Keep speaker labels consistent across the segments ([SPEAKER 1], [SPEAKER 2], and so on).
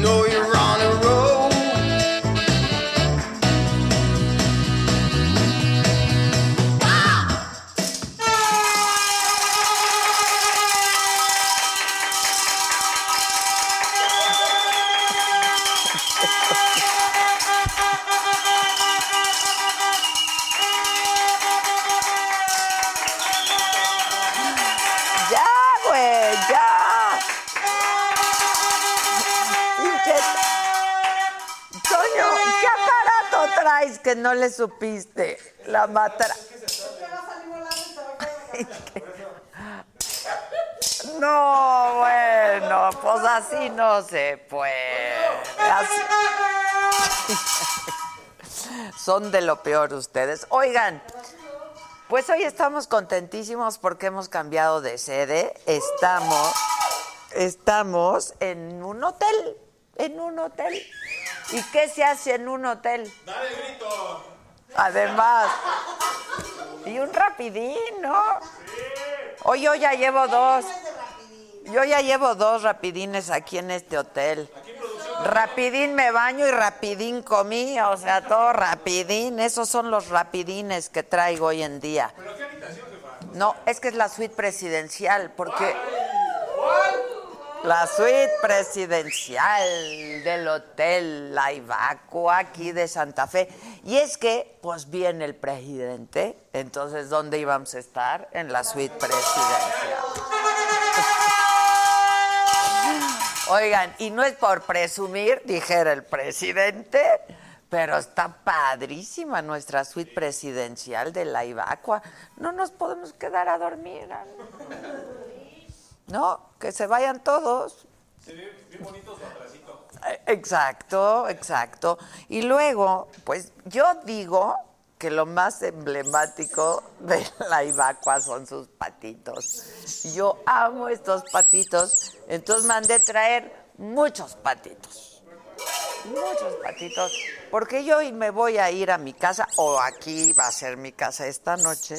[SPEAKER 1] know you're on a roll.
[SPEAKER 2] ¡Ya, güey! ¡Ya! Pinche. Toño, ¿qué aparato traes que no le supiste? La matará. No, bueno, pues así no se puede. Así- Son de lo peor ustedes. Oigan, pues hoy estamos contentísimos porque hemos cambiado de sede. Estamos, estamos en un hotel, en un hotel. ¿Y qué se hace en un hotel? Dar el grito. Además. Y un rapidín, ¿no? Hoy yo ya llevo dos. Yo ya llevo dos rapidines aquí en este hotel. Rapidín me baño y rapidín comí, o sea, todo rapidín. Esos son los rapidines que traigo hoy en día. No, es que es la suite presidencial, porque... La suite presidencial del hotel La Ibacua, aquí de Santa Fe. Y es que, pues viene el presidente, entonces, ¿dónde íbamos a estar? En la suite presidencial. Oigan, y no es por presumir, dijera el presidente, pero está padrísima nuestra suite presidencial de la Ibacua. No nos podemos quedar a dormir. Ana. No, que se vayan todos. Eh, Exacto, exacto. Y luego, pues yo digo que lo más emblemático de la Ibacua son sus patitos. Yo amo estos patitos, entonces mandé traer muchos patitos. Muchos patitos. Porque yo y me voy a ir a mi casa, o aquí va a ser mi casa esta noche,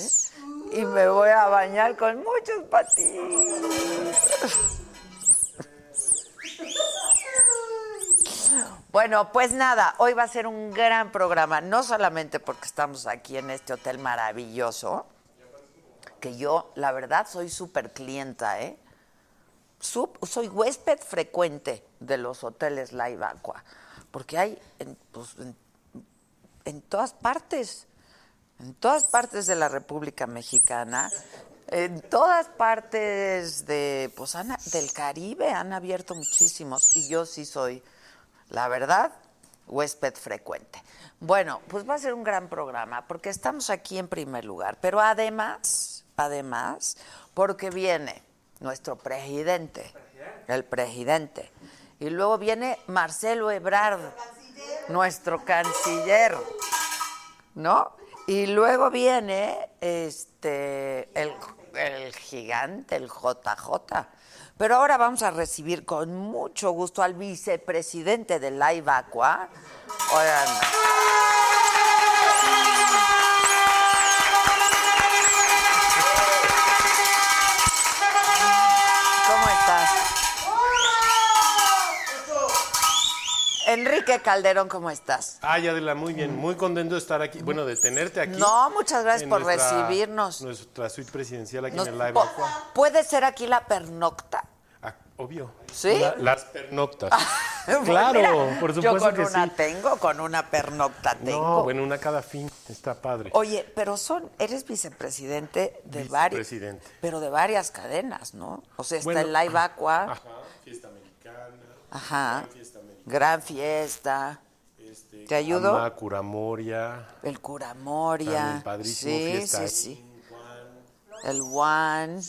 [SPEAKER 2] y me voy a bañar con muchos patitos. Bueno, pues nada, hoy va a ser un gran programa, no solamente porque estamos aquí en este hotel maravilloso, que yo, la verdad, soy súper clienta, ¿eh? Sup- soy huésped frecuente de los hoteles Live Aqua, porque hay en, pues, en- en todas partes, en todas partes de la República Mexicana, en todas partes de, pues, han- del Caribe han abierto muchísimos y yo sí soy, la verdad, huésped frecuente. Bueno, pues va a ser un gran programa porque estamos aquí en primer lugar, pero además, además, porque viene nuestro presidente, el presidente, y luego viene Marcelo Ebrard, nuestro canciller. ¿no? Y luego viene este el, el gigante, el JJ. Pero ahora vamos a recibir con mucho gusto al vicepresidente de la Ibacua. Oigan. ¿Cómo estás? Enrique Calderón, ¿cómo estás?
[SPEAKER 3] Ay, Ah, Adela, muy bien, muy contento de estar aquí, bueno, de tenerte aquí.
[SPEAKER 2] No, muchas gracias
[SPEAKER 3] en
[SPEAKER 2] por
[SPEAKER 3] nuestra-
[SPEAKER 2] recibirnos.
[SPEAKER 3] Nuestra suite presidencial aquí
[SPEAKER 2] Nos-
[SPEAKER 3] en el Live
[SPEAKER 2] po-
[SPEAKER 3] Aqua.
[SPEAKER 2] ¿Puede ser aquí la pernocta?
[SPEAKER 3] Ah, obvio.
[SPEAKER 2] ¿Sí?
[SPEAKER 3] La- las pernoctas.
[SPEAKER 2] Pues
[SPEAKER 3] Claro,
[SPEAKER 2] mira,
[SPEAKER 3] por
[SPEAKER 2] Yo
[SPEAKER 3] supuesto
[SPEAKER 2] con
[SPEAKER 3] que
[SPEAKER 2] una
[SPEAKER 3] sí.
[SPEAKER 2] tengo, con una pernocta tengo.
[SPEAKER 3] No, bueno, una cada fin, está padre.
[SPEAKER 2] Oye, pero son, eres vicepresidente de varias,
[SPEAKER 3] Vicepresidente.
[SPEAKER 2] pero de varias cadenas, ¿no? O sea, está
[SPEAKER 3] Bueno, ah,
[SPEAKER 2] el Live Aqua, ajá,
[SPEAKER 3] Ajá, fiesta mexicana.
[SPEAKER 2] gran fiesta, ¿te ayudo?
[SPEAKER 3] Ama, este, Curamoria.
[SPEAKER 2] el Curamoria,
[SPEAKER 3] También padrísimo,
[SPEAKER 2] sí,
[SPEAKER 3] fiesta
[SPEAKER 2] sí,
[SPEAKER 3] ahí.
[SPEAKER 2] sí, el One,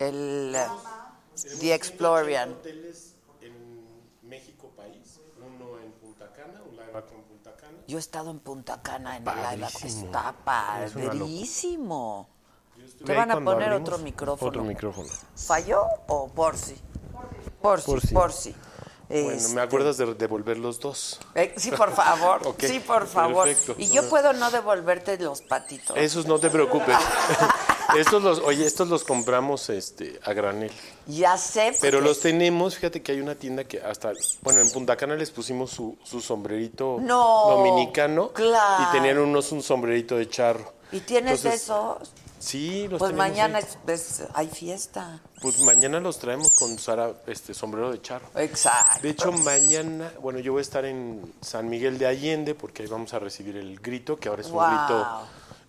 [SPEAKER 2] el, eh, The Explorian.
[SPEAKER 3] Hoteles en México para país, uno en Punta Cana, un live action en Punta Cana.
[SPEAKER 2] Yo he estado en Punta Cana en el live. act-
[SPEAKER 3] Padrísimo.
[SPEAKER 2] Está
[SPEAKER 3] Es una locura.
[SPEAKER 2] padrísimo. ¿Te
[SPEAKER 3] Ahí
[SPEAKER 2] van a
[SPEAKER 3] cuando
[SPEAKER 2] poner
[SPEAKER 3] abrimos,
[SPEAKER 2] otro micrófono?
[SPEAKER 3] Otro micrófono.
[SPEAKER 2] ¿Falló o por sí? Por sí, por sí.
[SPEAKER 3] Por sí. Bueno,
[SPEAKER 2] Este,
[SPEAKER 3] ¿me acuerdas de devolver los dos?
[SPEAKER 2] eh, sí, por favor.
[SPEAKER 3] Ok,
[SPEAKER 2] Sí, por favor.
[SPEAKER 3] perfecto.
[SPEAKER 2] Y yo puedo no devolverte los patitos.
[SPEAKER 3] Esos no te preocupes. estos los, oye, estos los compramos este, a granel.
[SPEAKER 2] Ya sé.
[SPEAKER 3] Pero
[SPEAKER 2] porque-
[SPEAKER 3] los tenemos, fíjate que hay una tienda que hasta, bueno, en Punta Cana les pusimos su, su sombrerito
[SPEAKER 2] No,
[SPEAKER 3] dominicano
[SPEAKER 2] claro.
[SPEAKER 3] y tenían unos un sombrerito de charro.
[SPEAKER 2] ¿Y tienes
[SPEAKER 3] Entonces,
[SPEAKER 2] esos?
[SPEAKER 3] Sí, los
[SPEAKER 2] Pues
[SPEAKER 3] tenemos
[SPEAKER 2] mañana
[SPEAKER 3] ahí.
[SPEAKER 2] es- es- hay fiesta.
[SPEAKER 3] Pues mañana los traemos con Sara, este sombrero de charro.
[SPEAKER 2] Exacto.
[SPEAKER 3] De hecho, mañana, bueno, yo voy a estar en San Miguel de Allende porque ahí vamos a recibir el grito, que ahora es
[SPEAKER 2] Wow.
[SPEAKER 3] un grito,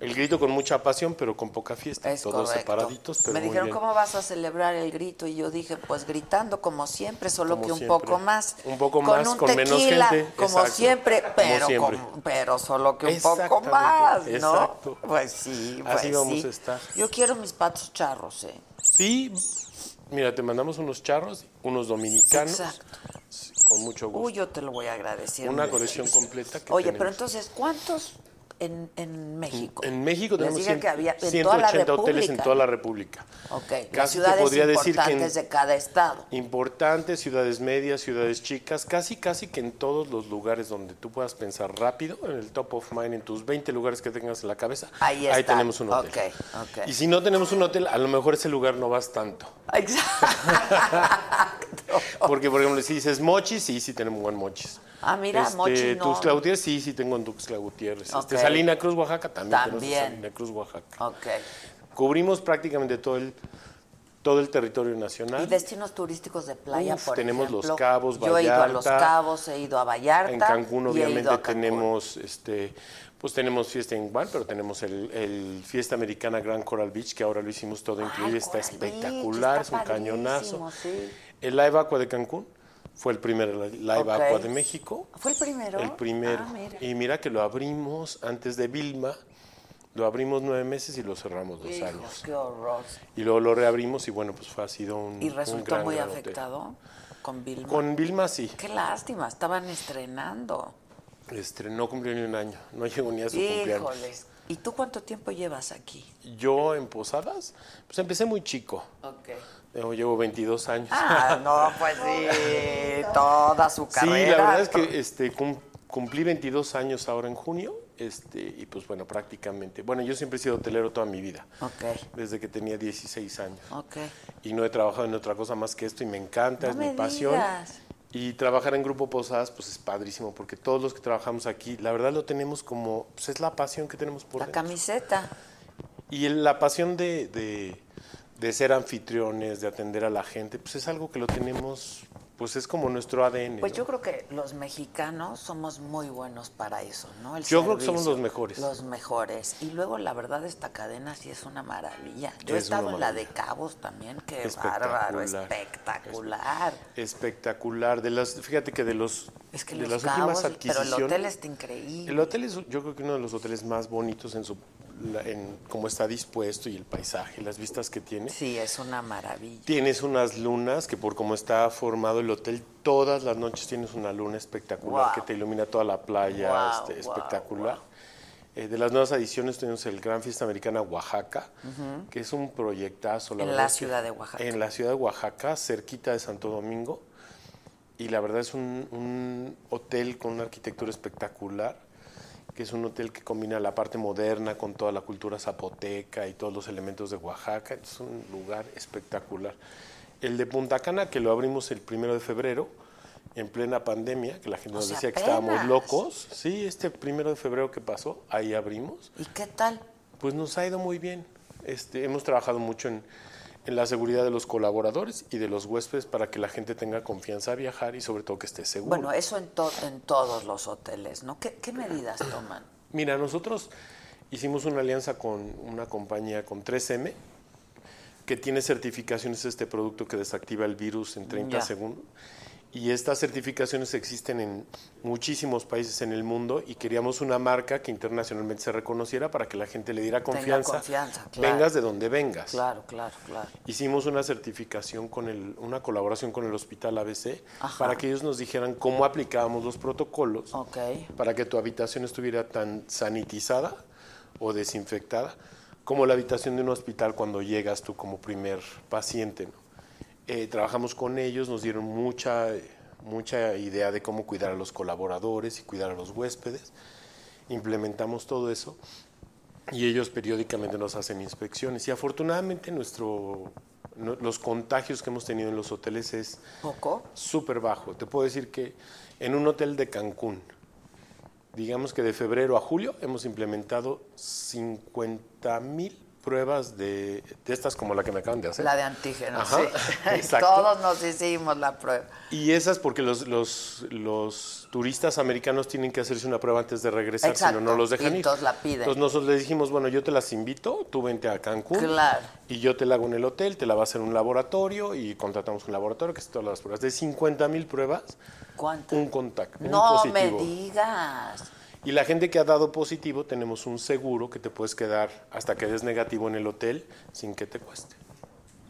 [SPEAKER 3] el grito con mucha pasión, pero con poca fiesta,
[SPEAKER 2] es
[SPEAKER 3] todos
[SPEAKER 2] correcto.
[SPEAKER 3] separaditos, pero
[SPEAKER 2] Me
[SPEAKER 3] muy
[SPEAKER 2] dijeron,
[SPEAKER 3] bien.
[SPEAKER 2] ¿cómo vas a celebrar el grito? Y yo dije, pues gritando como siempre, solo
[SPEAKER 3] Como
[SPEAKER 2] que un
[SPEAKER 3] siempre.
[SPEAKER 2] poco más.
[SPEAKER 3] Un poco más,
[SPEAKER 2] un
[SPEAKER 3] con menos
[SPEAKER 2] tequila,
[SPEAKER 3] gente,
[SPEAKER 2] Como
[SPEAKER 3] exacto.
[SPEAKER 2] siempre,
[SPEAKER 3] Como
[SPEAKER 2] pero,
[SPEAKER 3] siempre.
[SPEAKER 2] con- pero solo que un poco
[SPEAKER 3] Exactamente,
[SPEAKER 2] más, ¿no?
[SPEAKER 3] exacto.
[SPEAKER 2] Pues sí, pues
[SPEAKER 3] Así vamos
[SPEAKER 2] sí.
[SPEAKER 3] a estar.
[SPEAKER 2] Yo quiero mis patos charros, ¿eh?
[SPEAKER 3] Sí, mira, te mandamos unos charros, unos dominicanos,
[SPEAKER 2] Exacto.
[SPEAKER 3] sí, con mucho gusto.
[SPEAKER 2] Uy, yo te lo voy a agradecer.
[SPEAKER 3] Una
[SPEAKER 2] mucho.
[SPEAKER 3] colección completa que
[SPEAKER 2] Oye, pero
[SPEAKER 3] tenemos.
[SPEAKER 2] entonces, ¿cuántos en, en México?
[SPEAKER 3] En México
[SPEAKER 2] Les
[SPEAKER 3] tenemos
[SPEAKER 2] dije
[SPEAKER 3] cien-
[SPEAKER 2] que había en toda la
[SPEAKER 3] 180 hoteles en
[SPEAKER 2] República.
[SPEAKER 3] toda la República.
[SPEAKER 2] Ok, las
[SPEAKER 3] Casi te
[SPEAKER 2] ciudades
[SPEAKER 3] podría decir que en-
[SPEAKER 2] importantes de cada estado.
[SPEAKER 3] Importantes, ciudades medias, ciudades chicas, casi casi que en todos los lugares donde tú puedas pensar rápido, en el top of mind, en tus 20 lugares que tengas en la cabeza,
[SPEAKER 2] Ahí está.
[SPEAKER 3] tenemos un hotel.
[SPEAKER 2] Ok, ok.
[SPEAKER 3] Y si no tenemos un hotel, a lo mejor ese lugar no vas tanto.
[SPEAKER 2] Exacto.
[SPEAKER 3] Porque, por ejemplo, si dices Mochis, sí, sí tenemos buen Mochis.
[SPEAKER 2] Oh. Ah, mira, Mochis no.
[SPEAKER 3] Tuxtla Gutiérrez, sí, sí tengo en Tuxtla Gutiérrez. Este,
[SPEAKER 2] Ok.
[SPEAKER 3] Salina Cruz, Oaxaca, también, tenemos
[SPEAKER 2] También.
[SPEAKER 3] en Salina Cruz, Oaxaca.
[SPEAKER 2] ok.
[SPEAKER 3] Cubrimos prácticamente todo el, todo el territorio nacional.
[SPEAKER 2] Y destinos turísticos de playa,
[SPEAKER 3] ¿Ah? Uf,
[SPEAKER 2] por
[SPEAKER 3] tenemos Los
[SPEAKER 2] ejemplo.
[SPEAKER 3] Cabos,
[SPEAKER 2] Yo he ido a Los
[SPEAKER 3] Vallarta.
[SPEAKER 2] Cabos, he ido a Vallarta.
[SPEAKER 3] En Cancún
[SPEAKER 2] y he
[SPEAKER 3] obviamente
[SPEAKER 2] ido a Cancún.
[SPEAKER 3] tenemos este pues tenemos fiesta en Guan, pero tenemos el, el fiesta americana Grand Coral Beach que ahora lo hicimos todo
[SPEAKER 2] Ay,
[SPEAKER 3] incluido, está
[SPEAKER 2] Coral Beach, está
[SPEAKER 3] espectacular, es un cañonazo.
[SPEAKER 2] padrísimo, sí.
[SPEAKER 3] El Live Aqua de Cancún fue el primer Live
[SPEAKER 2] Ok.
[SPEAKER 3] Aqua de México.
[SPEAKER 2] ¿Fue el primero?
[SPEAKER 3] El primero.
[SPEAKER 2] Ah, mira.
[SPEAKER 3] Y mira que lo abrimos antes de Vilma, lo abrimos nueve meses y lo cerramos dos
[SPEAKER 2] Hijos,
[SPEAKER 3] años.
[SPEAKER 2] qué horror.
[SPEAKER 3] Y luego lo reabrimos y bueno, pues fue, ha sido un
[SPEAKER 2] Y
[SPEAKER 3] un
[SPEAKER 2] resultó
[SPEAKER 3] gran,
[SPEAKER 2] muy
[SPEAKER 3] gran hotel.
[SPEAKER 2] afectado con Vilma.
[SPEAKER 3] Con Vilma sí,
[SPEAKER 2] Qué lástima, estaban estrenando.
[SPEAKER 3] este, no cumplió ni un año, no llegó ni a su cumpleaños.
[SPEAKER 2] Híjoles. ¿Y tú cuánto tiempo llevas aquí?
[SPEAKER 3] Yo en Posadas, pues empecé muy chico.
[SPEAKER 2] Ok.
[SPEAKER 3] Yo Llevo 22 años.
[SPEAKER 2] Ah, no, pues sí, toda su
[SPEAKER 3] sí,
[SPEAKER 2] carrera.
[SPEAKER 3] la verdad es que este, cum- cumplí 22 años ahora en junio. Este, y pues bueno, prácticamente. Bueno, yo siempre he sido hotelero toda mi vida.
[SPEAKER 2] Ok.
[SPEAKER 3] Desde que tenía 16 años.
[SPEAKER 2] Ok.
[SPEAKER 3] Y no he trabajado en otra cosa más que esto y me encanta,
[SPEAKER 2] No
[SPEAKER 3] es
[SPEAKER 2] me
[SPEAKER 3] mi pasión.
[SPEAKER 2] digas.
[SPEAKER 3] Y trabajar en Grupo Posadas, pues es padrísimo, porque todos los que trabajamos aquí, la verdad lo tenemos como, pues es la pasión que tenemos por
[SPEAKER 2] La
[SPEAKER 3] dentro.
[SPEAKER 2] camiseta.
[SPEAKER 3] Y el- la pasión de, de- de ser anfitriones, de atender a la gente, pues es algo que lo tenemos, pues es como nuestro ADN.
[SPEAKER 2] Pues
[SPEAKER 3] ¿no?
[SPEAKER 2] yo creo que los mexicanos somos muy buenos para eso, ¿no? El
[SPEAKER 3] Yo creo que somos
[SPEAKER 2] servicio,
[SPEAKER 3] los mejores.
[SPEAKER 2] Los mejores. Y luego, la verdad, esta cadena sí es una maravilla. Yo he
[SPEAKER 3] Es
[SPEAKER 2] estado
[SPEAKER 3] una
[SPEAKER 2] en la de
[SPEAKER 3] maravilla.
[SPEAKER 2] Cabos también, qué
[SPEAKER 3] Espectacular.
[SPEAKER 2] bárbaro, espectacular.
[SPEAKER 3] Espectacular. De las, fíjate que de los
[SPEAKER 2] Es que
[SPEAKER 3] de
[SPEAKER 2] los
[SPEAKER 3] las
[SPEAKER 2] cabos,
[SPEAKER 3] últimas
[SPEAKER 2] pero
[SPEAKER 3] adquisiciones.
[SPEAKER 2] el hotel está increíble.
[SPEAKER 3] El hotel es, yo creo que uno de los hoteles más bonitos en su la- en cómo está dispuesto y el paisaje, las vistas que tiene.
[SPEAKER 2] Sí, es una maravilla.
[SPEAKER 3] Tienes unas lunas que por cómo está formado el hotel, todas las noches tienes una luna espectacular
[SPEAKER 2] Wow.
[SPEAKER 3] que te ilumina toda la playa,
[SPEAKER 2] Wow,
[SPEAKER 3] este,
[SPEAKER 2] wow,
[SPEAKER 3] espectacular. Eh, de las nuevas ediciones tenemos el Gran Fiesta Americana Oaxaca, que es un proyectazo.
[SPEAKER 2] En
[SPEAKER 3] verdad
[SPEAKER 2] la
[SPEAKER 3] es que-
[SPEAKER 2] ciudad de Oaxaca.
[SPEAKER 3] En la ciudad de Oaxaca, cerquita de Santo Domingo. Y la verdad es un, un hotel con una arquitectura espectacular, que es un hotel que combina la parte moderna con toda la cultura zapoteca y todos los elementos de Oaxaca. Es un lugar espectacular. El de Punta Cana, que lo abrimos el primero de febrero, en plena pandemia, que la gente
[SPEAKER 2] O
[SPEAKER 3] nos
[SPEAKER 2] sea,
[SPEAKER 3] decía que estábamos
[SPEAKER 2] apenas.
[SPEAKER 3] locos. Sí, este primero de febrero que pasó, ahí abrimos.
[SPEAKER 2] ¿Y qué tal?
[SPEAKER 3] Pues nos ha ido muy bien. Este, hemos trabajado mucho en, en la seguridad de los colaboradores y de los huéspedes para que la gente tenga confianza a viajar y sobre todo que esté seguro.
[SPEAKER 2] Bueno, eso en, to- en todos los hoteles, ¿no? ¿Qué, qué medidas toman?
[SPEAKER 3] Mira, nosotros hicimos una alianza con una compañía con 3M que tiene certificaciones de este producto que desactiva el virus en 30
[SPEAKER 2] Ya.
[SPEAKER 3] segundos. Y estas certificaciones existen en muchísimos países en el mundo y queríamos una marca que internacionalmente se reconociera para que la gente le diera
[SPEAKER 2] Tenga
[SPEAKER 3] confianza.
[SPEAKER 2] confianza, claro.
[SPEAKER 3] Vengas de donde vengas.
[SPEAKER 2] Claro, claro, claro.
[SPEAKER 3] Hicimos una certificación con el, una colaboración con el Hospital ABC
[SPEAKER 2] Ajá.
[SPEAKER 3] para que ellos nos dijeran cómo aplicábamos los protocolos
[SPEAKER 2] Ok.
[SPEAKER 3] para que tu habitación estuviera tan sanitizada o desinfectada como la habitación de un hospital cuando llegas tú como primer paciente. ¿no? Eh, trabajamos con ellos, nos dieron mucha, mucha idea de cómo cuidar a los colaboradores y cuidar a los huéspedes. Implementamos todo eso y ellos periódicamente nos hacen inspecciones. Y afortunadamente nuestro, no- los contagios que hemos tenido en los hoteles es
[SPEAKER 2] ¿Poco?
[SPEAKER 3] súper bajo. Te puedo decir que en un hotel de Cancún, digamos que de febrero a julio, hemos implementado 50 mil pruebas de, de estas como la que me acaban de hacer.
[SPEAKER 2] La de antígenos,
[SPEAKER 3] Ajá,
[SPEAKER 2] sí.
[SPEAKER 3] exacto.
[SPEAKER 2] Todos nos hicimos la prueba.
[SPEAKER 3] Y esas porque los, los, los turistas americanos tienen que hacerse una prueba antes de regresar,
[SPEAKER 2] Exacto,
[SPEAKER 3] si no, no los
[SPEAKER 2] y
[SPEAKER 3] dejan ir.
[SPEAKER 2] entonces la piden.
[SPEAKER 3] Entonces nosotros les dijimos, bueno, yo te las invito, tú vente a Cancún.
[SPEAKER 2] Claro.
[SPEAKER 3] Y yo te la hago en el hotel, te la va a hacer un laboratorio y contratamos un laboratorio que hace todas las pruebas. De 50 mil pruebas,
[SPEAKER 2] ¿Cuánto?
[SPEAKER 3] un contacto, un
[SPEAKER 2] no me
[SPEAKER 3] positivo.
[SPEAKER 2] digas.
[SPEAKER 3] Y la gente que ha dado positivo, tenemos un seguro que te puedes quedar hasta que des negativo en el hotel sin que te cueste.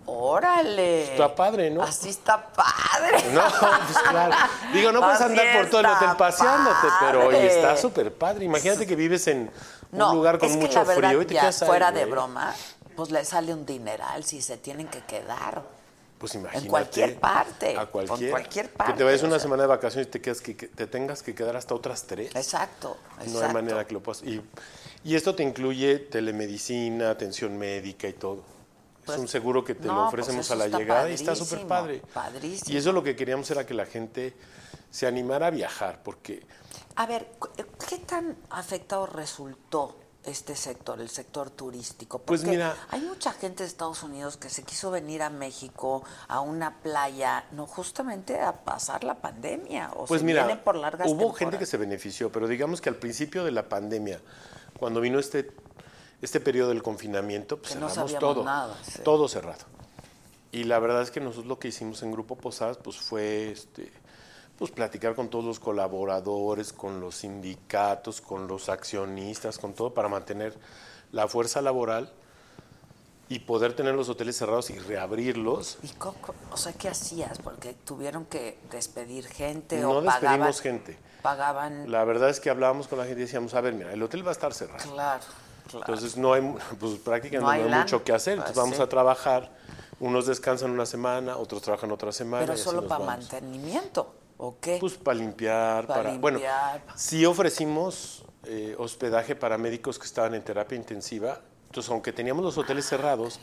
[SPEAKER 2] Órale.
[SPEAKER 3] Está padre, ¿no?
[SPEAKER 2] Así está padre.
[SPEAKER 3] No, pues claro. Digo, no puedes
[SPEAKER 2] Así
[SPEAKER 3] andar por todo el hotel
[SPEAKER 2] está
[SPEAKER 3] paseándote, pero oye, está
[SPEAKER 2] padre.
[SPEAKER 3] súper padre. Imagínate que vives en un
[SPEAKER 2] No,
[SPEAKER 3] lugar con
[SPEAKER 2] es que
[SPEAKER 3] mucho
[SPEAKER 2] la verdad,
[SPEAKER 3] frío y te
[SPEAKER 2] ya
[SPEAKER 3] quedas ahí,
[SPEAKER 2] fuera de
[SPEAKER 3] güey.
[SPEAKER 2] broma, pues le sale un dineral si se tienen que quedar.
[SPEAKER 3] Pues imagínate.
[SPEAKER 2] cualquier parte,
[SPEAKER 3] A
[SPEAKER 2] con
[SPEAKER 3] cualquier,
[SPEAKER 2] cualquier
[SPEAKER 3] Que
[SPEAKER 2] parte,
[SPEAKER 3] te vayas
[SPEAKER 2] o
[SPEAKER 3] una
[SPEAKER 2] sea.
[SPEAKER 3] semana de vacaciones y te, quedas que, que te tengas que quedar hasta otras tres.
[SPEAKER 2] Exacto, exacto.
[SPEAKER 3] No hay manera que lo puedas. Y, y esto te incluye telemedicina, atención médica y todo.
[SPEAKER 2] Pues,
[SPEAKER 3] es un seguro que te
[SPEAKER 2] no,
[SPEAKER 3] lo
[SPEAKER 2] pues
[SPEAKER 3] ofrecemos
[SPEAKER 2] eso
[SPEAKER 3] a la
[SPEAKER 2] está
[SPEAKER 3] llegada y está súper
[SPEAKER 2] padrísimo,
[SPEAKER 3] padre.
[SPEAKER 2] padrísimo.
[SPEAKER 3] Y eso lo que queríamos era que la gente se animara a viajar, porque
[SPEAKER 2] A ver, cu- eh, ¿qué tan afectado resultó este sector, el sector turístico? Porque
[SPEAKER 3] Pues mira-
[SPEAKER 2] hay mucha gente de Estados Unidos que se quiso venir a México a una playa, no justamente a pasar la pandemia, o
[SPEAKER 3] Pues
[SPEAKER 2] se
[SPEAKER 3] mira,
[SPEAKER 2] vienen por largas
[SPEAKER 3] hubo gente que
[SPEAKER 2] temporadas.
[SPEAKER 3] se benefició, pero digamos que al principio de la pandemia, cuando vino este, este periodo del confinamiento, pues
[SPEAKER 2] Que no
[SPEAKER 3] cerramos
[SPEAKER 2] sabíamos
[SPEAKER 3] todo,
[SPEAKER 2] nada, sí.
[SPEAKER 3] todo cerrado. Y la verdad es que nosotros lo que hicimos en Grupo Posadas, pues fue este, pues platicar con todos los colaboradores, con los sindicatos, con los accionistas, con todo, para mantener la fuerza laboral y poder tener los hoteles cerrados y reabrirlos
[SPEAKER 2] ¿Y co- co- o sea, qué hacías? Porque tuvieron que despedir gente
[SPEAKER 3] No
[SPEAKER 2] o pagaban.
[SPEAKER 3] despedimos gente.
[SPEAKER 2] Pagaban.
[SPEAKER 3] La verdad es que hablábamos con la gente y decíamos, a ver, mira, el hotel va a estar cerrado.
[SPEAKER 2] Claro, claro.
[SPEAKER 3] Entonces no hay, pues prácticamente
[SPEAKER 2] No
[SPEAKER 3] no
[SPEAKER 2] hay
[SPEAKER 3] hay,
[SPEAKER 2] lana.
[SPEAKER 3] mucho que hacer. Entonces
[SPEAKER 2] Pues,
[SPEAKER 3] vamos
[SPEAKER 2] sí.
[SPEAKER 3] a trabajar, unos descansan una semana, otros trabajan otra semana. y
[SPEAKER 2] Pero
[SPEAKER 3] así
[SPEAKER 2] solo
[SPEAKER 3] nos
[SPEAKER 2] para
[SPEAKER 3] vamos.
[SPEAKER 2] mantenimiento, ¿o qué?
[SPEAKER 3] Pues para limpiar,
[SPEAKER 2] Pa'
[SPEAKER 3] para... Bueno,
[SPEAKER 2] limpiar.
[SPEAKER 3] sí ofrecimos eh, hospedaje para médicos que estaban en terapia intensiva. Entonces, aunque teníamos los hoteles cerrados,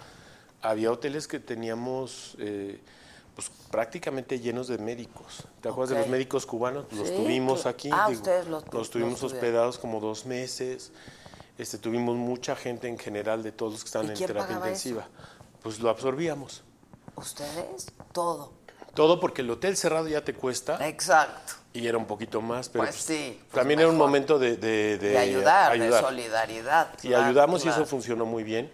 [SPEAKER 3] había hoteles que teníamos... eh, pues prácticamente llenos de médicos. ¿Te acuerdas
[SPEAKER 2] Ok.
[SPEAKER 3] de los médicos cubanos? Los
[SPEAKER 2] Sí,
[SPEAKER 3] tuvimos
[SPEAKER 2] cl-
[SPEAKER 3] aquí.
[SPEAKER 2] Ah, ustedes los tu- los
[SPEAKER 3] tuvimos
[SPEAKER 2] tuvieron.
[SPEAKER 3] hospedados como dos meses. Este, tuvimos mucha gente en general de todos los que
[SPEAKER 2] ¿Y
[SPEAKER 3] estaban en
[SPEAKER 2] quién
[SPEAKER 3] terapia
[SPEAKER 2] pagaba eso?
[SPEAKER 3] intensiva. Pues lo absorbíamos.
[SPEAKER 2] ¿Ustedes? Todo.
[SPEAKER 3] Todo porque el hotel cerrado ya te cuesta.
[SPEAKER 2] Exacto.
[SPEAKER 3] Y era un poquito más, pero
[SPEAKER 2] Pues sí, pues
[SPEAKER 3] también era un
[SPEAKER 2] mejor.
[SPEAKER 3] momento de, de- de
[SPEAKER 2] de ayudar,
[SPEAKER 3] ayudar.
[SPEAKER 2] de solidaridad.
[SPEAKER 3] Y
[SPEAKER 2] claro,
[SPEAKER 3] ayudamos
[SPEAKER 2] claro.
[SPEAKER 3] y eso funcionó muy bien.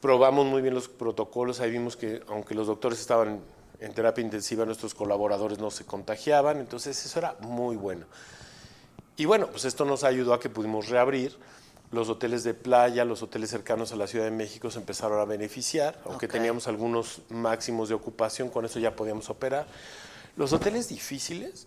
[SPEAKER 3] Probamos muy bien los protocolos, ahí vimos que aunque los doctores estaban en terapia intensiva, nuestros colaboradores no se contagiaban, entonces eso era muy bueno. Y bueno, pues esto nos ayudó a que pudimos reabrir. Los hoteles de playa, los hoteles cercanos a la Ciudad de México se empezaron a beneficiar, aunque
[SPEAKER 2] Ok.
[SPEAKER 3] teníamos algunos máximos de ocupación, con eso ya podíamos operar. Los hoteles difíciles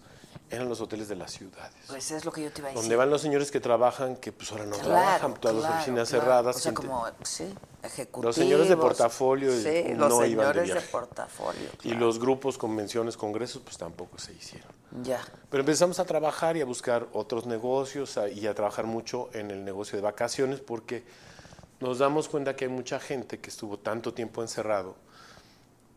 [SPEAKER 3] eran los hoteles de las ciudades.
[SPEAKER 2] Pues es lo que yo te iba a decir.
[SPEAKER 3] Donde van los señores que trabajan, que pues ahora no
[SPEAKER 2] Claro,
[SPEAKER 3] trabajan, todas las
[SPEAKER 2] claro,
[SPEAKER 3] oficinas
[SPEAKER 2] claro.
[SPEAKER 3] cerradas.
[SPEAKER 2] O sea,
[SPEAKER 3] gente-
[SPEAKER 2] como, sí, ejecutivos.
[SPEAKER 3] Los señores de portafolio y
[SPEAKER 2] Sí,
[SPEAKER 3] no
[SPEAKER 2] los
[SPEAKER 3] iban de
[SPEAKER 2] señores de,
[SPEAKER 3] viaje.
[SPEAKER 2] portafolio.
[SPEAKER 3] Y
[SPEAKER 2] claro.
[SPEAKER 3] los grupos, convenciones, congresos, pues tampoco se hicieron.
[SPEAKER 2] Ya.
[SPEAKER 3] Pero empezamos a trabajar y a buscar otros negocios a- y a trabajar mucho en el negocio de vacaciones porque nos damos cuenta que hay mucha gente que estuvo tanto tiempo encerrado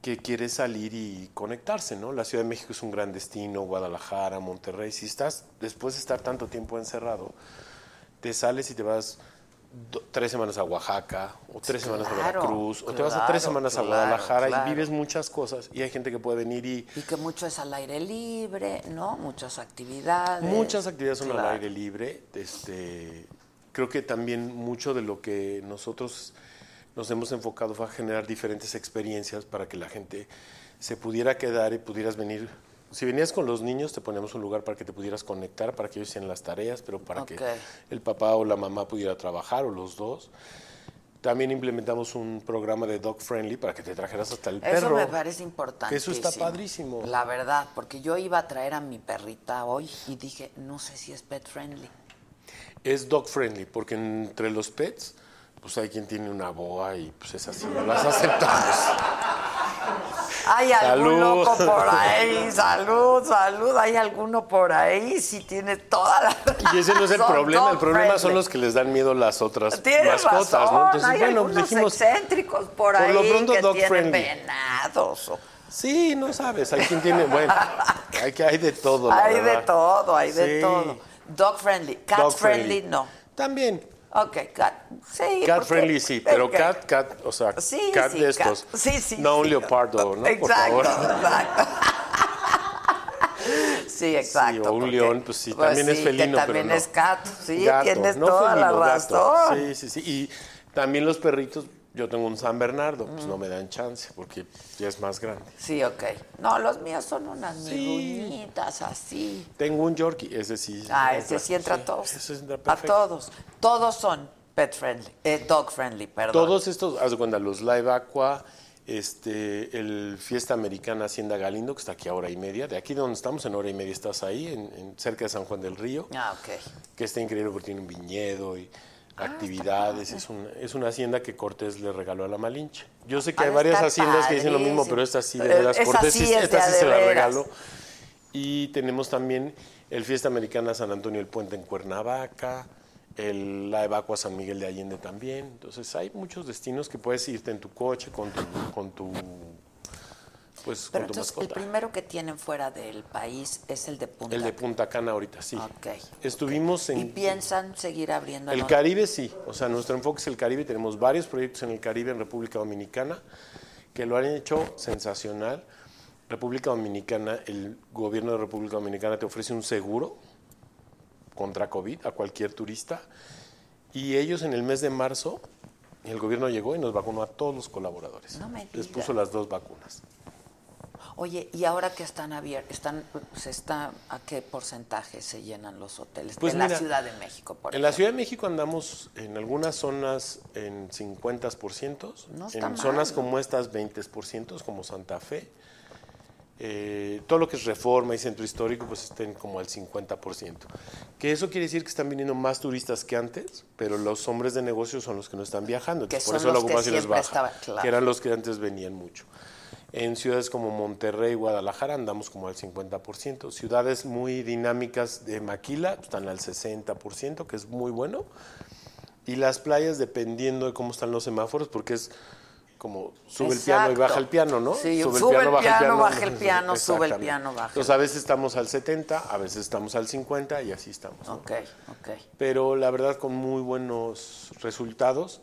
[SPEAKER 3] que quiere salir y conectarse, ¿no? La Ciudad de México es un gran destino, Guadalajara, Monterrey. Si estás, después de estar tanto tiempo encerrado, te sales y te vas do- tres semanas a Oaxaca, o tres semanas a
[SPEAKER 2] Claro,
[SPEAKER 3] Veracruz, o te vas a
[SPEAKER 2] claro,
[SPEAKER 3] tres semanas
[SPEAKER 2] claro,
[SPEAKER 3] a Guadalajara
[SPEAKER 2] claro.
[SPEAKER 3] y vives muchas cosas. Y hay gente que puede venir y
[SPEAKER 2] Y que mucho es al aire libre, ¿no? Muchas actividades.
[SPEAKER 3] Muchas actividades son
[SPEAKER 2] Claro.
[SPEAKER 3] al aire libre. Este, creo que también mucho de lo que nosotros nos hemos enfocado fue a generar diferentes experiencias para que la gente se pudiera quedar y pudieras venir Si venías con los niños, te poníamos un lugar para que te pudieras conectar, para que ellos hicieran las tareas, pero para
[SPEAKER 2] Ok.
[SPEAKER 3] que el papá o la mamá pudiera trabajar o los dos. También implementamos un programa de dog friendly para que te trajeras hasta el perro.
[SPEAKER 2] Eso me parece importante.
[SPEAKER 3] que Eso está padrísimo.
[SPEAKER 2] La verdad, porque yo iba a traer a mi perrita hoy y dije, no sé si es pet friendly.
[SPEAKER 3] Es dog friendly, porque entre los pets, pues hay quien tiene una boa y pues esas sí no las aceptamos.
[SPEAKER 2] Hay algún
[SPEAKER 3] Salud.
[SPEAKER 2] loco por ahí, salud, salud. Hay alguno por ahí, si tiene toda la.
[SPEAKER 3] Y ese no es el
[SPEAKER 2] razón,
[SPEAKER 3] problema, el
[SPEAKER 2] dog
[SPEAKER 3] problema
[SPEAKER 2] friendly.
[SPEAKER 3] son los que les dan miedo las otras
[SPEAKER 2] Tienes
[SPEAKER 3] mascotas,
[SPEAKER 2] razón,
[SPEAKER 3] ¿no? Entonces,
[SPEAKER 2] hay
[SPEAKER 3] bueno,
[SPEAKER 2] algunos
[SPEAKER 3] dijimos,
[SPEAKER 2] excéntricos por,
[SPEAKER 3] por
[SPEAKER 2] ahí
[SPEAKER 3] lo pronto
[SPEAKER 2] que
[SPEAKER 3] dog
[SPEAKER 2] tienen
[SPEAKER 3] friendly.
[SPEAKER 2] venados. o-
[SPEAKER 3] sí, no sabes, hay quien tiene, bueno, hay, que- hay de todo. la
[SPEAKER 2] Hay de
[SPEAKER 3] verdad.
[SPEAKER 2] todo, hay de
[SPEAKER 3] Sí.
[SPEAKER 2] todo. Dog friendly, cat
[SPEAKER 3] Dog
[SPEAKER 2] friendly, no.
[SPEAKER 3] También.
[SPEAKER 2] Ok, cat, sí.
[SPEAKER 3] Cat
[SPEAKER 2] porque-
[SPEAKER 3] friendly sí, pero
[SPEAKER 2] ok.
[SPEAKER 3] cat, cat, o sea,
[SPEAKER 2] Sí,
[SPEAKER 3] cat
[SPEAKER 2] sí,
[SPEAKER 3] de estos.
[SPEAKER 2] cat. Sí, sí.
[SPEAKER 3] No un
[SPEAKER 2] sí.
[SPEAKER 3] leopardo, ¿no?
[SPEAKER 2] Exacto,
[SPEAKER 3] Por favor.
[SPEAKER 2] exacto. Sí, exacto.
[SPEAKER 3] o un
[SPEAKER 2] porque-
[SPEAKER 3] león, pues sí, también es
[SPEAKER 2] sí,
[SPEAKER 3] felino,
[SPEAKER 2] Que
[SPEAKER 3] pero
[SPEAKER 2] también
[SPEAKER 3] no.
[SPEAKER 2] es gato, sí,
[SPEAKER 3] Gato,
[SPEAKER 2] tienes
[SPEAKER 3] no
[SPEAKER 2] toda la
[SPEAKER 3] felino, gato.
[SPEAKER 2] razón.
[SPEAKER 3] Sí, sí, sí. Y también los perritos, yo tengo un San Bernardo, pues
[SPEAKER 2] Mm.
[SPEAKER 3] no me dan chance porque ya es más grande.
[SPEAKER 2] Sí, ok. No, los míos son unas miguñitas así.
[SPEAKER 3] Tengo un Yorkie, ese sí.
[SPEAKER 2] Ah,
[SPEAKER 3] entra.
[SPEAKER 2] ese sí entra a todos.
[SPEAKER 3] ese entra
[SPEAKER 2] a
[SPEAKER 3] perfecto.
[SPEAKER 2] todos. Todos son pet friendly, eh, dog friendly, perdón.
[SPEAKER 3] Todos estos, haz de cuenta, los Live Aqua, este, el Fiesta Americana Hacienda Galindo, que está aquí a hora y media, de aquí de donde estamos, en hora y media estás ahí, en, en- cerca de San Juan del Río.
[SPEAKER 2] Ah, ok.
[SPEAKER 3] que está increíble porque tiene un viñedo y
[SPEAKER 2] Ah,
[SPEAKER 3] actividades. Es una, es una hacienda que Cortés le regaló a la Malinche. Yo sé que
[SPEAKER 2] Ha
[SPEAKER 3] hay
[SPEAKER 2] de
[SPEAKER 3] varias
[SPEAKER 2] estar
[SPEAKER 3] haciendas que dicen lo mismo,
[SPEAKER 2] padrísimo.
[SPEAKER 3] pero esta sí de
[SPEAKER 2] Pero
[SPEAKER 3] veras.
[SPEAKER 2] esa
[SPEAKER 3] Cortés
[SPEAKER 2] sí
[SPEAKER 3] sí-
[SPEAKER 2] es de
[SPEAKER 3] esta
[SPEAKER 2] a
[SPEAKER 3] sí
[SPEAKER 2] de
[SPEAKER 3] se la
[SPEAKER 2] veras.
[SPEAKER 3] regaló. Y tenemos también el Fiesta Americana San Antonio del Puente en Cuernavaca, el, la Evacua San Miguel de Allende también. Entonces hay muchos destinos que puedes irte en tu coche, con tu... Con tu pues
[SPEAKER 2] Pero
[SPEAKER 3] con tu
[SPEAKER 2] entonces, el
[SPEAKER 3] mascota.
[SPEAKER 2] primero que tienen fuera del país es el de Punta.
[SPEAKER 3] El de Punta Cana ahorita, sí.
[SPEAKER 2] Ok, ok.
[SPEAKER 3] Estuvimos
[SPEAKER 2] Y
[SPEAKER 3] en...
[SPEAKER 2] piensan seguir abriendo. en
[SPEAKER 3] El
[SPEAKER 2] otro-
[SPEAKER 3] Caribe sí, o sea, nuestro enfoque es el Caribe, tenemos varios proyectos en el Caribe, en República Dominicana, que lo han hecho sensacional. República Dominicana, el gobierno de República Dominicana te ofrece un seguro contra COVID a cualquier turista y ellos en el mes de marzo, el gobierno llegó y nos vacunó a todos los colaboradores.
[SPEAKER 2] No me digas.
[SPEAKER 3] Les puso las dos vacunas.
[SPEAKER 2] Oye, ¿y ahora que están abiertos? Están, se está, ¿A qué porcentaje se llenan los hoteles?
[SPEAKER 3] Pues
[SPEAKER 2] en la
[SPEAKER 3] mira,
[SPEAKER 2] Ciudad de México, por
[SPEAKER 3] En la
[SPEAKER 2] ejemplo.
[SPEAKER 3] Ciudad de México andamos en algunas zonas en 50%,
[SPEAKER 2] No está
[SPEAKER 3] en
[SPEAKER 2] mal,
[SPEAKER 3] zonas
[SPEAKER 2] ¿no?
[SPEAKER 3] como estas 20%, como Santa Fe. Eh, todo lo que es reforma y centro histórico, pues estén como al 50%. Que eso quiere decir que están viniendo más turistas que antes, pero los hombres de negocios son los que no están viajando.
[SPEAKER 2] Que
[SPEAKER 3] entonces
[SPEAKER 2] son
[SPEAKER 3] por eso
[SPEAKER 2] los
[SPEAKER 3] la
[SPEAKER 2] que
[SPEAKER 3] ocupación es
[SPEAKER 2] siempre
[SPEAKER 3] baja.
[SPEAKER 2] estaban, claro.
[SPEAKER 3] Que eran los que antes venían mucho. En ciudades como Monterrey, Guadalajara andamos como al 50%. Ciudades muy dinámicas de Maquila pues, están al 60%, que es muy bueno. Y las playas, dependiendo de cómo están los semáforos, porque es como sube el piano y
[SPEAKER 2] Exacto.
[SPEAKER 3] baja el piano, ¿no?
[SPEAKER 2] Sí, sube el piano, baja el piano, sube el
[SPEAKER 3] Exactamente.
[SPEAKER 2] piano, baja el-
[SPEAKER 3] Entonces a veces estamos al 70, a veces estamos al 50 y así estamos. ¿no?
[SPEAKER 2] Ok, ok.
[SPEAKER 3] Pero la verdad con muy buenos resultados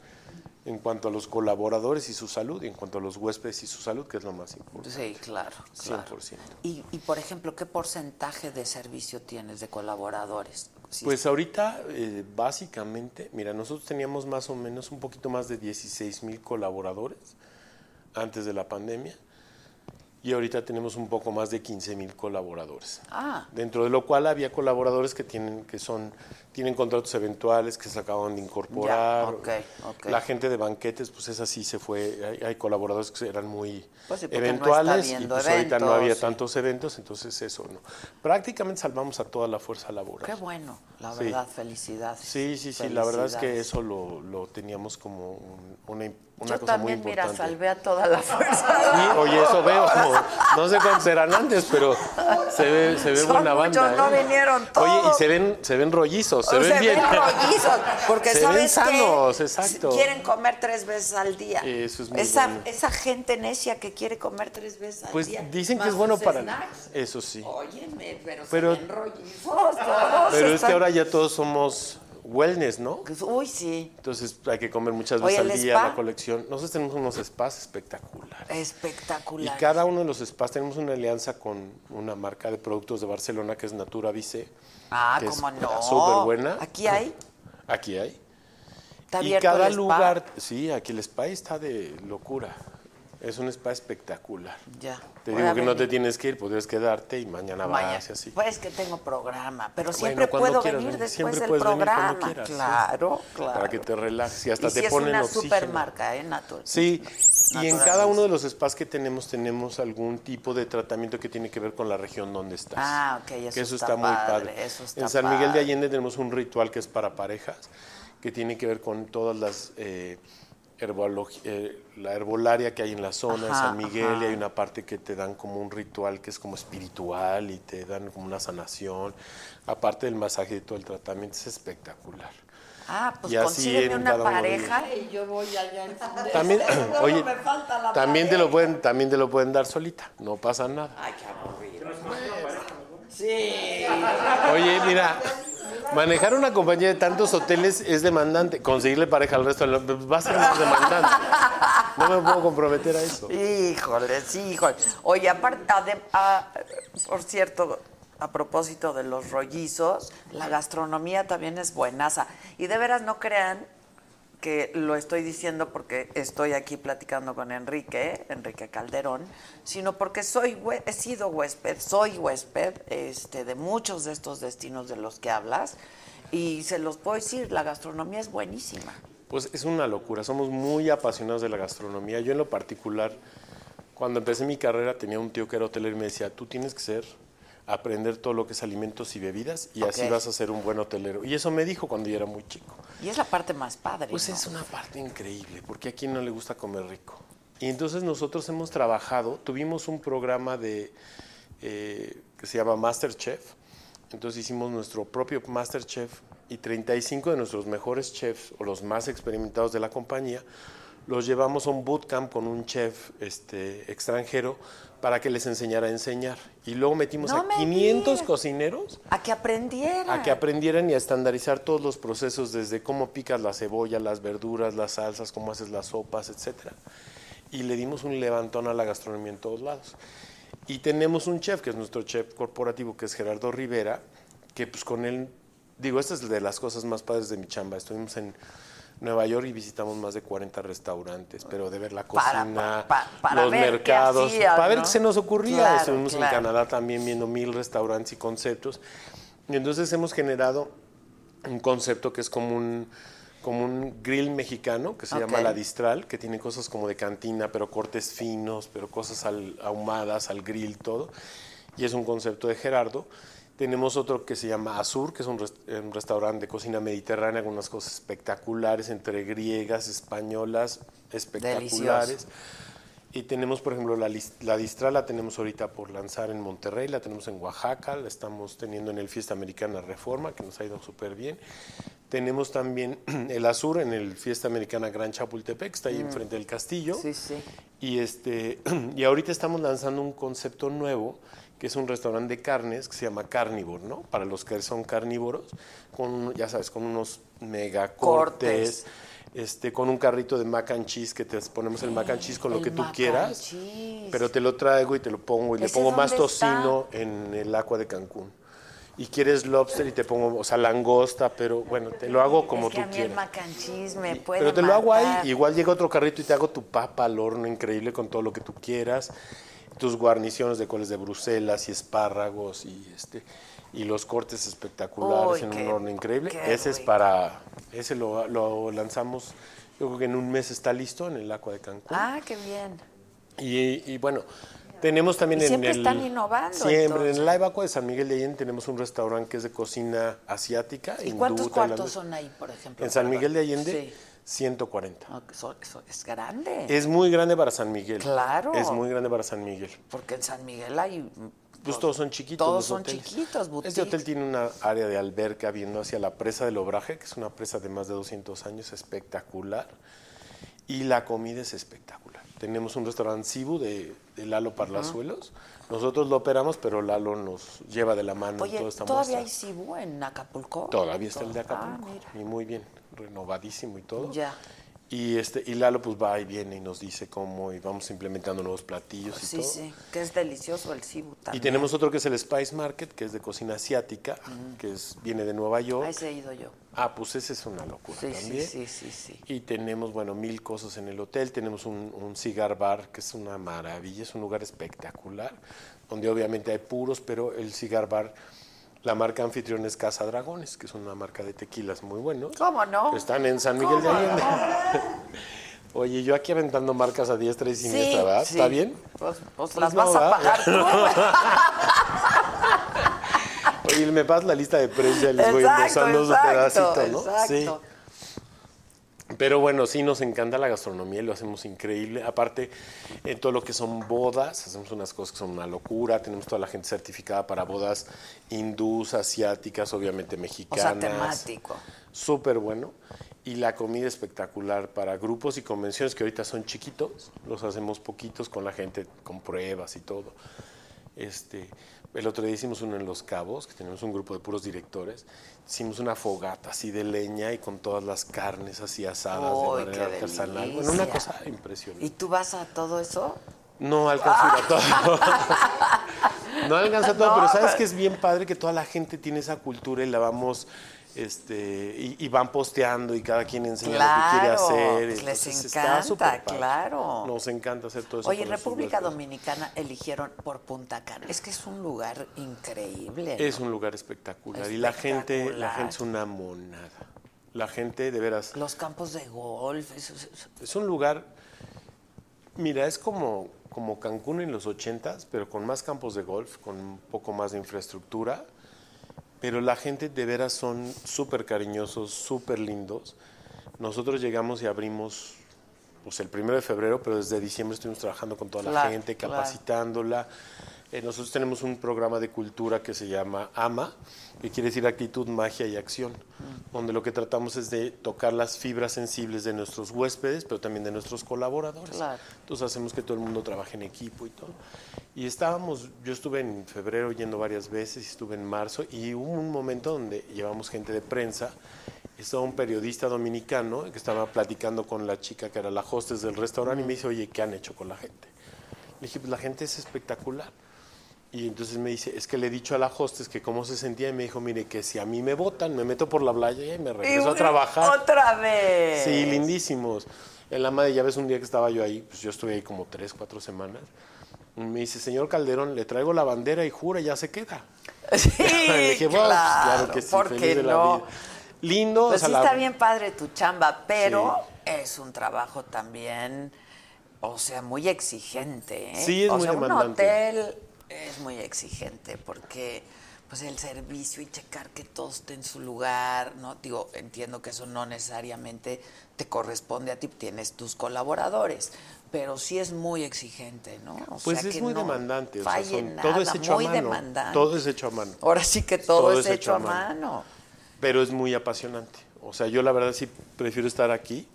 [SPEAKER 3] en cuanto a los colaboradores y su salud, y en cuanto a los huéspedes y su salud, que es lo más importante.
[SPEAKER 2] Sí, claro. claro.
[SPEAKER 3] 100%.
[SPEAKER 2] Y, y, por ejemplo, ¿qué porcentaje de servicio tienes de colaboradores? Sí,
[SPEAKER 3] Pues ahorita, eh, básicamente, mira, nosotros teníamos más o menos un poquito más de 16 mil colaboradores antes de la pandemia y ahorita tenemos un poco más de 15 mil colaboradores.
[SPEAKER 2] Ah.
[SPEAKER 3] Dentro de lo cual había colaboradores que tienen, que son, tienen contratos eventuales que se acaban de incorporar.
[SPEAKER 2] ok, ok.
[SPEAKER 3] La gente de banquetes, pues esa sí se fue. Hay, hay colaboradores que eran muy
[SPEAKER 2] Pues sí, porque no está
[SPEAKER 3] eventuales y
[SPEAKER 2] habiendo
[SPEAKER 3] pues ahorita no
[SPEAKER 2] eventos,
[SPEAKER 3] había
[SPEAKER 2] sí.
[SPEAKER 3] tantos eventos, entonces eso no. Prácticamente salvamos a toda la fuerza laboral.
[SPEAKER 2] Qué bueno, la
[SPEAKER 3] Sí.
[SPEAKER 2] verdad, felicidades.
[SPEAKER 3] Sí, sí, sí, la verdad es que
[SPEAKER 2] Felicidades.
[SPEAKER 3] eso lo, lo teníamos como un- una, im- una
[SPEAKER 2] Yo
[SPEAKER 3] cosa
[SPEAKER 2] también,
[SPEAKER 3] muy
[SPEAKER 2] mira,
[SPEAKER 3] importante.
[SPEAKER 2] salvé a toda la fuerza.
[SPEAKER 3] Sí, oye, eso veo. No sé cuántos eran antes, pero se ve, se ve
[SPEAKER 2] Son
[SPEAKER 3] buena
[SPEAKER 2] muchos,
[SPEAKER 3] banda.
[SPEAKER 2] no
[SPEAKER 3] ¿eh?
[SPEAKER 2] vinieron
[SPEAKER 3] Oye, y
[SPEAKER 2] todos.
[SPEAKER 3] se ven, se ven rollizos, se
[SPEAKER 2] O
[SPEAKER 3] ven
[SPEAKER 2] sea,
[SPEAKER 3] bien.
[SPEAKER 2] rollizos, porque
[SPEAKER 3] Se ven
[SPEAKER 2] sabes qué?
[SPEAKER 3] sanos, exacto.
[SPEAKER 2] quieren comer tres veces al día.
[SPEAKER 3] Eso es muy
[SPEAKER 2] esa,
[SPEAKER 3] bueno.
[SPEAKER 2] esa gente necia que quiere comer tres veces
[SPEAKER 3] Pues
[SPEAKER 2] al día.
[SPEAKER 3] dicen que
[SPEAKER 2] más
[SPEAKER 3] es bueno
[SPEAKER 2] sus
[SPEAKER 3] para-
[SPEAKER 2] snacks. Oh,
[SPEAKER 3] eso sí.
[SPEAKER 2] Óyeme, pero,
[SPEAKER 3] Pero-
[SPEAKER 2] se ven rollizos todos.
[SPEAKER 3] Pero es que
[SPEAKER 2] están-
[SPEAKER 3] ahora ya todos somos wellness, ¿no?
[SPEAKER 2] Uy, sí.
[SPEAKER 3] Entonces hay que comer muchas
[SPEAKER 2] Oye,
[SPEAKER 3] veces
[SPEAKER 2] ¿el
[SPEAKER 3] al día,
[SPEAKER 2] spa?
[SPEAKER 3] la colección. Nosotros tenemos unos spas espectaculares. Y
[SPEAKER 2] Espectacular.
[SPEAKER 3] cada uno de los spas tenemos una alianza con una marca de productos de Barcelona que es Natura Vice.
[SPEAKER 2] Ah,
[SPEAKER 3] que es
[SPEAKER 2] cómo no.
[SPEAKER 3] Súper buena.
[SPEAKER 2] Aquí hay.
[SPEAKER 3] Aquí hay.
[SPEAKER 2] Está
[SPEAKER 3] y
[SPEAKER 2] abierto
[SPEAKER 3] cada
[SPEAKER 2] el spa.
[SPEAKER 3] lugar, sí, aquí el spa está de locura. Es un spa espectacular.
[SPEAKER 2] Ya.
[SPEAKER 3] Te
[SPEAKER 2] Voy
[SPEAKER 3] digo
[SPEAKER 2] a
[SPEAKER 3] que no
[SPEAKER 2] venir.
[SPEAKER 3] te tienes que ir, podrías quedarte y mañana,
[SPEAKER 2] Mañana.
[SPEAKER 3] vas y así.
[SPEAKER 2] Pues que tengo programa, pero
[SPEAKER 3] Bueno,
[SPEAKER 2] siempre
[SPEAKER 3] cuando
[SPEAKER 2] puedo
[SPEAKER 3] quieras
[SPEAKER 2] venir
[SPEAKER 3] venir,
[SPEAKER 2] después
[SPEAKER 3] siempre
[SPEAKER 2] del
[SPEAKER 3] puedes venir cuando
[SPEAKER 2] programa.
[SPEAKER 3] quieras, sí.
[SPEAKER 2] claro, claro.
[SPEAKER 3] Para que te relajes y hasta
[SPEAKER 2] y
[SPEAKER 3] te
[SPEAKER 2] si
[SPEAKER 3] ponen
[SPEAKER 2] es una
[SPEAKER 3] oxígeno.
[SPEAKER 2] supermarca, ¿eh? Natural.
[SPEAKER 3] Sí, y en
[SPEAKER 2] Naturalmente.
[SPEAKER 3] cada uno de los spas que tenemos tenemos algún tipo de tratamiento que tiene que ver con la región donde estás.
[SPEAKER 2] Ah, ok, eso
[SPEAKER 3] Que eso
[SPEAKER 2] está
[SPEAKER 3] está, muy
[SPEAKER 2] padre,
[SPEAKER 3] padre.
[SPEAKER 2] eso está
[SPEAKER 3] en San Miguel
[SPEAKER 2] padre.
[SPEAKER 3] de Allende tenemos un ritual que es para parejas, que tiene que ver con todas las eh, herbolog- eh, la herbolaria que hay en la zona de
[SPEAKER 2] Ajá,
[SPEAKER 3] San Miguel
[SPEAKER 2] ajá.
[SPEAKER 3] y hay una parte que te dan como un ritual que es como espiritual y te dan como una sanación, aparte del masaje y todo el tratamiento, es espectacular.
[SPEAKER 2] Ah, pues
[SPEAKER 3] Y así
[SPEAKER 2] consígueme
[SPEAKER 3] en
[SPEAKER 2] una
[SPEAKER 3] cada uno de
[SPEAKER 2] pareja.
[SPEAKER 4] Yo voy allá en Fundé.
[SPEAKER 3] También,
[SPEAKER 2] luego
[SPEAKER 3] oye,
[SPEAKER 2] me falta la
[SPEAKER 3] también te lo pueden, también te lo pueden dar solita, no pasa nada.
[SPEAKER 2] Ay, qué aburrido. Sí.
[SPEAKER 3] Oye, mira, manejar una compañía de tantos hoteles es demandante. Conseguirle pareja al resto de los- va a ser más demandante. No me puedo comprometer a eso.
[SPEAKER 2] Híjole, sí, híjole. Oye, aparte, ade- ah, por cierto, a propósito de los rollizos, la gastronomía también es buenaza. Y de veras no crean que lo estoy diciendo porque estoy aquí platicando con Enrique, Enrique Calderón, sino porque soy hue- he sido huésped, soy huésped este, de muchos de estos destinos de los que hablas. Y se los puedo decir, la gastronomía es buenísima.
[SPEAKER 3] Pues es una locura. Somos muy apasionados de la gastronomía. Yo en lo particular, cuando empecé mi carrera tenía un tío que era hotelero y me decía, tú tienes que ser, aprender todo lo que es alimentos y bebidas y así
[SPEAKER 2] Ok.
[SPEAKER 3] vas a ser un buen hotelero. Y eso me dijo cuando yo era muy chico.
[SPEAKER 2] Y es la parte más padre.
[SPEAKER 3] Pues
[SPEAKER 2] ¿no?
[SPEAKER 3] es una parte increíble, porque a quien no le gusta comer rico. Y entonces nosotros hemos trabajado, tuvimos un programa de eh, que se llama Masterchef, entonces hicimos nuestro propio Masterchef y 35 de nuestros mejores chefs o los más experimentados de la compañía los llevamos a un bootcamp con un chef este, extranjero para que les enseñara a enseñar. Y luego metimos
[SPEAKER 2] No me
[SPEAKER 3] a 500
[SPEAKER 2] digas.
[SPEAKER 3] cocineros
[SPEAKER 2] A que aprendiera.
[SPEAKER 3] a que aprendieran y a estandarizar todos los procesos, desde cómo picas la cebolla, las verduras, las salsas, cómo haces las sopas, etcétera. Y le dimos un levantón a la gastronomía en todos lados. Y tenemos un chef, que es nuestro chef corporativo, que es Gerardo Rivera, que pues con él, digo, esta es de las cosas más padres de mi chamba. Estuvimos en Nueva York y visitamos más de 40 restaurantes, pero de ver la
[SPEAKER 2] Para-
[SPEAKER 3] cocina,
[SPEAKER 2] pa- para
[SPEAKER 3] los
[SPEAKER 2] ver qué
[SPEAKER 3] mercados,
[SPEAKER 2] hacían,
[SPEAKER 3] para ver
[SPEAKER 2] ¿no?
[SPEAKER 3] qué se nos ocurría.
[SPEAKER 2] Claro,
[SPEAKER 3] Estuvimos en
[SPEAKER 2] claro.
[SPEAKER 3] Canadá. Canadá también viendo mil restaurantes y conceptos. Y entonces hemos generado un concepto que es como un, como un grill mexicano, que se llama
[SPEAKER 2] Ok.
[SPEAKER 3] la distral, que tiene cosas como de cantina, pero cortes finos, pero cosas al- ahumadas, al grill, todo. Y es un concepto de Gerardo. Tenemos otro que se llama Azur, que es un, rest- un restaurante de cocina mediterránea con unas cosas espectaculares entre griegas, españolas, espectaculares.
[SPEAKER 2] Delicioso.
[SPEAKER 3] Y tenemos, por ejemplo, la, lis- la distra la tenemos ahorita por lanzar en Monterrey, la tenemos en Oaxaca, la estamos teniendo en el Fiesta Americana Reforma, que nos ha ido súper bien. Tenemos también el Azur en el Fiesta Americana Gran Chapultepec, que está ahí enfrente del castillo.
[SPEAKER 2] Mm. Sí, sí.
[SPEAKER 3] Y, este, y ahorita estamos lanzando un concepto nuevo, que es un restaurante de carnes que se llama Carnivore, ¿no? Para los que son carnívoros, con, ya sabes, con unos megacortes,
[SPEAKER 2] Cortes.
[SPEAKER 3] este, con un carrito de mac and cheese, que te ponemos el mac and cheese con lo
[SPEAKER 2] El
[SPEAKER 3] que tú
[SPEAKER 2] mac and
[SPEAKER 3] quieras,
[SPEAKER 2] cheese.
[SPEAKER 3] pero te lo traigo y te lo pongo y le
[SPEAKER 2] ¿Ese
[SPEAKER 3] pongo más
[SPEAKER 2] dónde está?
[SPEAKER 3] tocino en el agua de Cancún. Y quieres lobster y te pongo, o sea, langosta, pero bueno, te lo hago como
[SPEAKER 2] es que
[SPEAKER 3] tú
[SPEAKER 2] a mí
[SPEAKER 3] quieras.
[SPEAKER 2] el macanchis me puede
[SPEAKER 3] Pero te lo hago
[SPEAKER 2] matar.
[SPEAKER 3] ahí, igual llega otro carrito y te hago tu papa al horno increíble con todo lo que tú quieras, tus guarniciones de coles de Bruselas y espárragos y este y los cortes espectaculares
[SPEAKER 2] Uy,
[SPEAKER 3] en
[SPEAKER 2] qué-
[SPEAKER 3] un horno increíble.
[SPEAKER 2] qué
[SPEAKER 3] Ese es
[SPEAKER 2] rico.
[SPEAKER 3] para ese lo, lo lanzamos yo creo que en un mes está listo en el Aqua de Cancún.
[SPEAKER 2] Ah, qué bien.
[SPEAKER 3] Y, y bueno, tenemos también
[SPEAKER 2] Y
[SPEAKER 3] en
[SPEAKER 2] siempre
[SPEAKER 3] el-
[SPEAKER 2] están innovando,
[SPEAKER 3] Siempre.
[SPEAKER 2] entonces.
[SPEAKER 3] En el Live Aqua de San Miguel de Allende tenemos un restaurante que es de cocina asiática.
[SPEAKER 2] ¿Y cuántos
[SPEAKER 3] hindú,
[SPEAKER 2] cuartos
[SPEAKER 3] tailandesa.
[SPEAKER 2] son ahí, por ejemplo?
[SPEAKER 3] En San
[SPEAKER 2] Perdón.
[SPEAKER 3] Miguel de Allende,
[SPEAKER 2] Sí.
[SPEAKER 3] 140.
[SPEAKER 2] No, que eso- eso es grande.
[SPEAKER 3] Es muy grande para San Miguel.
[SPEAKER 2] Claro.
[SPEAKER 3] Es muy grande para San Miguel.
[SPEAKER 2] Porque en San Miguel hay.
[SPEAKER 3] Pues todos son chiquitos.
[SPEAKER 2] Todos
[SPEAKER 3] los
[SPEAKER 2] son
[SPEAKER 3] hoteles.
[SPEAKER 2] chiquitos,
[SPEAKER 3] Este
[SPEAKER 2] boutique.
[SPEAKER 3] hotel tiene una área de alberca viendo hacia la presa del Obraje, que es una presa de más de 200 años, espectacular. Y la comida es espectacular. Tenemos un restaurante Cibu de, de Lalo Parlazuelos. Nosotros lo operamos, pero Lalo nos lleva de la mano en
[SPEAKER 2] Oye,
[SPEAKER 3] toda esta
[SPEAKER 2] ¿todavía
[SPEAKER 3] muestra.
[SPEAKER 2] hay Cibú en Acapulco?
[SPEAKER 3] Todavía está el de
[SPEAKER 2] Ah,
[SPEAKER 3] Acapulco.
[SPEAKER 2] mira.
[SPEAKER 3] y muy bien, renovadísimo y todo.
[SPEAKER 2] Ya.
[SPEAKER 3] Y Y, este, y Lalo pues va y viene y nos dice cómo y vamos implementando nuevos platillos y
[SPEAKER 2] Sí,
[SPEAKER 3] Pues todo.
[SPEAKER 2] sí, que es delicioso el cibu
[SPEAKER 3] Y
[SPEAKER 2] también.
[SPEAKER 3] tenemos otro que es el Spice Market, que es de cocina asiática, que es, viene de Nueva York.
[SPEAKER 2] A ese he ido yo.
[SPEAKER 3] Ah, pues esa es una locura
[SPEAKER 2] Sí, sí,
[SPEAKER 3] también.
[SPEAKER 2] sí, sí, sí.
[SPEAKER 3] Y tenemos, bueno, mil cosas en el hotel. Tenemos un, un cigar bar que es una maravilla, es un lugar espectacular, donde obviamente hay puros, pero el cigar bar, la marca anfitrión es Casa Dragones, que es una marca de tequilas muy buenos.
[SPEAKER 2] ¿Cómo no?
[SPEAKER 3] Están en San Miguel de
[SPEAKER 2] ¿Cómo
[SPEAKER 3] Allende. Oye, yo aquí aventando marcas a diestra y siniestra, ¿verdad?
[SPEAKER 2] sí.
[SPEAKER 3] ¿Está bien?
[SPEAKER 2] Pues, pues
[SPEAKER 3] Pues
[SPEAKER 2] las
[SPEAKER 3] no,
[SPEAKER 2] vas a
[SPEAKER 3] ¿verdad?
[SPEAKER 2] pagar tú, güey.
[SPEAKER 3] Oye, me pasas la lista de precios y les voy endosando su pedacito, ¿no?
[SPEAKER 2] exacto.
[SPEAKER 3] Sí. Pero bueno, sí nos encanta la gastronomía y lo hacemos increíble. Aparte, en todo lo que son bodas, hacemos unas cosas que son una locura. Tenemos toda la gente certificada para bodas hindús, asiáticas, obviamente
[SPEAKER 2] O sea,
[SPEAKER 3] mexicanas.
[SPEAKER 2] temático.
[SPEAKER 3] Súper bueno. Y la comida espectacular para grupos y convenciones que ahorita son chiquitos. Los hacemos poquitos con la gente, con pruebas y todo. Este, el otro día hicimos uno en Los Cabos, que tenemos un grupo de puros directores. Hicimos una fogata así de leña y con todas las carnes así asadas
[SPEAKER 2] Uy,
[SPEAKER 3] de manera
[SPEAKER 2] qué
[SPEAKER 3] artesanal. Bueno,
[SPEAKER 2] delicia.
[SPEAKER 3] una cosa impresionante.
[SPEAKER 2] ¿Y tú vas a todo eso?
[SPEAKER 3] No alcanzo a ir a todo. no alcanza todo, pero sabes que es bien padre que toda la gente tiene esa cultura y la vamos. Este, y, y van posteando y cada quien enseña
[SPEAKER 2] Claro, pues
[SPEAKER 3] lo que quiere hacer.
[SPEAKER 2] les
[SPEAKER 3] Entonces,
[SPEAKER 2] encanta,
[SPEAKER 3] está súper padre.
[SPEAKER 2] claro.
[SPEAKER 3] Nos encanta hacer todo eso.
[SPEAKER 2] Oye,
[SPEAKER 3] con nuestros
[SPEAKER 2] República
[SPEAKER 3] huéspedes.
[SPEAKER 2] Dominicana eligieron por Punta Cana. Es que es un lugar increíble. ¿no?
[SPEAKER 3] Es un lugar espectacular. Y la gente, la
[SPEAKER 2] Espectacular.
[SPEAKER 3] gente es una monada. La gente, de veras,
[SPEAKER 2] Los campos de golf. eso- eso- eso.
[SPEAKER 3] es un lugar. Mira, es como, como Cancún en los 80s, pero con más campos de golf, con un poco más de infraestructura. Pero la gente de veras son súper cariñosos, súper lindos. Nosotros llegamos y abrimos pues, el primero de febrero, pero desde diciembre estuvimos trabajando con toda
[SPEAKER 2] Claro,
[SPEAKER 3] la gente,
[SPEAKER 2] claro.
[SPEAKER 3] capacitándola. Eh, nosotros tenemos un programa de cultura que se llama AMA, que quiere decir actitud, magia y acción, donde lo que tratamos es de tocar las fibras sensibles de nuestros huéspedes, pero también de nuestros colaboradores.
[SPEAKER 2] Claro.
[SPEAKER 3] Entonces hacemos que todo el mundo trabaje en equipo y todo. Y estábamos, yo estuve en febrero yendo varias veces, y estuve en marzo, y hubo un momento donde llevamos gente de prensa. Estaba un periodista dominicano que estaba platicando con la chica que era la hostess del restaurante y me dice, oye, ¿qué han hecho con la gente? Le dije, pues la gente es espectacular. Y entonces me dice, es que le he dicho a la hostess que cómo se sentía y me dijo, mire, que si a mí me votan, me meto por la playa y me regreso Pues a
[SPEAKER 2] Y-
[SPEAKER 3] trabajar.
[SPEAKER 2] Otra vez.
[SPEAKER 3] Sí, lindísimos. El ama de llaves, un día que estaba yo ahí, pues yo estuve ahí como tres, cuatro semanas. y Me dice, señor Calderón, le traigo la bandera y jura, ya se queda.
[SPEAKER 2] Sí,
[SPEAKER 3] Le dije, "Bueno, pues,
[SPEAKER 2] claro,
[SPEAKER 3] claro que sí,
[SPEAKER 2] ¿por
[SPEAKER 3] feliz
[SPEAKER 2] qué
[SPEAKER 3] de la
[SPEAKER 2] no?
[SPEAKER 3] vida". Lindo,
[SPEAKER 2] Pues
[SPEAKER 3] o sea,
[SPEAKER 2] sí
[SPEAKER 3] la-
[SPEAKER 2] está bien padre tu chamba, pero es un trabajo también, o sea, muy exigente. ¿eh?
[SPEAKER 3] Sí, es
[SPEAKER 2] o
[SPEAKER 3] muy
[SPEAKER 2] sea, un
[SPEAKER 3] demandante.
[SPEAKER 2] hotel es muy exigente porque pues el servicio y checar que todo esté en su lugar, ¿no? Digo, entiendo que eso no necesariamente te corresponde a ti, tienes tus colaboradores, pero sí es muy exigente, ¿no? O
[SPEAKER 3] Pues
[SPEAKER 2] sea
[SPEAKER 3] es
[SPEAKER 2] que
[SPEAKER 3] muy
[SPEAKER 2] no
[SPEAKER 3] demandante. o sea,
[SPEAKER 2] falle
[SPEAKER 3] son- todo es
[SPEAKER 2] nada,
[SPEAKER 3] hecho
[SPEAKER 2] muy
[SPEAKER 3] a mano.
[SPEAKER 2] demandante.
[SPEAKER 3] Todo es hecho a mano.
[SPEAKER 2] Ahora sí que todo, es, hecho, a mano.
[SPEAKER 3] Pero es muy apasionante. O sea, yo la verdad sí prefiero estar aquí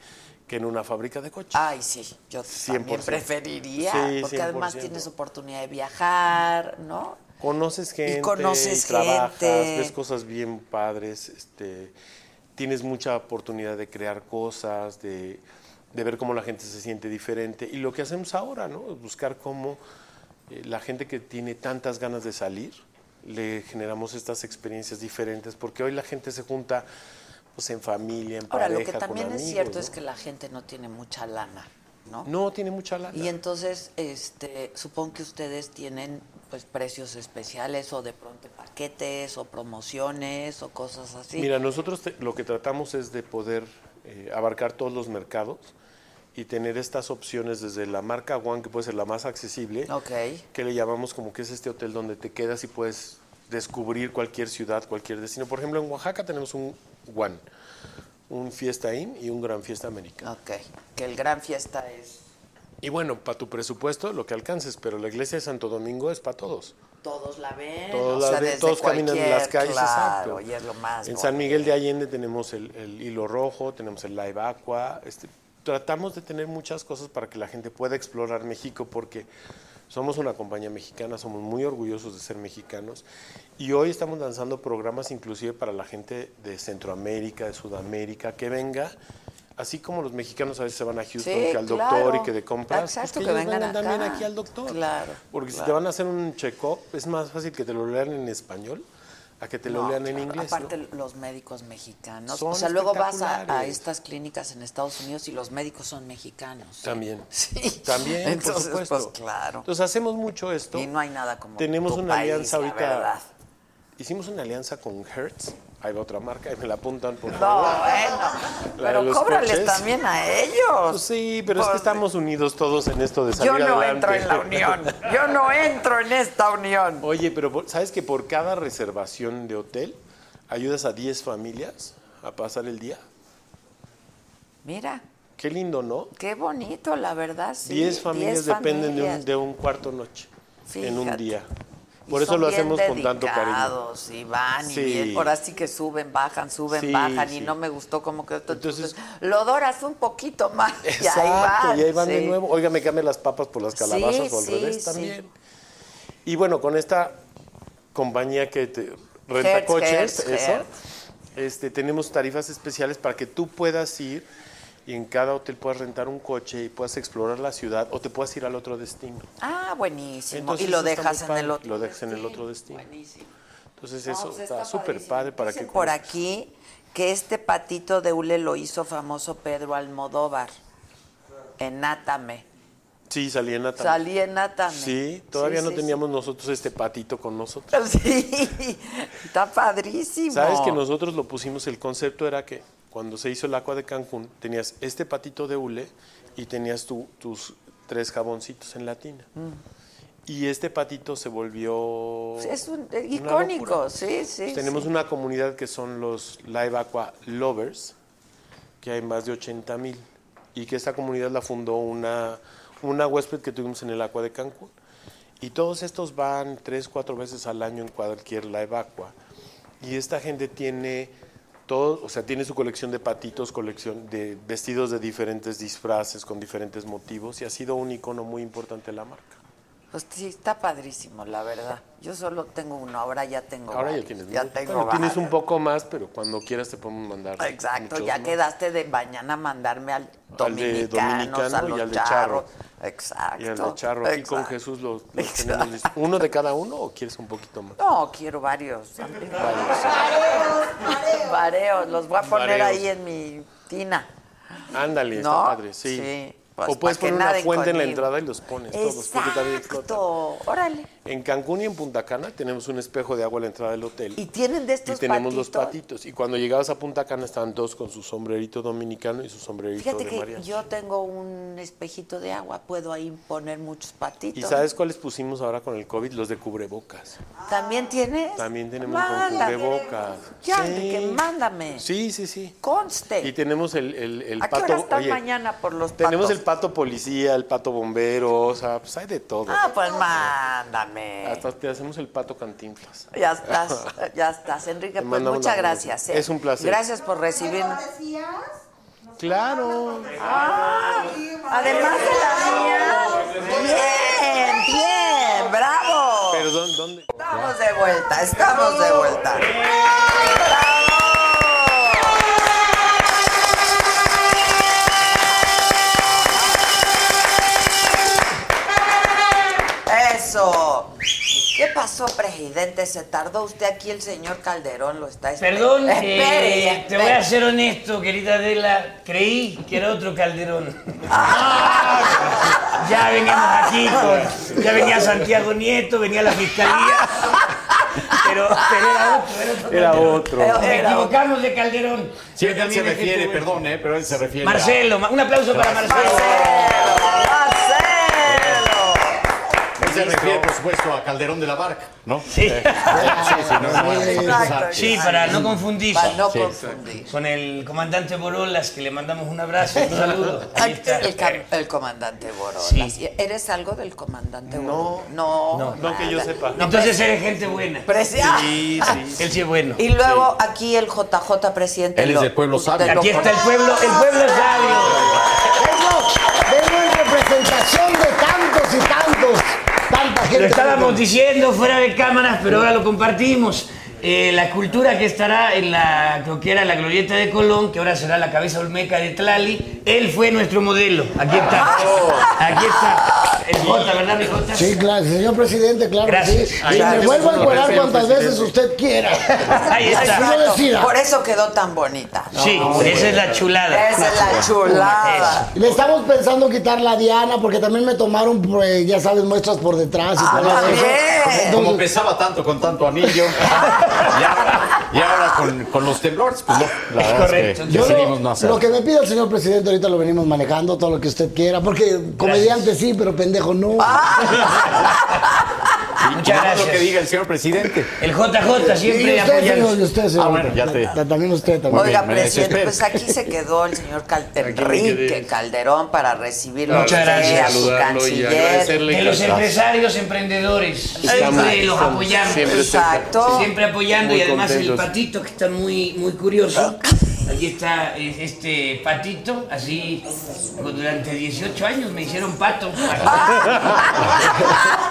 [SPEAKER 3] que en una fábrica de coches.
[SPEAKER 2] Ay, sí, yo también
[SPEAKER 3] 100%.
[SPEAKER 2] preferiría,
[SPEAKER 3] Sí,
[SPEAKER 2] porque además
[SPEAKER 3] 100%.
[SPEAKER 2] tienes oportunidad de viajar, ¿no?
[SPEAKER 3] Conoces gente,
[SPEAKER 2] conoces
[SPEAKER 3] y trabajas,
[SPEAKER 2] gente.
[SPEAKER 3] ves cosas bien padres, este, tienes mucha oportunidad de crear cosas, de, de ver cómo la gente se siente diferente. Y lo que hacemos ahora, ¿no? Buscar cómo eh, la gente que tiene tantas ganas de salir, le generamos estas experiencias diferentes, porque hoy la gente se junta pues, en familia, en
[SPEAKER 2] Ahora,
[SPEAKER 3] pareja,
[SPEAKER 2] lo que
[SPEAKER 3] con
[SPEAKER 2] también es
[SPEAKER 3] amigos,
[SPEAKER 2] cierto
[SPEAKER 3] ¿no?
[SPEAKER 2] es que la gente no tiene mucha lana, ¿no?
[SPEAKER 3] No, tiene mucha lana.
[SPEAKER 2] Y entonces, este, supongo que ustedes tienen pues precios especiales o de pronto paquetes o promociones o cosas así.
[SPEAKER 3] Mira, nosotros te- lo que tratamos es de poder eh, abarcar todos los mercados y tener estas opciones desde la marca One, que puede ser la más accesible,
[SPEAKER 2] Ok.
[SPEAKER 3] que le llamamos como que es este hotel donde te quedas y puedes descubrir cualquier ciudad, cualquier destino. Por ejemplo, en Oaxaca tenemos un One, un Fiesta Inn y un Gran Fiesta América.
[SPEAKER 2] Ok, que el gran fiesta es
[SPEAKER 3] Y bueno, para tu presupuesto, lo que alcances, pero la iglesia de Santo Domingo es para todos.
[SPEAKER 2] todos la ven,
[SPEAKER 3] Todos,
[SPEAKER 2] o
[SPEAKER 3] la
[SPEAKER 2] sea,
[SPEAKER 3] ven,
[SPEAKER 2] desde
[SPEAKER 3] todos caminan en las
[SPEAKER 2] cualquier-
[SPEAKER 3] calles.
[SPEAKER 2] claro,
[SPEAKER 3] exacto.
[SPEAKER 2] y es lo más
[SPEAKER 3] En San
[SPEAKER 2] bonito.
[SPEAKER 3] Miguel de Allende tenemos el, el hilo rojo, tenemos el live aqua. este, tratamos de tener muchas cosas para que la gente pueda explorar México porque somos una compañía mexicana, somos muy orgullosos de ser mexicanos y hoy estamos lanzando programas inclusive para la gente de Centroamérica, de Sudamérica, que venga así como los mexicanos a veces se van a Houston,
[SPEAKER 2] Sí,
[SPEAKER 3] que al
[SPEAKER 2] claro.
[SPEAKER 3] doctor y que de compras, pues
[SPEAKER 2] Exacto,
[SPEAKER 3] que,
[SPEAKER 2] que
[SPEAKER 3] ellos
[SPEAKER 2] vengan
[SPEAKER 3] vengan también
[SPEAKER 2] acá.
[SPEAKER 3] aquí al doctor.
[SPEAKER 2] Claro,
[SPEAKER 3] Porque si te
[SPEAKER 2] claro.
[SPEAKER 3] van a hacer un check-up, es más fácil que te lo lean en español a que te lo
[SPEAKER 2] No,
[SPEAKER 3] lean en
[SPEAKER 2] claro.
[SPEAKER 3] inglés. ¿no?
[SPEAKER 2] Aparte, los médicos mexicanos.
[SPEAKER 3] Son
[SPEAKER 2] o sea, luego vas a- a,
[SPEAKER 3] espectaculares.
[SPEAKER 2] estas clínicas en Estados Unidos y los médicos son mexicanos.
[SPEAKER 3] También.
[SPEAKER 2] Sí.
[SPEAKER 3] También, por
[SPEAKER 2] Entonces,
[SPEAKER 3] supuesto.
[SPEAKER 2] pues, claro.
[SPEAKER 3] Entonces hacemos mucho esto.
[SPEAKER 2] Y no hay nada como
[SPEAKER 3] Tenemos
[SPEAKER 2] tu
[SPEAKER 3] una
[SPEAKER 2] país,
[SPEAKER 3] alianza
[SPEAKER 2] la
[SPEAKER 3] ahorita.
[SPEAKER 2] verdad.
[SPEAKER 3] Hicimos una alianza con Hertz. Ahí va otra marca y me la apuntan por
[SPEAKER 2] No,
[SPEAKER 3] favor.
[SPEAKER 2] bueno.
[SPEAKER 3] La de
[SPEAKER 2] Pero
[SPEAKER 3] los
[SPEAKER 2] cóbrales
[SPEAKER 3] coches.
[SPEAKER 2] también a ellos.
[SPEAKER 3] Pues sí, pero es que
[SPEAKER 2] Pues,
[SPEAKER 3] estamos unidos todos en esto de salir
[SPEAKER 2] Yo no
[SPEAKER 3] adelante.
[SPEAKER 2] entro en la unión. Yo no entro en esta unión.
[SPEAKER 3] Oye, pero por- ¿sabes que por cada reservación de hotel ayudas a 10 familias a pasar el día?
[SPEAKER 2] Mira,
[SPEAKER 3] Qué lindo, ¿no?
[SPEAKER 2] qué bonito, la verdad. Sí.
[SPEAKER 3] 10 familias
[SPEAKER 2] Diez
[SPEAKER 3] dependen de un,
[SPEAKER 2] familias.
[SPEAKER 3] de un cuarto noche en un
[SPEAKER 2] Fíjate.
[SPEAKER 3] día.
[SPEAKER 2] Y
[SPEAKER 3] Por eso
[SPEAKER 2] son
[SPEAKER 3] lo
[SPEAKER 2] bien
[SPEAKER 3] hacemos con tanto cariño.
[SPEAKER 2] dedicados, Y van y
[SPEAKER 3] Sí.
[SPEAKER 2] bien. Ahora sí que suben, bajan, suben,
[SPEAKER 3] Sí,
[SPEAKER 2] bajan. Y
[SPEAKER 3] sí.
[SPEAKER 2] no me gustó como que esto. Entonces,
[SPEAKER 3] Entonces-
[SPEAKER 2] lo doras un poquito más. y ahí
[SPEAKER 3] Exacto,
[SPEAKER 2] van.
[SPEAKER 3] y ahí van de
[SPEAKER 2] sí.
[SPEAKER 3] nuevo. Oiga, me cambian las papas por las
[SPEAKER 2] Sí,
[SPEAKER 3] calabazas o al
[SPEAKER 2] sí,
[SPEAKER 3] revés
[SPEAKER 2] sí.
[SPEAKER 3] también. Y bueno, con esta compañía que te renta
[SPEAKER 2] Hertz,
[SPEAKER 3] coches,
[SPEAKER 2] Hertz,
[SPEAKER 3] eso,
[SPEAKER 2] Hertz.
[SPEAKER 3] Este, tenemos tarifas especiales para que tú puedas ir y en cada hotel puedas rentar un coche y puedas explorar la ciudad o te puedas ir al otro destino.
[SPEAKER 2] Ah, buenísimo.
[SPEAKER 3] Entonces,
[SPEAKER 2] y lo
[SPEAKER 3] eso está
[SPEAKER 2] dejas
[SPEAKER 3] muy
[SPEAKER 2] en el
[SPEAKER 3] padre.
[SPEAKER 2] otro.
[SPEAKER 3] Lo dejas en el
[SPEAKER 2] destino.
[SPEAKER 3] otro destino.
[SPEAKER 2] Buenísimo.
[SPEAKER 3] Entonces
[SPEAKER 2] No,
[SPEAKER 3] eso
[SPEAKER 2] pues
[SPEAKER 3] está
[SPEAKER 2] padrísimo.
[SPEAKER 3] súper padre para que
[SPEAKER 2] Dicen por
[SPEAKER 3] conozcas.
[SPEAKER 2] aquí que este patito de hule lo hizo famoso Pedro Almodóvar en Átame.
[SPEAKER 3] Sí, salí en Natal.
[SPEAKER 2] Salí en Átame.
[SPEAKER 3] Sí, todavía
[SPEAKER 2] Sí,
[SPEAKER 3] no
[SPEAKER 2] sí,
[SPEAKER 3] teníamos nosotros este patito con nosotros.
[SPEAKER 2] Sí, Sí, está padrísimo.
[SPEAKER 3] Sabes que nosotros lo pusimos, el concepto era que cuando se hizo el agua de Cancún, tenías este patito de hule y tenías tu- tus tres jaboncitos en la tina.
[SPEAKER 2] Mm.
[SPEAKER 3] Y este patito se volvió...
[SPEAKER 2] Es un- eh,
[SPEAKER 3] una
[SPEAKER 2] icónico,
[SPEAKER 3] locura.
[SPEAKER 2] sí, sí.
[SPEAKER 3] Pues tenemos
[SPEAKER 2] sí.
[SPEAKER 3] una comunidad que son los Live Aqua Lovers, que hay más de 80 mil, y que esta comunidad la fundó una, una huésped que tuvimos en el Aqua de Cancún. Y todos estos van tres, cuatro veces al año en cualquier Live Aqua. Y esta gente tiene todo, o sea, tiene su colección de patitos, colección de vestidos de diferentes disfraces, con diferentes motivos, y ha sido un icono muy importante de la marca.
[SPEAKER 2] Pues sí, está padrísimo, la verdad. Yo solo tengo uno, ahora ya tengo
[SPEAKER 3] Ahora ya
[SPEAKER 2] varios,
[SPEAKER 3] tienes,
[SPEAKER 2] Ya
[SPEAKER 3] ¿no?
[SPEAKER 2] tengo
[SPEAKER 3] Bueno, tienes un
[SPEAKER 2] varios.
[SPEAKER 3] poco más, pero cuando quieras te podemos mandar.
[SPEAKER 2] Exacto,
[SPEAKER 3] muchos
[SPEAKER 2] ya
[SPEAKER 3] más.
[SPEAKER 2] quedaste de mañana mandarme al
[SPEAKER 3] de
[SPEAKER 2] dominicanos,
[SPEAKER 3] Dominicano
[SPEAKER 2] a los
[SPEAKER 3] y al de
[SPEAKER 2] charros.
[SPEAKER 3] Charro.
[SPEAKER 2] Exacto.
[SPEAKER 3] Y el de charro aquí con
[SPEAKER 2] exacto.
[SPEAKER 3] Jesús los, los
[SPEAKER 2] Exacto.
[SPEAKER 3] tenemos listos. ¿Uno de cada uno o quieres un poquito más?
[SPEAKER 2] No, quiero varios. también. Vareos, los voy a poner
[SPEAKER 3] Vareos.
[SPEAKER 2] ahí en mi tina.
[SPEAKER 3] Ándale,
[SPEAKER 2] ¿No?
[SPEAKER 3] está padre, sí.
[SPEAKER 2] Sí, pues,
[SPEAKER 3] o puedes
[SPEAKER 2] pa' que
[SPEAKER 3] poner una
[SPEAKER 2] naden
[SPEAKER 3] fuente en la
[SPEAKER 2] conmigo.
[SPEAKER 3] entrada y los pones todos, porque también flotan.
[SPEAKER 2] Exacto, órale.
[SPEAKER 3] En Cancún y en Punta Cana tenemos un espejo de agua a la entrada del hotel.
[SPEAKER 2] Y tienen de
[SPEAKER 3] Y
[SPEAKER 2] estos
[SPEAKER 3] tenemos los
[SPEAKER 2] patitos.
[SPEAKER 3] patitos. Y cuando llegabas a Punta Cana estaban dos con su sombrerito dominicano y su sombrerito
[SPEAKER 2] Fíjate
[SPEAKER 3] de
[SPEAKER 2] que
[SPEAKER 3] mariachi.
[SPEAKER 2] yo tengo un espejito de agua, puedo ahí poner muchos patitos.
[SPEAKER 3] ¿Y sabes cuáles pusimos ahora con el COVID? Los de cubrebocas.
[SPEAKER 2] ¿También tienes?
[SPEAKER 3] También tenemos
[SPEAKER 2] Mándame.
[SPEAKER 3] con cubrebocas.
[SPEAKER 2] Ya,
[SPEAKER 3] Sí.
[SPEAKER 2] que mándame.
[SPEAKER 3] Sí, sí, sí.
[SPEAKER 2] Conste.
[SPEAKER 3] Y tenemos el, el, el
[SPEAKER 2] ¿A qué
[SPEAKER 3] pato.
[SPEAKER 2] hora están mañana por los
[SPEAKER 3] Tenemos
[SPEAKER 2] patos?
[SPEAKER 3] el pato policía, el pato bombero, o sea, pues hay de todo.
[SPEAKER 2] Ah, pues mándame.
[SPEAKER 3] Hasta te hacemos el pato cantinflas.
[SPEAKER 2] Ya estás, ya estás, Enrique.
[SPEAKER 3] Te
[SPEAKER 2] Pues
[SPEAKER 3] mandamos
[SPEAKER 2] muchas
[SPEAKER 3] la rosa.
[SPEAKER 2] gracias. ¿eh?
[SPEAKER 3] Es un placer.
[SPEAKER 2] Gracias por recibirnos.
[SPEAKER 3] Claro.
[SPEAKER 2] Además de la mía. Bien, bien, bravo.
[SPEAKER 3] Perdón, ¿dónde?
[SPEAKER 2] Estamos de vuelta, estamos de vuelta. ¡Bravo! Eso. ¿Qué pasó, presidente? Se tardó usted aquí, el señor Calderón lo está esperando.
[SPEAKER 5] Perdón,
[SPEAKER 2] Espere,
[SPEAKER 5] eh, te
[SPEAKER 2] espere.
[SPEAKER 5] voy a ser honesto, querida Adela. Creí que era otro Calderón. ya veníamos aquí con. Ya venía Santiago Nieto, venía la fiscalía. pero, pero era otro, era otro.
[SPEAKER 3] Era otro.
[SPEAKER 2] Pero-
[SPEAKER 5] Me
[SPEAKER 2] Era otro.
[SPEAKER 5] equivocamos de Calderón.
[SPEAKER 6] Sí,
[SPEAKER 5] Pero
[SPEAKER 6] él se
[SPEAKER 5] también hay gente
[SPEAKER 6] refiere,
[SPEAKER 5] buena.
[SPEAKER 6] perdón, eh, pero él se refiere. a-
[SPEAKER 5] Marcelo, ma- un aplauso para Marcelo.
[SPEAKER 2] ¡Marcelo! ¡Marcelo!
[SPEAKER 6] Él se refiere, por supuesto, a Calderón de la Barca, ¿no?
[SPEAKER 5] Sí,
[SPEAKER 6] Sí, sí, no, pues, no, no,
[SPEAKER 2] Exacto.
[SPEAKER 5] sí, para no confundir.
[SPEAKER 2] Para no
[SPEAKER 6] Sí.
[SPEAKER 2] confundir.
[SPEAKER 5] Con el comandante Borolas, que le mandamos un abrazo, un saludo. Ahí está.
[SPEAKER 2] El, cam- el comandante Borolas.
[SPEAKER 5] Sí.
[SPEAKER 2] ¿Eres algo del comandante Borolas? No, no,
[SPEAKER 3] No que yo
[SPEAKER 2] nada.
[SPEAKER 3] sepa.
[SPEAKER 5] Entonces eres gente buena.
[SPEAKER 2] Preci-
[SPEAKER 3] Sí, sí.
[SPEAKER 5] Él sí es bueno.
[SPEAKER 2] Ah, Y luego aquí el JJ presidente.
[SPEAKER 6] Él es del pueblo sabio.
[SPEAKER 2] usted lo
[SPEAKER 5] Aquí está el
[SPEAKER 2] conoce.
[SPEAKER 5] pueblo, el pueblo es sabio.
[SPEAKER 7] Vengo, vengo en representación de tantos y tantos, tanta gente.
[SPEAKER 5] Lo estábamos diciendo fuera de cámaras, pero ahora lo compartimos. Eh, la cultura que estará en la lo que era la glorieta de Colón, que ahora será la cabeza olmeca de Tlali, él fue nuestro modelo. Aquí está. Aquí está. El Jota, ¿verdad, mi Jota?
[SPEAKER 7] Ah. Sí, claro, señor presidente, claro que
[SPEAKER 5] Gracias.
[SPEAKER 7] sí.
[SPEAKER 5] Ahí
[SPEAKER 7] Y
[SPEAKER 5] está.
[SPEAKER 7] me vuelvo a encuadrar
[SPEAKER 3] Gracias,
[SPEAKER 7] cuantas
[SPEAKER 3] presidente.
[SPEAKER 7] veces usted quiera.
[SPEAKER 5] Ahí está.
[SPEAKER 7] Así lo decida.
[SPEAKER 2] Por eso quedó tan bonita.
[SPEAKER 5] Sí, esa es la chulada.
[SPEAKER 2] Esa es la chulada.
[SPEAKER 7] Le estamos pensando quitar la diana porque también me tomaron, pues, ya sabes, muestras por detrás y todo
[SPEAKER 2] Ah,
[SPEAKER 7] eso.
[SPEAKER 2] bien.
[SPEAKER 6] Como pesaba tanto con tanto anillo, y ahora, y ahora con, con los temblores, pues no, la verdad es que
[SPEAKER 5] Correcto.
[SPEAKER 7] Yo
[SPEAKER 6] decidimos no
[SPEAKER 7] lo,
[SPEAKER 6] hacerlo.
[SPEAKER 7] lo que me pida el señor presidente ahorita lo venimos manejando, todo lo que usted quiera, porque comediante sí, pero pendejo no.
[SPEAKER 6] Ah, Y
[SPEAKER 5] Muchas
[SPEAKER 6] nada más lo
[SPEAKER 5] gracias.
[SPEAKER 6] que diga el señor presidente.
[SPEAKER 5] El JJ
[SPEAKER 7] y
[SPEAKER 5] siempre
[SPEAKER 7] usted,
[SPEAKER 5] apoyando.
[SPEAKER 7] señor, y usted, señor.
[SPEAKER 6] Ah, bueno, ya te-
[SPEAKER 7] Ta- También usted también.
[SPEAKER 6] Muy bien,
[SPEAKER 2] Oiga,
[SPEAKER 6] me
[SPEAKER 2] presidente,
[SPEAKER 6] desespero.
[SPEAKER 2] pues aquí se quedó el señor Cal- Enrique Calderón para recibirlo. a
[SPEAKER 5] Muchas
[SPEAKER 2] usted,
[SPEAKER 5] gracias.
[SPEAKER 2] a su
[SPEAKER 3] Saludarlo y
[SPEAKER 2] canciller.
[SPEAKER 3] agradecerle
[SPEAKER 5] De
[SPEAKER 3] que
[SPEAKER 5] los
[SPEAKER 3] está-
[SPEAKER 5] empresarios, emprendedores.
[SPEAKER 3] Estamos-
[SPEAKER 5] Siempre los
[SPEAKER 3] estamos
[SPEAKER 5] apoyamos.
[SPEAKER 3] siempre cerca.
[SPEAKER 2] Exacto.
[SPEAKER 5] Siempre apoyando
[SPEAKER 3] Muy
[SPEAKER 5] y además
[SPEAKER 3] contentos.
[SPEAKER 5] el patito que está muy, muy curioso. Aquí está eh, este patito, así durante 18 años me hicieron pato.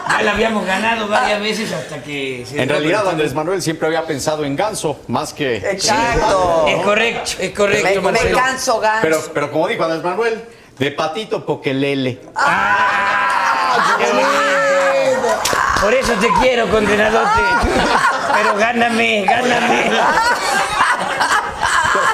[SPEAKER 5] Ya la habíamos ganado varias veces hasta que se
[SPEAKER 6] En
[SPEAKER 5] dio
[SPEAKER 6] realidad,
[SPEAKER 5] cuenta.
[SPEAKER 6] Andrés Manuel siempre había pensado en ganso, más que.
[SPEAKER 2] Exacto.
[SPEAKER 5] Es correcto, es correcto,
[SPEAKER 2] Me, me
[SPEAKER 5] Marcelo.
[SPEAKER 2] canso, Gans.
[SPEAKER 6] Pero, pero como dijo Andrés Manuel, de patito poquelele.
[SPEAKER 5] Qué bonito. Por eso te quiero, condenadote. Pero gáname, gáname.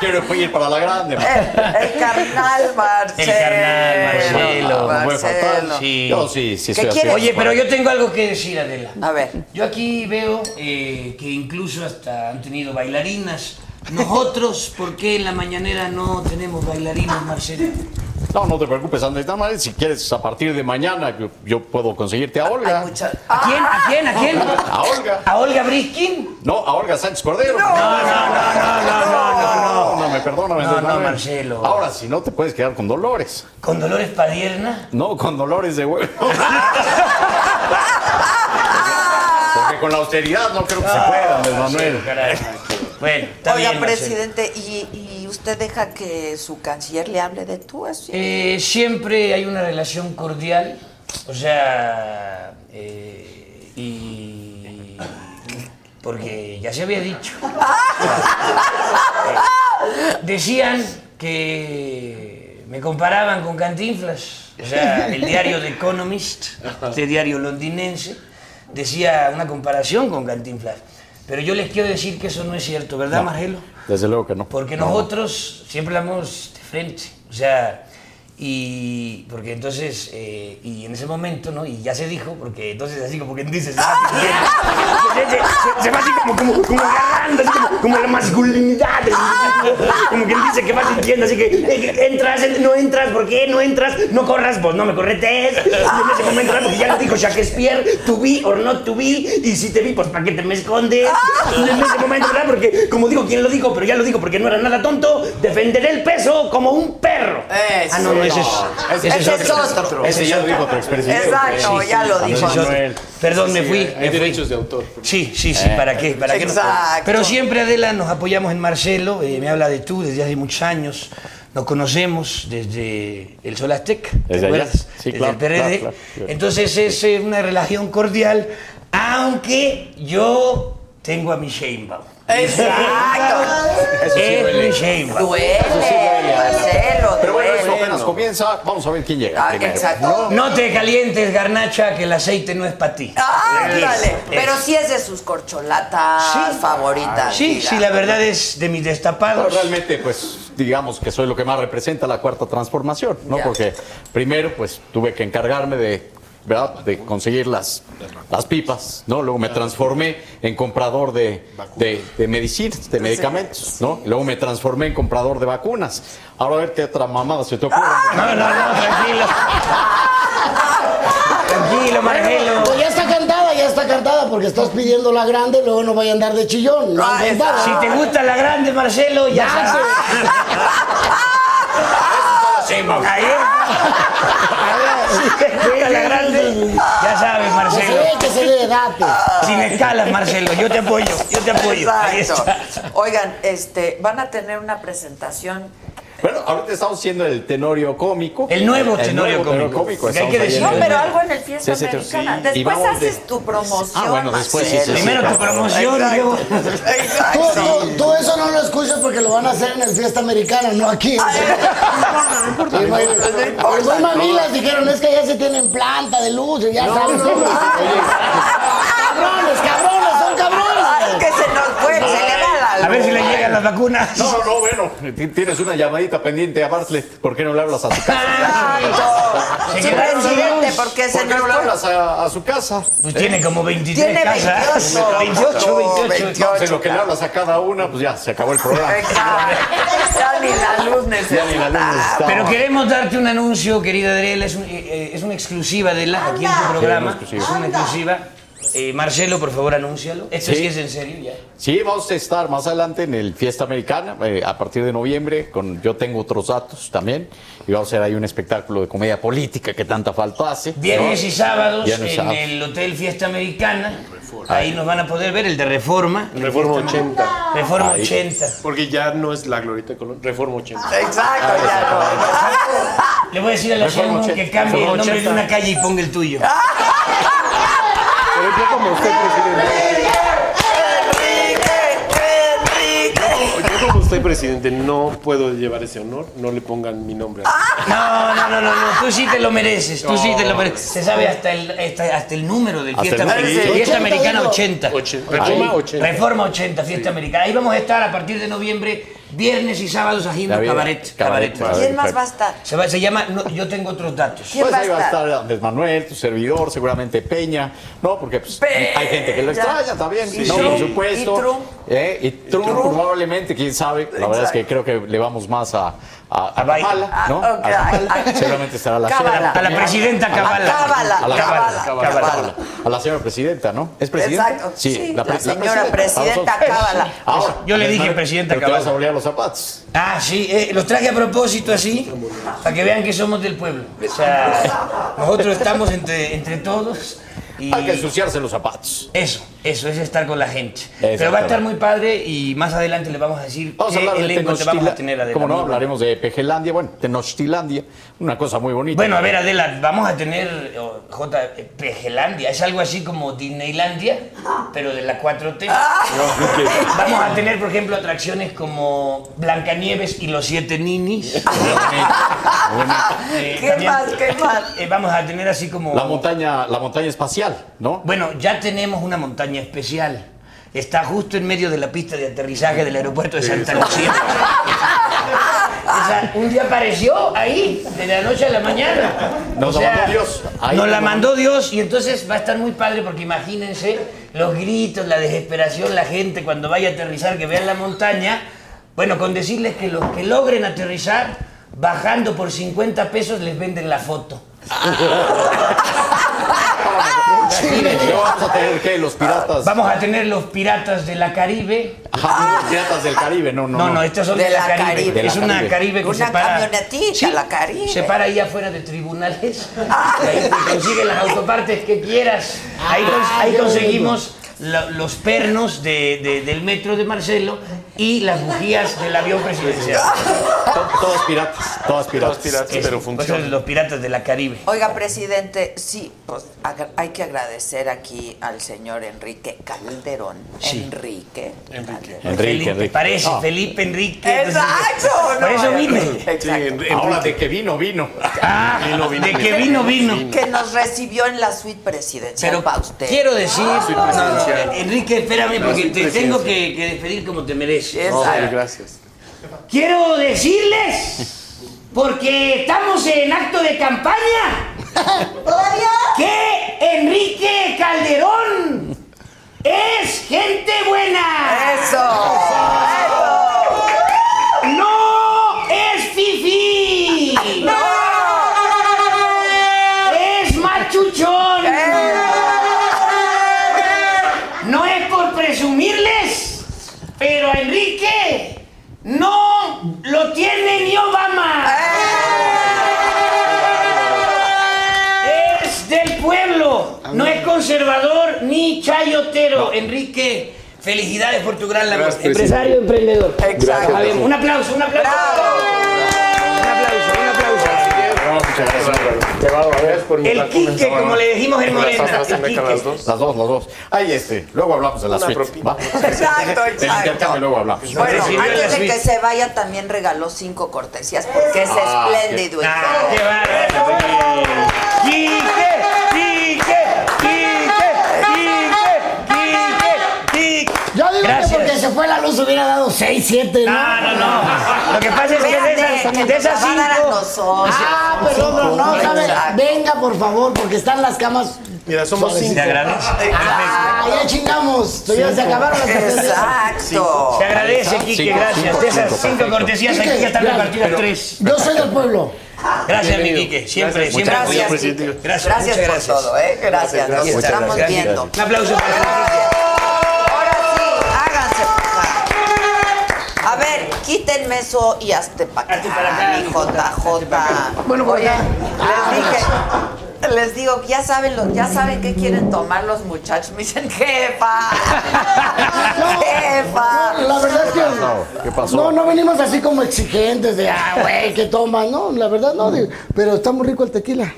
[SPEAKER 6] Yo quiero ir para la grande. man.
[SPEAKER 2] Eh, el carnal Marcelo.
[SPEAKER 5] El carnal Marcelo,
[SPEAKER 6] No puede faltar.
[SPEAKER 5] Sí.
[SPEAKER 6] Yo sí, sí
[SPEAKER 2] ¿Qué
[SPEAKER 6] estoy
[SPEAKER 2] quieres?
[SPEAKER 5] Oye, pero yo tengo algo que decir, Adela.
[SPEAKER 2] A ver.
[SPEAKER 5] Yo aquí veo eh, que incluso hasta han tenido bailarinas. Nosotros, ¿por qué en la mañanera no tenemos bailarinas, Marcelo?
[SPEAKER 6] No, no te preocupes, Andrés Manuel. Si quieres, a partir de mañana yo, yo puedo conseguirte a Olga.
[SPEAKER 2] Hay mucha-
[SPEAKER 5] ¿A quién? ¿A quién? ¿A quién?
[SPEAKER 6] A Olga.
[SPEAKER 5] ¿A Olga Briskin?
[SPEAKER 6] No, a Olga Sánchez Cordero.
[SPEAKER 5] No, no, no, no, no, no, no, no.
[SPEAKER 6] No, me perdona, Andrés
[SPEAKER 5] No, no,
[SPEAKER 6] Manuel.
[SPEAKER 5] Marcelo.
[SPEAKER 6] Ahora, si no, te puedes quedar con Dolores.
[SPEAKER 5] ¿Con Dolores Padierna?
[SPEAKER 6] No, con Dolores de huevo. Porque con la austeridad no creo que se pueda, Andrés
[SPEAKER 5] Ah,
[SPEAKER 6] Manuel.
[SPEAKER 5] Caray. Bueno, está
[SPEAKER 2] Oiga,
[SPEAKER 5] bien, Marcelo.
[SPEAKER 2] presidente, ¿y, y usted deja que su canciller le hable de tú? así?
[SPEAKER 5] Eh, siempre hay una relación cordial, o sea, eh, y porque ya se había dicho. Eh, decían que me comparaban con Cantinflas, o sea, el diario The Economist, este diario londinense, decía una comparación con Cantinflas. Pero yo les quiero decir que eso no es cierto, ¿verdad, Marcelo?
[SPEAKER 6] Desde luego que no.
[SPEAKER 5] Porque
[SPEAKER 6] No, no.
[SPEAKER 5] nosotros siempre hablamos de frente, o sea, y porque entonces, eh, y en ese momento, ¿no? Y ya se dijo, porque entonces así como que dices, "Ah, se, se- se- se va así como, como, como agarrando, así como, como la masculinidad, como que dice que va sintiendo, así que eh, entras, eh, no entras, ¿por qué no entras? No corras vos, no me corretes, y en ese momento, ¿no? porque ya lo dijo Shakespeare, to be or not to be, y si te vi, pues ¿para qué te me escondes? Y en ese momento, ¿verdad? Porque, como digo, ¿quién lo dijo? Pero ya lo digo, porque no era nada tonto, defenderé el peso como un perro.
[SPEAKER 2] Eso.
[SPEAKER 5] Ah, no, no, ese es,
[SPEAKER 6] Ese-
[SPEAKER 5] ese
[SPEAKER 2] Ese es
[SPEAKER 5] otro.
[SPEAKER 2] otro.
[SPEAKER 6] Ese ya lo dijo tu expresidente.
[SPEAKER 2] Exacto, ya lo dijo.
[SPEAKER 5] Ese es otro. Perdón, me fui.
[SPEAKER 6] eh,
[SPEAKER 3] Hay
[SPEAKER 5] me fui.
[SPEAKER 3] derechos de autor.
[SPEAKER 5] Sí, sí, sí, ¿para qué? ¿Para qué nos-
[SPEAKER 2] Exacto.
[SPEAKER 5] Pero siempre, Adela, nos apoyamos en Marcelo, eh, me habla de tú desde hace muchos años, nos conocemos desde el Sol Azteca, ¿te
[SPEAKER 6] Desde allá.
[SPEAKER 5] acuerdas?
[SPEAKER 6] Sí,
[SPEAKER 5] desde
[SPEAKER 6] claro,
[SPEAKER 5] el PRD.
[SPEAKER 6] claro, claro.
[SPEAKER 5] Entonces es eh, una relación cordial, aunque yo tengo a mi Sheinbaum.
[SPEAKER 2] Exacto.
[SPEAKER 6] Eso sí
[SPEAKER 5] es
[SPEAKER 6] duele.
[SPEAKER 5] mi Sheinbaum.
[SPEAKER 2] Duele, Marcelo,
[SPEAKER 6] Pero bueno, eso
[SPEAKER 2] duele.
[SPEAKER 6] apenas comienza. Vamos a ver quién llega
[SPEAKER 2] Ah,
[SPEAKER 6] primero.
[SPEAKER 2] Exacto.
[SPEAKER 5] No te calientes, garnacha, que el aceite no es para ti.
[SPEAKER 2] Ándale.
[SPEAKER 5] Eso,
[SPEAKER 2] Ah, Pero
[SPEAKER 5] eso.
[SPEAKER 2] sí es de sus corcholatas
[SPEAKER 5] Sí.
[SPEAKER 2] favoritas.
[SPEAKER 5] Sí,
[SPEAKER 2] diga.
[SPEAKER 5] sí, la verdad es de mis
[SPEAKER 6] Pero
[SPEAKER 5] destapados.
[SPEAKER 6] realmente, pues, digamos que soy lo que más representa la cuarta transformación, ¿no?
[SPEAKER 2] Ya.
[SPEAKER 6] Porque primero, pues, tuve que encargarme de, ¿verdad? De conseguir las, las pipas, ¿no? Luego me transformé en comprador de, de, de medicinas, de medicamentos, ¿no? Y luego me transformé en comprador de vacunas. Ahora a ver qué otra mamada se te ocurre.
[SPEAKER 5] No, no, no, tranquilo. Tranquilo, Marcelo.
[SPEAKER 7] Pues ya está cantada, ya está cantada, porque estás pidiendo la grande, luego no vaya a andar de chillón. No,
[SPEAKER 2] Ah,
[SPEAKER 7] han
[SPEAKER 2] está.
[SPEAKER 7] cantado.
[SPEAKER 5] Si te gusta la grande, Marcelo, ya sabes. Ahí está. Si te gusta la grande, ya sabes,
[SPEAKER 7] Que se
[SPEAKER 5] Marcelo.
[SPEAKER 7] ve, que se ve, date.
[SPEAKER 5] Sin escalas, Marcelo. Yo te apoyo, yo te apoyo. Ahí
[SPEAKER 2] Exacto.
[SPEAKER 5] está.
[SPEAKER 2] Oigan, este, van a tener una presentación
[SPEAKER 6] Bueno, ahorita estamos siendo el tenorio cómico.
[SPEAKER 5] El nuevo tenorio cómico.
[SPEAKER 6] cómico.
[SPEAKER 5] Porque hay
[SPEAKER 6] estamos
[SPEAKER 5] que
[SPEAKER 6] ahí en
[SPEAKER 5] decir-
[SPEAKER 2] No,
[SPEAKER 6] el-
[SPEAKER 2] pero algo en el Fiesta
[SPEAKER 6] Sí, sí, sí.
[SPEAKER 2] Americana.
[SPEAKER 6] Y
[SPEAKER 2] Después
[SPEAKER 6] vamos de-
[SPEAKER 2] haces tu promoción.
[SPEAKER 6] Ah, bueno, después sí, sí,
[SPEAKER 2] Marcelo.
[SPEAKER 6] sí.
[SPEAKER 5] Primero tu promoción,
[SPEAKER 2] Exacto.
[SPEAKER 5] luego.
[SPEAKER 7] Tú,
[SPEAKER 2] Exacto.
[SPEAKER 7] tú- tú eso no lo escuchas porque lo van a hacer en el Fiesta Americana, no aquí.
[SPEAKER 2] No importa.
[SPEAKER 7] Los dos Pues mamilas dijeron, es que ya se tienen planta de luz y ya sabes. cabrones, cabrones, son
[SPEAKER 2] Ay,
[SPEAKER 7] cabrones.
[SPEAKER 2] que se nos fue, se le va la luz.
[SPEAKER 5] A ver si le llegan las vacunas.
[SPEAKER 6] No, no, bueno. Ti- Tienes una llamadita pendiente a Bartlett. ¿Por qué no le hablas a su casa?
[SPEAKER 2] Exacto.
[SPEAKER 5] Se
[SPEAKER 2] Su
[SPEAKER 5] quedaron
[SPEAKER 2] presidente, porque
[SPEAKER 6] ¿Por
[SPEAKER 2] se
[SPEAKER 6] qué no
[SPEAKER 2] nos
[SPEAKER 6] le
[SPEAKER 2] fue.
[SPEAKER 6] hablas a, a su casa?
[SPEAKER 5] Pues tiene como 23
[SPEAKER 2] Tiene
[SPEAKER 5] casas.
[SPEAKER 2] 28.
[SPEAKER 5] 28, 28.
[SPEAKER 2] 28.
[SPEAKER 6] Entonces, Pues lo que le hablas a cada una, pues ya se acabó el programa.
[SPEAKER 2] Exacto. Ya ni la luz
[SPEAKER 6] Ya ni
[SPEAKER 2] necesita.
[SPEAKER 6] la luz está.
[SPEAKER 5] Pero queremos darte un anuncio, querida Adriela, es, un- eh, eh, es una exclusiva de la aquí en tu programa.
[SPEAKER 6] Sí, una exclusiva.
[SPEAKER 5] Es una exclusiva. Eh, Marcelo, por favor, anúncialo. Esto sí,
[SPEAKER 6] Sí.
[SPEAKER 5] es en serio ya.
[SPEAKER 6] Sí, vamos a estar más adelante en el Fiesta Americana, eh, a partir de noviembre, con yo tengo otros datos también, y vamos a hacer ahí un espectáculo de comedia política que tanta falta hace. ¿no?
[SPEAKER 5] Viernes y sábados
[SPEAKER 6] Viernes y
[SPEAKER 5] en
[SPEAKER 6] sábados.
[SPEAKER 5] el Hotel Fiesta Americana. Ahí nos van a poder ver el de Reforma. el de
[SPEAKER 3] Reforma
[SPEAKER 5] Fiesta
[SPEAKER 3] 80.
[SPEAKER 5] Americana. Reforma
[SPEAKER 6] Ahí.
[SPEAKER 5] 80.
[SPEAKER 3] Porque ya no es la glorita de Colón. Reforma 80.
[SPEAKER 6] Ah,
[SPEAKER 2] Exacto, ya
[SPEAKER 5] Le voy a decir a la
[SPEAKER 6] Reforma
[SPEAKER 5] Sharon
[SPEAKER 6] 80.
[SPEAKER 5] que cambie el
[SPEAKER 6] Reforma
[SPEAKER 5] nombre de
[SPEAKER 6] 80.
[SPEAKER 5] una calle y ponga el tuyo.
[SPEAKER 3] Pero yo como usted, presidente,
[SPEAKER 2] no. Enrique, Enrique.
[SPEAKER 3] yo como usted, presidente, no puedo llevar ese honor. No le pongan mi nombre. a-
[SPEAKER 5] No, no, no, no, no, tú sí te lo mereces, tú sí te lo mereces. Se sabe hasta el, hasta, hasta el número del
[SPEAKER 6] Hasta
[SPEAKER 5] Fiesta
[SPEAKER 6] el
[SPEAKER 5] Americana.
[SPEAKER 6] número.
[SPEAKER 5] Fiesta
[SPEAKER 7] 80,
[SPEAKER 5] Americana
[SPEAKER 7] dijo.
[SPEAKER 5] 80.
[SPEAKER 3] Ochen- Reforma
[SPEAKER 6] Ahí.
[SPEAKER 3] 80.
[SPEAKER 5] Reforma 80, Fiesta Americana. Ahí vamos a estar a partir de noviembre, viernes y sábados agiendo
[SPEAKER 6] La vida.
[SPEAKER 5] cabaret.
[SPEAKER 6] Cabaret,
[SPEAKER 5] cabaret.
[SPEAKER 6] cabaret.
[SPEAKER 2] ¿Quién más va a estar?
[SPEAKER 5] Se, va- se llama No, Yo tengo otros datos.
[SPEAKER 2] ¿Quién
[SPEAKER 6] Pues
[SPEAKER 2] va
[SPEAKER 6] ahí va
[SPEAKER 2] a
[SPEAKER 6] a
[SPEAKER 2] estar?
[SPEAKER 6] estar Andrés Manuel, tu servidor, seguramente Peña, ¿no? Porque pues,
[SPEAKER 2] Peña.
[SPEAKER 6] hay gente que lo extraña también,
[SPEAKER 2] Y
[SPEAKER 6] ¿no?
[SPEAKER 2] Trump,
[SPEAKER 6] Por supuesto.
[SPEAKER 2] y Trump.
[SPEAKER 6] ¿Eh? Y Trump,
[SPEAKER 2] Trump.
[SPEAKER 6] probablemente, quién sabe. La verdad es que creo que le vamos más a, a, a
[SPEAKER 5] Biden.
[SPEAKER 6] Kamala, ¿no?
[SPEAKER 2] Ah, ok.
[SPEAKER 6] A Kamala.
[SPEAKER 2] Ah,
[SPEAKER 6] Seguramente estará la
[SPEAKER 2] Kamala.
[SPEAKER 6] señora.
[SPEAKER 5] A la presidenta Cabala.
[SPEAKER 2] Cábala,
[SPEAKER 6] A la,
[SPEAKER 2] cábala,
[SPEAKER 6] Cábala,
[SPEAKER 2] cábala.
[SPEAKER 6] Cábala. A la señora presidenta, ¿no? ¿Es presidenta?
[SPEAKER 2] Exacto. Sí, la señora presidenta
[SPEAKER 6] Ahora son-
[SPEAKER 2] Cábala.
[SPEAKER 6] Ahora,
[SPEAKER 5] Yo le dije
[SPEAKER 6] Manuel,
[SPEAKER 5] presidenta
[SPEAKER 6] pero te vas a
[SPEAKER 5] Cábala.
[SPEAKER 6] bolear los zapatos.
[SPEAKER 5] Ah, sí, eh, los traje a propósito así, para que vean que somos del pueblo. O sea, nosotros estamos entre, entre todos. Y...
[SPEAKER 6] Hay Ah, que ensuciarse los zapatos.
[SPEAKER 5] Eso, eso, es estar con la gente.
[SPEAKER 6] Exactamente.
[SPEAKER 5] Pero va a estar muy padre y más adelante le vamos a decir
[SPEAKER 6] Vamos a hablar
[SPEAKER 5] qué
[SPEAKER 6] de
[SPEAKER 5] elenco Eh, te vamos a tener,
[SPEAKER 6] Tenochtitlan.
[SPEAKER 5] Adela.
[SPEAKER 6] Como no,
[SPEAKER 5] Muy bueno.
[SPEAKER 6] hablaremos de Pejelandia. Bueno, Tenochtitlandia, una cosa muy bonita.
[SPEAKER 5] Bueno, a ver, Adela, vamos a tener oh, J. eh, Pejelandia. Es algo así como Disneylandia, pero de la 4T.
[SPEAKER 2] Ah.
[SPEAKER 5] Vamos a tener, por ejemplo, atracciones como Blancanieves y los Siete Ninis. Eh,
[SPEAKER 2] ¿Qué
[SPEAKER 5] también,
[SPEAKER 2] más? ¿Qué más?
[SPEAKER 5] eh, vamos a tener así como...
[SPEAKER 6] la montaña, la montaña espacial, ¿no?
[SPEAKER 5] Bueno, ya tenemos una montaña especial. Está justo en medio de la pista de aterrizaje del aeropuerto de Santa Lucía. O sea, un día apareció ahí, de la noche a la mañana.
[SPEAKER 6] Nos la mandó Dios. Ahí
[SPEAKER 5] nos la
[SPEAKER 6] como-
[SPEAKER 5] mandó Dios y entonces va a estar muy padre porque imagínense los gritos, la desesperación, la gente cuando vaya a aterrizar, que vean la montaña. Bueno, con decirles que los que logren aterrizar, bajando por 50 pesos les venden la foto.
[SPEAKER 6] Imagínense, ¿no? vamos a tener que los piratas,
[SPEAKER 5] Vamos a tener los piratas de la Caribe,
[SPEAKER 6] Ajá, los piratas del Caribe, no, no,
[SPEAKER 5] No,
[SPEAKER 6] no.
[SPEAKER 5] no, estos son de,
[SPEAKER 2] De
[SPEAKER 5] la,
[SPEAKER 2] la
[SPEAKER 5] Caribe.
[SPEAKER 2] Caribe.
[SPEAKER 5] Es
[SPEAKER 6] De la
[SPEAKER 5] una
[SPEAKER 6] Caribe.
[SPEAKER 5] Caribe que
[SPEAKER 2] Una
[SPEAKER 5] se para.
[SPEAKER 2] camionetita, la Caribe. Ah.
[SPEAKER 5] Se para ahí afuera de tribunales. Y ahí te consigue las autopartes que quieras. Ahí, cons-
[SPEAKER 2] Ah,
[SPEAKER 5] ahí conseguimos lo- los pernos de- de- del metro de Marcelo y las bujías del avión presidencial.
[SPEAKER 2] Ah.
[SPEAKER 6] To- todos piratas, todos piratas.
[SPEAKER 3] Todos piratas,
[SPEAKER 5] Es-
[SPEAKER 3] pero
[SPEAKER 5] cosas de
[SPEAKER 3] funciona.
[SPEAKER 5] los piratas de la Caribe.
[SPEAKER 2] Oiga, presidente, sí, pues agra- hay que agradecer aquí al señor Enrique Calderón.
[SPEAKER 5] Sí.
[SPEAKER 2] Enrique. Calderón.
[SPEAKER 6] Enrique,
[SPEAKER 5] Felipe,
[SPEAKER 6] Enrique.
[SPEAKER 5] Parece
[SPEAKER 6] Ah.
[SPEAKER 5] Felipe Enrique.
[SPEAKER 2] Exacto.
[SPEAKER 5] Por
[SPEAKER 2] no,
[SPEAKER 5] eso
[SPEAKER 2] eh,
[SPEAKER 5] vine.
[SPEAKER 3] Sí,
[SPEAKER 2] Exacto.
[SPEAKER 3] en- en-
[SPEAKER 6] Ahora de que vino, vino.
[SPEAKER 5] Ah,
[SPEAKER 3] Vino, vino,
[SPEAKER 5] de que vino,
[SPEAKER 3] vino.
[SPEAKER 5] vino.
[SPEAKER 2] Que nos recibió en la suite presidencial
[SPEAKER 5] Pero
[SPEAKER 2] para usted. Ah,
[SPEAKER 5] quiero decir, no, no,
[SPEAKER 3] presidencial.
[SPEAKER 5] Enrique, espérame porque
[SPEAKER 3] sí,
[SPEAKER 5] te tengo
[SPEAKER 3] presidencial.
[SPEAKER 5] que, que despedir como te mereces.
[SPEAKER 2] Exacto.
[SPEAKER 3] Ay, gracias.
[SPEAKER 5] Quiero decirles, porque estamos en acto de campaña, que Enrique Calderón es gente buena.
[SPEAKER 2] ¡Eso!
[SPEAKER 5] No es fifi. No. Es machuchón.
[SPEAKER 2] ¡Eh!
[SPEAKER 5] No es por presumirles, pero a Enrique no lo tiene ni Obama.
[SPEAKER 2] ¡Eh!
[SPEAKER 5] Es del pueblo, no es conservador ni chayotero. Enrique, felicidades por tu gran labor.
[SPEAKER 3] Gracias, presidente.
[SPEAKER 5] Empresario, emprendedor.
[SPEAKER 2] Exacto.
[SPEAKER 5] Está bien, Un aplauso, un aplauso.
[SPEAKER 2] ¡Bravo!
[SPEAKER 3] muchas gracias. Te va a por mi
[SPEAKER 5] El Quique, como le dijimos en Morena.
[SPEAKER 3] ¿Pasaste
[SPEAKER 5] El
[SPEAKER 3] meca
[SPEAKER 5] Quique.
[SPEAKER 3] las dos?
[SPEAKER 6] Las dos, las dos. Ahí este. Luego hablamos de la
[SPEAKER 3] Una
[SPEAKER 6] suite.
[SPEAKER 3] propina.
[SPEAKER 6] ¿va?
[SPEAKER 2] Exacto,
[SPEAKER 6] Del intercambio luego
[SPEAKER 2] exacto.
[SPEAKER 6] hablamos.
[SPEAKER 2] Bueno,
[SPEAKER 5] Sí,
[SPEAKER 2] antes de
[SPEAKER 5] sí.
[SPEAKER 2] que se vaya, también regaló cinco cortesías porque es
[SPEAKER 6] Ah,
[SPEAKER 2] espléndido. y
[SPEAKER 5] Ah,
[SPEAKER 2] todo.
[SPEAKER 5] qué bárbaro. Quique, Quique, Quique, Quique, Quique, Quique.
[SPEAKER 7] Yo digo
[SPEAKER 5] Gracias.
[SPEAKER 7] que porque se fue la luz hubiera dado 6, 7, ¿no?
[SPEAKER 5] No, no, no. Lo que pasa es que de
[SPEAKER 2] Espérate,
[SPEAKER 5] esas,
[SPEAKER 2] que
[SPEAKER 5] de
[SPEAKER 2] nos la
[SPEAKER 5] esas
[SPEAKER 2] va a dar a
[SPEAKER 5] cinco.
[SPEAKER 2] nosotros.
[SPEAKER 7] Ah, perdón, no, no, ¿sabe?
[SPEAKER 2] Exacto.
[SPEAKER 7] Venga, por favor, porque están las camas.
[SPEAKER 3] Mira, somos
[SPEAKER 5] Se
[SPEAKER 3] cinco.
[SPEAKER 5] agradece.
[SPEAKER 7] Ah, ya chingamos. Ya se acabaron las cortesías.
[SPEAKER 2] pues. Exacto.
[SPEAKER 5] Se agradece, Quique,
[SPEAKER 6] Cinco,
[SPEAKER 5] gracias.
[SPEAKER 6] cinco,
[SPEAKER 5] De esas
[SPEAKER 6] cinco,
[SPEAKER 5] cinco
[SPEAKER 6] perfecto.
[SPEAKER 5] cortesías, aquí
[SPEAKER 7] Quique,
[SPEAKER 5] ya están
[SPEAKER 7] gracias,
[SPEAKER 5] repartidas
[SPEAKER 6] pero-
[SPEAKER 5] tres.
[SPEAKER 7] Yo soy del pueblo.
[SPEAKER 5] Gracias, mi Quique. Siempre, siempre.
[SPEAKER 3] Muchas
[SPEAKER 2] Gracias,
[SPEAKER 5] apoyado.
[SPEAKER 2] Quique.
[SPEAKER 5] Gracias,
[SPEAKER 2] gracias,
[SPEAKER 5] muchas
[SPEAKER 2] por
[SPEAKER 5] gracias.
[SPEAKER 2] todo, ¿eh? Gracias, nos
[SPEAKER 5] Muchas
[SPEAKER 2] estamos
[SPEAKER 5] gracias.
[SPEAKER 2] viendo.
[SPEAKER 5] Un aplauso para Quique.
[SPEAKER 2] Ahora sí, háganse para acá. A ver, quítenme eso y hazte para
[SPEAKER 5] Hazte para
[SPEAKER 2] acá,
[SPEAKER 5] acá,
[SPEAKER 2] mi
[SPEAKER 5] hijo,
[SPEAKER 2] JJ. Bueno, Oye, les dije, les digo, ya saben, los, ya saben qué quieren tomar los muchachos. Me dicen, jefa, jefa.
[SPEAKER 7] No, la verdad es que.
[SPEAKER 6] ¿Qué pasó?
[SPEAKER 7] No, no venimos así como exigentes de, ah, güey, ¿qué tomas? No, la verdad no. digo, pero está muy rico el tequila.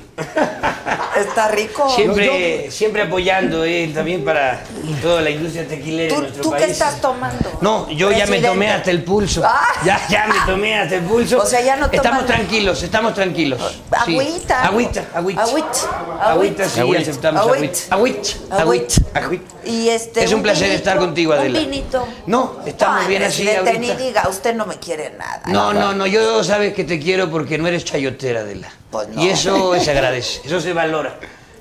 [SPEAKER 2] Está rico.
[SPEAKER 5] Siempre, siempre apoyando eh, también para toda la industria tequilera de
[SPEAKER 2] ¿Tú,
[SPEAKER 5] nuestro
[SPEAKER 2] tú
[SPEAKER 5] país.
[SPEAKER 2] qué estás tomando?
[SPEAKER 5] No, yo ya me
[SPEAKER 2] Presidente.
[SPEAKER 5] tomé hasta el pulso.
[SPEAKER 2] Ah.
[SPEAKER 5] Ya, ya me tomé hasta el pulso.
[SPEAKER 2] O sea, ya no toman- Ah,
[SPEAKER 5] Estamos tranquilos, estamos tranquilos. Sí.
[SPEAKER 2] Agüita.
[SPEAKER 5] Agüita, agüita.
[SPEAKER 2] Agüita,
[SPEAKER 5] Agüita, sí,
[SPEAKER 6] agüita.
[SPEAKER 5] aceptamos agüita.
[SPEAKER 2] Agüita.
[SPEAKER 5] Agüita, agüita, agüita.
[SPEAKER 2] Y este,
[SPEAKER 5] Es un placer
[SPEAKER 2] vinito,
[SPEAKER 5] estar contigo, Adela.
[SPEAKER 2] Un vinito.
[SPEAKER 5] No, estamos
[SPEAKER 2] Ay,
[SPEAKER 5] bien así
[SPEAKER 2] presidente,
[SPEAKER 5] ahorita.
[SPEAKER 2] ni diga, usted no me quiere nada.
[SPEAKER 5] No, no, no, yo sabes que te quiero porque no eres chayotera, Adela.
[SPEAKER 2] Pues no.
[SPEAKER 5] Y eso se agradece, eso se valora.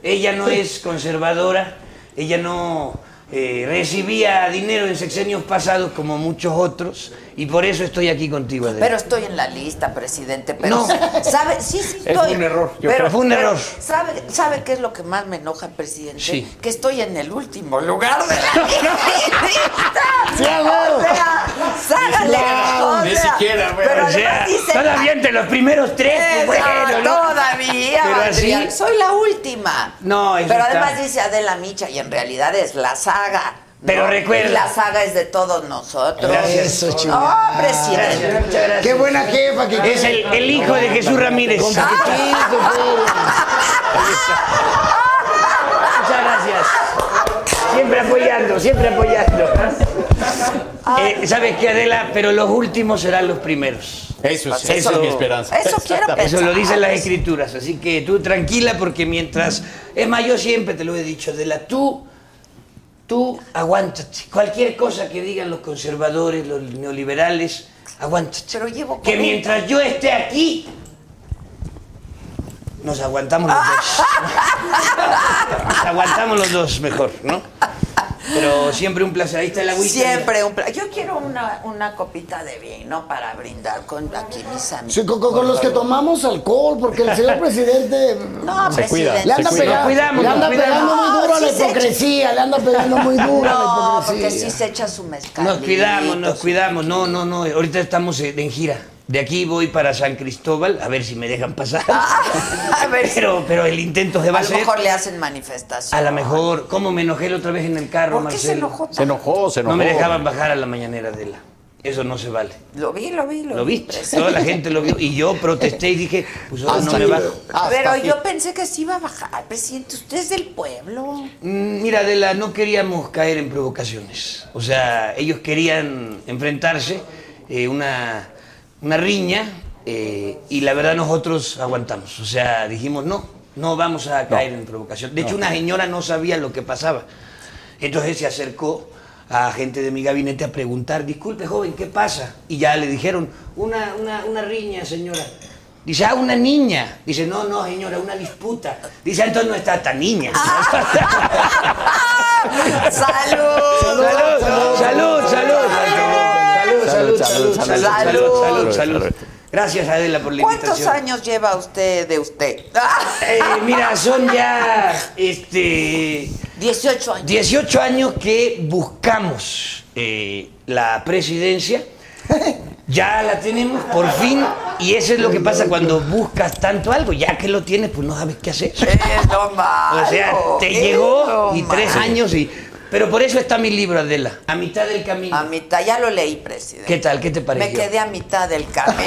[SPEAKER 5] Ella no es conservadora, ella no eh, recibía dinero en sexenios pasados como muchos otros, y por eso estoy aquí contigo, Adela.
[SPEAKER 2] Pero estoy en la lista, presidente. Pero,
[SPEAKER 5] No.
[SPEAKER 2] ¿sabe? Sí, sí,
[SPEAKER 6] Es
[SPEAKER 2] estoy.
[SPEAKER 6] un error, yo
[SPEAKER 5] creo. Fue un error.
[SPEAKER 2] ¿sabe, ¿Sabe qué es lo que más me enoja, presidente?
[SPEAKER 5] Sí.
[SPEAKER 2] Que estoy en el último lugar de la lista.
[SPEAKER 7] Sí, a huevo.
[SPEAKER 2] o sea, ságale. o
[SPEAKER 6] ni
[SPEAKER 2] sea,
[SPEAKER 6] siquiera, güey.
[SPEAKER 2] Pero
[SPEAKER 5] O sea,
[SPEAKER 2] además dice.
[SPEAKER 5] todavía entre los primeros tres,
[SPEAKER 2] Esa,
[SPEAKER 5] pues, bueno, ¿no?
[SPEAKER 2] Todavía,
[SPEAKER 5] Pero
[SPEAKER 2] Adrián,
[SPEAKER 5] así-
[SPEAKER 2] soy la última.
[SPEAKER 5] No, eso
[SPEAKER 2] Pero
[SPEAKER 5] está-
[SPEAKER 2] además dice Adela Micha y en realidad es la saga. ¿no?
[SPEAKER 5] Pero recuerda-
[SPEAKER 2] Y la saga es de todos nosotros.
[SPEAKER 5] Gracias.
[SPEAKER 7] Eso,
[SPEAKER 2] Oh,
[SPEAKER 7] chingada.
[SPEAKER 2] presidente.
[SPEAKER 5] Gracias, muchas gracias.
[SPEAKER 7] Qué buena jefa que
[SPEAKER 5] Es el, el hijo de Jesús Ramírez.
[SPEAKER 7] Con poquito, pues.
[SPEAKER 5] Muchas gracias. Siempre apoyando, siempre apoyando. Eh, ¿Sabes qué, Adela? Pero los últimos serán los primeros.
[SPEAKER 6] Eso es,
[SPEAKER 5] Eso-
[SPEAKER 6] esa es mi esperanza.
[SPEAKER 2] Eso quiero pensar.
[SPEAKER 5] Eso lo dicen las escrituras. Así que tú tranquila porque mientras... Es más, yo siempre te lo he dicho, Adela, tú... Tú aguántate. Cualquier cosa que digan los conservadores, los neoliberales, aguántate.
[SPEAKER 2] Pero llevo
[SPEAKER 5] Que
[SPEAKER 2] con-
[SPEAKER 5] mientras yo esté aquí, nos aguantamos los dos. Nos aguantamos los dos mejor, ¿no? Pero siempre un placer. Ahí está el agüita.
[SPEAKER 2] Siempre un pla- Yo quiero una, una copita de vino para brindar con aquí mis amigos.
[SPEAKER 7] Sí, con, con- con los que tomamos alcohol, porque el señor presidente.
[SPEAKER 2] No,
[SPEAKER 6] Se cuida,
[SPEAKER 2] presidente.
[SPEAKER 7] Le anda,
[SPEAKER 6] Se cuida.
[SPEAKER 7] pegando-
[SPEAKER 5] Nos cuidamos,
[SPEAKER 7] le
[SPEAKER 5] nos
[SPEAKER 7] anda
[SPEAKER 5] cuidamos.
[SPEAKER 7] pegando muy duro
[SPEAKER 2] No, Ah,
[SPEAKER 7] a la
[SPEAKER 2] sí se echa.
[SPEAKER 7] hipocresía, le anda pegando muy duro a
[SPEAKER 2] No,
[SPEAKER 7] la
[SPEAKER 2] porque
[SPEAKER 7] hipocresía.
[SPEAKER 2] sí se echa su mezcal.
[SPEAKER 5] Nos cuidamos, nos cuidamos. No, no, no. Ahorita estamos eh, en gira. De aquí voy para San Cristóbal, a ver si me dejan pasar.
[SPEAKER 2] a ver si-
[SPEAKER 5] Pero, pero el intento se va
[SPEAKER 2] A
[SPEAKER 5] a
[SPEAKER 2] lo
[SPEAKER 5] hacer.
[SPEAKER 2] mejor le hacen manifestación.
[SPEAKER 5] A lo mejor, ¿cómo me enojé la otra vez en el carro,
[SPEAKER 2] ¿Por qué se
[SPEAKER 5] Marcelo?
[SPEAKER 2] enojó?
[SPEAKER 6] Se enojó, se
[SPEAKER 5] No
[SPEAKER 6] enojó.
[SPEAKER 5] me dejaban bajar a la mañanera de la. Eso no se vale.
[SPEAKER 2] Lo vi, lo vi, lo,
[SPEAKER 5] Lo
[SPEAKER 2] vi. Pues,
[SPEAKER 5] viste,
[SPEAKER 2] presidente.
[SPEAKER 5] toda la gente lo vio. Y yo protesté y dije, pues ahora no
[SPEAKER 6] Hasta
[SPEAKER 5] me
[SPEAKER 6] aquí.
[SPEAKER 5] bajo.
[SPEAKER 6] Hasta
[SPEAKER 2] Pero
[SPEAKER 6] aquí.
[SPEAKER 2] yo pensé que sí iba a bajar, presidente. Usted es del pueblo.
[SPEAKER 5] Mm, Mira, Adela, no queríamos caer en provocaciones. O sea, ellos querían enfrentarse eh, una, una riña eh, y la verdad nosotros aguantamos. O sea, dijimos, no, no vamos a caer en provocación. De hecho, una señora no sabía lo que pasaba. Entonces se acercó a gente de mi gabinete a preguntar, disculpe joven, ¿qué pasa? Y ya le dijeron, una, una, una riña, señora. Dice, ah, una niña. Dice, no, no, señora, una disputa. Dice, "Ah, entonces no está tan niña.
[SPEAKER 2] ¡Salud!
[SPEAKER 5] Salud, salud, salud, salud. Salud, salud, salud, salud, salud, salud, salud, salud. Gracias Adela por la invitación.
[SPEAKER 2] ¿Cuántos años lleva usted de usted?
[SPEAKER 5] Eh, mira, son ya este
[SPEAKER 2] 18 años.
[SPEAKER 5] 18 años que buscamos eh, la presidencia. Ya la tenemos, por fin. Y eso es lo que pasa cuando buscas tanto algo. Ya que lo tienes, pues no sabes qué hacer.
[SPEAKER 2] Es lo malo,
[SPEAKER 5] O sea, te
[SPEAKER 2] es
[SPEAKER 5] llegó
[SPEAKER 2] lo
[SPEAKER 5] y tres
[SPEAKER 2] malo.
[SPEAKER 5] años y... Pero por eso está mi libro, Adela. A mitad del camino.
[SPEAKER 2] A mitad, ya lo leí, presidente.
[SPEAKER 5] ¿Qué tal? ¿Qué te
[SPEAKER 2] Me
[SPEAKER 5] pareció?
[SPEAKER 2] quedé a mitad del camino.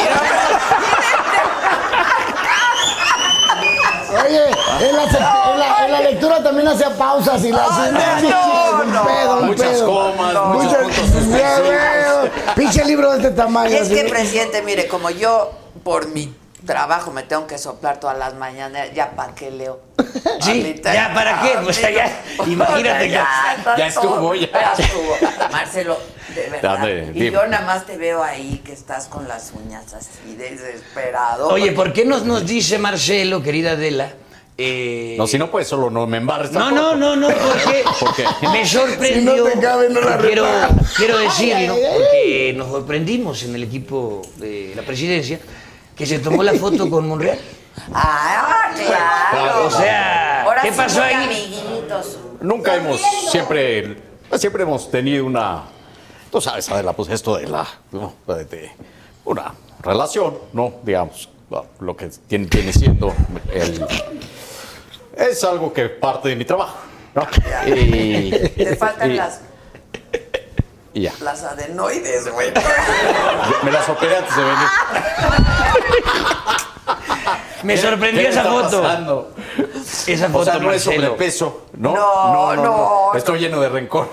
[SPEAKER 7] Oye, en la, en la- en la lectura también hacía pausas y la
[SPEAKER 2] Ay, no,
[SPEAKER 7] un
[SPEAKER 2] no.
[SPEAKER 7] pedo, un
[SPEAKER 6] Muchas
[SPEAKER 7] pedo.
[SPEAKER 6] comas, muchos
[SPEAKER 7] Muchas-
[SPEAKER 6] puntos suspensivos.
[SPEAKER 7] Ya veo. Pinche libro de este tamaño.
[SPEAKER 2] Es que,
[SPEAKER 7] así.
[SPEAKER 2] presidente, mire, como yo por mi trabajo me tengo que soplar todas las mañanas, ya para qué leo. Ah,
[SPEAKER 5] Sí, ya, ¿para qué? O sea, ya, imagínate que-
[SPEAKER 6] ya estuvo, ya.
[SPEAKER 2] estuvo. Marcelo, de verdad.
[SPEAKER 6] Dame,
[SPEAKER 2] y
[SPEAKER 6] dime.
[SPEAKER 2] yo nada más te veo ahí que estás con las uñas así, desesperado.
[SPEAKER 5] Oye, ¿por qué nos, nos dice Marcelo, querida Adela? eh,
[SPEAKER 6] No, si no puedes, solo no me embarres.
[SPEAKER 5] No,
[SPEAKER 6] tampoco.
[SPEAKER 5] no, no, no, porque
[SPEAKER 6] ¿Por qué?
[SPEAKER 5] me sorprendió.
[SPEAKER 7] Si no te cabe, no la
[SPEAKER 5] quiero,
[SPEAKER 7] reparas.
[SPEAKER 5] quiero decir,
[SPEAKER 7] Ay,
[SPEAKER 5] ¿no?
[SPEAKER 7] ay, ay.
[SPEAKER 5] porque nos sorprendimos en el equipo de la presidencia que se tomó la foto con Monreal.
[SPEAKER 2] Ah, claro.
[SPEAKER 5] O sea,
[SPEAKER 2] Ahora
[SPEAKER 5] ¿qué
[SPEAKER 2] sí,
[SPEAKER 5] pasó
[SPEAKER 2] muy
[SPEAKER 5] ahí?
[SPEAKER 2] Amiguitos.
[SPEAKER 6] Nunca hemos, siempre, siempre hemos tenido una, tú sabes, Adela, pues esto de la, ¿no? de- de una relación, ¿no? Digamos, lo que tiene, viene siendo el, es algo que parte de mi trabajo, ¿no? Y,
[SPEAKER 2] Te faltan
[SPEAKER 6] y-
[SPEAKER 2] las,
[SPEAKER 6] y ya.
[SPEAKER 2] las adenoides, güey.
[SPEAKER 6] Yo me las operé antes de venir.
[SPEAKER 5] Me sorprendió
[SPEAKER 6] ¿Qué
[SPEAKER 5] esa
[SPEAKER 6] está
[SPEAKER 5] foto.
[SPEAKER 6] pasando?
[SPEAKER 5] Esa foto,
[SPEAKER 6] O sea, no es
[SPEAKER 5] Marcelo.
[SPEAKER 6] sobrepeso, ¿no?
[SPEAKER 2] No, no,
[SPEAKER 6] Estoy lleno de rencor.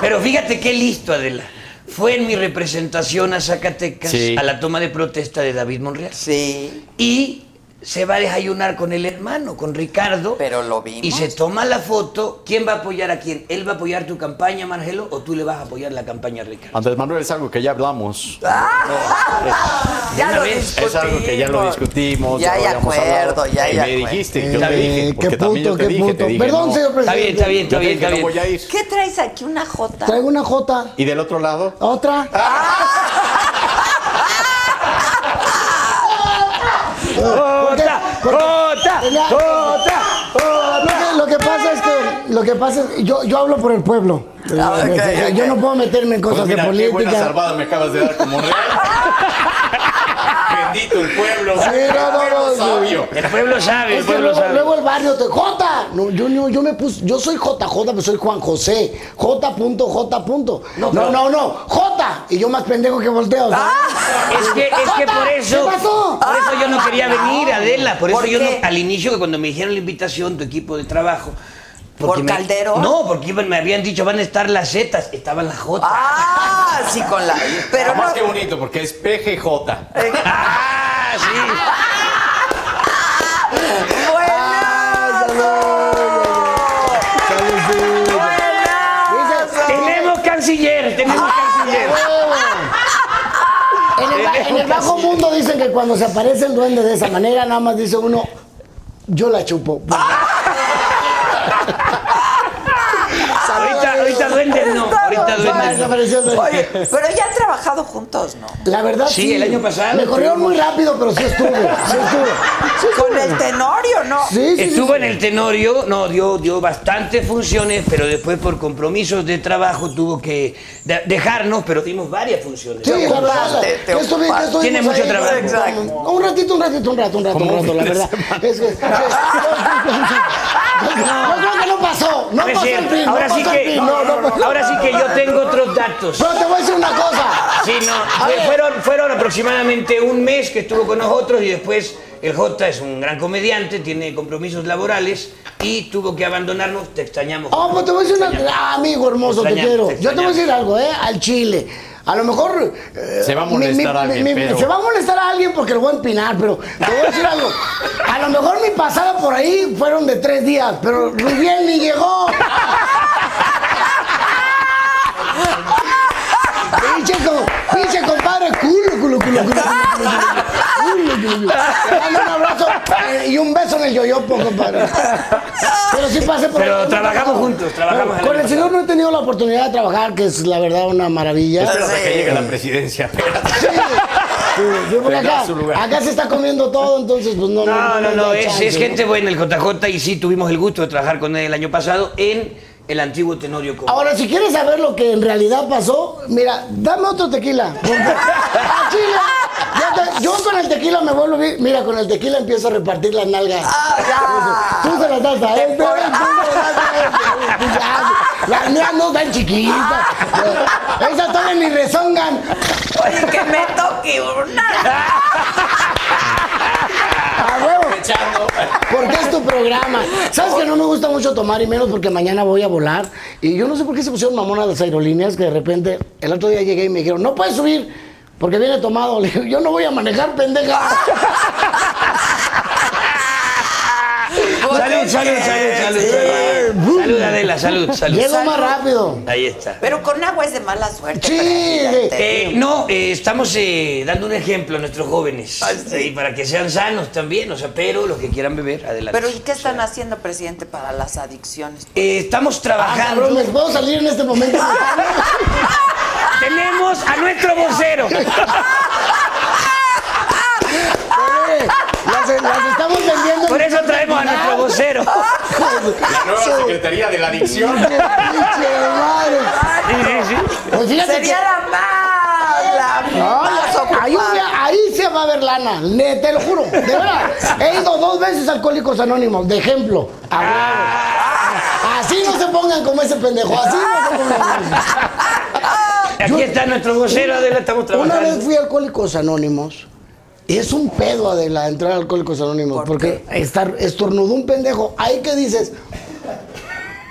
[SPEAKER 5] Pero fíjate qué listo, Adela. Fue en mi representación a Zacatecas
[SPEAKER 6] Sí.
[SPEAKER 5] a la toma de protesta de David Monreal.
[SPEAKER 2] Sí.
[SPEAKER 5] Y se va a desayunar con el hermano, con Ricardo.
[SPEAKER 2] Pero lo vimos.
[SPEAKER 5] Y se toma la foto. ¿Quién va a apoyar a quién? ¿Él va a apoyar tu campaña, Margelo, o tú le vas a apoyar la campaña a Ricardo?
[SPEAKER 6] Andrés Manuel, es algo que ya hablamos.
[SPEAKER 2] Ya
[SPEAKER 5] Una
[SPEAKER 2] lo
[SPEAKER 5] vez,
[SPEAKER 6] Es algo que ya lo
[SPEAKER 2] discutimos.
[SPEAKER 6] discutimos.
[SPEAKER 2] Ya hay
[SPEAKER 6] habíamos
[SPEAKER 2] acuerdo,
[SPEAKER 6] hablado.
[SPEAKER 2] ya hay
[SPEAKER 6] Y Me
[SPEAKER 2] acuerdo.
[SPEAKER 6] dijiste, yo
[SPEAKER 7] Eh,
[SPEAKER 6] te dije.
[SPEAKER 7] qué
[SPEAKER 6] Porque también
[SPEAKER 7] puto,
[SPEAKER 6] yo te
[SPEAKER 7] qué
[SPEAKER 6] dije, te
[SPEAKER 7] puto.
[SPEAKER 6] dije.
[SPEAKER 7] Perdón,
[SPEAKER 6] no.
[SPEAKER 7] señor
[SPEAKER 5] Está
[SPEAKER 7] presidente.
[SPEAKER 5] bien, está bien, está
[SPEAKER 6] Yo te
[SPEAKER 5] bien,
[SPEAKER 6] dije,
[SPEAKER 5] está
[SPEAKER 6] no
[SPEAKER 5] bien.
[SPEAKER 6] voy a ir.
[SPEAKER 2] ¿Qué traes aquí? ¿Una jota?
[SPEAKER 7] Traigo una J.
[SPEAKER 6] ¿Y del otro lado?
[SPEAKER 7] ¿Otra?
[SPEAKER 5] ¡Jota!
[SPEAKER 7] ¿Por qué?
[SPEAKER 5] ¡Jota!
[SPEAKER 7] Tenía-
[SPEAKER 5] ¡Jota!
[SPEAKER 7] Lo que- Lo que pasa es que, lo que pasa es que yo, yo hablo por el pueblo.
[SPEAKER 2] Ah, ok, ok.
[SPEAKER 7] Yo no puedo meterme en
[SPEAKER 6] Pues
[SPEAKER 7] cosas
[SPEAKER 6] mira,
[SPEAKER 7] de
[SPEAKER 6] qué buena
[SPEAKER 7] política.
[SPEAKER 6] salvada me acabas de dar como real. Bendito el pueblo.
[SPEAKER 7] Sí, no, no, no,
[SPEAKER 6] Pueblo
[SPEAKER 7] sí.
[SPEAKER 6] sabio.
[SPEAKER 5] El pueblo sabe, el
[SPEAKER 7] Es que
[SPEAKER 5] pueblo
[SPEAKER 7] luego,
[SPEAKER 5] sabe.
[SPEAKER 7] luego el barrio te J. No, yo, no- yo me puse, yo soy JJ, pero soy Juan José. J. punto, J. punto. No, no, no, J. Y yo más pendejo que volteo. ¿sabes?
[SPEAKER 5] Es que, es que por eso.
[SPEAKER 7] ¿Qué pasó?
[SPEAKER 5] Por eso yo no quería venir, Adela. Por eso
[SPEAKER 2] ¿Por
[SPEAKER 5] yo no-
[SPEAKER 2] qué?
[SPEAKER 5] al inicio que cuando me dijeron la invitación, tu equipo de trabajo. porque
[SPEAKER 2] ¿Por
[SPEAKER 5] me-
[SPEAKER 2] Calderón?
[SPEAKER 5] no, porque iban- me habían dicho van a estar las Zetas, estaban las Jotas.
[SPEAKER 2] Ah, sí, con la. Pero
[SPEAKER 6] Además,
[SPEAKER 2] no. eh,
[SPEAKER 6] qué bonito, porque es PGJ.
[SPEAKER 5] Ah, sí.
[SPEAKER 7] Dices,
[SPEAKER 5] Tenemos canciller, tenemos canciller.
[SPEAKER 7] "Ah, En el, ba- en el bajo mundo dicen que cuando se aparece el duende de esa manera, nada más dice uno, yo la chupo.
[SPEAKER 5] Ahorita, ahorita duendes no, ahorita duendes no.
[SPEAKER 7] Desapareció ese-
[SPEAKER 2] Oye, pero ya han trabajado juntos, ¿no?
[SPEAKER 7] La verdad sí.
[SPEAKER 5] Sí, el año pasado
[SPEAKER 7] Me corrieron
[SPEAKER 5] tuvimos-
[SPEAKER 7] muy rápido, pero sí estuve. Sí estuve. Sí
[SPEAKER 2] Con
[SPEAKER 7] estuve.
[SPEAKER 2] el Tenorio, ¿no?
[SPEAKER 7] Sí, sí, sí,
[SPEAKER 5] Estuvo
[SPEAKER 7] sí.
[SPEAKER 5] en el Tenorio, no, dio, dio bastantes funciones, pero después por compromisos de trabajo tuvo que de- dejarnos, pero dimos varias funciones.
[SPEAKER 7] Sí, la verdad.
[SPEAKER 2] ocupaste, te
[SPEAKER 7] ¿Qué estuvi- qué
[SPEAKER 2] ocupaste.
[SPEAKER 7] estuvimos
[SPEAKER 5] Tiene mucho
[SPEAKER 7] ahí?
[SPEAKER 5] trabajo.
[SPEAKER 2] Exacto.
[SPEAKER 7] Un ratito, un ratito, un rato, un rato, un rato, la verdad. Es que, no, creo que no pasó. No
[SPEAKER 5] No es
[SPEAKER 7] pasó el
[SPEAKER 5] cierto.
[SPEAKER 7] PRI,
[SPEAKER 5] ahora
[SPEAKER 7] no
[SPEAKER 5] sí
[SPEAKER 7] pasó el
[SPEAKER 5] que,
[SPEAKER 7] PRI, no, no pasó.
[SPEAKER 5] ahora sí que yo tengo otros datos.
[SPEAKER 7] Pero te voy a decir una cosa.
[SPEAKER 5] Sí, no,
[SPEAKER 7] A
[SPEAKER 5] fue-
[SPEAKER 7] ver.
[SPEAKER 5] fueron, fueron aproximadamente un mes que estuvo con nosotros y después el J es un gran comediante, tiene compromisos laborales y tuvo que abandonarnos, te extrañamos.
[SPEAKER 7] Oh, pues te voy a decir una ah, amigo hermoso, te
[SPEAKER 5] Extrañamos,
[SPEAKER 7] quiero.
[SPEAKER 5] te
[SPEAKER 7] Yo te voy a
[SPEAKER 5] extrañamos.
[SPEAKER 7] decir algo, ¿eh? Al Chile. A lo mejor. eh,
[SPEAKER 6] Se va a molestar a alguien, pero-
[SPEAKER 7] Se va a molestar a alguien porque lo voy a empinar, pero te voy a decir algo. A lo mejor mi pasada por ahí fueron de tres días, pero Rubiel ni llegó. Pinche, co- pinche compadre, culo, culo, culo, culo, culo, culo, culo, culo, culo. Te mando un abrazo eh, y un beso en el yoyopo, compadre. Pero sí pasé por
[SPEAKER 5] Pero
[SPEAKER 7] ahí.
[SPEAKER 5] trabajamos juntos, trabajamos
[SPEAKER 7] Con
[SPEAKER 5] el
[SPEAKER 7] el
[SPEAKER 5] año
[SPEAKER 7] señor no he tenido la oportunidad de trabajar, que es la verdad una maravilla.
[SPEAKER 6] Espera hasta
[SPEAKER 2] Sí.
[SPEAKER 6] que llegue la presidencia.
[SPEAKER 7] Sí, sí, sí, porque
[SPEAKER 6] Tendrá
[SPEAKER 7] acá,
[SPEAKER 6] su lugar.
[SPEAKER 7] acá se está comiendo todo, entonces pues no.
[SPEAKER 5] No, no, no,
[SPEAKER 7] hay
[SPEAKER 5] es,
[SPEAKER 7] chance,
[SPEAKER 5] es gente buena el JJ y sí tuvimos el gusto de trabajar con él el año pasado en el antiguo Tenorio Comedy.
[SPEAKER 7] Ahora, si quieres saber lo que en realidad pasó, mira, dame otro tequila. porque- ¡Ah, chile! Ya te- yo con el tequila me vuelvo bien. Mira, con el tequila empiezo a repartir las nalgas.
[SPEAKER 2] Ah,
[SPEAKER 7] Tú se las das a él, tú
[SPEAKER 2] por-
[SPEAKER 7] se las das a él. Tú ya, Las mías no dan chiquitas. Esas todavía ni rezongan.
[SPEAKER 2] ya. Oye, que me toque una.
[SPEAKER 7] programa. ¿Sabes que no me gusta mucho tomar y menos porque mañana voy a volar? Y yo no sé por qué se pusieron mamonas las aerolíneas que de repente el otro día llegué y me dijeron, no puedes subir porque viene tomado. Le digo, yo no voy a manejar, pendeja.
[SPEAKER 5] Salud, salud, salud, salud. Salud, Salud, Adela, salud, salud.
[SPEAKER 7] Llego más rápido.
[SPEAKER 5] Ahí está.
[SPEAKER 2] Pero con agua es de mala suerte.
[SPEAKER 7] Sí,
[SPEAKER 2] para
[SPEAKER 7] de-
[SPEAKER 2] tirarte.
[SPEAKER 5] Eh, no, eh, estamos eh, dando un ejemplo a nuestros jóvenes. Y para que sean sanos también, o sea, pero los que quieran beber, adelante.
[SPEAKER 2] Pero ¿y qué están haciendo, presidente, para las adicciones?
[SPEAKER 5] Eh, estamos trabajando.
[SPEAKER 7] Cabrón, ¿me puedo salir en este momento?
[SPEAKER 5] Tenemos a nuestro vocero.
[SPEAKER 7] Las, las estamos vendiendo.
[SPEAKER 5] Por eso traemos a nuestro vocero.
[SPEAKER 6] La nueva Secretaría de la Adicción.
[SPEAKER 7] Pinche madre.
[SPEAKER 5] Sí, sí, sí.
[SPEAKER 7] Pues fíjate
[SPEAKER 2] Sería
[SPEAKER 7] que-
[SPEAKER 2] la más, la
[SPEAKER 7] No,
[SPEAKER 2] más ocupada.
[SPEAKER 7] ahí, hubiera- ahí se va a ver lana, ne- te lo juro, de verdad. He ido dos veces a Alcohólicos Anónimos, de ejemplo. a huevo. Así no se pongan como ese pendejo, así no se pongan.
[SPEAKER 5] Aquí está nuestro vocero, Adela, estamos
[SPEAKER 7] Una vez
[SPEAKER 5] trabajando.
[SPEAKER 7] fui a Alcohólicos Anónimos. Y es un pedo, Adela, entrar a Alcohólicos Anónimos.
[SPEAKER 2] ¿Por
[SPEAKER 7] porque estar, estornudó un pendejo. Ahí que dices,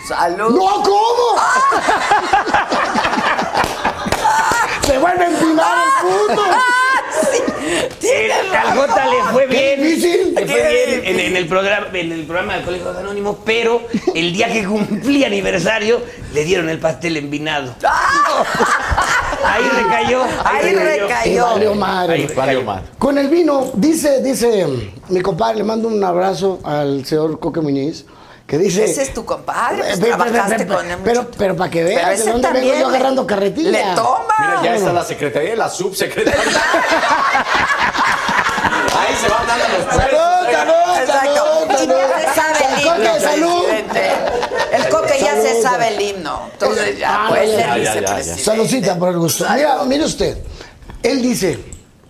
[SPEAKER 2] Salud.
[SPEAKER 7] ¡No, cómo! Se vuelve a empinar el puto.
[SPEAKER 2] Tíralo.
[SPEAKER 5] Este, Al Jota le fue
[SPEAKER 7] Qué
[SPEAKER 5] bien.
[SPEAKER 7] difícil.
[SPEAKER 5] Le fue
[SPEAKER 2] Qué
[SPEAKER 5] bien en, en el programa, en el programa de Alcohólicos Anónimos, pero el día que cumplía aniversario le dieron el pastel envinado.
[SPEAKER 7] ¡Ah!
[SPEAKER 5] Ahí recayó.
[SPEAKER 2] Ahí
[SPEAKER 7] Y
[SPEAKER 2] recayó.
[SPEAKER 7] valió madre.
[SPEAKER 5] Ahí
[SPEAKER 6] Valió mal.
[SPEAKER 7] Con el vino, dice, dice mm, mi compadre, le mando un abrazo al señor Coque Muñiz, que dice...
[SPEAKER 2] Ese es tu compadre, pues,
[SPEAKER 7] Pe- pe- pe-
[SPEAKER 2] trabajaste
[SPEAKER 7] pe-
[SPEAKER 2] con él
[SPEAKER 7] Pero,
[SPEAKER 2] mucho.
[SPEAKER 7] pero para que veas
[SPEAKER 2] Pero
[SPEAKER 7] de
[SPEAKER 2] ese
[SPEAKER 7] dónde vengo
[SPEAKER 2] también
[SPEAKER 7] yo
[SPEAKER 2] le-
[SPEAKER 7] agarrando carretilla.
[SPEAKER 2] Le toma.
[SPEAKER 6] Mira, ya está la Secretaría y la Subsecretaría. Ahí se van dando los
[SPEAKER 7] ¡Salud, salud,
[SPEAKER 2] Exacto.
[SPEAKER 7] salud,
[SPEAKER 2] Y ya
[SPEAKER 7] salud!
[SPEAKER 2] se sabe el himno.
[SPEAKER 7] Sal- Coque, salud!
[SPEAKER 2] presidente. El coque ya se
[SPEAKER 7] Salud.
[SPEAKER 2] sabe el himno. Entonces ya
[SPEAKER 7] Ah,
[SPEAKER 2] puede
[SPEAKER 7] ya,
[SPEAKER 2] ser
[SPEAKER 7] ya,
[SPEAKER 6] ya, ya.
[SPEAKER 2] vicepresidente.
[SPEAKER 7] Saludcita por el gusto. Mira, mire usted, él dice,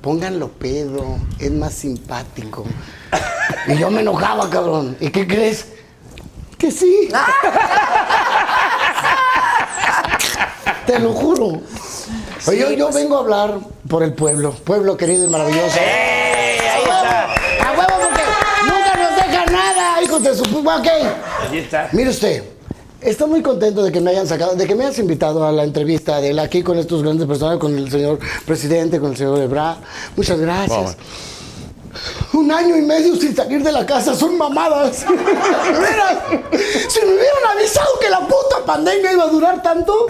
[SPEAKER 7] pónganlo pedo, es más simpático. Y yo me enojaba, cabrón. ¿Y qué crees? Que sí. Te lo juro. Oye, yo, yo vengo a hablar por el pueblo, pueblo querido y maravilloso.
[SPEAKER 5] ¡Eh! Ahí está.
[SPEAKER 7] A huevo porque nunca nos deja nada, hijos de su pu- Ok.
[SPEAKER 5] Ahí está.
[SPEAKER 7] Mire usted, estoy muy contento de que me hayan sacado, de que me hayas invitado a la entrevista de la aquí con estos grandes personajes, con el señor presidente, con el señor Ebrard. Muchas gracias. Un año y medio sin salir de la casa son mamadas. Mira, si me hubieran avisado que la puta pandemia iba a durar tanto,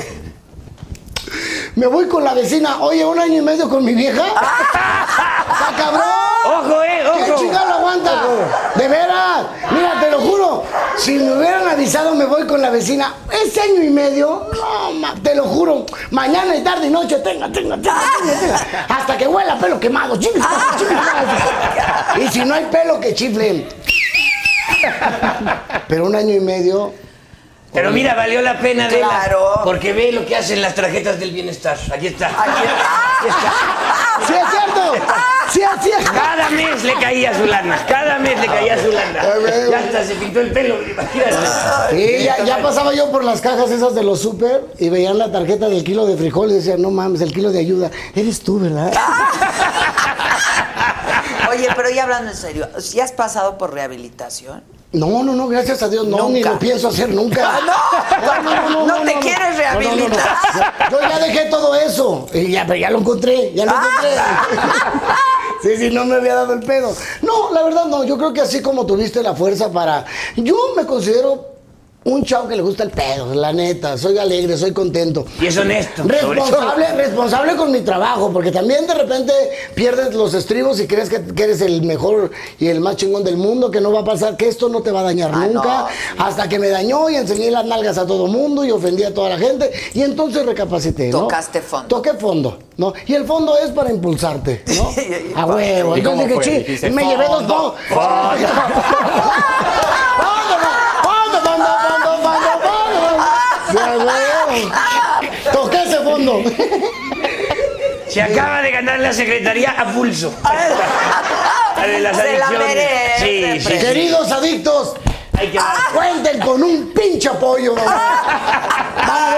[SPEAKER 7] me voy con la vecina. Oye, un año y medio con mi vieja. ¡Está cabrón!
[SPEAKER 5] Ojo, eh,
[SPEAKER 7] ¿Qué
[SPEAKER 5] ojo.
[SPEAKER 7] chingado aguanta? De veras, mira, te lo juro. Si me hubieran avisado, me voy con la vecina. Ese año y medio, no, ma- te lo juro. Mañana y tarde y noche, tenga, tenga, tenga, tenga, tenga. Hasta que huela pelo quemado. Chinga, chinga. Y si no hay pelo, que chiflen. Pero un año y medio.
[SPEAKER 5] Pero mira, valió la pena de
[SPEAKER 2] Claro.
[SPEAKER 5] Porque ve lo que hacen las tarjetas del bienestar. Aquí está.
[SPEAKER 2] Aquí está.
[SPEAKER 7] ¡Sí es cierto! ¡Sí es cierto!
[SPEAKER 5] Cada mes le caía su lana. Cada mes le caía su lana. Ya hasta se pintó el pelo, imagínate.
[SPEAKER 7] Sí, ya, ya pasaba yo por las cajas esas de los super y veían la tarjeta del kilo de frijol y decían, no mames, el kilo de ayuda. Eres tú, ¿verdad?
[SPEAKER 2] Oye, pero ya hablando en serio, ¿sí has pasado por rehabilitación?
[SPEAKER 7] No, no, no, gracias a Dios, no, ni
[SPEAKER 2] Nunca. Ah,
[SPEAKER 7] lo pienso hacer nunca.
[SPEAKER 2] no, no te quieres rehabilitar.
[SPEAKER 7] Yo ya dejé todo eso. Y ya, pero ya lo encontré, ya lo
[SPEAKER 2] Ah.
[SPEAKER 7] encontré. Sí, sí, no me había dado el pedo. No, la verdad no, yo creo que así como tuviste la fuerza para... Yo me considero un chavo que le gusta el pedo, la neta. Soy alegre, soy contento.
[SPEAKER 5] Y es honesto. sobre todo.
[SPEAKER 7] Responsable, responsable con mi trabajo, porque también de repente pierdes los estribos y crees que, que eres el mejor y el más chingón del mundo, que no va a pasar, que esto no te va a dañar
[SPEAKER 2] Ah,
[SPEAKER 7] nunca.
[SPEAKER 2] no,
[SPEAKER 7] Hasta que me dañó y enseñé las nalgas a todo mundo y ofendí a toda la gente. Y entonces recapacité. ¿no?
[SPEAKER 2] Tocaste fondo.
[SPEAKER 7] Toqué fondo, ¿no? Y el fondo es para impulsarte, ¿no? a huevo.
[SPEAKER 6] ¿Y
[SPEAKER 7] Entonces
[SPEAKER 6] cómo
[SPEAKER 7] dije,
[SPEAKER 6] fue?
[SPEAKER 7] "Chi,
[SPEAKER 6] Dijiste,
[SPEAKER 7] me llevé dos fondos.
[SPEAKER 6] "Fondo,
[SPEAKER 7] Fondo, fondo, fondo, fondo, fondo, fondo". Sí, a huevo. Toqué ese fondo.
[SPEAKER 5] Se acaba de ganar la secretaría a pulso. de las
[SPEAKER 2] Ah, Se la
[SPEAKER 5] adicciones.
[SPEAKER 2] merece,
[SPEAKER 5] Sí, sí, sí.
[SPEAKER 7] Queridos adictos,
[SPEAKER 5] Hay que dar.
[SPEAKER 7] cuenten con un pinche apoyo. mamá. Van a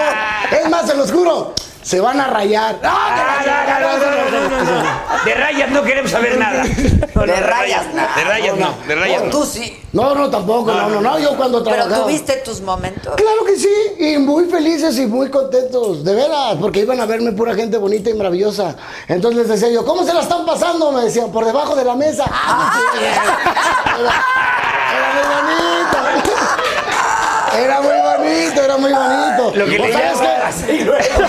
[SPEAKER 7] ver. Es más, se los juro. Se van a rayar. ¡Ah,
[SPEAKER 5] Ah, no, no, no, no, no, no, no. De rayas no queremos saber nada. No, no,
[SPEAKER 2] De rayas, nada.
[SPEAKER 5] De rayas no, de rayas no.
[SPEAKER 2] Tú sí.
[SPEAKER 7] No, no, tampoco, no, no, no. Yo cuando
[SPEAKER 2] Pero
[SPEAKER 7] trabajaba.
[SPEAKER 2] tuviste tus momentos.
[SPEAKER 7] Claro que sí, y muy felices y muy contentos, de veras, porque iban a verme pura gente bonita y maravillosa. Entonces les decía yo, ¿cómo se la están pasando? Me decían, por debajo de la mesa. ¡Ah, no, sí, Era, era muy bonito. Era muy bonito, era muy bonito.
[SPEAKER 5] Lo que
[SPEAKER 7] ¿O
[SPEAKER 5] le
[SPEAKER 7] sabes
[SPEAKER 5] llaman
[SPEAKER 7] qué?
[SPEAKER 5] así luego.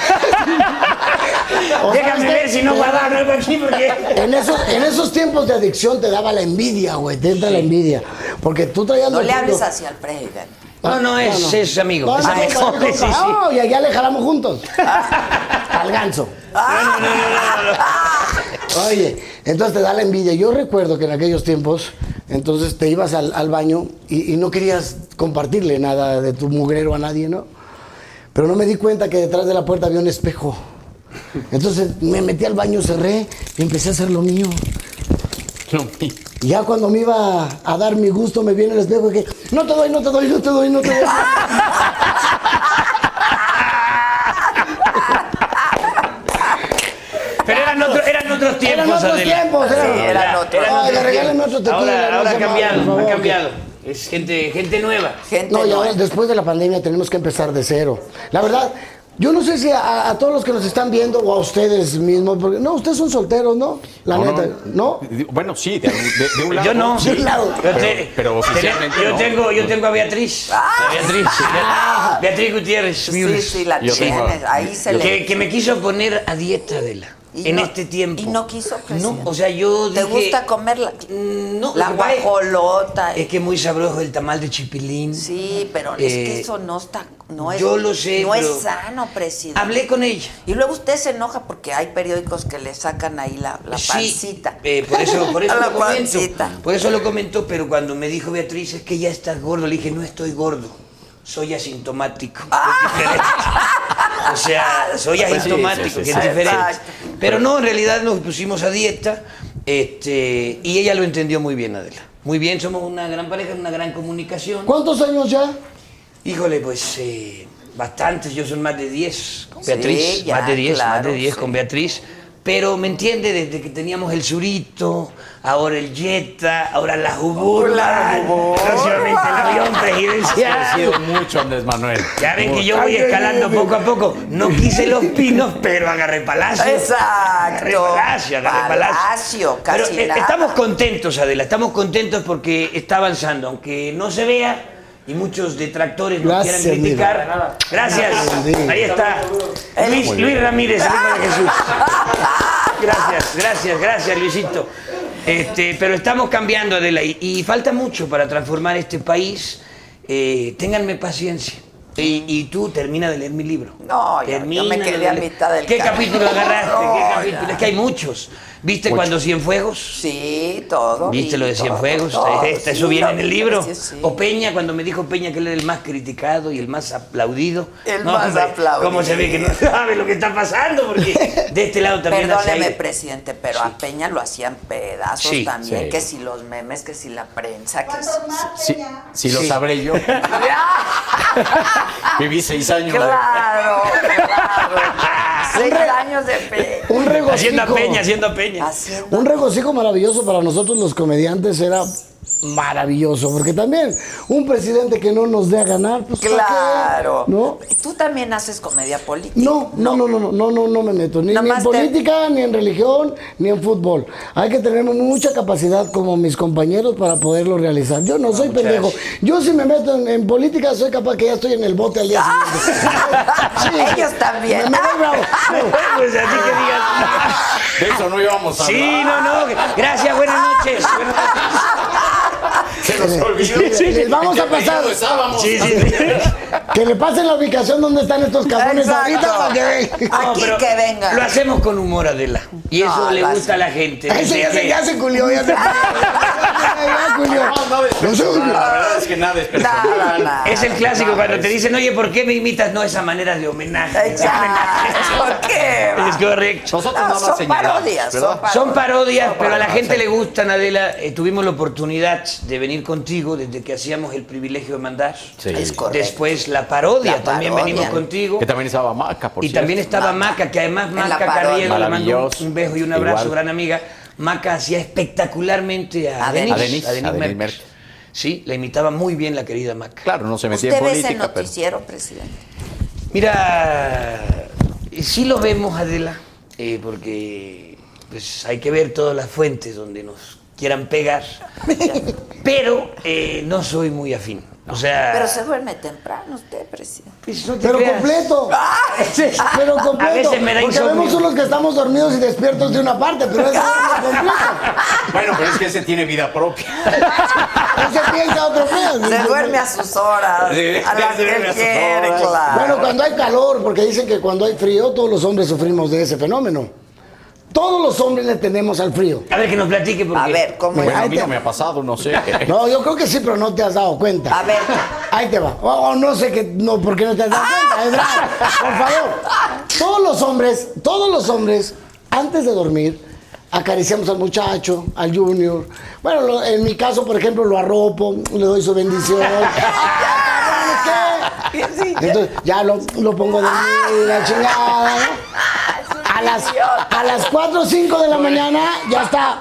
[SPEAKER 7] ¿O
[SPEAKER 5] Déjame
[SPEAKER 7] sabes qué?
[SPEAKER 5] ver si no guardaron algo aquí porque...
[SPEAKER 7] En esos, en esos tiempos de adicción te daba la envidia, güey, te entra la envidia. Porque tú traías...
[SPEAKER 2] No
[SPEAKER 7] al
[SPEAKER 2] le hables
[SPEAKER 7] público-
[SPEAKER 2] así al presidente.
[SPEAKER 5] No, no, es, es amigo.
[SPEAKER 7] No,
[SPEAKER 5] es
[SPEAKER 7] no,
[SPEAKER 2] Ah,
[SPEAKER 7] no,
[SPEAKER 5] amigo.
[SPEAKER 7] no, no, no,
[SPEAKER 5] Sí, sí.
[SPEAKER 7] no, y allá le jalamos juntos. Al ganso.
[SPEAKER 2] Ah.
[SPEAKER 7] Oye, entonces te da la envidia. Yo recuerdo que en aquellos tiempos, entonces te ibas al, al baño y, y no querías compartirle nada de tu mugrero a nadie, ¿no? Pero no me di cuenta que detrás de la puerta había un espejo. Entonces me metí al baño, cerré y empecé a hacer lo mío. Y Ya cuando me iba a dar mi gusto, me viene el espejo y que no te doy, no te doy, no te doy, no te doy.
[SPEAKER 5] Pero eran, otro- eran otros tiempos,
[SPEAKER 7] Eran otros
[SPEAKER 5] Adela.
[SPEAKER 7] tiempos, eran-
[SPEAKER 5] Sí,
[SPEAKER 2] eran otros.
[SPEAKER 5] eran
[SPEAKER 7] Ay, regálame otro tequila,
[SPEAKER 5] Ahora,
[SPEAKER 7] no
[SPEAKER 5] ahora ha
[SPEAKER 7] sea malo, por
[SPEAKER 5] cambiado,
[SPEAKER 7] favor.
[SPEAKER 5] ha cambiado. Es gente, gente nueva.
[SPEAKER 2] Gente
[SPEAKER 7] No, y
[SPEAKER 2] no
[SPEAKER 7] ahora
[SPEAKER 2] es.
[SPEAKER 7] después de la pandemia tenemos que empezar de cero. La verdad, yo no sé si a, a todos los que nos están viendo o a ustedes mismos, porque no, ustedes son solteros, ¿no? La
[SPEAKER 6] No, no.
[SPEAKER 7] neta, ¿no?
[SPEAKER 6] Bueno, sí, de, de- de un lado.
[SPEAKER 5] Yo no.
[SPEAKER 6] sí.
[SPEAKER 7] De un lado.
[SPEAKER 5] Yo
[SPEAKER 6] Pero-
[SPEAKER 5] te-
[SPEAKER 6] pero oficialmente
[SPEAKER 5] Yo,
[SPEAKER 6] no.
[SPEAKER 5] tengo, yo tengo a Beatriz. A Beatriz. Beatriz, Gutiérrez
[SPEAKER 2] Ah. Sí,
[SPEAKER 5] Müller.
[SPEAKER 2] sí, la
[SPEAKER 6] Yo tengo-
[SPEAKER 2] tienes. Ahí se le.
[SPEAKER 5] Que, que me quiso poner a dieta, Adela.
[SPEAKER 2] Y
[SPEAKER 5] en
[SPEAKER 2] no-
[SPEAKER 5] este tiempo.
[SPEAKER 2] y no quiso,
[SPEAKER 5] No,
[SPEAKER 2] presidente.
[SPEAKER 5] o sea, yo
[SPEAKER 2] ¿Te
[SPEAKER 5] dije,
[SPEAKER 2] gusta comer la,
[SPEAKER 5] No,
[SPEAKER 2] la
[SPEAKER 5] lo que pasa es-
[SPEAKER 2] guajolota?
[SPEAKER 5] Es que muy sabroso el tamal de chipilín.
[SPEAKER 2] sí, pero es
[SPEAKER 5] Eh,
[SPEAKER 2] que eso no está. No es,
[SPEAKER 5] yo lo sé,
[SPEAKER 2] No
[SPEAKER 5] pero-
[SPEAKER 2] es sano, presidente.
[SPEAKER 5] Hablé con ella.
[SPEAKER 2] Y luego usted se enoja porque hay periódicos que le sacan ahí la, la
[SPEAKER 5] Sí,
[SPEAKER 2] pancita.
[SPEAKER 5] eh, por eso, por eso
[SPEAKER 2] La
[SPEAKER 5] lo comento.
[SPEAKER 2] pancita.
[SPEAKER 5] Por eso lo comento, pero cuando me dijo Beatriz es que ya estás gordo, le dije, no estoy gordo, soy asintomático. que es diferente. O sea, soy
[SPEAKER 6] Pues sí,
[SPEAKER 5] asintomático,
[SPEAKER 6] sí, sí,
[SPEAKER 5] que es
[SPEAKER 6] sí.
[SPEAKER 5] diferente.
[SPEAKER 2] Exacto.
[SPEAKER 5] Pero no, en realidad nos pusimos a dieta este, y ella lo entendió muy bien, Adela. Muy bien, somos una gran pareja, una gran comunicación.
[SPEAKER 7] ¿Cuántos años ya?
[SPEAKER 5] Híjole, pues eh, bastantes, yo son más de 10 con
[SPEAKER 2] Sí,
[SPEAKER 5] Beatriz,
[SPEAKER 2] ya,
[SPEAKER 5] más de 10, más
[SPEAKER 2] claro,
[SPEAKER 5] de 10
[SPEAKER 2] sí.
[SPEAKER 5] con Beatriz. Pero me entiende, desde que teníamos el Surito, ahora el Jetta, ahora la Juburla, próximamente el avión
[SPEAKER 6] Ha
[SPEAKER 5] presidencial.
[SPEAKER 6] sido mucho, Andrés Manuel.
[SPEAKER 5] Ya ven que yo
[SPEAKER 7] Ay,
[SPEAKER 5] voy
[SPEAKER 7] ay, ay,
[SPEAKER 5] escalando
[SPEAKER 7] ay.
[SPEAKER 5] poco a poco. No quise los pinos, pero agarré palacio. Agarré
[SPEAKER 2] Exacto.
[SPEAKER 5] palacio, agarré palacio.
[SPEAKER 2] Palacio, casi
[SPEAKER 5] Pero eh,
[SPEAKER 2] nada.
[SPEAKER 5] estamos contentos, Adela, estamos contentos porque está avanzando, aunque no se vea y muchos detractores nos
[SPEAKER 7] Gracias,
[SPEAKER 5] quieran criticar. Gracias.
[SPEAKER 7] Sí.
[SPEAKER 5] Ahí está. Luis, Luis Ramírez, el hijo de Jesús. Gracias, gracias, gracias, Luisito. Este, pero estamos cambiando, Adela, y, y falta mucho para transformar este país. Eh, ténganme paciencia. Y, y tú termina de leer mi libro.
[SPEAKER 2] No, yo- yo me
[SPEAKER 5] de
[SPEAKER 2] quedé
[SPEAKER 5] leer-
[SPEAKER 2] a mitad del
[SPEAKER 5] ¿Qué
[SPEAKER 2] camino.
[SPEAKER 5] capítulo agarraste? ¿Qué
[SPEAKER 2] No,
[SPEAKER 5] capítulo?
[SPEAKER 2] ya.
[SPEAKER 5] Es que hay muchos. ¿Viste cuando Cienfuegos?
[SPEAKER 2] Sí, todo.
[SPEAKER 5] ¿Viste
[SPEAKER 2] y
[SPEAKER 5] lo de
[SPEAKER 2] todo,
[SPEAKER 5] Cienfuegos?
[SPEAKER 2] todo,
[SPEAKER 5] Eh, está
[SPEAKER 2] sí,
[SPEAKER 5] eso viene
[SPEAKER 2] lo
[SPEAKER 5] en el
[SPEAKER 2] vi,
[SPEAKER 5] libro.
[SPEAKER 2] sí, sí.
[SPEAKER 5] O Peña, cuando me dijo Peña que él era el más criticado y el más aplaudido. pues,
[SPEAKER 2] El más aplaudido.
[SPEAKER 5] ¿Cómo se ve que no sabe lo que está pasando? Porque de este lado también hace
[SPEAKER 2] Perdóneme,
[SPEAKER 5] aire.
[SPEAKER 2] presidente, pero a Peña lo hacían pedazos
[SPEAKER 5] Sí,
[SPEAKER 2] también.
[SPEAKER 6] sí.
[SPEAKER 2] Que si los memes, que si la prensa, que si... ¡Ah,
[SPEAKER 6] Si, si lo
[SPEAKER 5] Sí.
[SPEAKER 6] sabré yo. Viví seis años.
[SPEAKER 2] Claro, claro. Seis años de Peña.
[SPEAKER 7] Un regocijo.
[SPEAKER 5] Haciendo a Peña, haciendo a Peña.
[SPEAKER 2] Haciendo-
[SPEAKER 7] Un regocijo maravilloso para nosotros los comediantes era maravilloso, porque también un presidente que no nos dé a ganar, pues ¿para qué?
[SPEAKER 2] Claro.
[SPEAKER 7] ¿No?
[SPEAKER 2] Tú también haces comedia política.
[SPEAKER 7] No, no, no, no, no, no, no, no me meto. Ni,
[SPEAKER 2] Nada
[SPEAKER 7] ni en
[SPEAKER 2] más te-
[SPEAKER 7] política, ni en religión, ni en fútbol. Hay que tener mucha capacidad como mis compañeros para poderlo realizar. Yo no soy pendejo. Yo si me meto en, en política soy capaz que ya estoy en el bote al día
[SPEAKER 2] Ah,
[SPEAKER 7] siguiente. Sí.
[SPEAKER 2] Ellos también.
[SPEAKER 7] Me- me doy bravo.
[SPEAKER 5] Pues así que digas. "Ah,
[SPEAKER 6] De eso no íbamos a hablar.
[SPEAKER 5] Sí, no, no. Gracias, buenas noches. Buenas noches.
[SPEAKER 6] Se nos olvidó.
[SPEAKER 7] Les vamos a pasar.
[SPEAKER 6] Pasado estábamos.
[SPEAKER 5] Sí, sí, sí.
[SPEAKER 7] Que le pasen la ubicación donde están estos cabrones
[SPEAKER 2] Exacto.
[SPEAKER 7] ahorita para que vean.
[SPEAKER 5] No,
[SPEAKER 2] Aquí
[SPEAKER 5] pero
[SPEAKER 2] que venga.
[SPEAKER 5] Lo hacemos con humor, Adela. Y
[SPEAKER 2] No,
[SPEAKER 5] eso le
[SPEAKER 2] lo
[SPEAKER 5] gusta
[SPEAKER 2] hace-
[SPEAKER 5] a la gente.
[SPEAKER 7] Ese ya
[SPEAKER 5] Desde
[SPEAKER 7] se,
[SPEAKER 5] que-
[SPEAKER 7] ya se culió, ya se culió. Ya se culió.
[SPEAKER 6] No, nada es
[SPEAKER 7] No se
[SPEAKER 5] ah,
[SPEAKER 6] personal,
[SPEAKER 7] culió.
[SPEAKER 6] La verdad es que nada es personal.
[SPEAKER 2] Nada, nada.
[SPEAKER 5] Es el clásico cuando te dicen, oye, ¿por qué me imitas? No, esa manera de homenaje. Es
[SPEAKER 2] Exacto. ¿Qué? va?
[SPEAKER 5] homenaje. Es correcto.
[SPEAKER 6] Nosotros nada
[SPEAKER 2] No,
[SPEAKER 6] más
[SPEAKER 2] son
[SPEAKER 6] señalamos,
[SPEAKER 2] parodias,
[SPEAKER 6] ¿verdad?
[SPEAKER 2] son parodias.
[SPEAKER 5] Son parodias, pero a la gente le gustan, Adela. Eh, tuvimos la oportunidad de venir con contigo desde que hacíamos el privilegio de mandar.
[SPEAKER 6] Sí. Es
[SPEAKER 2] correcto.
[SPEAKER 5] Después la parodia,
[SPEAKER 2] La
[SPEAKER 5] también
[SPEAKER 2] parodia.
[SPEAKER 5] venimos contigo.
[SPEAKER 6] Que también estaba Maca, por
[SPEAKER 5] y
[SPEAKER 6] cierto.
[SPEAKER 5] también estaba
[SPEAKER 2] Maca.
[SPEAKER 5] Maca, que además
[SPEAKER 2] En la
[SPEAKER 5] Maca
[SPEAKER 2] parodia.
[SPEAKER 5] Carriero, le mando un,
[SPEAKER 6] Maravilloso.
[SPEAKER 5] un beso y un abrazo,
[SPEAKER 6] Igual.
[SPEAKER 5] gran amiga. Maca hacía espectacularmente a,
[SPEAKER 2] A
[SPEAKER 5] Denise,
[SPEAKER 6] Denise.
[SPEAKER 5] a Denise
[SPEAKER 6] A Denise
[SPEAKER 5] Merkel.
[SPEAKER 6] Merkel.
[SPEAKER 5] Sí, la imitaba muy bien la querida Maca.
[SPEAKER 6] Claro, no se metía
[SPEAKER 2] ¿Usted ve
[SPEAKER 6] en
[SPEAKER 2] ese
[SPEAKER 6] política, pero
[SPEAKER 2] noticiero, presidente?
[SPEAKER 5] Mira, eh, sí lo vemos, Adela, eh, porque pues, hay que ver todas las fuentes donde nos quieran pegar. Pero eh, no soy muy afín. O sea,
[SPEAKER 2] Pero se duerme temprano usted, presidente.
[SPEAKER 5] pues, no te
[SPEAKER 7] Pero
[SPEAKER 5] creas.
[SPEAKER 7] completo.
[SPEAKER 2] Ah,
[SPEAKER 7] Pero completo.
[SPEAKER 5] Ah, A veces me da
[SPEAKER 7] Porque
[SPEAKER 5] insomnio.
[SPEAKER 7] vemos unos que estamos dormidos y despiertos de una parte, pero ese es completo.
[SPEAKER 6] Bueno, pero es que ese tiene vida propia.
[SPEAKER 7] Ese piensa otro pedo.
[SPEAKER 2] Se duerme a sus horas,
[SPEAKER 6] Sí,
[SPEAKER 2] a las que
[SPEAKER 6] se duerme a sus
[SPEAKER 2] quiere,
[SPEAKER 6] horas.
[SPEAKER 2] claro.
[SPEAKER 7] Bueno, cuando hay calor, porque dicen que cuando hay frío todos los hombres sufrimos de ese fenómeno. Todos los hombres le tenemos al frío.
[SPEAKER 5] A ver que nos platique porque
[SPEAKER 2] a ver, ¿cómo
[SPEAKER 7] Bueno,
[SPEAKER 6] Bueno, a
[SPEAKER 7] ahí
[SPEAKER 6] mí
[SPEAKER 7] te-
[SPEAKER 6] no me ha pasado, no sé.
[SPEAKER 7] No, yo creo que sí, pero no te has dado cuenta.
[SPEAKER 2] A ver.
[SPEAKER 7] Ahí te va. O o no sé qué, no, por qué no te has dado cuenta. Ebrard, por favor. Todos los hombres, todos los hombres, antes de dormir, acariciamos al muchacho, al junior. Bueno, lo- en mi caso, por ejemplo, lo arropo, le doy su bendición. Ah, ¿Qué? Entonces, ya lo, lo pongo de
[SPEAKER 2] Ah.
[SPEAKER 7] mí, la chingada. ¿no? A las, a las 4 o 5 de la mañana ya está,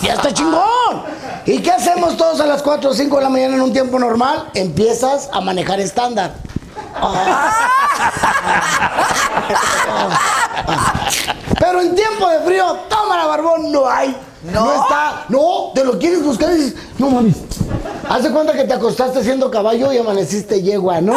[SPEAKER 7] ya está chingón. ¿Y qué hacemos todos a las 4 o 5 de la mañana en un tiempo normal? Empiezas a manejar estándar. Pero en tiempo de frío, la barbón, no hay. No. está. No, te lo quieres buscar y dices, no mames. Hace cuenta que te acostaste siendo caballo y amaneciste yegua, ¿no?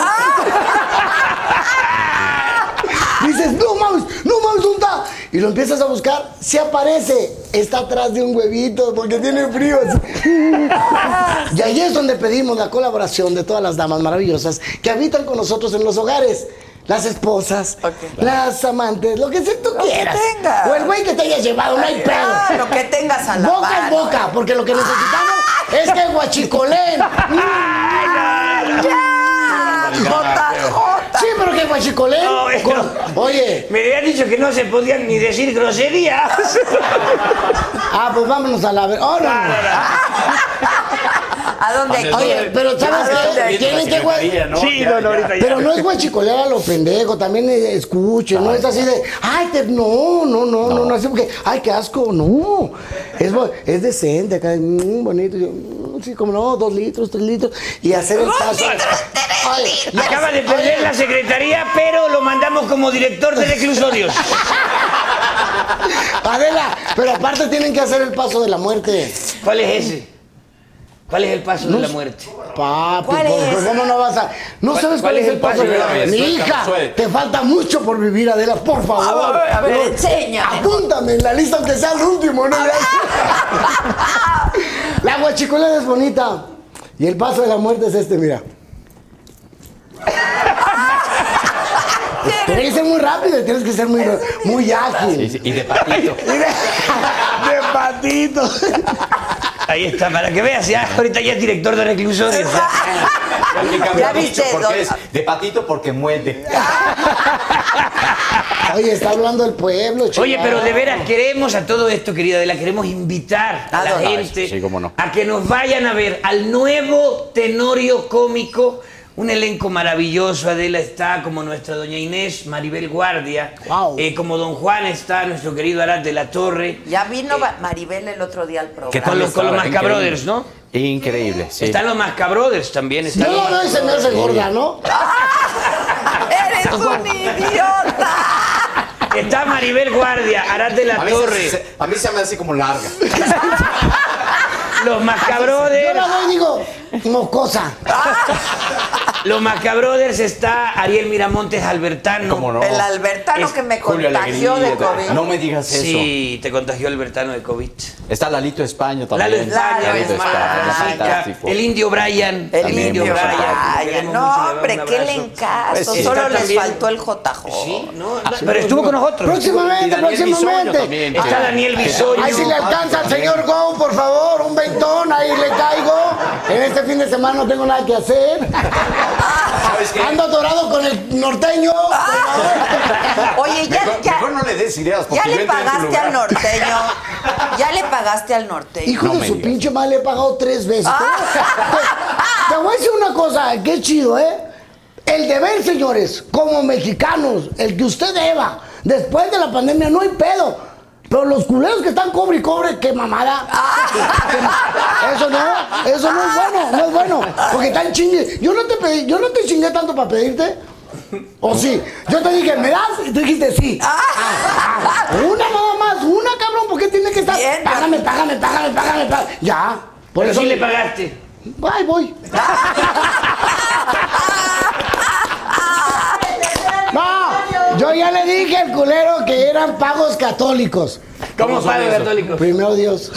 [SPEAKER 7] Dices, no mames, no mames, ¿dónde está? Y lo empiezas a buscar, se aparece, está atrás de un huevito porque tiene frío. así. Y ahí es donde pedimos la colaboración de todas las damas maravillosas que habitan con nosotros en los hogares. Las esposas, las amantes, lo que sea tú quieras.
[SPEAKER 2] tengas.
[SPEAKER 7] O el güey que te hayas llevado, no hay
[SPEAKER 2] Ah,
[SPEAKER 7] pedo.
[SPEAKER 2] lo que tengas a la
[SPEAKER 7] Boca en
[SPEAKER 2] mano.
[SPEAKER 7] boca, porque lo que necesitamos es que guachicolen.
[SPEAKER 2] ¡Ya! ¡JJ!
[SPEAKER 7] Sí, pero que guachicolen.
[SPEAKER 5] No, eh,
[SPEAKER 7] con-
[SPEAKER 5] no.
[SPEAKER 7] Oye,
[SPEAKER 5] me habían dicho que no se podían ni decir groserías.
[SPEAKER 7] ah, pues vámonos a la ver. Oh, no, no.
[SPEAKER 2] ¿A dónde hay que
[SPEAKER 7] Oye,
[SPEAKER 2] ir?
[SPEAKER 7] pero ¿sabes
[SPEAKER 2] ¿A dónde
[SPEAKER 7] qué?
[SPEAKER 2] hay que ir?
[SPEAKER 7] Tienen que guay-
[SPEAKER 5] sí, no, no, ahorita ya.
[SPEAKER 7] Pero no es guachicolear a lo pendejo, también eh, escuchen, no es así de, ay, te- no, no, no, no, no, así porque, ay, qué asco, no. Es, bo- es decente acá, mm, bonito, yo, mm, sí, como no, dos litros, tres litros, y hacer el paso. Ay,
[SPEAKER 5] Me acaba de perder la secretaría, pero lo mandamos como director de reclusorios.
[SPEAKER 7] Adela, pero aparte tienen que hacer el paso de la muerte.
[SPEAKER 5] ¿Cuál es ese? ¿Cuál es el paso de la muerte?
[SPEAKER 7] Papi,
[SPEAKER 2] ¿Cuál
[SPEAKER 7] ¿por-
[SPEAKER 2] es?
[SPEAKER 7] ¿cómo no vas a.? ¿No
[SPEAKER 5] ¿Cuál-
[SPEAKER 7] sabes cuál, es el paso?
[SPEAKER 5] Yo la voy a
[SPEAKER 7] Mi
[SPEAKER 6] explicar,
[SPEAKER 7] hija,
[SPEAKER 6] suele.
[SPEAKER 7] te falta mucho por vivir, Adela, por favor.
[SPEAKER 2] A ver, a ver,
[SPEAKER 7] No,
[SPEAKER 2] enséñame.
[SPEAKER 7] Apúntame en la lista, aunque sea el último, ¿no? la guachicolera es bonita. Y el paso de la muerte es este, mira. Tienes que ser muy rápido, tienes que ser muy, muy ágil.
[SPEAKER 6] Y, y de patito.
[SPEAKER 7] De patito.
[SPEAKER 5] Ahí está, para que veas, ya, ahorita ya es director de reclusorios.
[SPEAKER 6] Hay que
[SPEAKER 2] Ya
[SPEAKER 6] cambiar
[SPEAKER 2] viste,
[SPEAKER 6] mucho
[SPEAKER 2] don-
[SPEAKER 6] porque es de patito porque muerde.
[SPEAKER 7] Oye, está hablando el pueblo, chico.
[SPEAKER 5] Oye, pero de veras queremos a todo esto, querida Adela, queremos invitar a
[SPEAKER 2] ¿A
[SPEAKER 5] la
[SPEAKER 2] dónde?
[SPEAKER 5] gente
[SPEAKER 6] Sí, cómo no.
[SPEAKER 5] a que nos vayan a ver al nuevo Tenorio Cómico, un elenco maravilloso. Adela está como nuestra doña Inés, Maribel Guardia,
[SPEAKER 7] Wow.
[SPEAKER 5] eh, como don Juan está nuestro querido Arad de la Torre,
[SPEAKER 2] Ya vino Ba- Maribel el otro día al programa.
[SPEAKER 5] con los, con los Masca
[SPEAKER 6] Ah, Increíble.
[SPEAKER 5] Brothers, ¿no?
[SPEAKER 6] Increíble, sí.
[SPEAKER 5] Están los Masca Brothers también.
[SPEAKER 7] Yo
[SPEAKER 5] están los
[SPEAKER 7] lo veo y se me hace gorda, ¿no?
[SPEAKER 2] ¡Eres un idiota!
[SPEAKER 5] Está Maribel Guardia, Arad de la
[SPEAKER 6] A mí,
[SPEAKER 5] Torre,
[SPEAKER 6] se, se- a mí se me hace como larga.
[SPEAKER 5] los
[SPEAKER 7] Yo
[SPEAKER 5] Mascabrothers.
[SPEAKER 7] la veo y digo, mocosa.
[SPEAKER 5] Los Mascabrothers está Ariel Miramontes Albertano.
[SPEAKER 6] ¿Cómo no?
[SPEAKER 2] El albertano
[SPEAKER 5] Es
[SPEAKER 2] que me
[SPEAKER 6] Julio
[SPEAKER 2] contagió
[SPEAKER 6] Alegría,
[SPEAKER 2] de COVID.
[SPEAKER 6] No me digas eso.
[SPEAKER 5] Sí, te contagió Albertano de COVID.
[SPEAKER 6] Está Lalito España también.
[SPEAKER 5] Lalo España,
[SPEAKER 2] Lalo
[SPEAKER 5] Lalo
[SPEAKER 2] España,
[SPEAKER 5] España,
[SPEAKER 6] fantástico.
[SPEAKER 5] el indio Brian.
[SPEAKER 2] El
[SPEAKER 6] También
[SPEAKER 2] indio
[SPEAKER 6] muy fantástico.
[SPEAKER 2] Brian. No, hombre, qué le encaso.
[SPEAKER 6] Pues sí.
[SPEAKER 2] Solo
[SPEAKER 5] Está
[SPEAKER 2] les
[SPEAKER 5] también-
[SPEAKER 2] faltó el Ah, JJ.
[SPEAKER 5] Sí, no, no, pero estuvo con nosotros.
[SPEAKER 6] Y
[SPEAKER 7] Próximamente,
[SPEAKER 6] Daniel Bisoño
[SPEAKER 7] próximamente.
[SPEAKER 6] también,
[SPEAKER 5] Está
[SPEAKER 6] que-
[SPEAKER 5] Daniel
[SPEAKER 6] que-
[SPEAKER 5] Bisoño.
[SPEAKER 7] Ahí si le alcanza al señor Go, por favor, un ventón, ahí le caigo. En este fin de semana no tengo nada que hacer. Ando atorado con el norteño.
[SPEAKER 6] Ah.
[SPEAKER 2] Ah, Oye, ya,
[SPEAKER 6] Mejor,
[SPEAKER 2] ya-
[SPEAKER 6] mejor no le des ideas.
[SPEAKER 2] ya
[SPEAKER 6] porque yo
[SPEAKER 2] le
[SPEAKER 6] entré en tu
[SPEAKER 2] pagaste
[SPEAKER 6] lugar.
[SPEAKER 2] al norteño. Ya le pagaste al norteño. Ah,
[SPEAKER 7] Hijo
[SPEAKER 6] No
[SPEAKER 7] de
[SPEAKER 6] me
[SPEAKER 7] su
[SPEAKER 6] digas. Ah.
[SPEAKER 7] pinche madre, le he pagado tres veces. Te, te voy a decir una cosa, qué chido, ¿eh? El deber, señores, como mexicanos, el que usted deba, después de la pandemia, no hay pedo. Pero los culeros que están cobre y cobre, qué mamada. Eso no, eso no es bueno, no es bueno. Porque están chingue. Yo no te pedí, yo no te chingué tanto para pedirte. O sí. Yo te dije, ¿me das? Y tú dijiste sí. Una nada más, una cabrón, ¿por qué tiene que estar?
[SPEAKER 2] Bien,
[SPEAKER 7] págame, págame, págame, págame, págame. Ya. Por
[SPEAKER 5] Pero
[SPEAKER 7] eso
[SPEAKER 5] sí le pagaste.
[SPEAKER 7] Ay, voy. No, yo ya le dije al culero que eran pagos católicos.
[SPEAKER 5] ¿Cómo
[SPEAKER 6] son
[SPEAKER 5] paga
[SPEAKER 6] eso?
[SPEAKER 5] católico?
[SPEAKER 7] Primero Dios.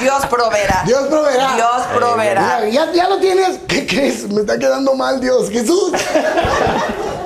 [SPEAKER 2] Dios proveerá.
[SPEAKER 7] Dios proveerá.
[SPEAKER 2] Dios proveerá.
[SPEAKER 7] Mira, ya, ya lo tienes. ¿Qué crees? Me está quedando mal Dios. Jesús.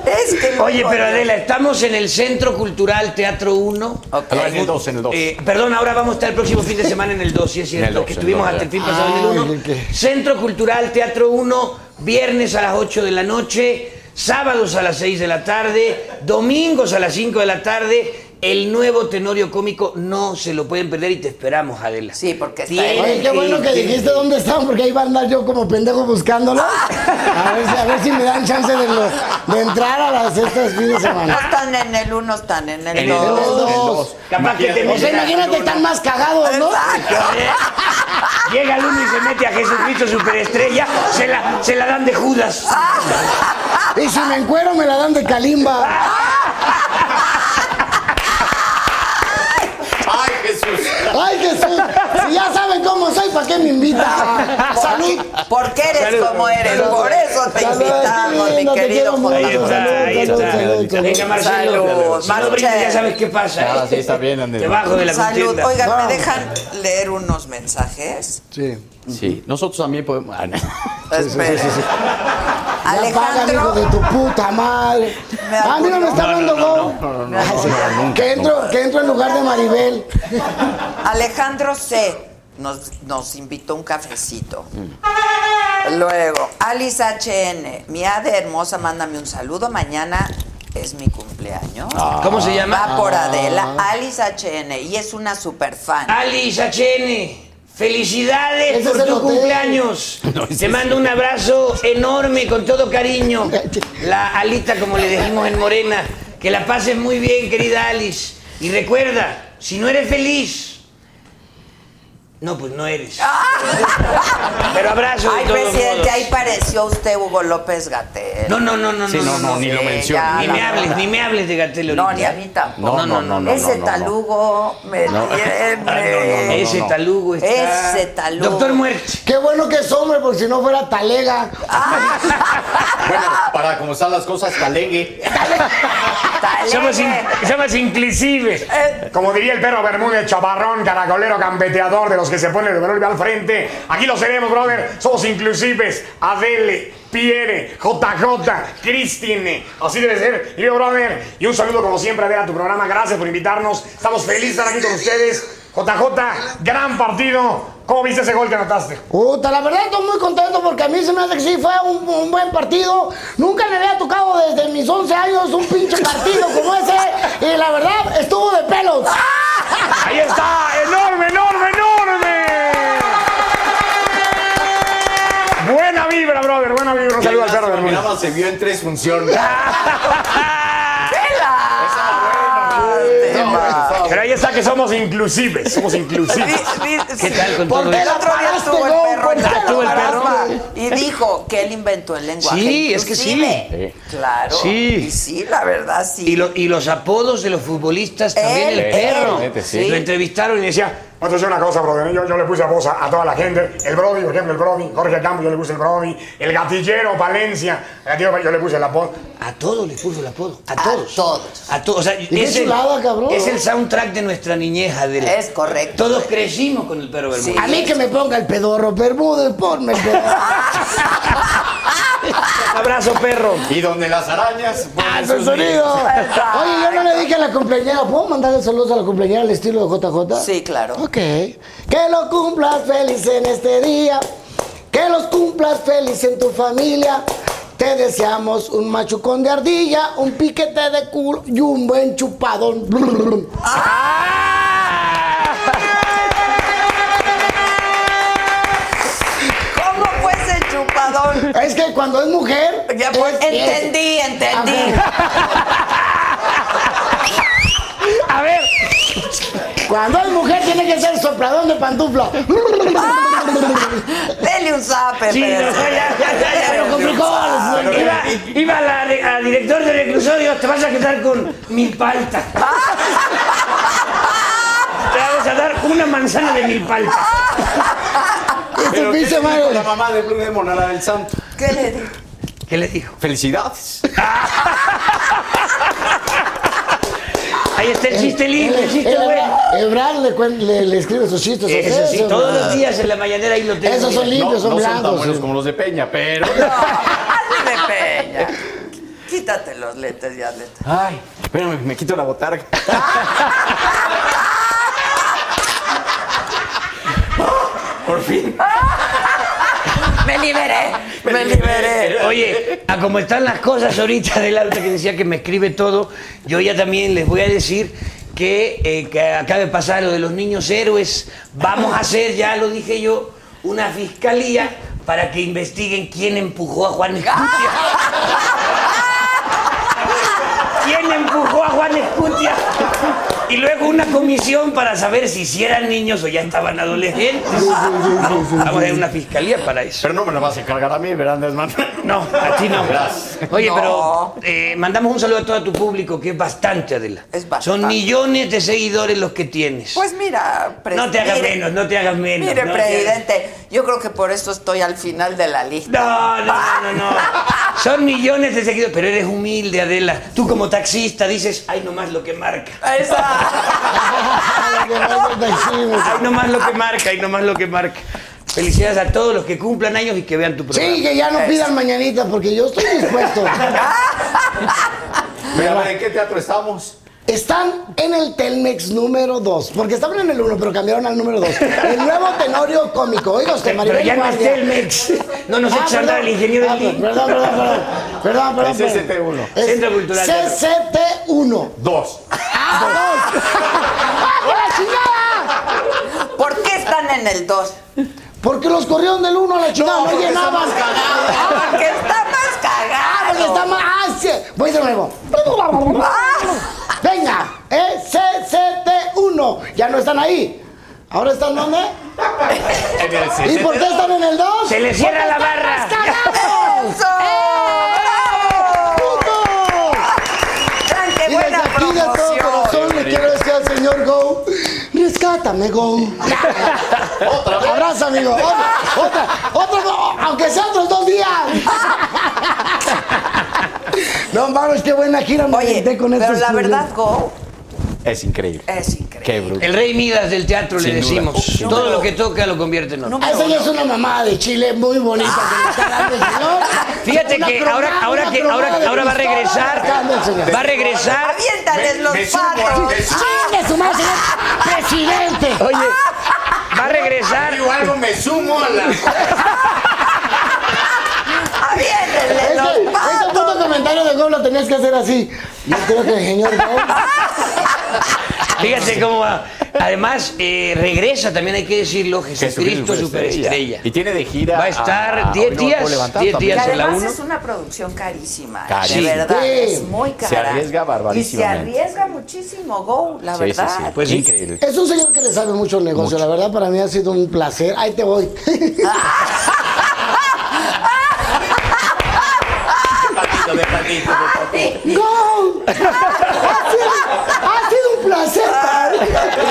[SPEAKER 2] Es que no
[SPEAKER 5] Oye, pero
[SPEAKER 2] podía.
[SPEAKER 5] Adela, estamos en el Centro Cultural Teatro 1.
[SPEAKER 2] Ok.
[SPEAKER 6] Ah, No, en el 2, en el 2.
[SPEAKER 5] Eh, perdón, ahora vamos a estar el próximo fin de semana en el 2, si es
[SPEAKER 6] En el
[SPEAKER 5] cierto,
[SPEAKER 6] dos,
[SPEAKER 5] que
[SPEAKER 6] en
[SPEAKER 5] estuvimos
[SPEAKER 6] dos,
[SPEAKER 5] hasta
[SPEAKER 6] ya.
[SPEAKER 5] el fin pasado en
[SPEAKER 7] Ay,
[SPEAKER 5] el 1.
[SPEAKER 7] ¿qué?
[SPEAKER 5] Centro Cultural Teatro 1, viernes a las 8 de la noche, sábados a las 6 de la tarde, domingos a las 5 de la tarde. El nuevo Tenorio Cómico no se lo pueden perder y te esperamos, Adela.
[SPEAKER 2] Sí, porque está
[SPEAKER 5] Tiene
[SPEAKER 2] él.
[SPEAKER 7] Oye, qué bueno que dijiste dónde están, porque ahí va a andar yo como pendejo buscándolo. A ver, si- a ver si me dan chance de, lo- de entrar a las estas fin de
[SPEAKER 2] No
[SPEAKER 7] semana.
[SPEAKER 2] están en el uno, están en el
[SPEAKER 6] En el
[SPEAKER 2] dos.
[SPEAKER 7] dos.
[SPEAKER 6] 2, en el 2.
[SPEAKER 5] Capaz que te
[SPEAKER 7] O sea, imagínate, están más cagados, ¿no?
[SPEAKER 5] Llega el uno y se mete a Jesucristo Superestrella, se la, se la dan de Judas.
[SPEAKER 7] Y si me encuero, me la dan de calimba.
[SPEAKER 6] Ay, Jesús.
[SPEAKER 7] ¡Ay, Jesús! Si ya saben cómo soy, ¿para qué me invita? ¡Salud!
[SPEAKER 2] Porque eres
[SPEAKER 5] Salud.
[SPEAKER 2] como eres,
[SPEAKER 7] Salud.
[SPEAKER 2] por eso te
[SPEAKER 7] Salud,
[SPEAKER 2] invitamos,
[SPEAKER 7] qué
[SPEAKER 2] mi
[SPEAKER 7] lindo, te
[SPEAKER 2] querido
[SPEAKER 7] quiero mucho.
[SPEAKER 2] José.
[SPEAKER 5] Ahí está, ahí
[SPEAKER 7] Salud, salud,
[SPEAKER 5] está.
[SPEAKER 7] salud.
[SPEAKER 5] Venga, Marcelo.
[SPEAKER 2] Salud,
[SPEAKER 5] Marcelo,
[SPEAKER 2] Marcelo.
[SPEAKER 5] ya sabes qué pasa.
[SPEAKER 6] Ah,
[SPEAKER 5] ¿eh?
[SPEAKER 6] sí, está bien, Andrés.
[SPEAKER 5] Debajo de pues, la
[SPEAKER 2] Salud.
[SPEAKER 5] contienda.
[SPEAKER 2] Oigan,
[SPEAKER 7] No.
[SPEAKER 2] ¿me dejan leer unos mensajes?
[SPEAKER 7] Sí.
[SPEAKER 6] Sí, nosotros también podemos. Ah, no.
[SPEAKER 2] Espera.
[SPEAKER 7] Alejandro.
[SPEAKER 2] Alejandro.
[SPEAKER 7] hijo de tu puta madre.
[SPEAKER 2] Me
[SPEAKER 7] Ah, mira, me está
[SPEAKER 6] No,
[SPEAKER 7] hablando
[SPEAKER 6] no,
[SPEAKER 7] Go. Ah, sí. Que entro, que entro en lugar de Maribel.
[SPEAKER 2] Alejandro C. Nos, nos invitó un cafecito. Luego, Alice HN. Mi Ade hermosa, mándame un saludo. Mañana es mi cumpleaños.
[SPEAKER 6] Ah.
[SPEAKER 5] ¿Cómo se
[SPEAKER 2] Va
[SPEAKER 5] llama?
[SPEAKER 2] por Adela. Alice HN. Y es una super fan.
[SPEAKER 5] Ali Sachene. Felicidades
[SPEAKER 7] Ese
[SPEAKER 5] por
[SPEAKER 7] es el
[SPEAKER 5] tu
[SPEAKER 7] hotel.
[SPEAKER 5] cumpleaños. Te mando un abrazo enorme con todo cariño. La Alita, como le decimos en Morena, que la pases muy bien, querida Alice. Y recuerda, si no eres feliz, no, pues no eres. Pero abrazo de
[SPEAKER 2] Ay,
[SPEAKER 5] todos
[SPEAKER 2] presidente,
[SPEAKER 5] modos.
[SPEAKER 2] ahí pareció usted Hugo López Gatel.
[SPEAKER 5] No, no, no, no,
[SPEAKER 6] Sí, no, no, ni lo
[SPEAKER 2] sí,
[SPEAKER 6] menciono.
[SPEAKER 2] ya.
[SPEAKER 5] Ni me hables, ni me hables de Gatelo.
[SPEAKER 2] No,
[SPEAKER 5] ahorita,
[SPEAKER 2] ni a
[SPEAKER 5] ¿eh?
[SPEAKER 2] mí tampoco.
[SPEAKER 6] No, no, no, no,
[SPEAKER 2] Ese
[SPEAKER 6] no, no.
[SPEAKER 2] talugo me
[SPEAKER 6] No.
[SPEAKER 2] tiene.
[SPEAKER 6] no, no,
[SPEAKER 5] Ese talugo está.
[SPEAKER 2] Ese talugo.
[SPEAKER 5] Doctor Muerte.
[SPEAKER 7] Qué bueno que es hombre, porque si no fuera talega.
[SPEAKER 6] Bueno, para como están las cosas, calegue.
[SPEAKER 2] Talega.
[SPEAKER 8] Somos, in- somos inclusive. Como diría el perro Bermúdez, chaparrón, caracolero, campeteador, de los que se pone el valor al frente. Aquí lo seremos, brother. Somos inclusives. Adele, Pierre, JJ, Cristine. Así debe ser. Y yo, brother. Y un saludo, como siempre, Adele, a tu programa. Gracias por invitarnos. Estamos felices de estar aquí con ustedes. JJ, gran partido. ¿Cómo viste ese gol que anotaste?
[SPEAKER 7] Puta, la verdad estoy muy contento porque a mí se me hace que sí fue un, un buen partido. Nunca le había tocado desde mis 11 años un pinche partido como ese. Y la verdad, estuvo de pelos.
[SPEAKER 8] Ahí está, enorme, enorme, enorme. Buena vibra, brother, buena vibra. Un saludo al perro Bermúdez.
[SPEAKER 6] Nada más se vio en tres funciones.
[SPEAKER 2] Tela.
[SPEAKER 8] Pero ahí está que somos inclusives, somos Ah, inclusives.
[SPEAKER 5] ¿Qué tal con
[SPEAKER 2] Porque
[SPEAKER 5] todo
[SPEAKER 2] el
[SPEAKER 5] eso?
[SPEAKER 2] otro día
[SPEAKER 7] Paraste,
[SPEAKER 2] estuvo el
[SPEAKER 7] no,
[SPEAKER 2] perro en
[SPEAKER 7] porque
[SPEAKER 2] la
[SPEAKER 7] estuvo el
[SPEAKER 2] Camarasma
[SPEAKER 7] perro.
[SPEAKER 2] y dijo que él inventó el lenguaje.
[SPEAKER 5] Sí, es que sí.
[SPEAKER 2] inclusive. Claro.
[SPEAKER 5] Sí.
[SPEAKER 2] Y sí, la verdad, sí.
[SPEAKER 5] Y, lo- y los apodos de los futbolistas también,
[SPEAKER 2] Él,
[SPEAKER 5] el perro.
[SPEAKER 6] él, sí.
[SPEAKER 5] Lo entrevistaron y decía,
[SPEAKER 8] Voy a decir una cosa, brother. Yo, yo le puse voz a, a toda la gente. El Brody, por ejemplo, el Brody. Jorge Campos, yo le puse el Brody. El gatillero, Palencia. El gatillero, yo le puse la voz.
[SPEAKER 5] a todos les puso el apodo. A
[SPEAKER 2] A
[SPEAKER 5] todos.
[SPEAKER 2] todos.
[SPEAKER 5] A todos. O sea,
[SPEAKER 7] qué
[SPEAKER 5] es, el,
[SPEAKER 7] chulada, cabrón.
[SPEAKER 5] es el soundtrack de nuestra niñez, Adela.
[SPEAKER 2] Es correcto.
[SPEAKER 5] Todos crecimos con el perro Bermúdez.
[SPEAKER 7] A mí que me ponga el pedorro Bermúdez, ponme el pedorro.
[SPEAKER 5] Abrazo, perro.
[SPEAKER 6] Y donde las arañas.
[SPEAKER 7] ¡Ah, su sonido! Oye, yo no le dije a la cumpleañera, ¿puedo mandarle saludos a la cumpleañera al estilo de JJ?
[SPEAKER 2] Sí, claro.
[SPEAKER 7] Ok. Que lo cumplas feliz en este día. Que los cumplas feliz en tu familia. Te deseamos un machucón de ardilla, un piquete de culo y un buen chupadón.
[SPEAKER 2] ¿Cómo fue ese chupadón?
[SPEAKER 7] Es que cuando es mujer.
[SPEAKER 2] Ya, pues,
[SPEAKER 7] es- es-
[SPEAKER 2] entendí, entendí.
[SPEAKER 7] A ver. Cuando es mujer tiene que ser sopladón de pantufla.
[SPEAKER 2] Dele un zape,
[SPEAKER 5] Sí, no,
[SPEAKER 2] pero-
[SPEAKER 5] ya, ya, ya, ya.
[SPEAKER 7] Pero con
[SPEAKER 5] Ah,
[SPEAKER 7] frijoles.
[SPEAKER 5] Iba, iba la- al director del reclusorio, te vas a quedar con mil palta. Te vamos a dar una manzana de mil palta.
[SPEAKER 7] Este
[SPEAKER 6] ¿qué
[SPEAKER 7] pinche
[SPEAKER 6] dijo
[SPEAKER 7] madre.
[SPEAKER 6] La mamá de Blue Demon a la del santo.
[SPEAKER 2] ¿Qué le digo?
[SPEAKER 5] ¿Qué le dijo?
[SPEAKER 6] Felicidades.
[SPEAKER 5] Ahí está el chiste libre, el chiste bueno.
[SPEAKER 7] Ebra- Ebrard le, cuen- le- le escribe sus chistes. a
[SPEAKER 5] Eso
[SPEAKER 7] ustedes,
[SPEAKER 5] sí,
[SPEAKER 7] Ebrard.
[SPEAKER 5] todos los días en la mañanera ahí lo tengo.
[SPEAKER 7] Esos son
[SPEAKER 5] mira.
[SPEAKER 6] No,
[SPEAKER 7] limpios,
[SPEAKER 6] no
[SPEAKER 7] son
[SPEAKER 6] son tan
[SPEAKER 7] blancos.
[SPEAKER 6] buenos
[SPEAKER 7] sí.
[SPEAKER 6] como los de Peña, pero.
[SPEAKER 2] Ándale, Peña. Quítate los lentes ya, neta.
[SPEAKER 6] Ay, espérame, me quito la botarga. Por fin.
[SPEAKER 2] Me liberé, me liberé.
[SPEAKER 5] Oye, a como están las cosas ahorita del auto que decía que me escribe todo, yo ya también les voy a decir que, eh, que acaba de pasar lo de los niños héroes. Vamos a hacer, ya lo dije yo, una fiscalía para que investiguen quién empujó a Juan Escutia. ¿Quién empujó a Juan Escutia? Y luego una comisión para saber si sí eran niños o ya estaban adolescentes. Vamos, vamos a hacer una fiscalía para eso.
[SPEAKER 6] Pero no me la vas a encargar a mí, verán, Andrés Manuel?
[SPEAKER 5] No, a ti no.
[SPEAKER 6] Gracias.
[SPEAKER 5] Oye,
[SPEAKER 2] No.
[SPEAKER 5] pero eh, mandamos un saludo a todo tu público, que es bastante, Adela.
[SPEAKER 2] Es bastante.
[SPEAKER 5] Son millones de seguidores los que tienes.
[SPEAKER 2] Pues mira, pres-
[SPEAKER 5] no te hagas
[SPEAKER 2] mire-
[SPEAKER 5] menos, no te hagas menos.
[SPEAKER 2] Mire,
[SPEAKER 5] no te hagas-
[SPEAKER 2] presidente, yo creo que por eso estoy al final de la lista.
[SPEAKER 5] No, no, no, no, no. Son millones de seguidores, pero eres humilde, Adela. Tú como taxista dices, ay, nomás lo que marca.
[SPEAKER 7] Ah, que rayos de chivo.
[SPEAKER 5] Ay, nomás lo que marca, ay, nomás lo que marca. Felicidades a todos los que cumplan años y que vean tu programa.
[SPEAKER 7] Sí, que ya no pidan mañanitas porque yo estoy dispuesto.
[SPEAKER 6] Pero a ver, ¿en qué teatro estamos?
[SPEAKER 7] Están en el Telmex número 2, porque estaban en el 1, pero cambiaron al número 2. El nuevo tenorio cómico. Oiga usted,
[SPEAKER 5] pero
[SPEAKER 7] Maribel
[SPEAKER 5] ya no es
[SPEAKER 7] Guardia.
[SPEAKER 5] Telmex. No nos echa a andar el ingeniero
[SPEAKER 7] ah,
[SPEAKER 5] del link.
[SPEAKER 7] Perdón, perdón, perdón. Perdón, perdón.
[SPEAKER 6] Es
[SPEAKER 7] perdón.
[SPEAKER 6] CCT1.
[SPEAKER 7] Es
[SPEAKER 5] Centro Cultural
[SPEAKER 7] CCT1.
[SPEAKER 6] Dos.
[SPEAKER 7] ¡Ah, dos! ¡Ah, la chingada!
[SPEAKER 2] ¿Por qué están en el 2?
[SPEAKER 7] Porque los corrieron del 1 a la chingada, no,
[SPEAKER 6] porque está
[SPEAKER 7] llenaban.
[SPEAKER 6] más cagado.
[SPEAKER 2] Porque está más
[SPEAKER 7] Ah,
[SPEAKER 2] cagado.
[SPEAKER 7] porque está más. ¡Ah, sí! Voy de nuevo.
[SPEAKER 2] ¡Ah,
[SPEAKER 7] Venga, eh, CCT1. Ya no están ahí. ¿Ahora están dónde?
[SPEAKER 5] Pues
[SPEAKER 7] ¿Y por qué están en el 2?
[SPEAKER 5] Se le cierra la barra.
[SPEAKER 7] ¡Cagados!
[SPEAKER 2] ¡Eso! ¡Bravo!
[SPEAKER 7] ¡Putos!
[SPEAKER 2] Fran, qué
[SPEAKER 7] Y desde
[SPEAKER 2] buena
[SPEAKER 7] ¡Eh! aquí de todo
[SPEAKER 2] promoción!
[SPEAKER 7] corazón le quiero decir al señor Go, rescátame Go. otra Abrazo amigo, otra, otra, otra, no, aunque sea otros dos días. no mames, qué buena gira me
[SPEAKER 2] Oye,
[SPEAKER 7] aventé con
[SPEAKER 2] pero
[SPEAKER 7] estos
[SPEAKER 2] la
[SPEAKER 7] culeros.
[SPEAKER 2] verdad, Go,
[SPEAKER 6] Es increíble.
[SPEAKER 2] es increíble.
[SPEAKER 6] Qué bruto.
[SPEAKER 5] El rey Midas del teatro le
[SPEAKER 6] Sin duda,
[SPEAKER 5] decimos.
[SPEAKER 6] sin
[SPEAKER 5] Todo
[SPEAKER 2] duda.
[SPEAKER 5] lo que toca lo convierte en oro.
[SPEAKER 2] Número
[SPEAKER 7] Esa Ah, ya
[SPEAKER 2] uno.
[SPEAKER 7] es una mamá de Chile muy bonita que le está dando el señor.
[SPEAKER 5] Fíjate
[SPEAKER 7] Una
[SPEAKER 5] que
[SPEAKER 7] cromada,
[SPEAKER 5] ahora,
[SPEAKER 7] una
[SPEAKER 5] ahora que
[SPEAKER 7] cromada
[SPEAKER 5] ahora,
[SPEAKER 7] de
[SPEAKER 5] ahora va a
[SPEAKER 7] pistola
[SPEAKER 5] regresar.
[SPEAKER 7] le está dando el señor.
[SPEAKER 5] Va a regresar.
[SPEAKER 2] Aviéntales los patos.
[SPEAKER 7] ¡Chingue su madre, señor presidente!
[SPEAKER 5] Oye, va a regresar.
[SPEAKER 6] algo me sumo a la.
[SPEAKER 2] Aviéntenle
[SPEAKER 7] Ese,
[SPEAKER 2] los
[SPEAKER 7] ese
[SPEAKER 2] patos.
[SPEAKER 7] puto comentario de Go lo tenías que hacer así. Yo creo que el señor Go...
[SPEAKER 5] Fíjate cómo va. Además, eh, regresa, también hay que decirlo,
[SPEAKER 6] pues,
[SPEAKER 5] Jesucristo Superestrella.
[SPEAKER 6] Y tiene de gira.
[SPEAKER 5] Va a estar
[SPEAKER 6] a- a
[SPEAKER 5] 10
[SPEAKER 6] Hoy Ah, no me
[SPEAKER 5] días,
[SPEAKER 6] puedo levantar
[SPEAKER 5] 10
[SPEAKER 6] también.
[SPEAKER 2] Que
[SPEAKER 5] días. Hace la
[SPEAKER 2] además
[SPEAKER 5] uno.
[SPEAKER 2] es una producción carísima.
[SPEAKER 6] Carísima.
[SPEAKER 2] De verdad,
[SPEAKER 7] Sí.
[SPEAKER 2] es muy cara.
[SPEAKER 6] Se arriesga barbarísimamente.
[SPEAKER 2] Y se arriesga muchísimo, Go, la
[SPEAKER 6] Sí, sí,
[SPEAKER 2] verdad.
[SPEAKER 6] sí.
[SPEAKER 5] Pues sí.
[SPEAKER 6] increíble.
[SPEAKER 7] Es un señor que le sabe mucho el negocio. La verdad, para mí ha sido un placer. Ahí te voy.
[SPEAKER 6] Patito de patito de patito.
[SPEAKER 7] ¡No! Ha sido, ha sido un placer para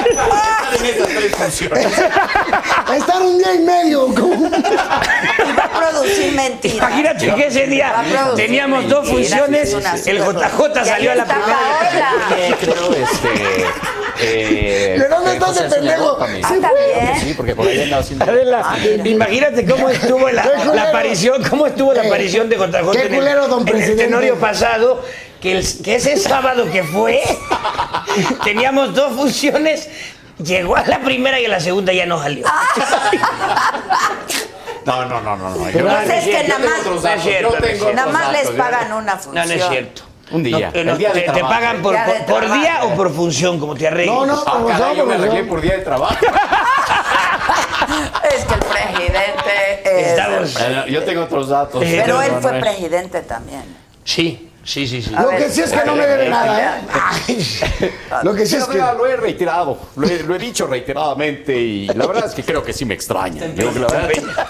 [SPEAKER 6] Estar en esas tres funciones.
[SPEAKER 7] mí estar un día y medio. con-
[SPEAKER 2] Y va a producir mentiras.
[SPEAKER 5] Imagínate que ese
[SPEAKER 2] Va a
[SPEAKER 5] día
[SPEAKER 2] producir
[SPEAKER 5] teníamos dos
[SPEAKER 2] mentiras,
[SPEAKER 5] funciones,
[SPEAKER 2] es una
[SPEAKER 5] el JJ
[SPEAKER 2] Y ahí
[SPEAKER 5] salió a la
[SPEAKER 2] está
[SPEAKER 5] primera.
[SPEAKER 2] Paola.
[SPEAKER 6] Creo, este. Eh,
[SPEAKER 7] ¿De dónde
[SPEAKER 6] eh,
[SPEAKER 7] estás,
[SPEAKER 6] José
[SPEAKER 7] el pendejo?
[SPEAKER 6] Arzuñaga, mami.
[SPEAKER 2] Ah, está bien.
[SPEAKER 6] Sí, porque por ahí andaba haciendo.
[SPEAKER 5] Adela, imagínate cómo estuvo la,
[SPEAKER 7] Qué culero.
[SPEAKER 5] la aparición, cómo estuvo la
[SPEAKER 7] Eh,
[SPEAKER 5] aparición de JJ
[SPEAKER 7] qué
[SPEAKER 5] en el-
[SPEAKER 7] culero, don
[SPEAKER 5] en el,
[SPEAKER 7] presidente.
[SPEAKER 5] tenorio pasado, que, el- que ese sábado que fue, teníamos dos funciones, llegó a la primera y a la segunda ya no salió.
[SPEAKER 6] No, no, no, no. no. Yo,
[SPEAKER 2] Pero no sé, pues es que nada más-
[SPEAKER 6] otros
[SPEAKER 5] no es
[SPEAKER 6] datos,
[SPEAKER 5] cierto,
[SPEAKER 6] yo
[SPEAKER 5] no es
[SPEAKER 6] tengo
[SPEAKER 5] cierto.
[SPEAKER 2] Nada
[SPEAKER 6] otros
[SPEAKER 2] más les
[SPEAKER 6] datos, yo-
[SPEAKER 2] pagan una
[SPEAKER 5] No,
[SPEAKER 2] función.
[SPEAKER 5] no es cierto.
[SPEAKER 6] Un día,
[SPEAKER 5] No, eh, no,
[SPEAKER 6] el día de
[SPEAKER 5] te, te
[SPEAKER 6] trabajo.
[SPEAKER 5] pagan por,
[SPEAKER 2] Día de
[SPEAKER 5] por- por
[SPEAKER 2] trabajo.
[SPEAKER 5] día o por función, como te arreglas.
[SPEAKER 7] No, no,
[SPEAKER 6] Ah,
[SPEAKER 7] por
[SPEAKER 6] caray, yo me arreglé
[SPEAKER 7] favor,
[SPEAKER 6] por día de trabajo.
[SPEAKER 2] Es que el presidente es-
[SPEAKER 5] Estamos-
[SPEAKER 6] Bueno, Yo tengo otros datos.
[SPEAKER 5] Eh,
[SPEAKER 2] Pero
[SPEAKER 5] no,
[SPEAKER 2] él
[SPEAKER 5] no,
[SPEAKER 2] fue
[SPEAKER 5] no es.
[SPEAKER 2] presidente también.
[SPEAKER 5] Sí, sí, sí, sí.
[SPEAKER 7] Lo
[SPEAKER 2] ver,
[SPEAKER 7] que sí es que no me debe nada, ¿eh? Lo que sí es
[SPEAKER 6] Yo
[SPEAKER 7] que.
[SPEAKER 6] lo, lo he reiterado, lo he, lo he dicho reiteradamente y la verdad es que creo que sí me extraña. Yo creo que la verdad-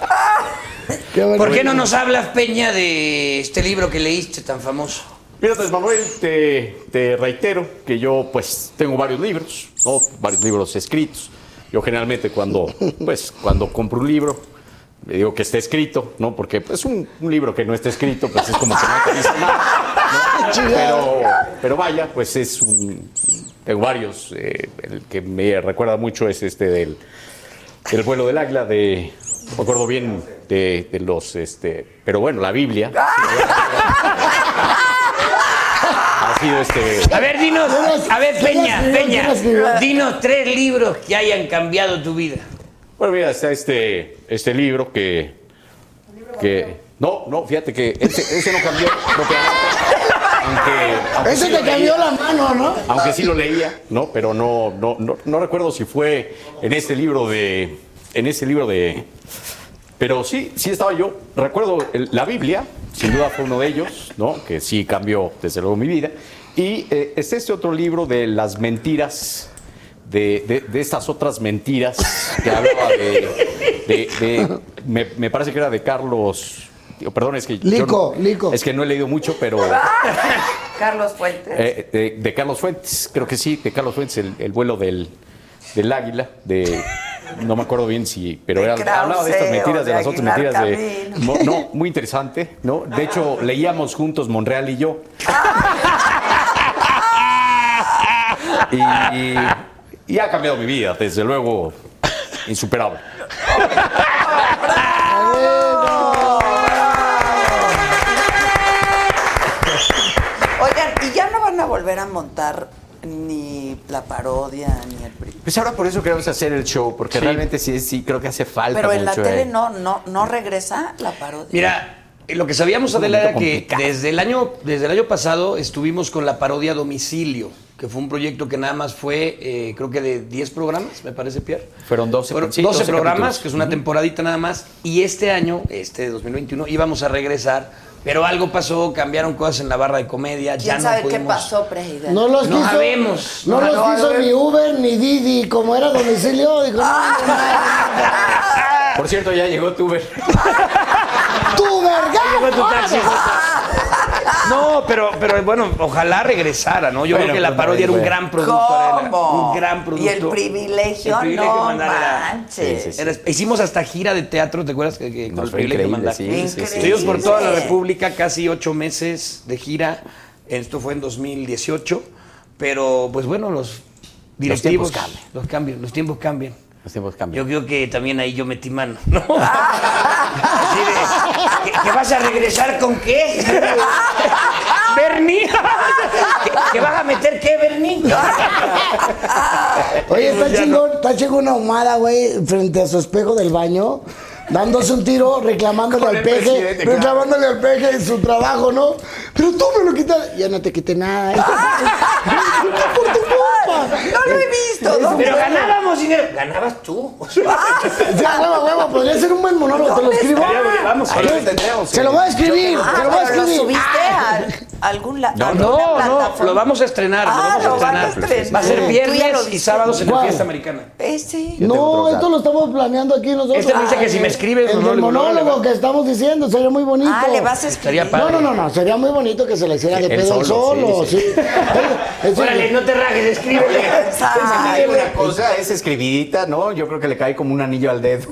[SPEAKER 7] Qué bueno.
[SPEAKER 5] ¿Por qué no nos hablas, Peña, de este libro que leíste tan famoso?
[SPEAKER 6] Mira, Andrés Manuel, te, te reitero que yo pues tengo varios libros, ¿no? varios libros escritos. Yo generalmente cuando, pues, cuando compro un libro, le digo que esté escrito, ¿no? Porque es un, un libro que no esté escrito, pues es como que no actualiza nada. ¿no? Pero, pero vaya, pues es un... Tengo varios. eh, el que me recuerda mucho es este del... El vuelo del águila de... No me acuerdo bien de, de los... este Pero bueno, la Biblia. Ha sido este...
[SPEAKER 5] A ver, dinos,
[SPEAKER 7] Dinos,
[SPEAKER 5] a ver,
[SPEAKER 7] ¿quién
[SPEAKER 5] Peña,
[SPEAKER 7] escribió? ¿Quién escribió?
[SPEAKER 5] Peña, dinos tres libros que hayan cambiado tu vida.
[SPEAKER 6] Bueno, mira, está este, este libro que. que no, no, fíjate que ese, ese no cambió propiamente. Aunque, aunque
[SPEAKER 7] Ese
[SPEAKER 6] sí
[SPEAKER 7] te
[SPEAKER 6] lo
[SPEAKER 7] cambió
[SPEAKER 6] leía,
[SPEAKER 7] la mano, ¿no?
[SPEAKER 6] Aunque sí lo leía, ¿no? Pero no, no, no, no recuerdo si fue en este libro de. En ese libro de. Pero sí, sí estaba yo. Recuerdo el- la Biblia, sin duda fue uno de ellos, ¿no? Que sí cambió, desde luego, mi vida. Y eh, está este otro libro de las mentiras, de, de- de estas otras mentiras que hablaba de. de- de- me, me parece que era de Carlos. digo, Perdón, es que. yo
[SPEAKER 7] Lico,
[SPEAKER 6] no-
[SPEAKER 7] Lico.
[SPEAKER 6] Es que no he leído mucho, pero.
[SPEAKER 2] Carlos Fuentes.
[SPEAKER 6] Eh, de, de Carlos Fuentes, creo que sí, de Carlos Fuentes, el, el vuelo del, del águila, de. No me acuerdo bien si, pero
[SPEAKER 2] De
[SPEAKER 6] era, hablaba de estas
[SPEAKER 2] Krause o
[SPEAKER 6] mentiras, de,
[SPEAKER 2] de
[SPEAKER 6] las otras
[SPEAKER 2] Aguilar
[SPEAKER 6] mentiras de.
[SPEAKER 2] Camino. Ah.
[SPEAKER 6] Mo- no, muy interesante, ¿no? De hecho, leíamos juntos Monreal y yo. y, y ha cambiado mi vida, desde luego, insuperable.
[SPEAKER 2] Oigan, ¿y ya no van a volver a montar ni la parodia ni el pri-
[SPEAKER 6] Pues ahora por eso queremos hacer el show, porque realmente sí, sí, creo que hace falta.
[SPEAKER 2] Pero en la
[SPEAKER 6] mucho,
[SPEAKER 2] tele
[SPEAKER 6] eh.
[SPEAKER 2] no, no, no regresa la parodia.
[SPEAKER 5] Mira, eh, lo que sabíamos, Adela, era que desde el, año, desde el año pasado estuvimos con la parodia Domicilio, que fue un proyecto que nada más fue, eh, creo que de 10 programas, me parece, Pierre.
[SPEAKER 6] Fueron 12,
[SPEAKER 5] Fueron
[SPEAKER 6] sí,
[SPEAKER 5] 12 programas,
[SPEAKER 6] capítulos.
[SPEAKER 5] que es una temporadita nada más. Y este año, este de 2021, íbamos a regresar, pero algo pasó, cambiaron cosas en la barra de comedia. ya
[SPEAKER 2] ¿Quién
[SPEAKER 5] no
[SPEAKER 2] sabe qué
[SPEAKER 5] pudimos-
[SPEAKER 2] pasó, presidente?
[SPEAKER 7] No los
[SPEAKER 5] No
[SPEAKER 7] quiso.
[SPEAKER 5] sabemos.
[SPEAKER 7] No
[SPEAKER 2] No,
[SPEAKER 7] los
[SPEAKER 2] no,
[SPEAKER 7] quiso
[SPEAKER 2] no.
[SPEAKER 7] ni Uber ni Didi, como era domicilio. Dijo, "Ah,
[SPEAKER 6] Por cierto, ya llegó Tuber.
[SPEAKER 7] ¡Tu
[SPEAKER 5] Llegó tu taxi,
[SPEAKER 7] verga!
[SPEAKER 5] Jota. No, pero, pero bueno, ojalá regresara, ¿no? Yo
[SPEAKER 6] Bueno,
[SPEAKER 5] creo que
[SPEAKER 6] pues,
[SPEAKER 5] la parodia era un
[SPEAKER 6] bueno.
[SPEAKER 5] gran producto. Adela,
[SPEAKER 2] ¿Cómo?
[SPEAKER 5] un gran producto.
[SPEAKER 2] Y el privilegio,
[SPEAKER 5] El privilegio
[SPEAKER 2] no
[SPEAKER 5] mandar era-
[SPEAKER 2] manches.
[SPEAKER 6] Sí, sí, sí.
[SPEAKER 5] Era- hicimos hasta gira de teatro, ¿te acuerdas? Que, que con
[SPEAKER 6] Nos
[SPEAKER 5] el
[SPEAKER 6] fue
[SPEAKER 5] privilegio
[SPEAKER 6] increíble,
[SPEAKER 5] mandar.
[SPEAKER 6] sí,
[SPEAKER 2] Increíble. sí, sí.
[SPEAKER 5] Estuvimos por toda la
[SPEAKER 2] Sí.
[SPEAKER 5] República, casi ocho meses de gira. Esto fue en 2018. Pero, pues bueno, los directivos.
[SPEAKER 6] tiempos cambian.
[SPEAKER 5] Los cambian, los tiempos cambian.
[SPEAKER 6] Los tiempos cambian.
[SPEAKER 5] Yo creo que también ahí yo metí mano, ¿no? Así de, ¿que, que vas a regresar con qué? ¿Bernie? ¿Que, que vas a meter qué, Bernie?
[SPEAKER 7] Oye,
[SPEAKER 5] Pues
[SPEAKER 7] está
[SPEAKER 5] ya
[SPEAKER 7] chingón, está chingón una ahumada, güey, frente a su espejo del baño, dándose un tiro, reclamándole al
[SPEAKER 6] el
[SPEAKER 7] peje,
[SPEAKER 6] presidente, claro.
[SPEAKER 7] reclamándole al peje en su trabajo, ¿no? Pero tú me lo quitas. Ya no te quité nada. Por tu culpa.
[SPEAKER 2] No lo he visto. Ah, ¿no?
[SPEAKER 5] Pero ganábamos dinero. Ganabas tú.
[SPEAKER 7] Ya, huevo, huevo, podría ser un buen monólogo, te lo escribo. Ah,
[SPEAKER 5] Vamos,
[SPEAKER 6] Ahí lo tendremos,
[SPEAKER 7] Se
[SPEAKER 6] sí.
[SPEAKER 7] lo voy a escribir,
[SPEAKER 2] Ah,
[SPEAKER 7] se lo voy a
[SPEAKER 2] pero ¿lo
[SPEAKER 7] escribir.
[SPEAKER 2] subiste
[SPEAKER 7] Ah.
[SPEAKER 2] a algún lado?
[SPEAKER 5] No, no, lo vamos a estrenar.
[SPEAKER 2] Ah,
[SPEAKER 5] lo vamos a
[SPEAKER 2] lo van a
[SPEAKER 5] estrenar.
[SPEAKER 2] estrenar.
[SPEAKER 5] Va a ser
[SPEAKER 2] Tú ya lo
[SPEAKER 5] viernes
[SPEAKER 2] viste.
[SPEAKER 5] y sábados en la
[SPEAKER 7] ¿Cuál?
[SPEAKER 5] fiesta americana.
[SPEAKER 2] Ese.
[SPEAKER 7] No,
[SPEAKER 6] otro
[SPEAKER 7] esto
[SPEAKER 6] dato.
[SPEAKER 7] lo estamos planeando aquí nosotros. Ah, eh,
[SPEAKER 5] Este dice que si me escribes
[SPEAKER 7] el del
[SPEAKER 5] monólogo, no,
[SPEAKER 7] monólogo
[SPEAKER 5] le va-
[SPEAKER 7] que estamos diciendo, sería muy bonito.
[SPEAKER 2] Ah, le vas a
[SPEAKER 5] Estaría
[SPEAKER 2] escribir.
[SPEAKER 5] padre.
[SPEAKER 7] No, no, no, no, sería muy bonito que se le hiciera de
[SPEAKER 6] Él solo,
[SPEAKER 7] pedo solo, sí.
[SPEAKER 6] sí, sí.
[SPEAKER 7] Eso-
[SPEAKER 5] Órale, no te rajes, escríbele.
[SPEAKER 2] Ay,
[SPEAKER 6] Hay una cosa, es escribidita, ¿no? Yo creo que le cae como un anillo al dedo.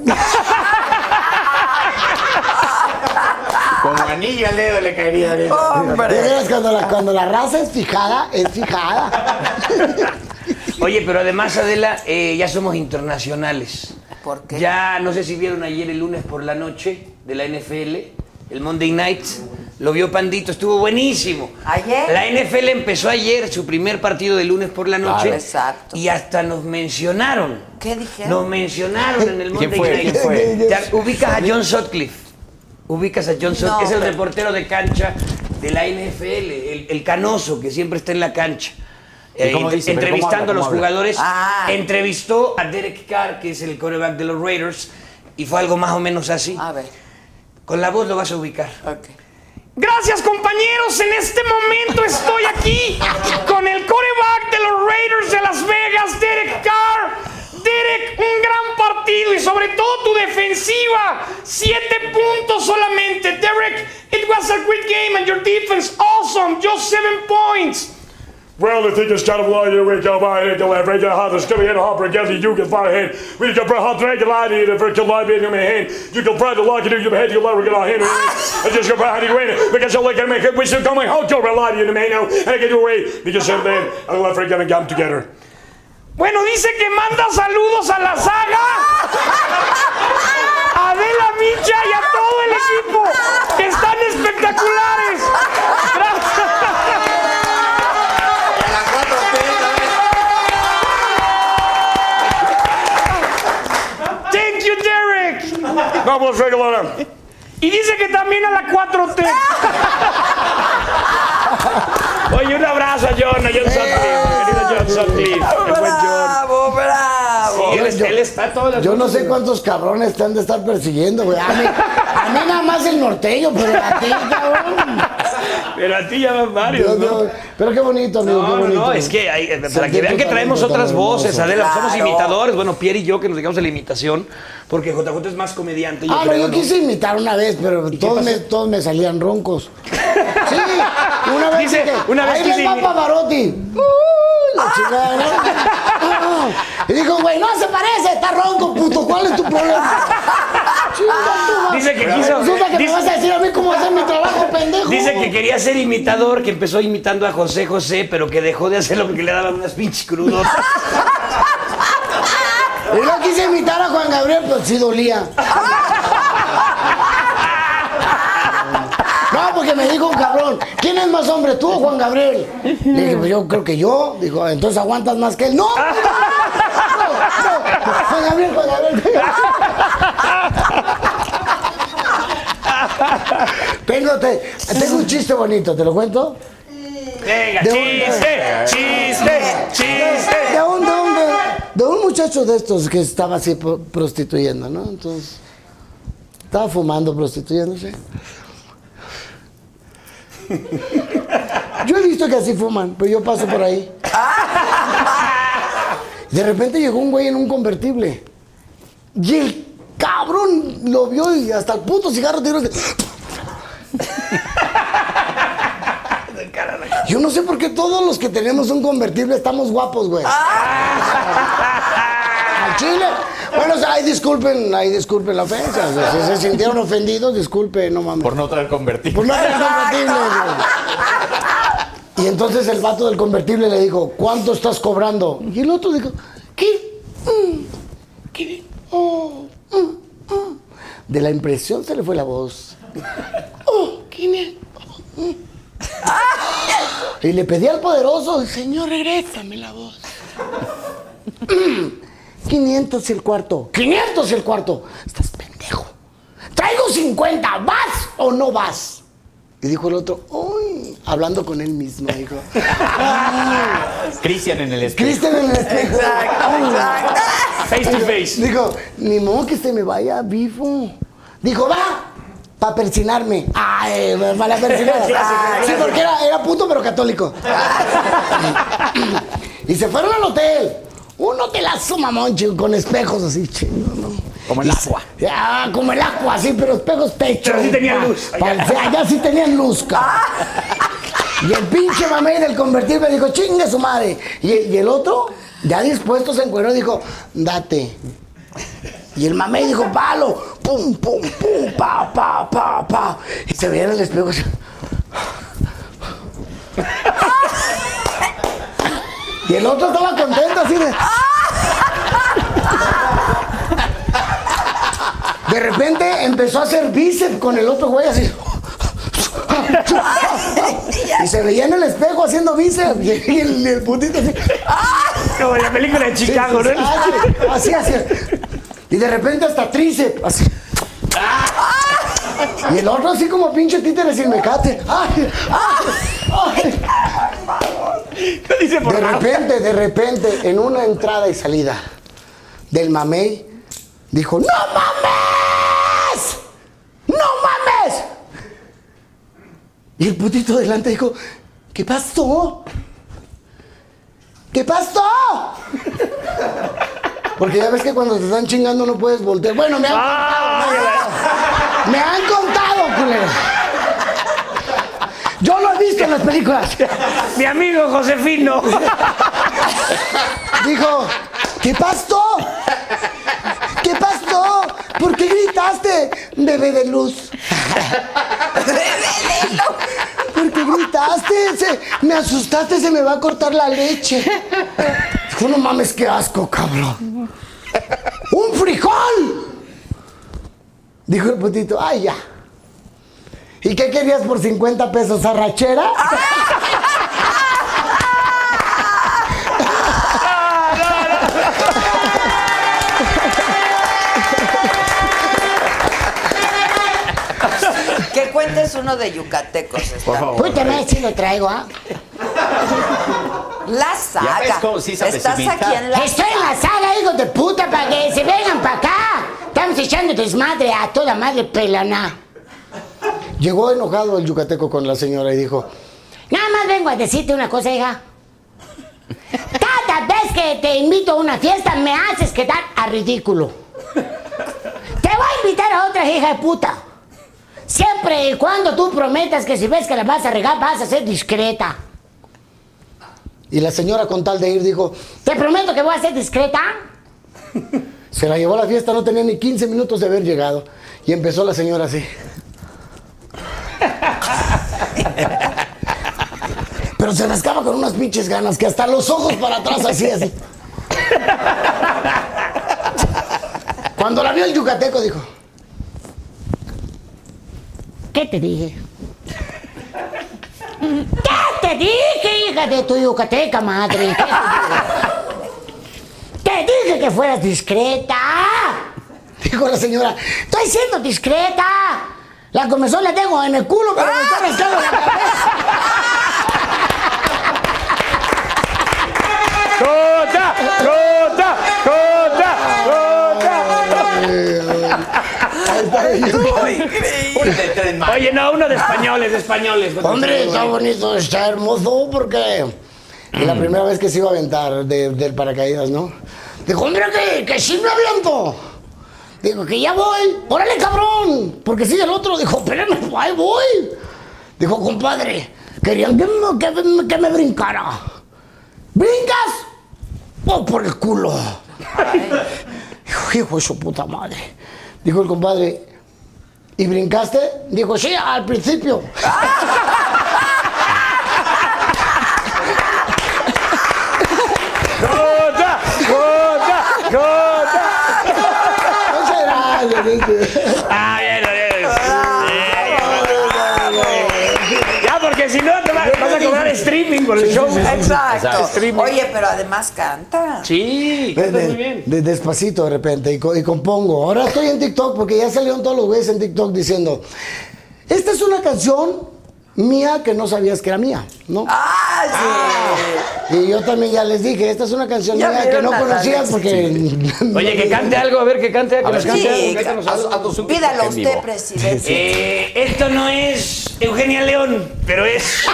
[SPEAKER 6] Como anillo al dedo le caería. bien.
[SPEAKER 7] De
[SPEAKER 2] ¡Hombre!
[SPEAKER 7] veras, cuando la, cuando la raza es fijada, es fijada.
[SPEAKER 5] Oye, pero además, Adela, eh, ya somos internacionales.
[SPEAKER 2] ¿Por qué?
[SPEAKER 5] Ya, no sé si vieron ayer el lunes por la noche de la NFL, el Monday Night. Lo vio Pandito, estuvo buenísimo.
[SPEAKER 2] ¿Ayer?
[SPEAKER 5] La NFL empezó ayer su primer partido de lunes por la noche.
[SPEAKER 2] Claro. Exacto.
[SPEAKER 5] Y hasta nos mencionaron.
[SPEAKER 2] ¿Qué dijeron?
[SPEAKER 5] Nos mencionaron en el
[SPEAKER 6] ¿Quién
[SPEAKER 5] Monday
[SPEAKER 6] fue?
[SPEAKER 5] Night.
[SPEAKER 6] ¿Quién fue?
[SPEAKER 5] Te- Ubicas a John Sutcliffe. Ubicas a John Sutcliffe.
[SPEAKER 2] No,
[SPEAKER 5] es el
[SPEAKER 2] pero-
[SPEAKER 5] reportero de cancha de la NFL, el, el canoso que siempre está en la cancha. Eh,
[SPEAKER 6] cómo
[SPEAKER 5] entre-
[SPEAKER 6] dice? ¿Pero cómo
[SPEAKER 5] entrevistando
[SPEAKER 6] habla?
[SPEAKER 5] a los
[SPEAKER 6] ¿Cómo habla?
[SPEAKER 5] jugadores.
[SPEAKER 2] Ah.
[SPEAKER 5] Entrevistó a Derek Carr, que es el coreback de los Raiders, y fue algo más o menos así.
[SPEAKER 2] A ver,
[SPEAKER 5] Con la voz lo vas a ubicar.
[SPEAKER 2] ok.
[SPEAKER 8] Gracias compañeros, en este momento estoy aquí con el coreback de los Raiders de Las Vegas, Derek Carr. Derek, un gran partido y sobre todo tu defensiva. Siete puntos solamente. Derek, it was a great game and your defense awesome, just seven points. Well, the thing is, kind of like you, we go by here, the left, right, how this coming in, hopper, guess you can find hand. We can bring hot drag line in, if it can lie in your hand. You can try to lock it in your head, you lower it on hand. I just go by how you win, because you look at me, we still coming, how to rely in the man now, and I get away, because I'm then, and the left, right, gonna come together. Bueno, dice que manda saludos a la saga. Adela Micha y a todo el equipo que están espectaculares. Thank you, Derek. Vamos, regular. Y dice que también a la 4T. Oye, un abrazo a John, a John
[SPEAKER 7] Eh,
[SPEAKER 8] Sutcliffe, querido John Sutcliffe, el buen John.
[SPEAKER 2] ¡Bravo, bravo!
[SPEAKER 8] Y él, es- él está todo
[SPEAKER 7] Yo no sé cuántos cabrones te han de estar persiguiendo, güey. A mí, a mí nada más el norteño, pero a ti, cabrón.
[SPEAKER 8] Pero a ti ya van varios,
[SPEAKER 7] Dios,
[SPEAKER 8] ¿no?
[SPEAKER 7] Dios. Pero qué bonito, amigo, qué
[SPEAKER 5] No, no,
[SPEAKER 7] bonito.
[SPEAKER 5] no, es que hay- eh, para
[SPEAKER 7] Sentir
[SPEAKER 5] que vean
[SPEAKER 7] tu
[SPEAKER 5] que traemos
[SPEAKER 7] talento tan
[SPEAKER 5] otras voces,
[SPEAKER 7] hermoso.
[SPEAKER 5] Adela, pues somos
[SPEAKER 2] Claro.
[SPEAKER 5] imitadores, bueno, Pierre y yo que nos dedicamos a la imitación, porque JJ es más comediante.
[SPEAKER 7] Ah, no,
[SPEAKER 5] creo,
[SPEAKER 7] yo
[SPEAKER 5] ¿no?
[SPEAKER 7] quise imitar una vez, pero todos me, todos me salían roncos. Sí, una vez
[SPEAKER 8] Dice,
[SPEAKER 7] dije,
[SPEAKER 8] una vez
[SPEAKER 7] ahí
[SPEAKER 8] quise Ah.
[SPEAKER 7] les va
[SPEAKER 8] imi-
[SPEAKER 7] Pavarotti. Uy, la chingada, ¿no? Ah, Y dijo, güey, no se parece, está ronco, puto, ¿cuál es tu problema? Chinga tu
[SPEAKER 5] Dice que
[SPEAKER 7] madre.
[SPEAKER 5] quiso-
[SPEAKER 7] Resulta que
[SPEAKER 5] dice-
[SPEAKER 7] me vas a decir a mí cómo hacer mi trabajo, pendejo.
[SPEAKER 5] Dice que quería ser imitador, que empezó imitando a José José, pero que dejó de hacerlo porque le daban unas pinches crudos.
[SPEAKER 7] Y no quise imitar a Juan Gabriel, pero sí dolía. No, porque me dijo un cabrón, ¿quién es más hombre, tú o Juan Gabriel? Le dije, pues yo creo que yo. Dijo, "Ah, entonces aguantas más que él. ¡No! no, no, no, Juan Gabriel, Juan Gabriel. Tengo, te- tengo un chiste bonito, ¿te lo cuento?
[SPEAKER 5] Venga,
[SPEAKER 7] De un-
[SPEAKER 5] chiste, chiste, chiste.
[SPEAKER 7] De un, de un- de- de un muchacho de estos que estaba así pro- prostituyendo, ¿no? Entonces, estaba fumando, prostituyéndose. Yo he visto que así fuman, pero yo paso por ahí. De repente llegó un güey en un convertible. Y el cabrón lo vio y hasta el puto cigarro tiró. así. Yo no sé por qué todos los que tenemos un convertible estamos guapos, güey. Al chile. Bueno, o sea, ay, disculpen, ay, disculpen la ofensa. O sea, si se sintieron ofendidos, disculpen, no mames.
[SPEAKER 6] Por no traer convertido.
[SPEAKER 7] Pues no eran convertibles, güey. Y entonces el vato del convertible le dijo, ¿cuánto estás cobrando? Y el otro dijo, ¿qué? Mm, ¿Qué? Oh, mm, mm". De la impresión se le fue la voz. Oh, ¿qué? Oh, mm. Y le pedí al poderoso, Señor, regrésame la voz. 500 y el cuarto. 500 y el cuarto. Estás pendejo. Traigo 50. ¿Vas o no vas? Y dijo el otro, uy, hablando con él mismo, dijo.
[SPEAKER 6] Cristian en el espejo.
[SPEAKER 7] Cristian en el
[SPEAKER 2] este,
[SPEAKER 7] espejo.
[SPEAKER 2] Exacto, exacto.
[SPEAKER 8] Face to face.
[SPEAKER 7] Dijo, ni modo que se me vaya vivo. Dijo, va, para persinarme. Ay, pues, para persinar. Sí, porque era, era puto pero católico. Y se fueron al hotel. Un hotelazo mamón, chico, con espejos así, chingo, ¿no?
[SPEAKER 6] Como el
[SPEAKER 7] Y se-
[SPEAKER 6] agua.
[SPEAKER 7] Ah, como el agua, sí, pero espejos pecho.
[SPEAKER 8] Pero sí tenían luz.
[SPEAKER 7] Pa- pa- allá sí tenían luz, cabrón. Y el pinche mamey del convertible dijo, chingue su madre. Y, el- y el otro, ya dispuesto, se encueró, dijo, date. Y el mamey dijo, palo. ¡Pum! pum, pum, pum, pa, pa, pa, pa. Y se veía en el espejo así. Y el otro estaba contento así de. De repente empezó a hacer bíceps con el otro güey así. Y se veía en el espejo haciendo bíceps. Y el, el putito así.
[SPEAKER 5] Como en la película de Chicago, ¿no?
[SPEAKER 7] Así, así. Y de repente hasta tríceps. Así. Y el otro así como pinche títere sin mecate. Ay, ay,
[SPEAKER 5] Lo dice
[SPEAKER 7] ay.
[SPEAKER 5] por
[SPEAKER 7] De
[SPEAKER 5] nada.
[SPEAKER 7] repente, de repente, en una entrada y salida del mamey, dijo, ¡No mames! ¡No mames! Y el putito delante dijo, ¿qué pasó? ¿Qué pasó? Porque ya ves que cuando te están chingando no puedes voltear. Bueno, me han contado. Me han contado, culero. Yo lo he visto en las películas.
[SPEAKER 5] Mi amigo Josefino.
[SPEAKER 7] Dijo, ¿qué pasó? ¿Qué pasó? ¿Por qué gritaste, bebé de luz? ¿Por qué gritaste? Se- me asustaste, se me va a cortar la leche. Dijo, no mames, qué asco, cabrón. ¡Un frijol! Dijo el putito, ¡ay, ya! ¿Y qué querías por 50 pesos, arrachera?
[SPEAKER 2] Que cuentes uno de yucatecos. está
[SPEAKER 6] Por favor.
[SPEAKER 7] Uy, también sí lo traigo, ¿ah?
[SPEAKER 2] La saga.
[SPEAKER 6] ves cómo sí sabes
[SPEAKER 2] Estás
[SPEAKER 6] imitar.
[SPEAKER 2] aquí en la.
[SPEAKER 7] Estoy en la saga, hijos de puta, para que se vengan para acá. Estamos echando desmadre a toda madre pelona. Llegó enojado el yucateco con la señora y dijo: Nada más vengo a decirte una cosa, hija. Cada vez que te invito a una fiesta, me haces quedar a ridículo. Te voy a invitar a otra hija de puta. Siempre y cuando tú prometas que si ves que la vas a regar, vas a ser discreta. Y la señora con tal de ir dijo, te prometo que voy a ser discreta. Se la llevó a la fiesta, no tenía ni 15 minutos de haber llegado. Y empezó la señora así. Pero se rascaba con unas pinches ganas, que hasta los ojos para atrás así, así. Cuando la vio el yucateco dijo, ¿qué te dije? ¿Qué te dije, hija de tu yucateca, madre? Te dije que fueras discreta. Dijo la señora, estoy siendo discreta. La comezón la tengo en el culo, pero me está rascando la cabeza.
[SPEAKER 5] ¡Cota! ¡Cota! ¡Cota! ¡Cota! Oye, no, uno de españoles, de españoles.
[SPEAKER 7] Hombre, está bonito, Mm. está hermoso, porque es la primera vez que se iba a aventar de- del paracaídas, ¿no? Dijo, hombre, que, que sí me aviento. Dijo, que ya voy. Órale, cabrón. Porque sigue el otro. Dijo, espérame, ahí voy. Dijo, compadre, querían que me, que me- que me brincara. ¿Brincas? O por el culo. Dijo, hijo de su puta madre. Dijo el compadre, ¿y brincaste? Dijo, sí, al principio.
[SPEAKER 5] ¡Cota! ¡Cota! ¡Cota!
[SPEAKER 7] Muchas gracias, gente.
[SPEAKER 5] ¡Ah, bien, bien! Sí. Ya, porque si no, te va- vas a cobrar streaming por el show.
[SPEAKER 2] Exacto.
[SPEAKER 5] Streaming.
[SPEAKER 2] Oye, pero además canta.
[SPEAKER 5] Sí,
[SPEAKER 7] De-
[SPEAKER 5] cantas
[SPEAKER 7] de-
[SPEAKER 5] muy bien.
[SPEAKER 7] de- despacito de repente y, co- y compongo. Ahora estoy en TikTok porque ya salieron todos los güeyes en TikTok diciendo, esta es una canción mía que no sabías que era mía, ¿no?
[SPEAKER 2] ¡Ah, sí!
[SPEAKER 7] Y yo también ya les dije, esta es una canción
[SPEAKER 2] Ya
[SPEAKER 7] mía que
[SPEAKER 2] vieron
[SPEAKER 7] no
[SPEAKER 2] a
[SPEAKER 7] conocías
[SPEAKER 2] Alex.
[SPEAKER 7] porque...
[SPEAKER 5] Oye, que cante algo, a ver, que cante, que
[SPEAKER 6] ver,
[SPEAKER 5] nos cante.
[SPEAKER 2] sí,
[SPEAKER 5] algo, cántanos algo.
[SPEAKER 6] Haznos un
[SPEAKER 2] Pídalo
[SPEAKER 6] en vivo.
[SPEAKER 2] usted, presidente.
[SPEAKER 5] Eh, esto no es Eugenia León, pero es.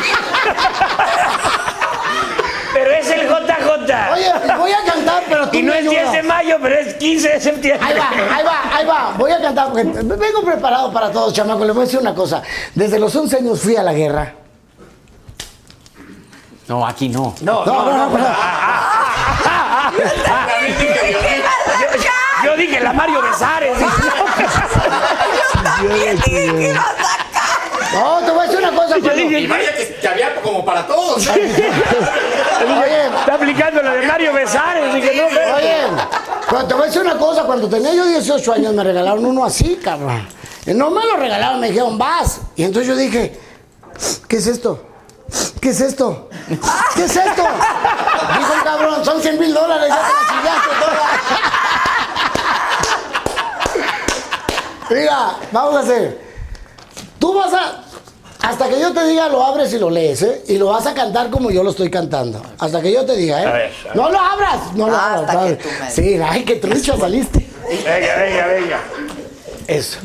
[SPEAKER 5] pero es el JJ.
[SPEAKER 7] Oye, voy a cantar, pero tú
[SPEAKER 5] Y no
[SPEAKER 7] me
[SPEAKER 5] es 10 de
[SPEAKER 7] ayudas.
[SPEAKER 5] mayo, pero es 15 de septiembre.
[SPEAKER 7] Ahí va, ahí va, ahí va. Voy a cantar porque vengo preparado para todo, chamaco. Les voy a decir una cosa. Desde los 11 años fui a la guerra.
[SPEAKER 6] No, aquí no.
[SPEAKER 5] No,
[SPEAKER 1] Ah.
[SPEAKER 7] No, no, no, no.
[SPEAKER 5] Yo, yo yo dije la Mario Besares.
[SPEAKER 2] Yo también dije que iba a sacar.
[SPEAKER 7] No, te voy a decir una cosa,
[SPEAKER 5] yo
[SPEAKER 7] Toño.
[SPEAKER 5] dije,
[SPEAKER 6] Y vaya que, que había como para todos.
[SPEAKER 7] Oye,
[SPEAKER 5] está aplicando la de Mario Besares. Dije, no, pero-
[SPEAKER 7] Oye, pero te voy a decir una cosa, cuando tenía yo 18 años me regalaron uno así, cabrón. Y no me lo regalaron, me dijeron, vas. Y entonces yo dije, ¿qué es esto? ¿Qué es esto? ¿Qué es esto? Dijo el cabrón, son 100 mil dólares, ya te la chillaste toda". Mira, vamos a hacer. Tú vas a. Hasta que yo te diga, lo abres y lo lees, ¿eh? Y lo vas a cantar como yo lo estoy cantando. Hasta que yo te diga, ¿eh?
[SPEAKER 5] A ver, a ver.
[SPEAKER 7] No lo abras, no lo
[SPEAKER 2] Ah,
[SPEAKER 7] abras.
[SPEAKER 2] hasta
[SPEAKER 7] no lo
[SPEAKER 2] que
[SPEAKER 7] abras.
[SPEAKER 2] tú me
[SPEAKER 7] Sí, ay, qué trucha saliste.
[SPEAKER 5] Venga, venga, venga.
[SPEAKER 7] Eso.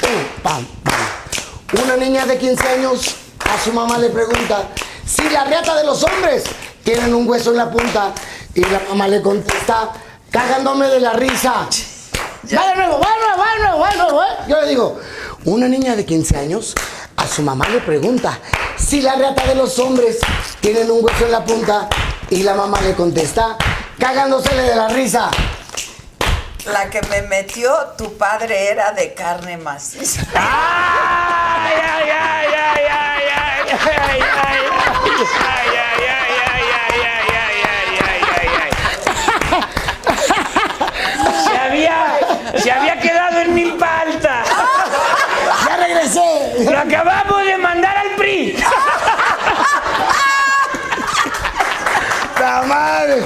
[SPEAKER 7] Pum, pam, pam. Una niña de 15 años a su mamá le pregunta si la reata de los hombres tienen un hueso en la punta. Y la mamá le contesta, cagándome de la risa. Va de nuevo, va de nuevo, va de nuevo, va de nuevo, ¿eh? Yo le digo, una niña de 15 años a su mamá le pregunta si la reata de los hombres tienen un hueso en la punta. Y la mamá le contesta, cagándosele de la risa.
[SPEAKER 2] La que me metió, tu padre era de carne maciza.
[SPEAKER 5] Ay, ay, ay, ay, ay, ay, ay, ay, ay, ay, ay, ay, ay, ay, ay, ay, ay, ay, ay. Se había, se había quedado en mil palta.
[SPEAKER 7] ¡Ya regresé!
[SPEAKER 5] Lo acabamos de mandar al PRI.
[SPEAKER 7] ¡La madre!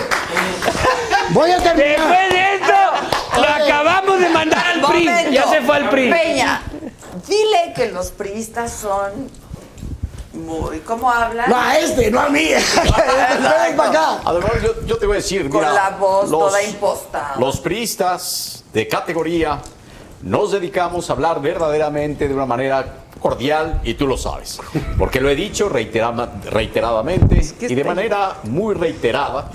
[SPEAKER 7] Voy a terminar.
[SPEAKER 5] Después de esto, lo acabamos de mandar al PRI. Ya
[SPEAKER 2] Momento.
[SPEAKER 5] se fue al PRI.
[SPEAKER 2] Peña, dile que los priistas son muy. ¿Cómo hablan?
[SPEAKER 7] No a este, no a mí. Ven para acá.
[SPEAKER 6] A lo mejor yo, yo te voy a decir,
[SPEAKER 2] Con
[SPEAKER 6] mira,
[SPEAKER 2] la voz toda impostada.
[SPEAKER 6] Los priistas de categoría nos dedicamos a hablar verdaderamente de una manera cordial y tú lo sabes, porque lo he dicho reiterama- reiteradamente y de manera muy reiterada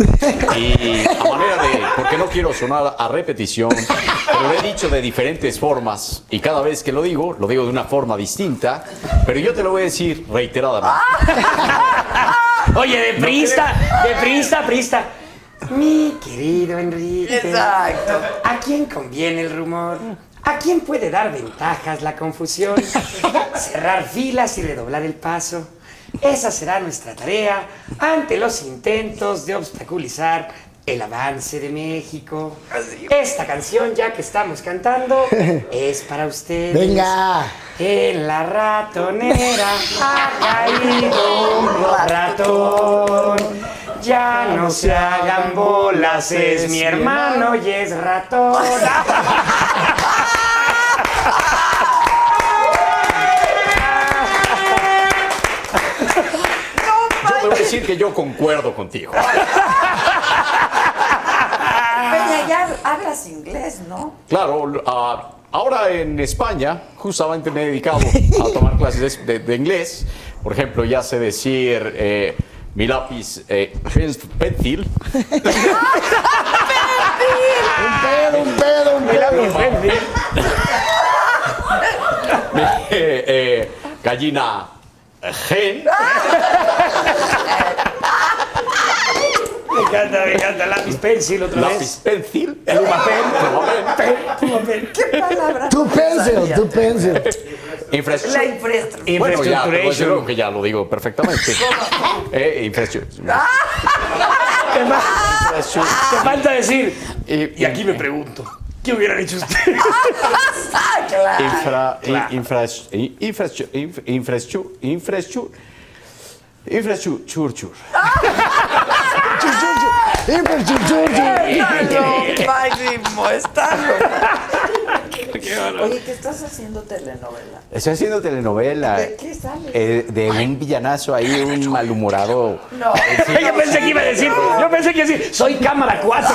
[SPEAKER 6] y a manera de, porque no quiero sonar a repetición, pero lo he dicho de diferentes formas y cada vez que lo digo, lo digo de una forma distinta, pero yo te lo voy a decir reiteradamente.
[SPEAKER 5] Ah. Oye, de priista, de priista, priista. Mi querido Enrique.
[SPEAKER 2] Exacto.
[SPEAKER 5] ¿A quién conviene el rumor? ¿A quién puede dar ventajas la confusión? Cerrar filas y redoblar el paso. Esa será nuestra tarea ante los intentos de obstaculizar el avance de México. Esta canción, ya que estamos cantando, es para ustedes.
[SPEAKER 7] Venga.
[SPEAKER 5] En la ratonera ha caído un ratón. Ya no se hagan bolas, es mi hermano y es ratón.
[SPEAKER 6] Yo te voy a decir que yo concuerdo contigo.
[SPEAKER 2] Peña, ya hablas inglés, ¿no?
[SPEAKER 6] Claro, ah, ahora en España justamente me he dedicado a tomar clases de, de- de inglés. Por ejemplo, ya sé decir eh, mi lápiz eh, pencil.
[SPEAKER 7] Pedo, un pedo, un pedo.
[SPEAKER 6] Mi, eh, eh, gallina eh, gen.
[SPEAKER 5] Me encanta, me encanta. Lápiz pencil otra
[SPEAKER 6] Lápiz pencil. Pluma pen.
[SPEAKER 5] Pluma, pen.
[SPEAKER 2] ¿Qué palabra?
[SPEAKER 7] Tu pencil, tu pencil.
[SPEAKER 2] La
[SPEAKER 6] Infraestructura.
[SPEAKER 2] infraestructura.
[SPEAKER 6] Bueno, ya, te voy a decir
[SPEAKER 5] Infraestructuration.
[SPEAKER 6] algo que ya lo digo perfectamente. Eh, infraestructura.
[SPEAKER 5] Te fa- te falta decir.
[SPEAKER 6] Y-
[SPEAKER 5] Y aquí me pregunto, ¿qué hubieran hecho ustedes?
[SPEAKER 2] Ah, claro.
[SPEAKER 6] infra,
[SPEAKER 5] Claro.
[SPEAKER 6] infra, infra, infra, infraestru- infraestru- infraestructura.
[SPEAKER 2] Está lo máximo, está lo Oye, ¿qué estás haciendo telenovela?
[SPEAKER 6] Estoy haciendo telenovela.
[SPEAKER 2] ¿De qué sale?
[SPEAKER 6] Eh, de un villanazo ahí, un malhumorado.
[SPEAKER 2] No.
[SPEAKER 5] Yo pensé que iba a decir, yo pensé que iba a decir, soy cámara 4.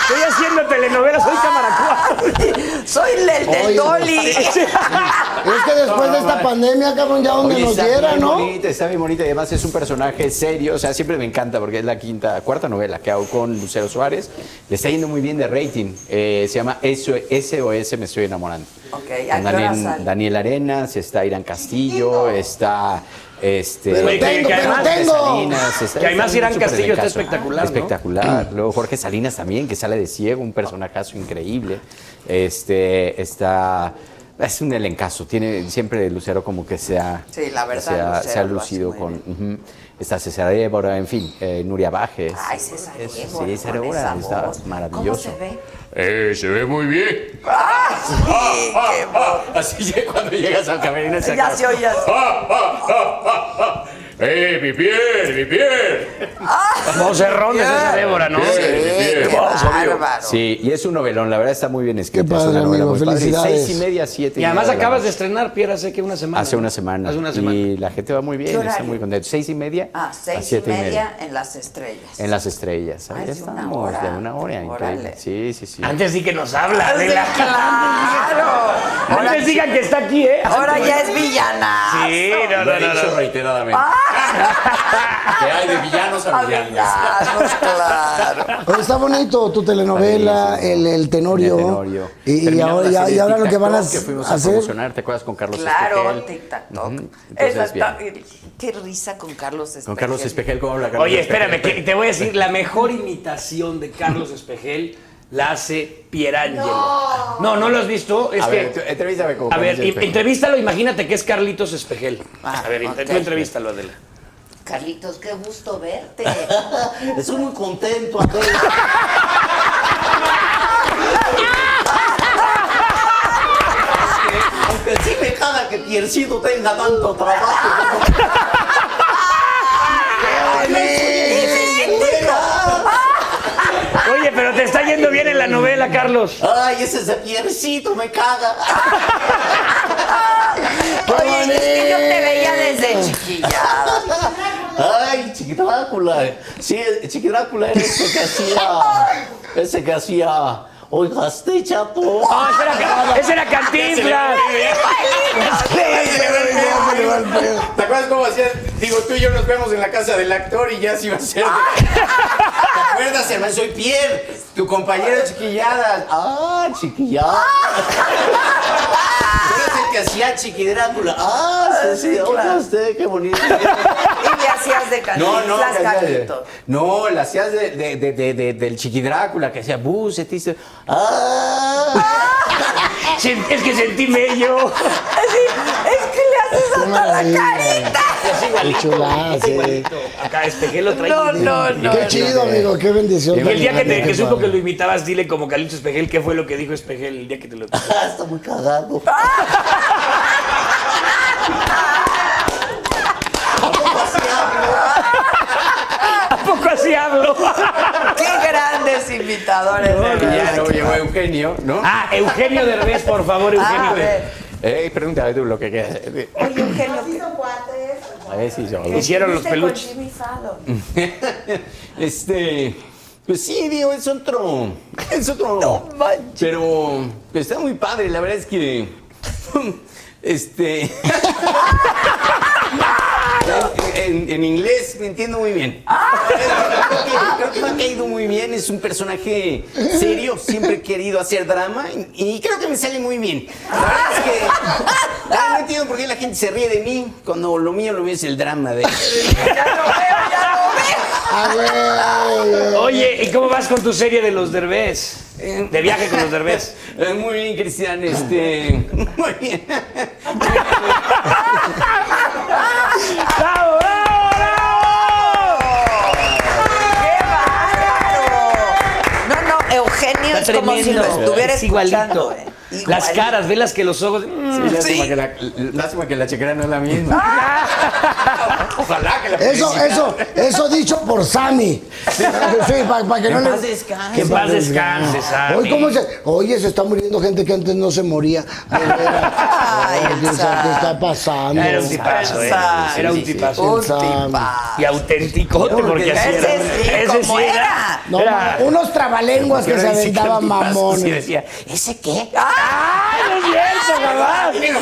[SPEAKER 5] Estoy haciendo telenovela, soy cámara 4.
[SPEAKER 2] Soy el del
[SPEAKER 7] Oye,
[SPEAKER 2] Dolly.
[SPEAKER 7] Es que después de esta pandemia, cabrón, ya donde
[SPEAKER 6] Ah, Oye,
[SPEAKER 7] nos
[SPEAKER 6] está
[SPEAKER 7] diera,
[SPEAKER 6] bien
[SPEAKER 7] ¿no?
[SPEAKER 6] bonita, está bien bonita. Y además es un personaje serio. O sea, siempre me encanta porque es la quinta, cuarta novela que hago con Lucero Suárez. Le está yendo muy bien de rating. Eh, se llama SOS Me Estoy Enamorando.
[SPEAKER 2] Ok, ¿a
[SPEAKER 6] Con
[SPEAKER 2] qué hora
[SPEAKER 6] Daniel,
[SPEAKER 2] sale?
[SPEAKER 6] Daniel Arenas, está Irán Castillo, está. Este,
[SPEAKER 7] Pero
[SPEAKER 6] Jorge
[SPEAKER 7] tengo, pero
[SPEAKER 6] Salinas,
[SPEAKER 7] tengo.
[SPEAKER 6] Salinas, está-
[SPEAKER 5] Que además
[SPEAKER 6] está
[SPEAKER 5] Irán
[SPEAKER 6] súper
[SPEAKER 5] Castillo está
[SPEAKER 6] elencazo.
[SPEAKER 5] espectacular, ¿no?
[SPEAKER 6] Espectacular. Luego Jorge Salinas también, que sale de ciego, un personajazo increíble. Este, está. Es un elencazo. Tiene siempre Lucero como que sea.
[SPEAKER 2] Sí, la verdad,
[SPEAKER 6] Se ha,
[SPEAKER 2] Lucero
[SPEAKER 6] se ha
[SPEAKER 2] lo hace
[SPEAKER 6] lucido
[SPEAKER 2] muy
[SPEAKER 6] con. ujú. Está César Évora, en fin, eh, Nuria Bajes.
[SPEAKER 2] Ay, César
[SPEAKER 6] Eso,
[SPEAKER 2] Évora,
[SPEAKER 6] Sí, César
[SPEAKER 2] con
[SPEAKER 6] Évora,
[SPEAKER 2] esa
[SPEAKER 6] está
[SPEAKER 2] voz.
[SPEAKER 6] maravilloso.
[SPEAKER 2] ¿Cómo se ve?
[SPEAKER 3] Eh, se ve muy bien.
[SPEAKER 2] ¡Ah, sí! ¡Qué bo-
[SPEAKER 6] Así que cuando llegas al camerino se
[SPEAKER 3] ah.
[SPEAKER 2] Ya se oye así.
[SPEAKER 3] Eh, mi piel, mi piel.
[SPEAKER 5] Vocerrones esa Débora, ¿no?
[SPEAKER 2] ¡Qué bárbaro!
[SPEAKER 6] Sí, y es un novelón, la verdad está muy bien escrito.
[SPEAKER 7] Qué
[SPEAKER 6] es
[SPEAKER 7] padre,
[SPEAKER 6] una novela
[SPEAKER 7] amigo,
[SPEAKER 6] muy padre.
[SPEAKER 7] felicidades.
[SPEAKER 6] Seis y media, siete.
[SPEAKER 5] Y además
[SPEAKER 6] media la
[SPEAKER 5] acabas de
[SPEAKER 6] noche.
[SPEAKER 5] estrenar, Pierre, hace que una semana.
[SPEAKER 6] Hace
[SPEAKER 5] ¿no?
[SPEAKER 6] una semana.
[SPEAKER 5] Hace una semana.
[SPEAKER 6] Y la gente va muy
[SPEAKER 2] ¿Qué
[SPEAKER 6] bien,
[SPEAKER 2] horario?
[SPEAKER 6] está muy contenta. Seis y media
[SPEAKER 2] Ah,
[SPEAKER 6] a
[SPEAKER 2] seis y
[SPEAKER 6] siete
[SPEAKER 2] media, en las estrellas.
[SPEAKER 6] En las estrellas. Ahí
[SPEAKER 2] Ay, es una
[SPEAKER 6] estamos,
[SPEAKER 2] hora.
[SPEAKER 6] de una hora.
[SPEAKER 2] Órale.
[SPEAKER 6] Increíble. Sí, sí, sí.
[SPEAKER 5] Antes sí que nos habla,
[SPEAKER 2] Sí,
[SPEAKER 5] Adela.
[SPEAKER 2] ¡Claro! Ahora,
[SPEAKER 5] Antes digan que está aquí, ¿eh?
[SPEAKER 2] ahora ya es villana.
[SPEAKER 5] Sí,
[SPEAKER 3] Lo
[SPEAKER 5] no, no,
[SPEAKER 3] he
[SPEAKER 5] no. no.
[SPEAKER 3] dicho reiteradamente.
[SPEAKER 2] Ah.
[SPEAKER 3] Que hay de villanos a villanos.
[SPEAKER 2] Villanos, claro.
[SPEAKER 7] Oye, está bonito tu telenovela, el, el Tenorio.
[SPEAKER 6] El Tenorio.
[SPEAKER 7] Y, y
[SPEAKER 6] Terminamos
[SPEAKER 7] ahora,
[SPEAKER 6] la
[SPEAKER 7] ya-
[SPEAKER 6] serie
[SPEAKER 7] y ahora lo que
[SPEAKER 6] Tic-Tac
[SPEAKER 7] van a
[SPEAKER 6] Toe que fuimos a
[SPEAKER 7] hacer.
[SPEAKER 6] promocionar, ¿te acuerdas con Carlos
[SPEAKER 2] Claro,
[SPEAKER 6] Espejel?
[SPEAKER 2] tic-tac-toc.
[SPEAKER 6] Ujú, entonces, bien.
[SPEAKER 2] Qué risa con Carlos Espejel.
[SPEAKER 6] Con Carlos Espejel, ¿cómo habla Carlos
[SPEAKER 5] Oye,
[SPEAKER 6] Espejel?
[SPEAKER 5] espérame, que te voy a decir, la mejor imitación de Carlos Espejel la hace Pierangelo. No, no, lo has visto. Es
[SPEAKER 6] A
[SPEAKER 5] que,
[SPEAKER 6] ver, tú- entrevístame con
[SPEAKER 5] a ver,
[SPEAKER 6] Carlos
[SPEAKER 5] im-
[SPEAKER 6] Espejel.
[SPEAKER 5] entrevístalo, imagínate que es Carlitos Espejel.
[SPEAKER 2] Ah,
[SPEAKER 5] a ver, int-
[SPEAKER 2] ok.
[SPEAKER 5] tú entrevístalo, Adela.
[SPEAKER 2] Carlitos, qué gusto verte.
[SPEAKER 6] Estoy muy contento,
[SPEAKER 2] Aunque sí me caga que Piercito tenga tanto trabajo. ¡Qué bonito!
[SPEAKER 5] Oye, pero te está yendo bien en la novela, Carlos.
[SPEAKER 6] Ay, ese es Piercito, me caga.
[SPEAKER 2] Oye, es que yo te veía desde chiquilla.
[SPEAKER 6] Ay, Chiquidrácula. Sí, Chiquidrácula era ese que hacía. Ese que hacía. Oigaste, chato.
[SPEAKER 5] No, Ah, ese era, ese era Cantinflas.
[SPEAKER 6] ¿Te acuerdas cómo hacías? Digo, tú y yo nos vemos en la casa del actor y ya se iba a ser. ¿Te acuerdas, hermano? Soy Pierre, tu compañero chiquillada. Ah, chiquillada. Tú eres el que hacía chiquidrácula. Ah, sí, sí. Oiga usted, qué bonito.
[SPEAKER 2] Y le hacías de
[SPEAKER 6] No,
[SPEAKER 2] Cantinflas,
[SPEAKER 6] no, que hacía de-
[SPEAKER 2] Carlitos.
[SPEAKER 6] no, la hacías de, de, de, de- de- del chiquidrácula que hacía bucetista. ¡Ah!
[SPEAKER 2] Eh.
[SPEAKER 5] Sen- Es que sentí mello.
[SPEAKER 2] Así, es que le haces
[SPEAKER 7] Qué
[SPEAKER 2] hasta la
[SPEAKER 7] maravilla.
[SPEAKER 2] carita.
[SPEAKER 7] Qué chulada, sí.
[SPEAKER 5] Acá Espejel lo trae.
[SPEAKER 2] No, no, no.
[SPEAKER 7] Qué chido, amigo, qué bendición.
[SPEAKER 5] Y el día que, te,
[SPEAKER 7] Qué
[SPEAKER 5] que supo
[SPEAKER 7] padre.
[SPEAKER 5] que lo imitabas, dile como Carlitos Espejel, ¿qué fue lo que dijo Espejel el día que te lo
[SPEAKER 6] Está muy cagado.
[SPEAKER 5] ¿A poco así hablo?
[SPEAKER 2] Qué grandes imitadores de verdad.
[SPEAKER 6] Ya, oye, güey, Eugenio, ¿no?
[SPEAKER 5] Ah, Eugenio Derbez, por favor,
[SPEAKER 2] Ah,
[SPEAKER 5] Eugenio.
[SPEAKER 2] a ver.
[SPEAKER 6] Ey, pregúntale tú lo que quieras.
[SPEAKER 2] Oye, Eugenio, ¿qué-
[SPEAKER 6] A ver si yo.
[SPEAKER 5] Hicieron los peluches.
[SPEAKER 6] Este. Pues sí, digo, es otro. Es otro. No Pero pues, está muy padre, la verdad es que. Este. En, en- en inglés me entiendo muy bien. Creo que- creo que me ha caído muy bien. Es un personaje serio. Siempre he querido hacer drama y, y creo que me sale muy bien. La verdad es que ah, no entiendo por qué la gente se ríe de mí cuando lo mío lo mío es el drama de.
[SPEAKER 7] Ah, güey.
[SPEAKER 5] Oye, ¿y cómo vas con tu serie de los Derbez? De viaje con los Derbez.
[SPEAKER 6] Eh, Muy bien, Cristian, este. Muy bien.
[SPEAKER 5] ¡Bravo, bravo, bravo!
[SPEAKER 2] ¡Qué bárbaro! No, no, Eugenio es como si lo estuviera
[SPEAKER 5] es igualito.
[SPEAKER 2] escuchando, ¿eh?
[SPEAKER 5] Las
[SPEAKER 2] Igualito.
[SPEAKER 5] caras, velas que los ojos. Mm.
[SPEAKER 6] Lástima, que la, lástima que la chequera no es la misma. Ah. Ojalá que la
[SPEAKER 7] Eso, eso, eso dicho por Sammy. Sí, para que no le.
[SPEAKER 5] Que en paz descanses, Sammy.
[SPEAKER 7] Hoy, ¿cómo se.? Oye, se está muriendo gente que antes no se moría. De veras.
[SPEAKER 2] Ay, el
[SPEAKER 7] ¿qué está pasando?
[SPEAKER 5] Era un tipazo, ¿eh? Era un tipazo.
[SPEAKER 7] Un tipazo.
[SPEAKER 5] Y auténtico, porque así era. Ese sí era.
[SPEAKER 7] No,
[SPEAKER 5] Era-
[SPEAKER 7] unos trabalenguas que se aventaban mamones.
[SPEAKER 5] Sí, decía,
[SPEAKER 7] ¿ese qué?
[SPEAKER 5] ¡Ay, no es
[SPEAKER 6] Ah,
[SPEAKER 5] cierto, jamás! ¡Jamás!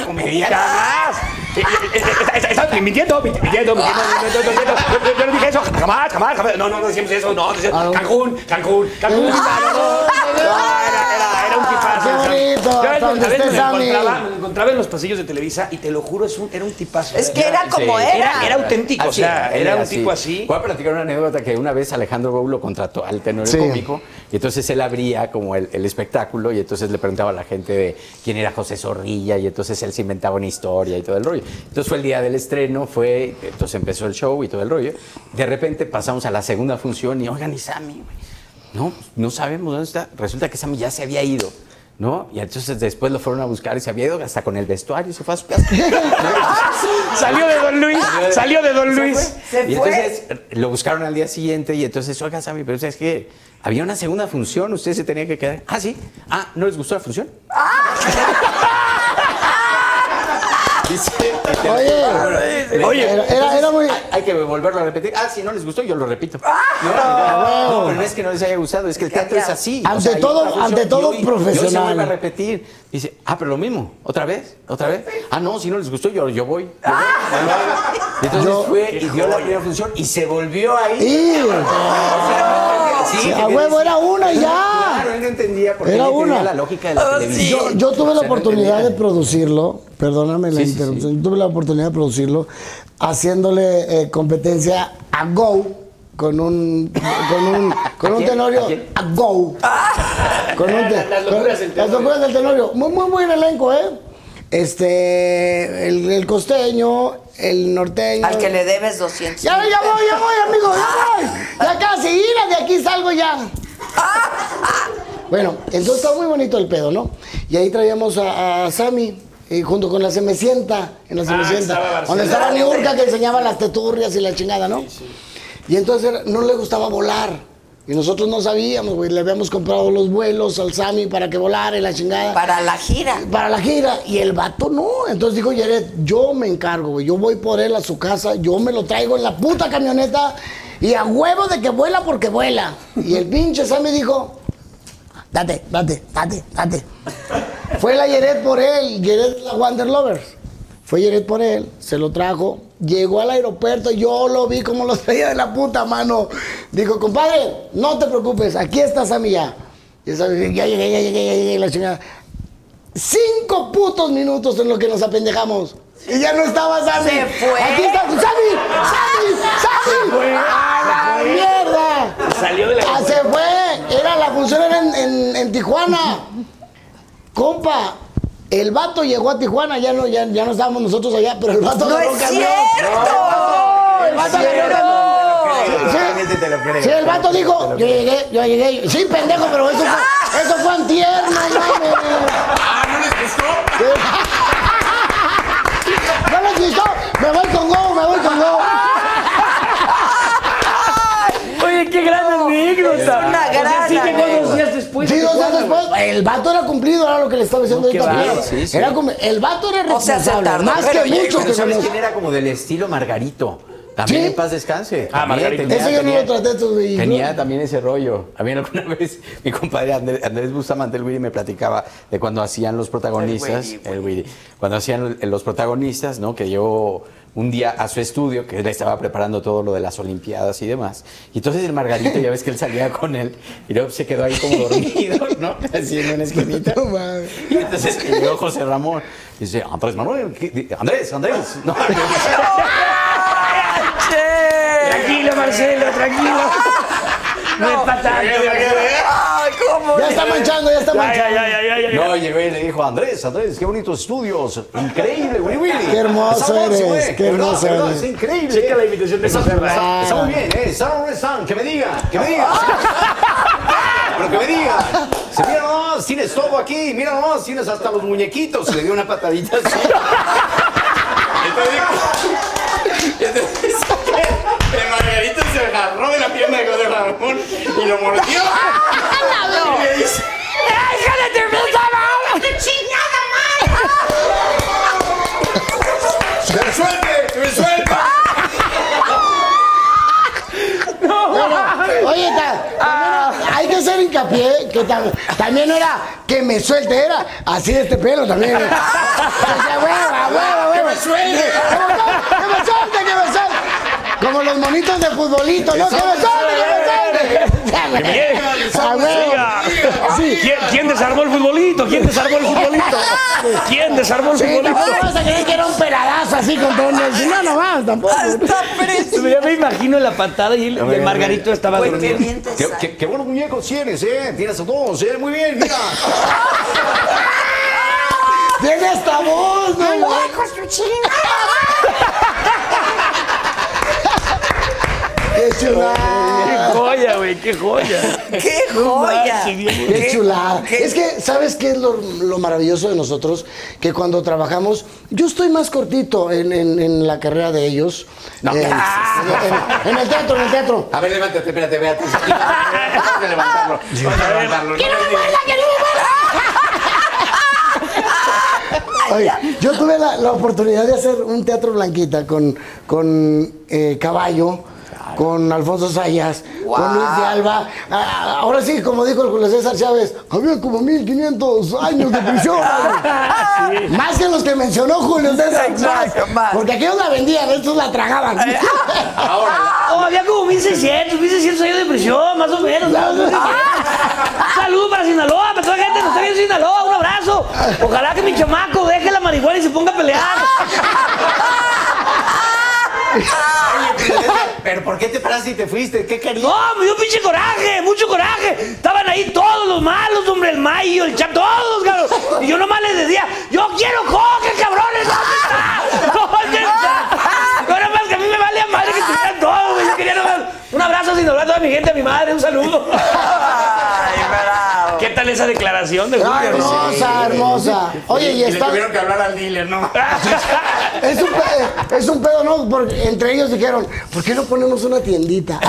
[SPEAKER 5] Eh, eh, eh, Estás mintiendo, mintiendo, mintiendo, mintiendo,
[SPEAKER 6] Ah.
[SPEAKER 5] mintiendo, mintiendo. Yo- Yo no dije eso, jamás, jamás, jamás. No, no, no siempre eso, no. no siempre-
[SPEAKER 6] Ah.
[SPEAKER 5] Cancún, Cancún, Cancún. no, no, no, era- era- era un tipazo.
[SPEAKER 7] ¡Qué bonito!
[SPEAKER 5] Yo a
[SPEAKER 7] Donde
[SPEAKER 5] veces me
[SPEAKER 7] estés,
[SPEAKER 5] lo
[SPEAKER 7] Sammy.
[SPEAKER 5] encontraba, me lo encontraba en los pasillos de Televisa y te lo juro, es un- era un tipazo.
[SPEAKER 2] Es que era como
[SPEAKER 5] Era,
[SPEAKER 2] era.
[SPEAKER 5] auténtico, o
[SPEAKER 6] Así
[SPEAKER 5] sea,
[SPEAKER 6] él
[SPEAKER 5] era un tipo así.
[SPEAKER 6] Voy a platicar una anécdota que una vez Alejandro Bou lo contrató al tenor
[SPEAKER 7] Sí.
[SPEAKER 6] cómico, y entonces él abría como el, el espectáculo, y entonces le preguntaba a la gente de quién era José Zorrilla, y entonces él se inventaba una historia y todo el rollo. Entonces fue el día del estreno, fue, entonces empezó el show y todo el rollo. De repente pasamos a la segunda función y, oigan, y Sammy, güey, no, no sabemos dónde está. Resulta que Sammy ya se había ido. ¿No? Y entonces después lo fueron a buscar y se había ido hasta con el vestuario, se fue a su casa.
[SPEAKER 5] Salió de Don Luis, salió de Don
[SPEAKER 6] Se
[SPEAKER 5] Luis.
[SPEAKER 6] fue.
[SPEAKER 2] Se
[SPEAKER 6] y
[SPEAKER 2] fue.
[SPEAKER 6] entonces lo buscaron al día siguiente y entonces, oiga, Sammy, pero es que había una segunda función, usted se tenía que quedar. Ah, sí. Ah, ¿no les gustó la función? Dice,
[SPEAKER 7] Oye,
[SPEAKER 6] Oye, "Ah,
[SPEAKER 7] era, era- era muy. Ah,
[SPEAKER 6] hay que volverlo a repetir. Ah, si no les gustó, yo lo repito. No, no, pero no es que no les haya gustado, es que el teatro es así.
[SPEAKER 7] Ante
[SPEAKER 6] hay
[SPEAKER 7] todo-
[SPEAKER 6] otra función,
[SPEAKER 7] ante todo
[SPEAKER 6] y hoy- y hoy se
[SPEAKER 7] profesional.
[SPEAKER 6] vuelve a repetir. Dice, ah, pero lo mismo, otra vez, otra vez. Ah, no, si no les gustó, yo, yo voy. yo voy. Y entonces
[SPEAKER 7] Ah. Yo-
[SPEAKER 6] fue y dio la primera función y se volvió ahí.
[SPEAKER 7] ¡Y!
[SPEAKER 6] Sí,
[SPEAKER 7] Sí, a
[SPEAKER 6] porque
[SPEAKER 7] huevo, era una ya.
[SPEAKER 6] Claro, él no entendía porque
[SPEAKER 7] Era
[SPEAKER 6] él entendía
[SPEAKER 7] una.
[SPEAKER 6] la lógica de la
[SPEAKER 9] Oh,
[SPEAKER 6] televisión.
[SPEAKER 7] Yo, yo tuve
[SPEAKER 6] O sea,
[SPEAKER 7] la
[SPEAKER 6] no
[SPEAKER 7] oportunidad de
[SPEAKER 6] entendía.
[SPEAKER 7] producirlo, perdóname la
[SPEAKER 6] Sí, sí,
[SPEAKER 7] interrupción, yo tuve la oportunidad de producirlo haciéndole eh, competencia a Go con un con un con un
[SPEAKER 6] quién?
[SPEAKER 7] tenorio
[SPEAKER 6] ¿A quién?
[SPEAKER 7] a Go. Con un te-
[SPEAKER 9] Las locuras del Tenorio.
[SPEAKER 7] con- Las locuras del tenorio. Muy muy buen elenco, ¿eh? Este el, el costeño, el norteño.
[SPEAKER 2] Al que le debes 200.
[SPEAKER 7] Ya, ya voy, ya voy, amigo, ya voy. Ya casi, mira, de aquí salgo ya. Bueno, entonces estaba muy bonito el pedo, ¿no? Y ahí traíamos a, a Sammy. eh, junto con la Semecienta, en la Semecienta, donde estaba Niurka que enseñaba las teturrias y la chingada, ¿no? Y entonces era- no le gustaba volar. Y nosotros no sabíamos, güey. Le habíamos comprado los vuelos al Sammy para que volara y la chingada
[SPEAKER 2] Para la gira.
[SPEAKER 7] para la gira y el vato no. Entonces dijo Jared, yo me encargo, güey. Yo voy por él a su casa, yo me lo traigo en la puta camioneta y a huevo de que vuela porque vuela. Y el pinche Sammy dijo, date, date, date, date. Fue la Jared por él, Jared la Wander Lovers. Fue Jared por él, se lo trajo, llegó al aeropuerto, yo lo vi como lo traía de la puta mano. Dijo, compadre, no te preocupes, aquí está Sammy ya. Y el Sammy, ya llegué, ya llegué, ya llegué, la chingada cinco putos minutos en lo que nos apendejamos. Y ya no estaba Sammy.
[SPEAKER 2] Se fue.
[SPEAKER 7] Aquí está Sammy, Sammy, Sammy. ¡A la mierda!
[SPEAKER 9] Salió de la.
[SPEAKER 7] Ah, se fue. Era la función era en, en- en Tijuana. Compa, el vato llegó a Tijuana, ya no, ya, ya no estábamos nosotros allá, pero el vato
[SPEAKER 2] ¡No
[SPEAKER 7] ganó
[SPEAKER 2] es
[SPEAKER 7] camión.
[SPEAKER 2] cierto!
[SPEAKER 7] El vato
[SPEAKER 2] ¡Es
[SPEAKER 7] ganó
[SPEAKER 2] cierto!
[SPEAKER 7] Sí,
[SPEAKER 6] Realmente te lo creo.
[SPEAKER 7] sí, el vato dijo, yo llegué, yo llegué. Sí, pendejo, pero eso fue, eso fue antier, no mames.
[SPEAKER 10] Ah, ¿no les gustó?
[SPEAKER 7] No les gustó, me voy con Go, me voy con Go.
[SPEAKER 5] Oye, qué gran anécdota.
[SPEAKER 2] Es una gran
[SPEAKER 5] sí llegó dos
[SPEAKER 2] anécdota.
[SPEAKER 5] días después.
[SPEAKER 7] Sí,
[SPEAKER 5] de
[SPEAKER 7] dos días
[SPEAKER 5] Tijuana,
[SPEAKER 7] después, el vato era cumplido, era lo que le estaba diciendo
[SPEAKER 5] qué
[SPEAKER 7] ahorita.
[SPEAKER 5] bárbaro,
[SPEAKER 7] Pilar.
[SPEAKER 6] sí, sí.
[SPEAKER 7] Era cum- el vato era
[SPEAKER 2] O sea, se
[SPEAKER 7] responsable,
[SPEAKER 2] tardó,
[SPEAKER 7] más que
[SPEAKER 2] pero llegó,
[SPEAKER 7] mucho
[SPEAKER 6] Pero
[SPEAKER 7] que se
[SPEAKER 6] ¿sabes
[SPEAKER 7] nos-
[SPEAKER 6] quién era como del estilo Margarito? También
[SPEAKER 7] ¿Sí?
[SPEAKER 6] en paz descanse.
[SPEAKER 9] Ah, Margarito.
[SPEAKER 7] Eso yo no lo traté, tú, güey.
[SPEAKER 6] Tenía también ese rollo. A mí alguna vez mi compadre Andrés, Andrés Bustamante, el Willy, me platicaba de cuando hacían los protagonistas, el Willy, cuando hacían los protagonistas, ¿no? Que yo un día a su estudio, que él estaba preparando todo lo de las Olimpiadas y demás. Y entonces el Margarito, ya ves que él salía con él, y luego se quedó ahí como dormido, ¿no? Así en una esquinita.
[SPEAKER 7] No mames.
[SPEAKER 6] Y entonces que llegó José Ramón y dice, Andrés Manuel, ¿qué- Andrés, Andrés. No,
[SPEAKER 5] Tranquilo, Marcelo, tranquilo. No, es para tanto.
[SPEAKER 2] ¡Ay, cómo!
[SPEAKER 7] Ya está manchando, ya está
[SPEAKER 5] Ya,
[SPEAKER 7] manchando.
[SPEAKER 5] ya, ya, ya, ya, ya.
[SPEAKER 6] No, llegó y le dijo, Andrés, Andrés, qué bonitos estudios. Increíble, Willy Willy.
[SPEAKER 7] Qué hermoso
[SPEAKER 6] Está buenísimo,
[SPEAKER 7] eres,
[SPEAKER 6] eh.
[SPEAKER 7] qué
[SPEAKER 6] De verdad,
[SPEAKER 7] hermoso
[SPEAKER 6] de verdad,
[SPEAKER 7] eres.
[SPEAKER 6] Es increíble.
[SPEAKER 5] Checa
[SPEAKER 6] eh.
[SPEAKER 5] la invitación de
[SPEAKER 6] Está,
[SPEAKER 5] José Ramón.
[SPEAKER 6] está- está muy bien, eh. San San, que me diga, que me diga. Pero que me diga. Se mira nomás, tienes todo aquí, mira nomás, tienes hasta los muñequitos. Le dio una patadita así. Entonces dijo- entonces,
[SPEAKER 10] El Margarito se agarró de la pierna de José Ramón y lo mordió. Y le dice,
[SPEAKER 2] ¡Déjale terminar! ¡Qué chingada madre!
[SPEAKER 1] ¡Se me suelte! ¡Se me suelta!
[SPEAKER 7] Pero, oye, ta-
[SPEAKER 9] Ah.
[SPEAKER 7] también hay que hacer hincapié que ta- también era que me suelte, era así de este pelo también. Decía, "Hueva, hueva, hueva".
[SPEAKER 1] ¡Que me suelte!
[SPEAKER 7] ¡Que me suelte, que me suelte, que me suelte! Como los monitos de futbolito, ¿no? ¡Que me suelte, que me suelte! A huevo. Sí.
[SPEAKER 9] ¿Quién, quién desarmó el futbolito? ¿Quién desarmó el futbolito? ¿Quién desarmó el
[SPEAKER 7] Sí,
[SPEAKER 9] futbolito?
[SPEAKER 7] tampoco vas a creer que era un peladazo así con todo el... No, no más, tampoco.
[SPEAKER 9] Ya me imagino la patada y el, y el Margarito estaba
[SPEAKER 2] Güey, qué
[SPEAKER 9] dormido.
[SPEAKER 2] bien te
[SPEAKER 9] ¿Qué-
[SPEAKER 2] sale.
[SPEAKER 9] qué-
[SPEAKER 10] Qué buenos muñecos tienes, ¿eh? Tienes a todos, ¿eh? Muy bien, mira.
[SPEAKER 7] Tiene esta voz, ¿no? ¡Qué chulada!
[SPEAKER 9] Qué joya, güey, qué joya.
[SPEAKER 2] ¡Qué
[SPEAKER 9] No
[SPEAKER 2] joya!
[SPEAKER 9] manches, bien.
[SPEAKER 7] Qué chulada.
[SPEAKER 2] qué-
[SPEAKER 7] Es que, ¿sabes qué es lo, lo maravilloso de nosotros? Que cuando trabajamos, yo estoy más cortito en, en- en la carrera de ellos. Eh, en, en el teatro, en el teatro.
[SPEAKER 10] A ver, levántate, espérate, espérate. Vamos a levantarlo. Vamos a levantarlo.
[SPEAKER 7] ¡Que no me muerda, que no me muerda! Oye, yo tuve la, la oportunidad de hacer un teatro blanquita con, con eh, Caballo, con Alfonso Sayas, con Luis de Alba. Ah, ahora sí, como dijo el Julio César Chávez, había como 1500 años de prisión. Más que los que mencionó Julio César.
[SPEAKER 2] Exacto,
[SPEAKER 7] más.
[SPEAKER 2] más.
[SPEAKER 7] Porque aquellos la vendían, estos la tragaban.
[SPEAKER 9] Oh, había como 1600, 1600 años de prisión, más o menos. ¿no? Ah. Salud para Sinaloa, para toda la gente que nos está viendo en Sinaloa, un abrazo. Ojalá que mi chamaco deje la marihuana y se ponga a pelear.
[SPEAKER 10] Pero ¿por qué te paraste y te fuiste? ¿Qué querías?
[SPEAKER 9] No, me dio pinche coraje, mucho coraje. Estaban ahí todos los malos, hombre, el Mayo, el Chap, todos, cabrón. Y yo nomás les decía, yo quiero coca, cabrones, ¿dónde está? ¿Dónde está? No, nada más que a mí me vale a madre que estuvieran todos, güey. Yo quería nomás un abrazo sin hablar a toda mi gente, a mi madre, un saludo.
[SPEAKER 2] ¡Ay, bravo!
[SPEAKER 9] ¿Qué tal esa declaración de
[SPEAKER 7] Ah,
[SPEAKER 9] Julio?
[SPEAKER 7] hermosa, hermosa. Oye, y, está.
[SPEAKER 10] que hablar al dealer, ¿no?
[SPEAKER 7] Es un, pe- es un pedo, ¿no? Porque entre ellos dijeron, ¿por qué no ponemos una tiendita?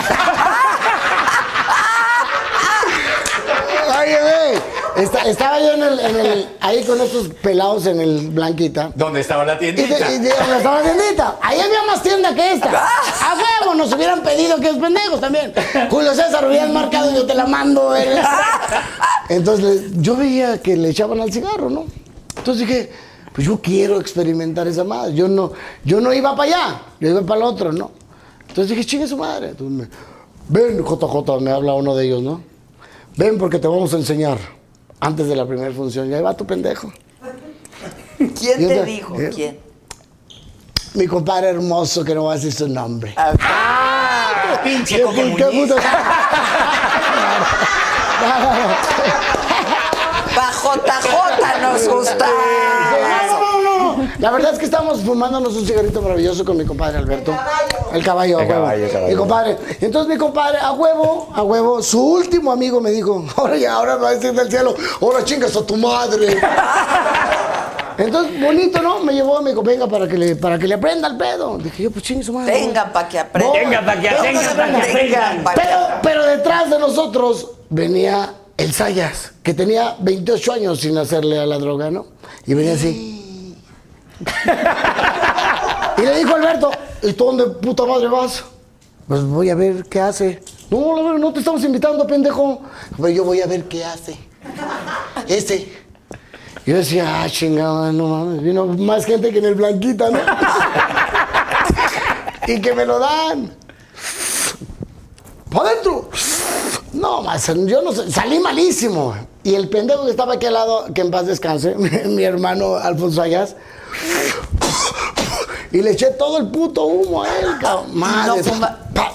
[SPEAKER 7] Oye, güey, esta- estaba yo en el, en el- ahí con estos pelados en el Blanquita.
[SPEAKER 10] ¿Dónde estaba la
[SPEAKER 7] Y, de,
[SPEAKER 10] tiendita?
[SPEAKER 7] y de- donde estaba la tiendita. Ahí había más tienda que esta. A huevo, nos hubieran pedido que es pendejos también. Julio César hubieran marcado, yo te la mando. güey. Entonces le- yo veía que le echaban al cigarro, ¿no? Entonces dije, pues yo quiero experimentar esa madre. Yo no, yo no iba para allá, yo iba para el otro, ¿no? Entonces dije, chingue su madre. Entonces me, Ven, JJ, me habla uno de ellos, ¿no? Ven porque te vamos a enseñar antes de la primera función. Y ahí va tu pendejo.
[SPEAKER 2] ¿Quién
[SPEAKER 7] Yo
[SPEAKER 2] te
[SPEAKER 7] te-
[SPEAKER 2] dijo?
[SPEAKER 7] ¿Eh?
[SPEAKER 2] ¿Quién?
[SPEAKER 7] Mi compadre hermoso, que no va a decir su nombre.
[SPEAKER 10] Pinche
[SPEAKER 7] ¿Qué,
[SPEAKER 10] Coco
[SPEAKER 7] qué- qué
[SPEAKER 10] Muñiz.
[SPEAKER 7] puto- No, no, no.
[SPEAKER 2] Bajo JJ nos gusta.
[SPEAKER 7] Ah, No, no, no, no. La verdad es que estamos fumándonos un cigarrito maravilloso con mi compadre Alberto. El caballo. El caballo, a huevo. Mi compadre. Entonces mi compadre, a huevo, a huevo, su último amigo me dijo, ahora ya, ahora me va a decir del cielo, ahora chingas a tu madre. Entonces, bonito, ¿no? Me llevó a mi compa, venga, para que le, para que le aprenda el pedo. Dije yo, pues chingue su madre.
[SPEAKER 2] Venga, pa' que aprenda.
[SPEAKER 7] Voy.
[SPEAKER 9] Venga, pa' que
[SPEAKER 7] Venga,
[SPEAKER 9] aprenda,
[SPEAKER 7] pa' que
[SPEAKER 9] aprenda.
[SPEAKER 2] Venga, pa' que
[SPEAKER 7] Pero, pero detrás de nosotros venía el Sayas, que tenía 28 años sin hacerle a la droga, ¿no? Y venía así. y le dijo a Alberto, ¿y tú dónde puta madre vas? Pues voy a ver qué hace. No, la verdad, no te estamos invitando, pendejo. Pero yo voy a ver qué hace. Este. Yo decía, ah, chingada, no mames. Vino más gente que en el Blanquita, ¿no? y que me lo dan. ¡Para adentro! No, más, yo no sé, salí malísimo. Y el pendejo que estaba aquí al lado, que en paz descanse, mi hermano Alfonso Ayas, y le eché todo el puto humo a él, cabrón. Madre.
[SPEAKER 2] fuma-
[SPEAKER 7] Pa-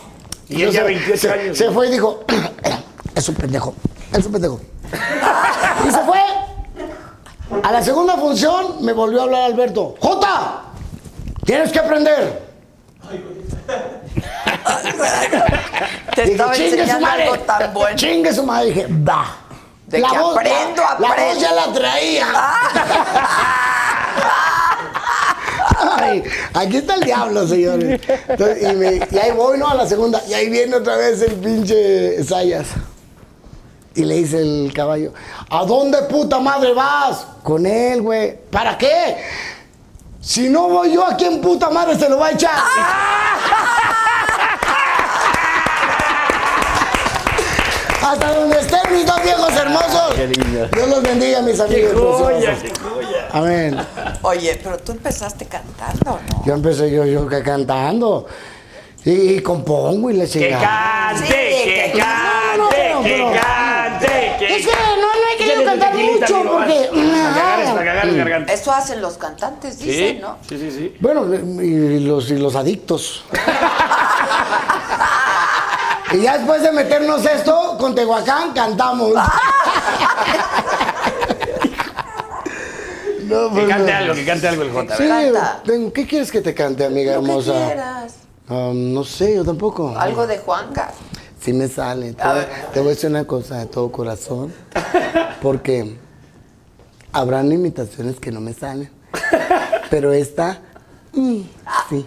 [SPEAKER 9] Y él ya
[SPEAKER 7] se-
[SPEAKER 9] 28
[SPEAKER 7] se-
[SPEAKER 9] años.
[SPEAKER 7] Se fue y dijo, es un pendejo, es un pendejo. y se fue. A la segunda función me volvió a hablar Alberto. ¡Jota! Tienes que aprender.
[SPEAKER 2] Te
[SPEAKER 7] Dije,
[SPEAKER 2] estaba
[SPEAKER 7] chingue su
[SPEAKER 2] enseñando
[SPEAKER 7] madre.
[SPEAKER 2] algo tan bueno.
[SPEAKER 7] Chingue su madre. Dije, va.
[SPEAKER 2] De que aprendo,
[SPEAKER 7] la- La
[SPEAKER 2] aprendo. Ah.
[SPEAKER 7] voz ya la traía. Ay, aquí está el diablo, señores. Entonces, y, me- y ahí voy, ¿no? A la segunda. Y ahí viene otra vez el pinche Sayas. Y le dice el caballo, ¿a dónde puta madre vas? Con él, güey. ¿Para qué? Si no voy yo, ¿a quién puta madre se lo va a echar?
[SPEAKER 2] Ah.
[SPEAKER 7] Hasta donde estén mis dos viejos hermosos. Dios los bendiga, mis amigos. preciosos. Amén.
[SPEAKER 2] Oye, pero tú empezaste cantando, ¿no?
[SPEAKER 7] Yo empecé yo, yo que cantando. Y, y compongo y le chingada.
[SPEAKER 2] cante, que
[SPEAKER 7] cante, que
[SPEAKER 9] cante,
[SPEAKER 7] que Es que no, no hay que cantar mucho porque. ah.
[SPEAKER 2] Eso hacen los cantantes, dicen, ¿no?
[SPEAKER 3] Sí, sí, sí.
[SPEAKER 7] Bueno, y los, y los adictos. y ya después de meternos esto, con Tehuacán cantamos. No,
[SPEAKER 5] Que
[SPEAKER 7] pues,
[SPEAKER 5] cante
[SPEAKER 7] no.
[SPEAKER 5] algo, que cante algo el Jota.
[SPEAKER 7] Sí,
[SPEAKER 2] Canta.
[SPEAKER 7] tengo- ¿qué quieres que te cante, amiga
[SPEAKER 2] Lo que
[SPEAKER 7] hermosa?
[SPEAKER 2] quieras.
[SPEAKER 7] Ah, no sé, yo tampoco.
[SPEAKER 2] Algo de Juanga.
[SPEAKER 7] Si me sale. Te,
[SPEAKER 2] A
[SPEAKER 7] voy-
[SPEAKER 2] ver.
[SPEAKER 7] te voy a decir una cosa de todo corazón. Porque habrán imitaciones que no me salen. Pero esta, mm, sí.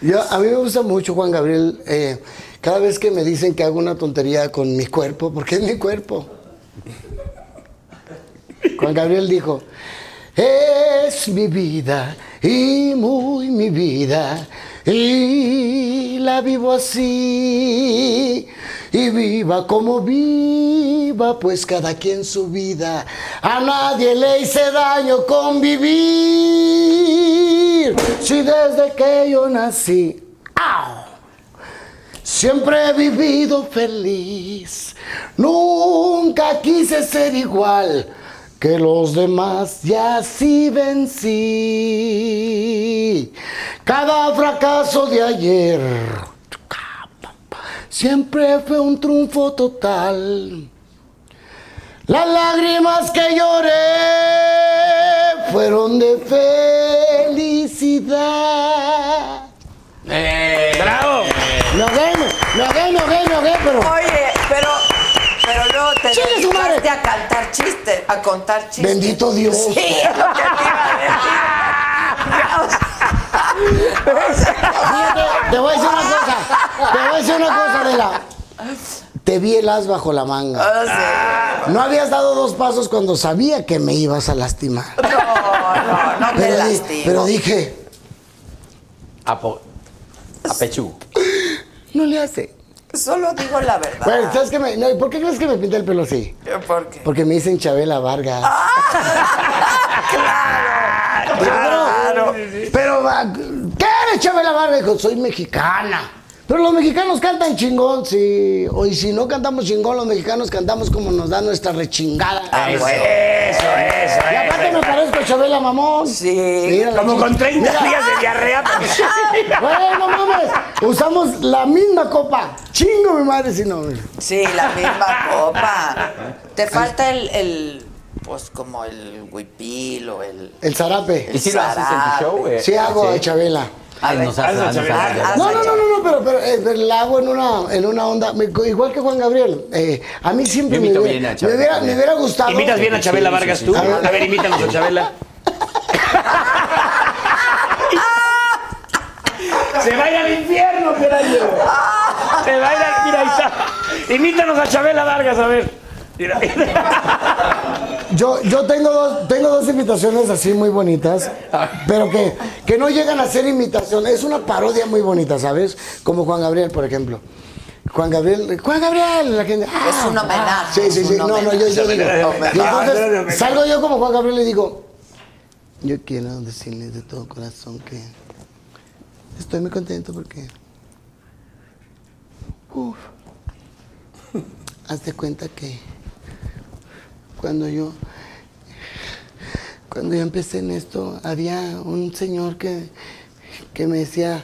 [SPEAKER 7] Yo, a mí me gusta mucho Juan Gabriel. eh, cada vez que me dicen que hago una tontería con mi cuerpo, porque es mi cuerpo. Juan Gabriel dijo, es mi vida y muy mi vida y la vivo así y viva como viva pues cada quien su vida a nadie le hice daño convivir si desde que yo nací ¡au! Siempre he vivido feliz, nunca quise ser igual que los demás y así vencí. Cada fracaso de ayer siempre fue un triunfo total. Las lágrimas que lloré fueron de felicidad.
[SPEAKER 5] ¡Bravo!
[SPEAKER 7] No gay, no gay, no gay, no gay, pero
[SPEAKER 2] Oye, pero, pero luego te
[SPEAKER 7] Chingue su madre.
[SPEAKER 2] dedicaste a cantar chistes, a contar chistes.
[SPEAKER 7] bendito Dios.
[SPEAKER 2] Sí, es lo que te iba a decir.
[SPEAKER 7] Fíjate, te voy a decir una cosa, te voy a decir una cosa, Adela. Te vi el as bajo la manga.
[SPEAKER 2] O sea,
[SPEAKER 7] No habías dado dos pasos cuando sabía que me ibas a lastimar.
[SPEAKER 2] No, no, no te
[SPEAKER 7] Pero, di-
[SPEAKER 2] lastimo.
[SPEAKER 7] pero dije,
[SPEAKER 6] Apo- Apechú.
[SPEAKER 7] no le hace.
[SPEAKER 2] Solo digo la verdad.
[SPEAKER 7] Bueno, ¿sabes qué me- no, ¿y ¿Por qué crees que me pinté el pelo así?
[SPEAKER 2] ¿Por qué?
[SPEAKER 7] Porque me dicen Chabela Vargas.
[SPEAKER 2] ¡Claro!
[SPEAKER 7] Pero, pero, va, ¿qué eres, Chabela Vargas? Dijo, soy mexicana. Pero los mexicanos cantan chingón, sí. O y si no cantamos chingón, los mexicanos cantamos como nos da nuestra rechingada.
[SPEAKER 5] Eso, eso, eso.
[SPEAKER 7] y aparte me parezco a Chabela Mamón.
[SPEAKER 2] Sí.
[SPEAKER 7] Mira la
[SPEAKER 5] Como
[SPEAKER 7] chi-
[SPEAKER 5] con 30 días de diarrea.
[SPEAKER 7] Güey, no mames. Usamos la misma copa. Chingo mi madre si no. güey.
[SPEAKER 2] Sí, la misma copa. Te falta el, el, pues como el huipil o el...
[SPEAKER 7] El zarape.
[SPEAKER 6] ¿Y si lo haces en tu show? eh?
[SPEAKER 7] Sí hago a
[SPEAKER 6] Sí.
[SPEAKER 7] Chabela.
[SPEAKER 6] Ay, nos haces- nos haces-
[SPEAKER 2] haz-
[SPEAKER 7] No,
[SPEAKER 2] haz-
[SPEAKER 7] no, no, no, no, pero, pero, eh, pero la hago en una, en una onda, me- igual que Juan Gabriel. eh, a mí siempre
[SPEAKER 6] Yo
[SPEAKER 7] me
[SPEAKER 6] imito
[SPEAKER 7] hubiera,
[SPEAKER 6] bien a
[SPEAKER 7] me,
[SPEAKER 6] Chabela
[SPEAKER 7] hubiera,
[SPEAKER 6] también.
[SPEAKER 7] me hubiera gustado.
[SPEAKER 5] ¿Imitas bien a Chabela Vargas tú?
[SPEAKER 7] sí, sí.
[SPEAKER 5] A ver, imítanos a Chabela. Se va a ir al infierno, Pelayo. Se va a ir al... Mira, ahí está. Imítanos a Chabela Vargas, a ver. Mira.
[SPEAKER 7] Yo, yo tengo dos, tengo dos imitaciones así muy bonitas, pero que, que no llegan a ser imitación. Es una parodia muy bonita, ¿sabes? Como Juan Gabriel, por ejemplo. Juan Gabriel, Juan Gabriel, la gente. ah,
[SPEAKER 2] Es un homenaje,
[SPEAKER 7] Sí, sí,
[SPEAKER 2] es
[SPEAKER 7] sí.
[SPEAKER 2] un
[SPEAKER 7] No, no,
[SPEAKER 2] homenaje.
[SPEAKER 7] yo, yo
[SPEAKER 2] Es un
[SPEAKER 7] digo.
[SPEAKER 2] homenaje.
[SPEAKER 7] Y
[SPEAKER 5] Es un homenaje.
[SPEAKER 7] entonces salgo yo como Juan Gabriel y digo, yo quiero decirles de todo corazón que estoy muy contento porque. Uf. Haz de cuenta que cuando yo cuando yo empecé en esto había un señor que, que me decía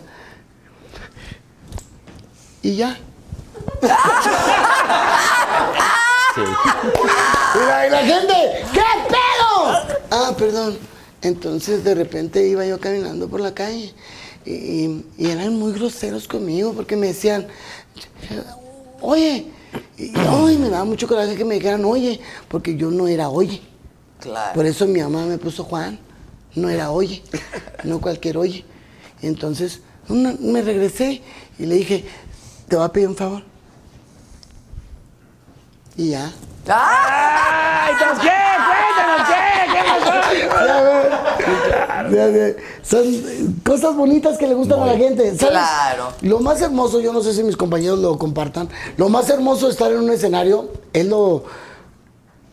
[SPEAKER 7] y ya y la, y la gente qué pedo ah perdón entonces de repente iba yo caminando por la calle y, y- y eran muy groseros conmigo porque me decían oye y, ay, me daba mucho coraje que me dijeran oye porque yo no era oye
[SPEAKER 2] Claro.
[SPEAKER 7] por eso mi mamá me puso Juan. No era oye, no cualquier oye. Entonces una- me regresé y le dije, te voy a pedir un favor. Y ya.
[SPEAKER 2] ¡Ah!
[SPEAKER 5] ¡Ay, entonces qué! ¡Cuéntanos qué! ¿Qué?
[SPEAKER 7] Son cosas bonitas que le gustan a la gente. ¿sabes?
[SPEAKER 2] Claro.
[SPEAKER 7] Lo más hermoso, yo no sé si mis compañeros lo compartan, lo más hermoso de estar en un escenario es lo,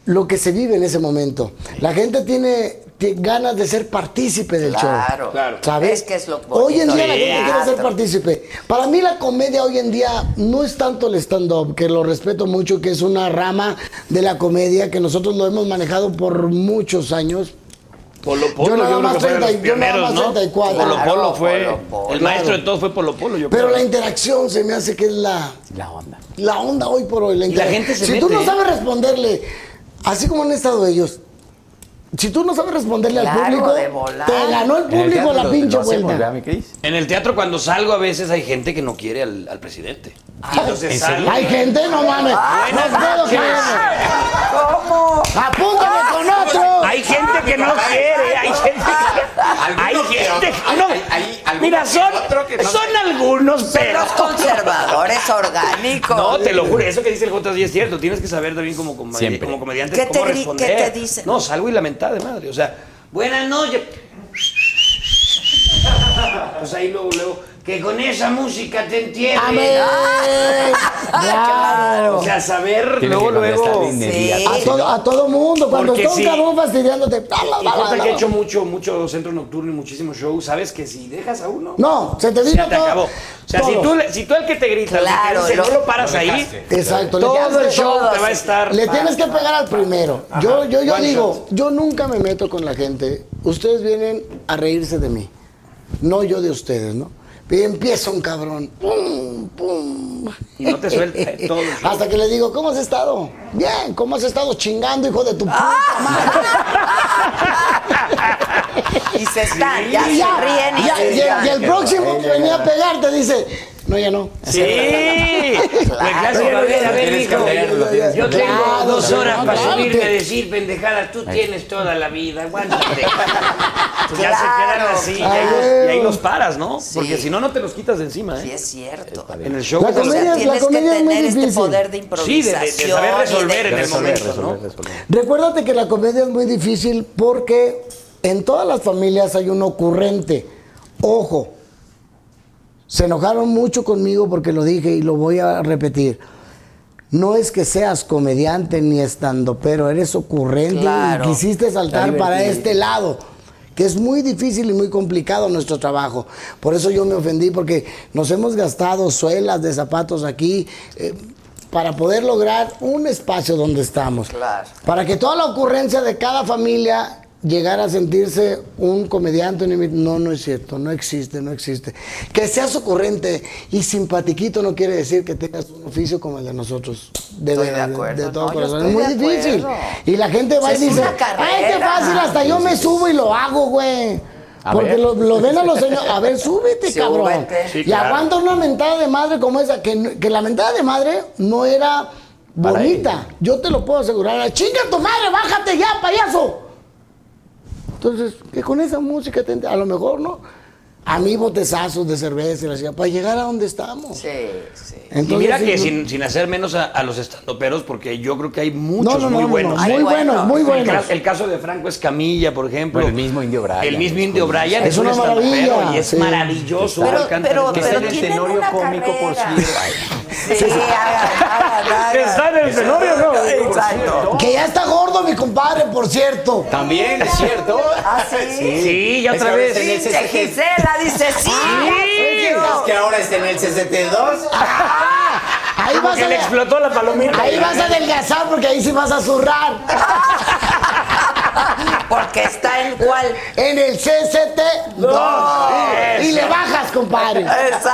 [SPEAKER 7] lo que se vive en ese momento. La gente tiene ti- ganas de ser partícipe del
[SPEAKER 2] Claro.
[SPEAKER 7] show.
[SPEAKER 2] Claro.
[SPEAKER 7] ¿Sabes?
[SPEAKER 2] Es que es lo
[SPEAKER 7] Hoy en
[SPEAKER 2] bonito
[SPEAKER 7] día la
[SPEAKER 2] del
[SPEAKER 7] gente quiere ser
[SPEAKER 2] teatro.
[SPEAKER 7] partícipe. Para mí la comedia hoy en día no es tanto el stand-up, que lo respeto mucho, que es una rama de la comedia que nosotros lo hemos manejado por muchos años.
[SPEAKER 11] Polo Polo,
[SPEAKER 7] Yo
[SPEAKER 11] yo,
[SPEAKER 7] nada
[SPEAKER 11] creo
[SPEAKER 7] más
[SPEAKER 11] que fue de los
[SPEAKER 7] 30, yo nada
[SPEAKER 11] pioneros,
[SPEAKER 7] más
[SPEAKER 11] ¿no?
[SPEAKER 7] 34.
[SPEAKER 11] Polo
[SPEAKER 7] Claro,
[SPEAKER 11] Polo fue,
[SPEAKER 7] Polo Polo.
[SPEAKER 11] el maestro
[SPEAKER 7] Claro.
[SPEAKER 11] de todos fue Polo Polo, yo
[SPEAKER 7] Pero
[SPEAKER 11] creo.
[SPEAKER 7] la interacción se me hace que es la,
[SPEAKER 10] La onda.
[SPEAKER 7] la onda hoy por hoy. La,
[SPEAKER 11] Y la
[SPEAKER 7] interacción.
[SPEAKER 11] gente se
[SPEAKER 7] Si
[SPEAKER 11] mete,
[SPEAKER 7] tú no
[SPEAKER 11] ¿eh?
[SPEAKER 7] sabes responderle, así como han estado ellos, si tú no sabes responderle
[SPEAKER 2] Claro,
[SPEAKER 7] al público,
[SPEAKER 2] de volar.
[SPEAKER 7] te ganó el
[SPEAKER 2] En
[SPEAKER 7] público la pinche vuelta.
[SPEAKER 11] En el teatro cuando salgo a veces hay gente que no quiere al, al presidente. Y entonces salgo.
[SPEAKER 7] Hay gente, no mames. No puedo creer.
[SPEAKER 2] ¿Cómo?
[SPEAKER 7] Apúntame con otro.
[SPEAKER 5] Hay gente que no quiere, hay gente que. Hay gente que no. Mira, son, son algunos,
[SPEAKER 2] Son
[SPEAKER 5] pero.
[SPEAKER 2] los conservadores orgánicos.
[SPEAKER 5] No, te lo juro, eso que dice el J10 es cierto. Tienes que saber también como, comedi-
[SPEAKER 10] Siempre.
[SPEAKER 5] como comediante
[SPEAKER 2] ¿Qué te
[SPEAKER 5] cómo
[SPEAKER 2] gri-
[SPEAKER 5] responder.
[SPEAKER 2] qué te dicen?
[SPEAKER 5] No, salgo y lamentada de madre. O sea, buenas noches. Pues ahí luego, luego, que con esa música te entiendes.
[SPEAKER 7] Amén. Claro.
[SPEAKER 5] O sea, saber
[SPEAKER 10] Tienes
[SPEAKER 5] luego,
[SPEAKER 10] que contestar
[SPEAKER 5] luego.
[SPEAKER 10] de inmediato.
[SPEAKER 7] A todo, a todo mundo, cuando
[SPEAKER 5] Porque
[SPEAKER 7] está un
[SPEAKER 5] sí.
[SPEAKER 7] cabrón fastidiándote. bla, bla,
[SPEAKER 5] Y
[SPEAKER 7] bla,
[SPEAKER 5] cosa
[SPEAKER 7] bla,
[SPEAKER 5] que he
[SPEAKER 7] bla.
[SPEAKER 5] hecho mucho, mucho centro nocturno y muchísimos shows, sabes que si dejas a uno,
[SPEAKER 7] No, se te vino
[SPEAKER 5] ya te
[SPEAKER 7] todo.
[SPEAKER 5] acabó. O sea, si
[SPEAKER 7] todo.
[SPEAKER 5] tú, le- si tú al que te grita,
[SPEAKER 2] Claro,
[SPEAKER 5] claro, si
[SPEAKER 2] lo-
[SPEAKER 5] no lo paras ahí,
[SPEAKER 7] Exacto, le tienes
[SPEAKER 5] todo
[SPEAKER 7] que-
[SPEAKER 5] el show te va a estar.
[SPEAKER 7] Le tienes que pegar al primero. Yo, yo, yo digo, yo nunca me meto con la gente. Ustedes vienen a reírse de mí. No yo de ustedes, ¿no? Y empieza un cabrón. Pum, pum.
[SPEAKER 5] Y no te suelta, eh, todo el show.
[SPEAKER 7] Hasta que le digo, ¿cómo has estado? Bien, ¿cómo has estado chingando, hijo de tu puta
[SPEAKER 5] Ah,
[SPEAKER 7] madre?
[SPEAKER 2] Y se están, ya
[SPEAKER 7] Y ya,
[SPEAKER 2] se ríen y
[SPEAKER 7] ya,
[SPEAKER 2] se
[SPEAKER 7] y el- y el
[SPEAKER 2] están.
[SPEAKER 7] próximo que venía a pegarte dice, no, ya no.
[SPEAKER 5] Sí, la clase
[SPEAKER 10] Claro.
[SPEAKER 5] a ver, a ver,
[SPEAKER 10] Tienes que
[SPEAKER 5] hijo,
[SPEAKER 10] leerlo, tienes
[SPEAKER 5] yo
[SPEAKER 10] que
[SPEAKER 5] tengo
[SPEAKER 7] leerlo.
[SPEAKER 5] dos
[SPEAKER 7] Claro,
[SPEAKER 5] horas para
[SPEAKER 7] claro,
[SPEAKER 5] subirme
[SPEAKER 7] te-
[SPEAKER 5] a decir pendejadas, tú tienes toda la vida, aguántate. Pues ya se
[SPEAKER 2] Claro.
[SPEAKER 5] quedan así, y ahí los- y ahí los paras, ¿no? Porque
[SPEAKER 2] Sí.
[SPEAKER 5] si no, no te los quitas de encima,
[SPEAKER 2] Sí,
[SPEAKER 5] ¿eh?
[SPEAKER 2] es cierto.
[SPEAKER 5] En el show
[SPEAKER 7] La
[SPEAKER 5] te los-
[SPEAKER 2] O sea,
[SPEAKER 7] comedia-
[SPEAKER 2] tienes que
[SPEAKER 7] comedia es muy
[SPEAKER 2] tener este
[SPEAKER 7] difícil.
[SPEAKER 2] poder de
[SPEAKER 5] Sí, de, de-
[SPEAKER 2] improvisación.
[SPEAKER 5] de saber
[SPEAKER 2] y de-
[SPEAKER 5] resolver en el momento, ¿no?
[SPEAKER 7] Recuérdate que la comedia es muy difícil porque en todas las familias hay un ocurrente. Ojo, se enojaron mucho conmigo porque lo dije y lo voy a repetir. No es que seas comediante ni estando, pero eres ocurrente
[SPEAKER 2] Claro.
[SPEAKER 7] y quisiste saltar para este lado, que es muy difícil y muy complicado nuestro trabajo. Por eso yo me ofendí porque nos hemos gastado suelas de zapatos aquí eh, para poder lograr un espacio donde estamos.
[SPEAKER 2] Claro.
[SPEAKER 7] Para que toda la ocurrencia de cada familia llegara a sentirse un comediante, un imi- no, no es cierto, no existe, no existe. Que seas ocurrente y simpatiquito no quiere decir que tengas un oficio como el de nosotros. De,
[SPEAKER 2] Estoy
[SPEAKER 7] verdad,
[SPEAKER 2] de acuerdo,
[SPEAKER 7] todo
[SPEAKER 2] no, yo
[SPEAKER 7] corazón. Es
[SPEAKER 2] estoy
[SPEAKER 7] muy
[SPEAKER 2] de
[SPEAKER 7] difícil.
[SPEAKER 2] acuerdo.
[SPEAKER 7] Y la gente va
[SPEAKER 2] Es
[SPEAKER 7] y dice,
[SPEAKER 2] una carrera.
[SPEAKER 7] ay, qué fácil, hasta yo me subo y lo hago, güey.
[SPEAKER 6] A
[SPEAKER 7] Porque
[SPEAKER 6] ver.
[SPEAKER 7] lo, lo ven a los señores, a ver, súbete,
[SPEAKER 2] Sí,
[SPEAKER 7] cabrón.
[SPEAKER 2] súbete. Sí,
[SPEAKER 7] y aguanta una mentada de madre como esa, que, no- que la mentada de madre no era
[SPEAKER 6] Para
[SPEAKER 7] bonita. Yo te lo puedo asegurar. Era, Chinga tu madre, bájate ya, payaso. Entonces, que con esa música, te ent- a lo mejor, ¿no? A mí botezazos de cerveza y la chingada, para llegar a donde estamos.
[SPEAKER 2] Sí, sí.
[SPEAKER 7] Entonces,
[SPEAKER 5] Y mira
[SPEAKER 7] sí,
[SPEAKER 5] que
[SPEAKER 7] no-
[SPEAKER 5] sin, sin hacer menos a, a los estandoperos, porque yo creo que hay muchos
[SPEAKER 7] no, no,
[SPEAKER 5] muy
[SPEAKER 7] no, no,
[SPEAKER 5] buenos.
[SPEAKER 7] muy
[SPEAKER 5] ¿eh?
[SPEAKER 7] buenos, muy
[SPEAKER 5] El ca-
[SPEAKER 7] buenos.
[SPEAKER 5] El, caso de Franco Escamilla, por ejemplo.
[SPEAKER 6] Bueno, el mismo Indio Brian.
[SPEAKER 5] El mismo Indio Brian
[SPEAKER 7] Es una
[SPEAKER 5] estandopero
[SPEAKER 7] maravilla,
[SPEAKER 5] Y es
[SPEAKER 7] sí.
[SPEAKER 5] maravilloso.
[SPEAKER 2] Pero-
[SPEAKER 5] él canta
[SPEAKER 2] pero-
[SPEAKER 5] bien.
[SPEAKER 2] pero
[SPEAKER 5] Está en el
[SPEAKER 2] tienen
[SPEAKER 5] tenor-
[SPEAKER 2] una carrera. Sí, hagan, hagan, hagan.
[SPEAKER 5] Está en el tenorio, ¿no?
[SPEAKER 2] Exacto.
[SPEAKER 7] Que ya está gordo mi compadre, por cierto.
[SPEAKER 6] También es cierto.
[SPEAKER 2] ¿Ah, sí?
[SPEAKER 5] Sí, ya
[SPEAKER 10] Es que
[SPEAKER 5] otra
[SPEAKER 10] ahora
[SPEAKER 5] vez.
[SPEAKER 10] está en el
[SPEAKER 2] Dice Gisela, dice sí.
[SPEAKER 10] Es que ahora está en el 62.
[SPEAKER 2] Ah.
[SPEAKER 7] Ahí
[SPEAKER 5] Ah. Como
[SPEAKER 7] vas
[SPEAKER 5] que
[SPEAKER 7] a
[SPEAKER 5] le explotó la palomita.
[SPEAKER 7] Ahí vas a adelgazar porque ahí sí vas a zurrar.
[SPEAKER 2] Porque está en cuál.
[SPEAKER 7] En el CCT 2. Y le bajas, compadre.
[SPEAKER 2] Exacto.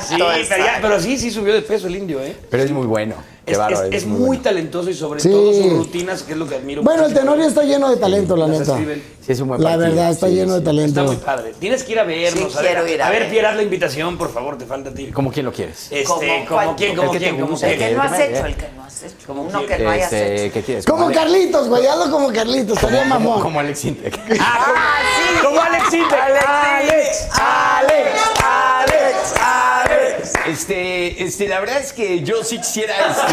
[SPEAKER 5] Sí, pero, ya-
[SPEAKER 2] exacto.
[SPEAKER 5] pero sí, sí subió de peso el indio, ¿eh?
[SPEAKER 6] Pero es muy bueno. Qué
[SPEAKER 5] Es,
[SPEAKER 6] bárbaro,
[SPEAKER 5] es-
[SPEAKER 6] es
[SPEAKER 5] es
[SPEAKER 6] muy
[SPEAKER 5] muy,
[SPEAKER 6] bueno.
[SPEAKER 5] talentoso y sobre
[SPEAKER 7] Sí.
[SPEAKER 5] todo sus rutinas, que es lo que admiro.
[SPEAKER 7] Bueno, el
[SPEAKER 5] mucho.
[SPEAKER 7] Tenorio está lleno de talento, la
[SPEAKER 5] Las
[SPEAKER 7] neta.
[SPEAKER 5] escriben.
[SPEAKER 6] Sí, es un buen
[SPEAKER 7] La
[SPEAKER 6] partido,
[SPEAKER 7] verdad, está
[SPEAKER 6] sí,
[SPEAKER 7] lleno de
[SPEAKER 6] sí.
[SPEAKER 5] Está muy
[SPEAKER 7] talento.
[SPEAKER 5] padre. Tienes que ir a vernos.
[SPEAKER 2] Sí,
[SPEAKER 5] a ver,
[SPEAKER 2] quiero ir a
[SPEAKER 5] a ver,
[SPEAKER 2] ver.
[SPEAKER 5] Pierre, haz la invitación, por favor, te falta a ti.
[SPEAKER 6] ¿Cómo quién lo quieres?
[SPEAKER 5] Este,
[SPEAKER 2] ¿Cómo
[SPEAKER 5] como,
[SPEAKER 2] cuál?
[SPEAKER 5] quién,
[SPEAKER 6] El
[SPEAKER 5] como
[SPEAKER 6] que te
[SPEAKER 5] quién, como
[SPEAKER 6] gusta.
[SPEAKER 2] El que
[SPEAKER 5] quién.
[SPEAKER 2] no has hecho, el que no has hecho. Uno que no hayas
[SPEAKER 6] Este,
[SPEAKER 2] hecho.
[SPEAKER 6] ¿Qué quieres?
[SPEAKER 7] Como
[SPEAKER 6] Ale-
[SPEAKER 7] Carlitos, güey, hazlo como Carlitos, estaría mamón.
[SPEAKER 6] Como Alex Intec.
[SPEAKER 2] Ah, sí.
[SPEAKER 5] Como Alex Sintek.
[SPEAKER 2] Alex, Alex, Alex, Alex.
[SPEAKER 10] Este, este, la verdad es que yo sí quisiera este,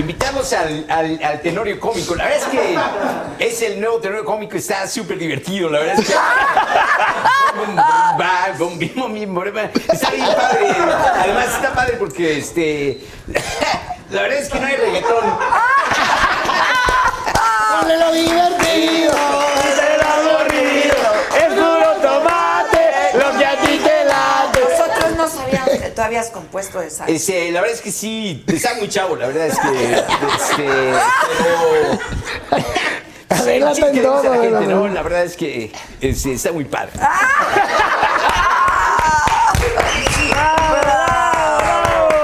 [SPEAKER 6] Invitamos al, al, al tenorio cómico. La verdad es que es el nuevo tenorio cómico, está súper divertido, la verdad es que. Va, bom, bim, bom, bim, bom, bim. Está bien padre. Además está padre porque este. La verdad es que no hay reggaetón.
[SPEAKER 7] ¡Dale lo divertido!
[SPEAKER 12] Es puro tomate, lo que a ti te late.
[SPEAKER 2] Nosotros no sabíamos que tú habías compuesto esa.
[SPEAKER 6] Este, la verdad es que sí, está muy chavo, la verdad es que. Este, pero.
[SPEAKER 7] Arréglate
[SPEAKER 6] Sí, que
[SPEAKER 7] en
[SPEAKER 6] le gusta a
[SPEAKER 7] todo,
[SPEAKER 6] la, gente,
[SPEAKER 7] la
[SPEAKER 6] ¿no?
[SPEAKER 7] verdad.
[SPEAKER 6] la verdad es que este, está muy padre.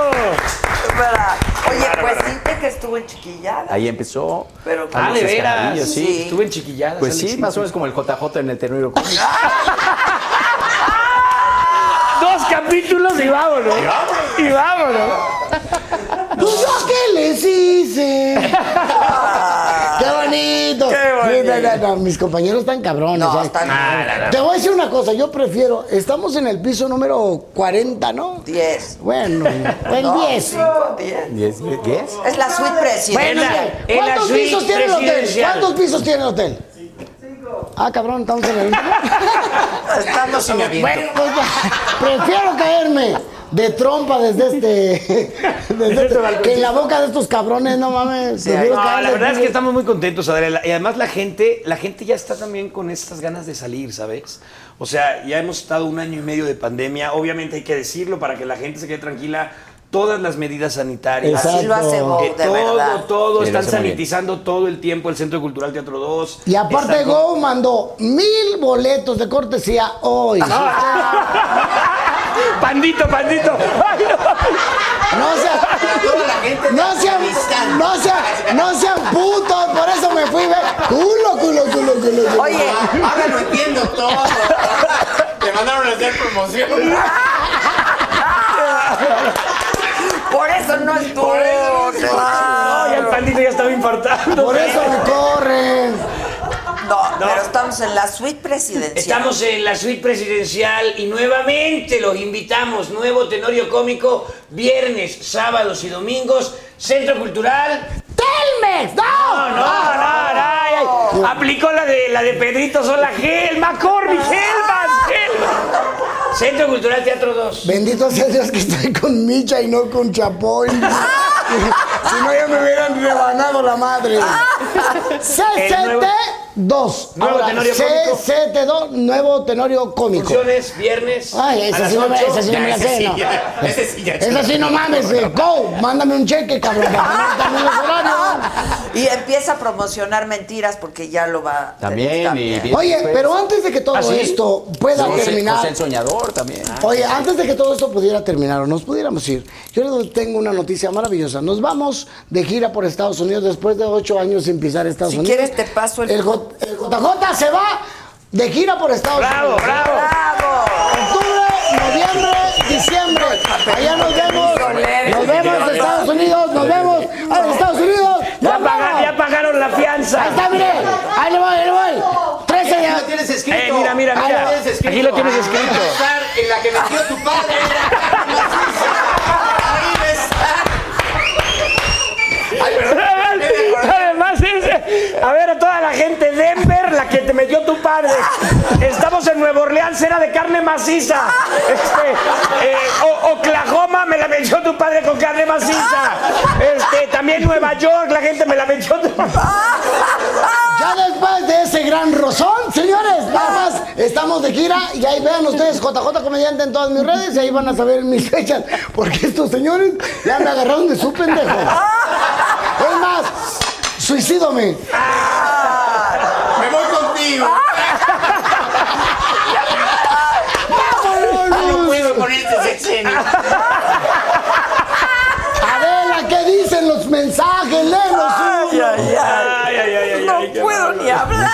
[SPEAKER 2] Espera. Oye, pues sí que estuvo en chiquillada.
[SPEAKER 6] Ahí empezó.
[SPEAKER 2] Pero-
[SPEAKER 6] Alexis
[SPEAKER 2] Ah, ¿de veras?
[SPEAKER 6] Carrillo, sí.
[SPEAKER 2] Sí.
[SPEAKER 6] Estuve en chiquilladas. Pues sí,
[SPEAKER 2] Alexis.
[SPEAKER 6] más o menos como el JJ en el ternero. cómico.
[SPEAKER 12] Dos capítulos y vámonos. Y vámonos.
[SPEAKER 7] ¿Tú yo qué les hice? ¡Qué bonito!
[SPEAKER 12] Qué bonito.
[SPEAKER 7] Sí, no, no, no, mis compañeros están cabrones.
[SPEAKER 12] No,
[SPEAKER 7] ¿sabes?
[SPEAKER 12] están- No, no, no.
[SPEAKER 7] Te voy a decir una cosa, yo prefiero. Estamos en el piso número 40, ¿no?
[SPEAKER 2] 10.
[SPEAKER 7] Bueno, el
[SPEAKER 2] No,
[SPEAKER 7] 10.
[SPEAKER 2] cinco, diez.
[SPEAKER 6] ¿Diez? ¿Diez?
[SPEAKER 2] Es la suite
[SPEAKER 7] Bueno,
[SPEAKER 2] presidencial.
[SPEAKER 7] ¿cuántos pisos tiene el hotel?
[SPEAKER 2] presidencial.
[SPEAKER 7] ¿Cuántos pisos tiene el hotel? Cinco. Ah, cabrón, estamos en el.
[SPEAKER 6] Ah,
[SPEAKER 2] Estando sin aviento.
[SPEAKER 7] Bueno, pues, prefiero caerme de trompa desde este. desde este- que en la boca de estos cabrones, no mames. prefiero
[SPEAKER 3] No,
[SPEAKER 7] caerme
[SPEAKER 3] la verdad es
[SPEAKER 7] desde-
[SPEAKER 3] que estamos muy contentos, Adela. Y además la gente, la gente ya está también con estas ganas de salir, ¿sabes? O sea, ya hemos estado un año y medio de pandemia. Obviamente hay que decirlo para que la gente se quede tranquila. Todas las medidas sanitarias.
[SPEAKER 7] Así lo hace Exacto. Go,
[SPEAKER 3] Eh,
[SPEAKER 7] de
[SPEAKER 3] todo,
[SPEAKER 7] verdad.
[SPEAKER 3] todo.
[SPEAKER 7] Sí, lo
[SPEAKER 3] están
[SPEAKER 7] hace muy bien.
[SPEAKER 3] sanitizando todo el tiempo el Centro Cultural Teatro 2.
[SPEAKER 7] Y aparte,
[SPEAKER 3] están con-
[SPEAKER 7] Go mandó mil boletos de cortesía hoy.
[SPEAKER 12] Pandito, pandito. Ay,
[SPEAKER 7] No sean. No sean. No sean. No sean putos. Por eso me fui. ve. Culo, culo, culo, culo. culo.
[SPEAKER 2] Oye,
[SPEAKER 6] ahora lo entiendo todo. Te mandaron a hacer promoción.
[SPEAKER 2] Por eso no estuvo.
[SPEAKER 12] no, ya el pandito ya estaba infartando.
[SPEAKER 7] Por eso me corren.
[SPEAKER 2] No, pero estamos en la suite presidencial.
[SPEAKER 5] Estamos en la suite presidencial y nuevamente los invitamos. Nuevo Tenorio Cómico, viernes, sábados y domingos. Centro Cultural.
[SPEAKER 7] ¡Telmex! ¡No!
[SPEAKER 12] No, no, no, no. Aplicó la de, la de Pedrito Sola Gelma, Corby, Gelma, Gelma.
[SPEAKER 5] Centro Cultural Teatro 2.
[SPEAKER 7] Bendito sea Dios que estoy con Micha y no con Chapoy. si no, ya me hubieran rebanado la madre. CCT2.
[SPEAKER 5] Nuevo
[SPEAKER 7] Ahora,
[SPEAKER 5] Tenorio Cómico.
[SPEAKER 7] CCT2, nuevo tenorio cómico.
[SPEAKER 5] Funciones, viernes.
[SPEAKER 7] Ay,
[SPEAKER 5] a
[SPEAKER 7] esa
[SPEAKER 5] las
[SPEAKER 7] sí, no me,
[SPEAKER 5] ocho.
[SPEAKER 7] esa sí no me la sé, no. Esa sí no mames, eh. go, mándame un cheque, cabrón, para poner también los horarios.
[SPEAKER 2] Y empieza a promocionar mentiras porque ya lo va. a
[SPEAKER 6] También,
[SPEAKER 2] tener
[SPEAKER 6] y bien.
[SPEAKER 7] Oye,
[SPEAKER 6] pues.
[SPEAKER 7] pero antes de que todo
[SPEAKER 6] ¿Ah, sí?
[SPEAKER 7] esto pueda
[SPEAKER 6] José-
[SPEAKER 7] terminar.
[SPEAKER 6] José el soñador también.
[SPEAKER 7] Oye, antes de que todo esto pudiera terminar o nos pudiéramos ir, yo les doy- tengo una noticia maravillosa. Nos vamos de gira por Estados Unidos después de ocho años sin pisar Estados
[SPEAKER 2] Si
[SPEAKER 7] Unidos.
[SPEAKER 2] quieres, te paso el-
[SPEAKER 7] el, J- el JJ se va de gira por Estados
[SPEAKER 12] Bravo,
[SPEAKER 7] Unidos.
[SPEAKER 12] bravo.
[SPEAKER 7] Octubre, noviembre, diciembre. Allá nos vemos. Nos vemos en Estados Unidos. Nos vemos en Estados Unidos.
[SPEAKER 12] Ya,
[SPEAKER 7] ¡Nos
[SPEAKER 12] paga-
[SPEAKER 7] vamos!
[SPEAKER 12] ya pagaron la
[SPEAKER 7] Ahí
[SPEAKER 12] fianza.
[SPEAKER 7] está, mire. Ahí le voy, ahí le voy. 13 de
[SPEAKER 6] Aquí lo tienes escrito.
[SPEAKER 12] Eh, mira, mira,
[SPEAKER 6] Ahí
[SPEAKER 12] mira.
[SPEAKER 6] lo tienes escrito.
[SPEAKER 12] Aquí lo tienes escrito.
[SPEAKER 6] Ahí va a estar en la que metió tu padre. Ahí va a estar. Ay, perdón.
[SPEAKER 12] Además, es- a ver a toda la gente, Denver, la que te metió tu padre. Estamos en Nueva Orleans, era de carne maciza. Este, eh, O- Oklahoma me la metió tu padre con carne maciza. Este, también Nueva York, la gente me la metió tu padre.
[SPEAKER 7] Ya después de ese gran rozón, señores, nada más estamos de gira y ahí vean ustedes JJ Comediante en todas mis redes y ahí van a saber mis fechas, porque estos señores ya me agarraron de su pendejo. Es más, suicídome.
[SPEAKER 6] Me voy contigo. No puedo con este sexenio.
[SPEAKER 7] Adela, ¿qué dicen los mensajes? Léelos
[SPEAKER 2] Ay,
[SPEAKER 7] uno.
[SPEAKER 2] ay, ay.
[SPEAKER 12] Ay, ay, ay, ay,
[SPEAKER 2] No
[SPEAKER 12] ay, qué
[SPEAKER 2] puedo
[SPEAKER 12] bárbaro.
[SPEAKER 2] ni hablar.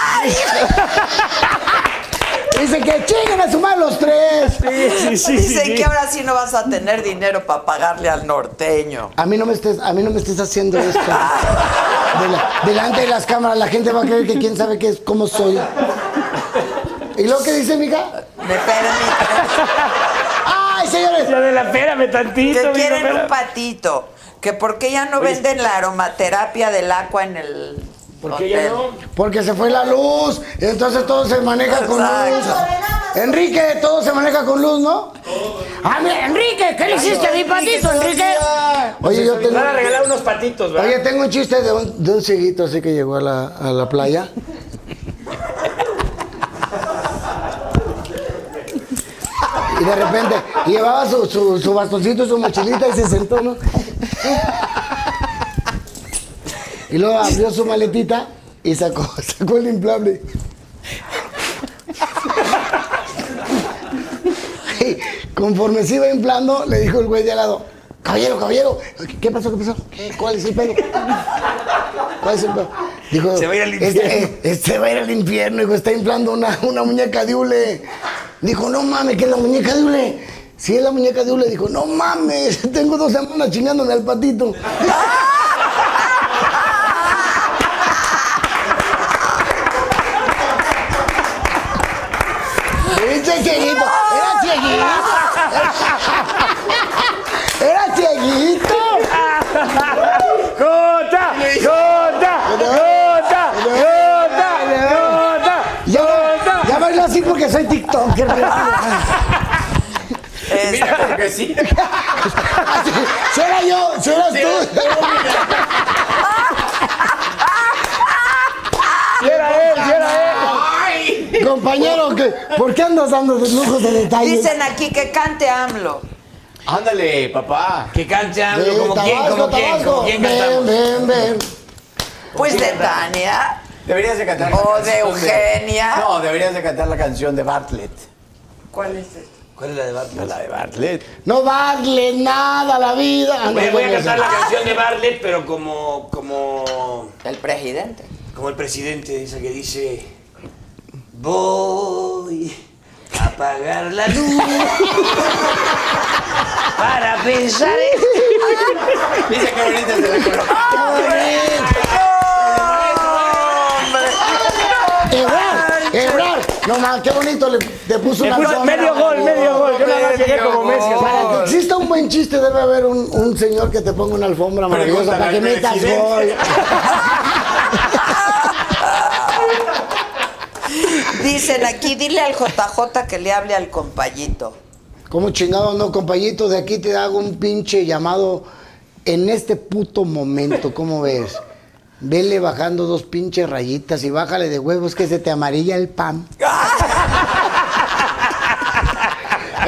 [SPEAKER 7] Dicen que chinguen a su madre los tres.
[SPEAKER 12] Sí, sí, sí,
[SPEAKER 2] Dicen
[SPEAKER 12] sí.
[SPEAKER 2] que ahora sí no vas a tener dinero para pagarle al norteño.
[SPEAKER 7] A mí no me estés, a mí no me estés haciendo esto. De la- delante de las cámaras, la gente va a creer que quién sabe qué es, cómo soy. ¿Y lo que dice, mija?
[SPEAKER 2] Me permiten
[SPEAKER 7] ¡Ay, señores!
[SPEAKER 12] Lo de la espérame tantito.
[SPEAKER 2] que
[SPEAKER 12] mi
[SPEAKER 2] quieren
[SPEAKER 12] número.
[SPEAKER 2] un patito. Que por qué ya no venden la aromaterapia del agua en el ¿Por
[SPEAKER 7] qué ya Porque se fue la luz, entonces todo se maneja con luz. Enrique, todo se maneja con luz, ¿no? Ah, mira, Enrique, ¿qué le hiciste a mi patito, Enrique? Oye, yo tengo,
[SPEAKER 5] Van a regalar unos patitos, ¿verdad?
[SPEAKER 7] oye, tengo un chiste de un, de un cieguito así que llegó a la, a la playa. Y de repente llevaba su, su, su bastoncito, su mochilita y se sentó, ¿no? Y luego abrió su maletita y sacó, sacó el implante. Y conforme se iba inflando, le dijo el güey de al lado, caballero, caballero, ¿qué pasó, qué pasó? ¿Qué- ¿Cuál es el pedo? ¿Cuál es el pedo? Dijo,
[SPEAKER 13] Se va a ir al
[SPEAKER 7] Este,
[SPEAKER 13] infierno".
[SPEAKER 7] eh, este va a ir al infierno, dijo, está inflando una, una muñeca de hule. Dijo, no mames, que es la muñeca de hule. Si es la muñeca de hule, dijo, no mames, tengo dos semanas chingándome al patito. Pinche cieguito. Era cieguito. Era cieguito.
[SPEAKER 13] ¡Jota! ¡Jota! ¡Jota! ¡Jota! ¡Jota!
[SPEAKER 7] Ya, ba- ya bailo así porque soy TikToker.
[SPEAKER 6] Mira, porque sí.
[SPEAKER 7] Será yo, serás tú.
[SPEAKER 13] ¡Era él! ¡Era él!
[SPEAKER 7] Compañero, ¿qué- ¿por qué andas dando de lujos de detalles?
[SPEAKER 2] Dicen aquí que cante AMLO.
[SPEAKER 6] Ándale, papá.
[SPEAKER 5] Que cancha, AMLO,
[SPEAKER 7] Ven,
[SPEAKER 5] como quién,
[SPEAKER 7] Tabasco,
[SPEAKER 5] como quién, como
[SPEAKER 7] Tabasco.
[SPEAKER 5] quién
[SPEAKER 7] Ven,
[SPEAKER 5] cantamos.
[SPEAKER 7] ven, ven.
[SPEAKER 2] Pues de Tania.
[SPEAKER 6] Deberías de cantar. la
[SPEAKER 2] O de
[SPEAKER 6] canción
[SPEAKER 2] Eugenia.
[SPEAKER 6] No, deberías de cantar la canción de Bartlett.
[SPEAKER 2] ¿Cuál es este? esta?
[SPEAKER 5] ¿Cuál es la de Bartlett?
[SPEAKER 6] La de Bartlett.
[SPEAKER 7] No darle nada a la vida.
[SPEAKER 5] Voy, voy a
[SPEAKER 7] Ándale,
[SPEAKER 5] cantar la
[SPEAKER 7] ven.
[SPEAKER 5] canción de Bartlett, pero como, como,
[SPEAKER 2] El presidente.
[SPEAKER 5] como el presidente dice que dice, voy a apagar la luz para pensar en...
[SPEAKER 6] Dice que bonita se la colocó.
[SPEAKER 7] Ebrar, Ebrar. No más, qué bonito le, te puso una
[SPEAKER 13] puso
[SPEAKER 7] sombra.
[SPEAKER 13] medio gol, medio gol. Yo nada más llegué
[SPEAKER 6] Medio
[SPEAKER 13] como Messi. así.
[SPEAKER 7] Para que exista un buen chiste debe haber un, un señor que te ponga una alfombra maravillosa para que
[SPEAKER 6] Pregúntale al
[SPEAKER 7] metas gol.
[SPEAKER 6] presidente.
[SPEAKER 2] Dicen aquí, dile al JJ que le hable al compayito.
[SPEAKER 7] Como chingado no, compañito, de aquí te hago un pinche llamado en este puto momento, ¿cómo ves? Vele bajando dos pinches rayitas y bájale de huevos que se te amarilla el pan.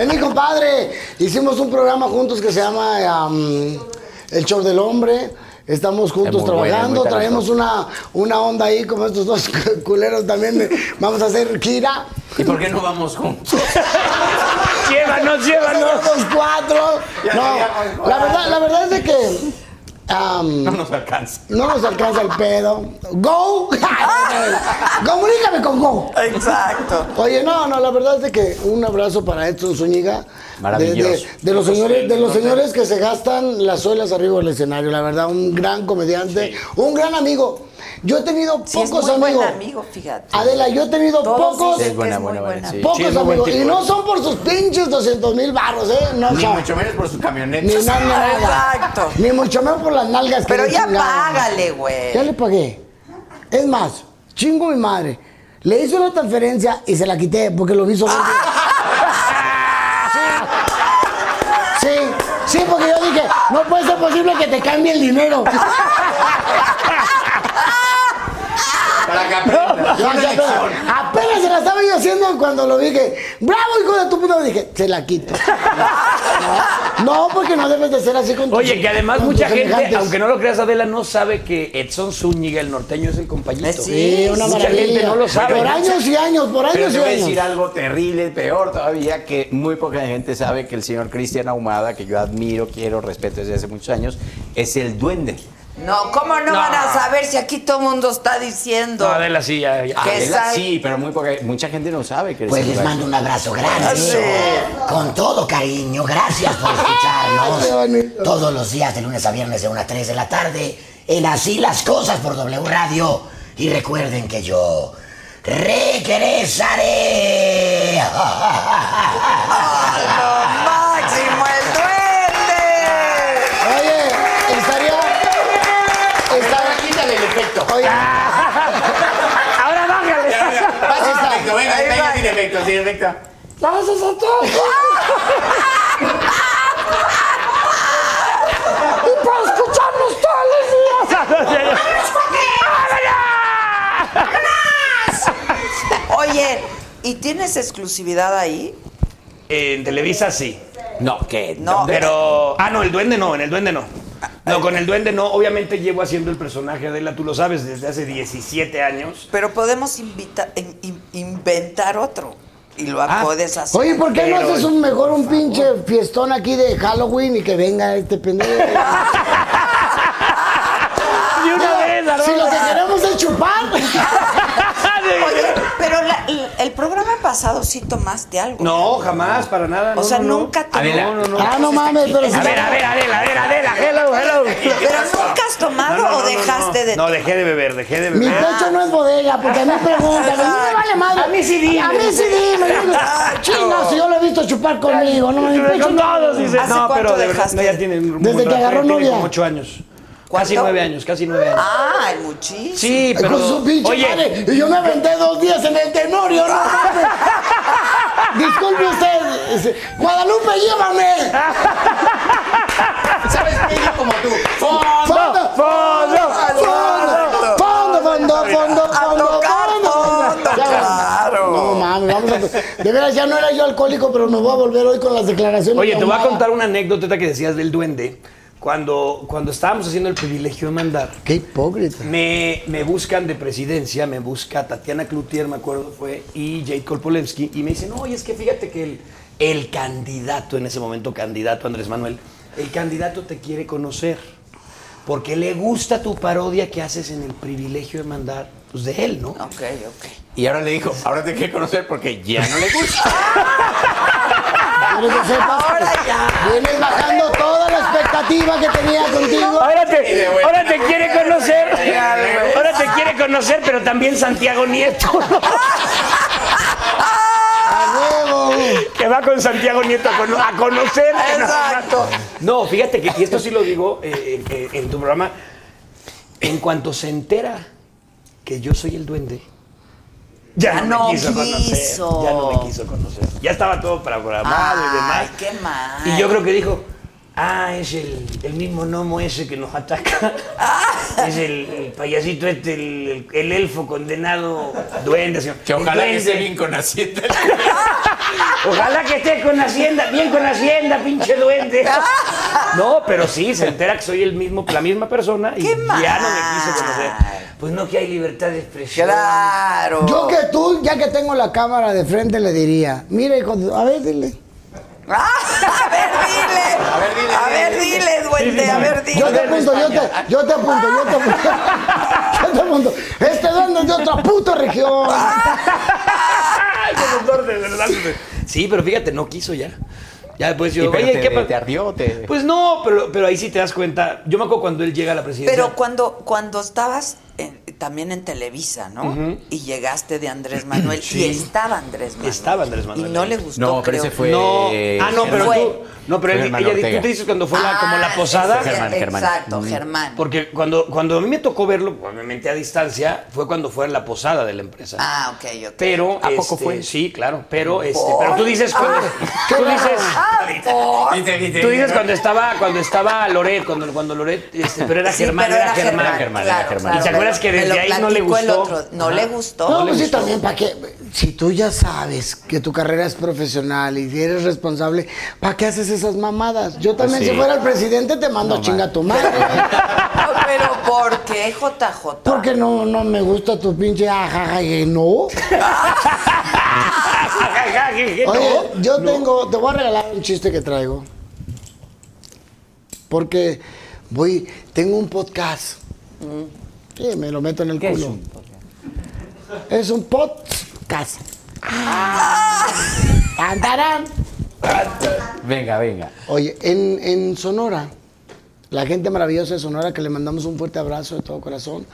[SPEAKER 7] Es mi compadre. Hicimos un programa juntos que se llama am, El Show del Hombre. Estamos juntos
[SPEAKER 6] Es muy bueno,
[SPEAKER 7] trabajando,
[SPEAKER 6] muy talentoso.
[SPEAKER 7] traemos una, una onda ahí como estos dos culeros también. de- Vamos a hacer gira.
[SPEAKER 6] ¿Y por qué no vamos juntos?
[SPEAKER 13] Llévanos,
[SPEAKER 7] Nosotros
[SPEAKER 13] llévanos.
[SPEAKER 7] los cuatro.
[SPEAKER 6] Ya teníamos
[SPEAKER 7] No,
[SPEAKER 6] cuatro.
[SPEAKER 7] la verdad, la verdad es de que am,
[SPEAKER 6] No nos alcanza.
[SPEAKER 7] no nos alcanza el pedo. Go, comunícame con Go.
[SPEAKER 2] Exacto.
[SPEAKER 7] Oye, no, no, la verdad es de que un abrazo para Edson Zúñiga.
[SPEAKER 6] Maravilloso.
[SPEAKER 7] De, de- de los señores, de los señores que se gastan las suelas arriba del escenario, la verdad, un gran comediante, un gran amigo. Yo he tenido
[SPEAKER 2] Sí, es muy
[SPEAKER 7] pocos
[SPEAKER 2] buen
[SPEAKER 7] amigos.
[SPEAKER 2] amigo, fíjate.
[SPEAKER 7] Adela, yo he tenido
[SPEAKER 2] Todos
[SPEAKER 7] pocos,
[SPEAKER 2] dicen que
[SPEAKER 6] buena,
[SPEAKER 2] es muy
[SPEAKER 6] buena, buena, sí.
[SPEAKER 7] pocos
[SPEAKER 6] es muy buen
[SPEAKER 7] amigos. Y
[SPEAKER 6] tipo. ¿eh?
[SPEAKER 7] no son por sus pinches 200 mil barros, ¿eh? No
[SPEAKER 6] Ni
[SPEAKER 7] son.
[SPEAKER 6] mucho menos por sus
[SPEAKER 7] Ni
[SPEAKER 6] camionetas.
[SPEAKER 7] nada, ni nada.
[SPEAKER 2] Exacto.
[SPEAKER 7] Ni mucho menos por las nalgas que
[SPEAKER 2] Pero
[SPEAKER 7] le
[SPEAKER 2] ya
[SPEAKER 7] chingaron.
[SPEAKER 2] págale,
[SPEAKER 7] Ya
[SPEAKER 2] güey.
[SPEAKER 7] le pagué. Es más, chingo mi madre. Le hice una transferencia y se la quité porque lo hizo. Sí, sí, porque yo dije, no puede ser posible que te cambie el dinero.
[SPEAKER 6] Para que aprenda.
[SPEAKER 7] Ya, ya, apenas, apenas se la estaba yo haciendo cuando lo vi que, bravo hijo de tu puta, dije, se la quito. No, porque no debes de ser así con tus-
[SPEAKER 5] Oye, que además
[SPEAKER 7] con tus
[SPEAKER 5] mucha gente,
[SPEAKER 7] semejantes.
[SPEAKER 5] aunque no lo creas, Adela, no sabe que Edson Zúñiga, el norteño, es el compañito.
[SPEAKER 2] Sí,
[SPEAKER 7] Sí, una
[SPEAKER 5] mucha
[SPEAKER 7] maravilla.
[SPEAKER 5] gente no lo sabe.
[SPEAKER 7] Por años y años, por
[SPEAKER 6] Pero
[SPEAKER 7] años
[SPEAKER 6] te
[SPEAKER 7] y
[SPEAKER 6] voy a
[SPEAKER 7] años.
[SPEAKER 6] decir algo terrible, peor todavía, que muy poca gente sabe que el señor Cristian Ahumada, que yo admiro, quiero, respeto desde hace muchos años, es el duende.
[SPEAKER 2] No, ¿cómo no,
[SPEAKER 5] No.
[SPEAKER 2] van a saber si aquí todo el mundo está diciendo?
[SPEAKER 5] No, Adela, sí, ya, ya.
[SPEAKER 2] ¿Qué
[SPEAKER 6] Adela
[SPEAKER 2] sabe?
[SPEAKER 6] sí, pero muy poca, mucha gente no sabe que es
[SPEAKER 1] Pues
[SPEAKER 6] el
[SPEAKER 1] les
[SPEAKER 6] duende.
[SPEAKER 1] mando un abrazo grande.
[SPEAKER 2] Eso.
[SPEAKER 1] Con todo cariño. Gracias por
[SPEAKER 7] Qué bonito.
[SPEAKER 1] escucharnos. Todos los días, de lunes a viernes, de 1 a 3 de la tarde. En Así las Cosas por W Radio. Y recuerden que yo. Regresaré.
[SPEAKER 2] ¡Ay, lo máximo, el duende!
[SPEAKER 7] Oye, está
[SPEAKER 14] efecto.
[SPEAKER 15] Ahora bájale.
[SPEAKER 16] Ya, ya. Pasa sin efecto, venga,
[SPEAKER 15] Ahí
[SPEAKER 16] venga,
[SPEAKER 15] va.
[SPEAKER 16] sin efecto, sin efecto.
[SPEAKER 15] ¡La vas a saltar! ¡Y para escucharnos todos los días!
[SPEAKER 2] Oye, ¿y tienes exclusividad ahí?
[SPEAKER 6] En Televisa sí. No, que
[SPEAKER 2] No.
[SPEAKER 6] Pero. Ah, no, el duende no, en el duende no.
[SPEAKER 1] Ah,
[SPEAKER 6] No, con el duende no. Obviamente llevo haciendo el personaje de la, tú lo sabes, desde hace 17 años.
[SPEAKER 2] Pero podemos invita- in- in- inventar otro. Y lo
[SPEAKER 6] Ah.
[SPEAKER 2] puedes hacer.
[SPEAKER 7] Oye, ¿por qué no
[SPEAKER 6] Pero-
[SPEAKER 7] haces un mejor un pinche fiestón aquí de Halloween y que venga este pendejo?
[SPEAKER 15] ¡De una vez,
[SPEAKER 7] Si lo que queremos es chupar.
[SPEAKER 2] Oye, pero la- l- el programa pasado sí tomaste algo.
[SPEAKER 6] No, jamás, para nada.
[SPEAKER 2] O sea, nunca te-
[SPEAKER 6] Adela. No, no, no.
[SPEAKER 7] Ah, no mames, pero
[SPEAKER 2] pues,
[SPEAKER 7] si
[SPEAKER 6] A ver, a ver, Adela, Adela, Adela, hello, hello.
[SPEAKER 2] ¿Pero nunca has tomado
[SPEAKER 6] No, no,
[SPEAKER 2] o
[SPEAKER 6] no, no,
[SPEAKER 2] dejaste
[SPEAKER 6] no.
[SPEAKER 2] de
[SPEAKER 6] No, dejé de beber, dejé de
[SPEAKER 7] Mi
[SPEAKER 6] beber. Ah,
[SPEAKER 7] pecho no es bodega, porque a mí preguntan, a mí me vale madre.
[SPEAKER 15] A mí sí dime.
[SPEAKER 7] A mí sí dime. yo digo, Chinga, si yo lo he visto chupar conmigo. No, mi pecho
[SPEAKER 6] Con
[SPEAKER 7] no-
[SPEAKER 6] todos, dice.
[SPEAKER 2] ¿Hace
[SPEAKER 6] no,
[SPEAKER 2] cuánto
[SPEAKER 6] pero de verdad,
[SPEAKER 2] dejaste?
[SPEAKER 6] no, ya tiene un-
[SPEAKER 7] Desde
[SPEAKER 6] un
[SPEAKER 7] que
[SPEAKER 6] rato, ya
[SPEAKER 7] agarró
[SPEAKER 6] tiene
[SPEAKER 7] novia.
[SPEAKER 6] como 8 años. Casi
[SPEAKER 2] ¿Cuánto? Ah,
[SPEAKER 6] 9 años, casi 9 años.
[SPEAKER 2] Ay, muchísimo.
[SPEAKER 6] Sí, pero.
[SPEAKER 7] Con su pinche
[SPEAKER 6] oye,
[SPEAKER 7] madre. Y yo me aventé dos días en el tenorio, no mames. Disculpe usted. dice, Guadalupe, llévame.
[SPEAKER 16] ¿Sabes qué? Yo como tú.
[SPEAKER 7] Fondo, fondo, fondo, fondo, fondo, fondo, fondo,
[SPEAKER 2] tocar
[SPEAKER 7] fondo.
[SPEAKER 2] fondo,
[SPEAKER 7] Ya,
[SPEAKER 2] claro.
[SPEAKER 7] No mames, vamos a. De veras, ya no era yo alcohólico, pero nos voy a volver hoy con las declaraciones.
[SPEAKER 6] Oye, te voy a
[SPEAKER 7] tomadas.
[SPEAKER 6] contar una anécdota que decías del duende. Cuando, cuando estábamos haciendo el privilegio de mandar,
[SPEAKER 7] Qué hipócrita.
[SPEAKER 6] me, me buscan de presidencia, me busca Tatiana Cloutier, me acuerdo fue, y Jade Kolpolevsky, y me dicen, oye, es que fíjate que el, el candidato, en ese momento candidato Andrés Manuel, el candidato te quiere conocer, porque le gusta tu parodia que haces en el privilegio de mandar, pues de él, ¿no?
[SPEAKER 2] Ok, ok.
[SPEAKER 5] Y ahora le dijo, ahora te quiero conocer porque ya no le gusta.
[SPEAKER 7] Quiero que sepas
[SPEAKER 2] Ahora
[SPEAKER 7] que
[SPEAKER 2] ya.
[SPEAKER 7] Vienes bajando toda la expectativa que tenía contigo.
[SPEAKER 6] Ahora te, ahora te quiere conocer, ahora te quiere conocer, pero también Santiago Nieto, ¿no?
[SPEAKER 7] A huevo.
[SPEAKER 6] que va con Santiago Nieto a, cono- a conocer.
[SPEAKER 2] Exacto.
[SPEAKER 6] No, fíjate que, y esto sí lo digo eh, eh, en tu programa, en cuanto se entera que yo soy el duende, ya,
[SPEAKER 2] Ya no
[SPEAKER 6] no, me quiso,
[SPEAKER 2] quiso.
[SPEAKER 6] conocer. Ya no me quiso conocer. Ya estaba todo
[SPEAKER 7] Ah,
[SPEAKER 6] programado y demás.
[SPEAKER 2] Ay, qué mal.
[SPEAKER 6] Y yo creo que dijo, ah, es el, el mismo gnomo ese que nos ataca. Es el, el payasito este, el, el elfo condenado duende. señor.
[SPEAKER 5] Que ojalá que
[SPEAKER 6] Duende.
[SPEAKER 5] esté bien con Hacienda.
[SPEAKER 6] Ojalá que estés con Hacienda, bien con Hacienda, pinche duende. No, pero sí, se entera que soy el mismo, la misma persona y
[SPEAKER 2] ¡Qué
[SPEAKER 6] ya
[SPEAKER 2] mal!
[SPEAKER 6] no me quiso conocer. Pues no que hay libertad de expresión.
[SPEAKER 2] Claro.
[SPEAKER 7] Yo que tú, ya que tengo la cámara de frente, le diría, mira, hijo, de- a ver, dile.
[SPEAKER 2] Ah, a ver, dile. A ver, dile. A ver, dile, duende. A ver, dile.
[SPEAKER 7] Yo te apunto, yo te, yo te apunto, yo te apunto. Yo te apunto. Este duende es de otra puta región.
[SPEAKER 2] Ah.
[SPEAKER 6] Ay, qué dolor, de verdad. Sí, pero fíjate, no quiso ya. Ya después yo,
[SPEAKER 5] Y pero
[SPEAKER 6] oye,
[SPEAKER 5] te-
[SPEAKER 6] ¿qué pa-
[SPEAKER 5] te ardió, te-
[SPEAKER 6] Pues no, pero, pero ahí sí te das cuenta. Yo me acuerdo cuando él llega a la presidencia.
[SPEAKER 2] Pero cuando, cuando estabas en- también en Televisa, ¿no? Y llegaste de Andrés Manuel. Y estaba Andrés Manuel.
[SPEAKER 6] Estaba Andrés Manuel
[SPEAKER 2] Y no
[SPEAKER 6] ahí.
[SPEAKER 2] le gustó.
[SPEAKER 5] No, pero
[SPEAKER 2] creo.
[SPEAKER 5] ese fue.
[SPEAKER 6] no, ah, no, pero
[SPEAKER 2] Fue-
[SPEAKER 6] tú, no, pero
[SPEAKER 5] Eh, Fue
[SPEAKER 6] él-
[SPEAKER 5] Germán
[SPEAKER 6] ella,
[SPEAKER 5] Ortega.
[SPEAKER 6] tú te dices cuando fue la-
[SPEAKER 2] Ah,
[SPEAKER 6] como la posada.
[SPEAKER 2] sí, sí,
[SPEAKER 5] Germán, Germán.
[SPEAKER 2] Exacto,
[SPEAKER 5] Mm.
[SPEAKER 2] Germán.
[SPEAKER 6] Porque cuando, cuando a mí me tocó verlo, obviamente a distancia, fue cuando fue en la posada de la empresa.
[SPEAKER 2] Ah, ok, ok.
[SPEAKER 6] Pero,
[SPEAKER 5] ¿A poco
[SPEAKER 6] este,
[SPEAKER 5] fue?
[SPEAKER 6] Sí, claro, pero, este, pero tú dices cuando, tú dices,
[SPEAKER 2] Ah, por-
[SPEAKER 5] Y te- y te-
[SPEAKER 6] tú dices cuando estaba, cuando estaba Loret, cuando, cuando Loret, este, pero era
[SPEAKER 2] Sí,
[SPEAKER 6] Germán,
[SPEAKER 2] pero
[SPEAKER 6] era, Germán.
[SPEAKER 5] Germán, era Germán.
[SPEAKER 6] ¿Y te acuerdas que
[SPEAKER 2] me
[SPEAKER 6] desde
[SPEAKER 2] lo
[SPEAKER 6] ahí no le
[SPEAKER 2] platicó el
[SPEAKER 6] gustó?
[SPEAKER 2] otro. No le gustó.
[SPEAKER 7] No, pues sí, también, ¿para qué? Si tú ya sabes que tu carrera es profesional y eres responsable, ¿para qué haces esas mamadas? Yo
[SPEAKER 2] Pues
[SPEAKER 7] también,
[SPEAKER 5] sí.
[SPEAKER 7] si fuera el presidente, te mando a chinga a tu madre. ¿eh?
[SPEAKER 2] No, pero ¿por qué JJ?
[SPEAKER 7] Porque no, no me gusta tu pinche ajaja y no.
[SPEAKER 6] Ah,
[SPEAKER 7] Oye, yo tengo, te voy a regalar un chiste que traigo. Porque voy, tengo un podcast. Sí, me lo meto en el culo. Mm. Es un podcast? Ah. Tan, tarán.
[SPEAKER 5] Venga, venga.
[SPEAKER 7] Oye, en, en Sonora, la gente maravillosa de Sonora, que le mandamos un fuerte abrazo de todo corazón,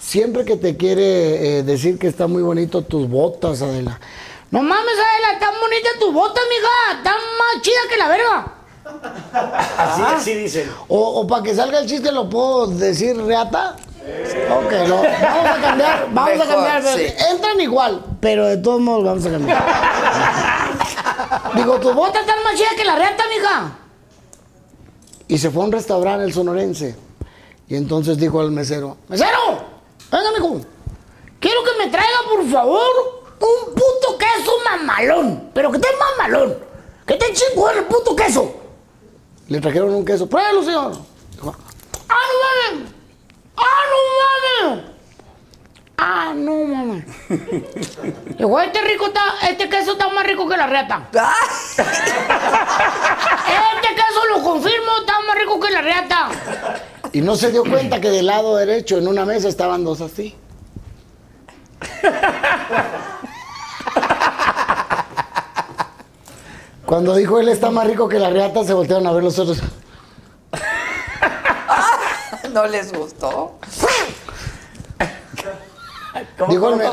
[SPEAKER 7] siempre que te quiere eh, decir que está muy bonito tus botas, Adela. No mames, Adela, tan bonitas tus botas, mija, tan más chidas que la verga.
[SPEAKER 6] Así, así dicen.
[SPEAKER 7] ah. O, para que salga el chiste, ¿lo puedo decir reata? Ok, no. Vamos a cambiar, vamos
[SPEAKER 2] Mejor,
[SPEAKER 7] a cambiar.
[SPEAKER 2] sí.
[SPEAKER 7] Entran igual, pero de todos modos vamos a cambiar. Digo, tu bota está más chida que la renta, mija. Y se fue a un restaurante el sonorense. Y entonces dijo al mesero, mesero, venga, mijo. Quiero que me traiga, por favor, un puto queso mamalón. Pero que esté mamalón. Que esté chingón el puto queso. Le trajeron un queso. Pruébelo, señor. Dijo, ¡Ah, no mames! ¡Ah, no mames! ¡Ah, no mames! Dijo, este rico está, este queso está más rico que la reata. este queso lo confirmo, está más rico que la reata. Y no se dio cuenta que del lado derecho en una mesa estaban dos así. Cuando dijo él está más rico que la reata, se voltearon a ver los otros.
[SPEAKER 2] ¿No les gustó?
[SPEAKER 7] Dijo el, me-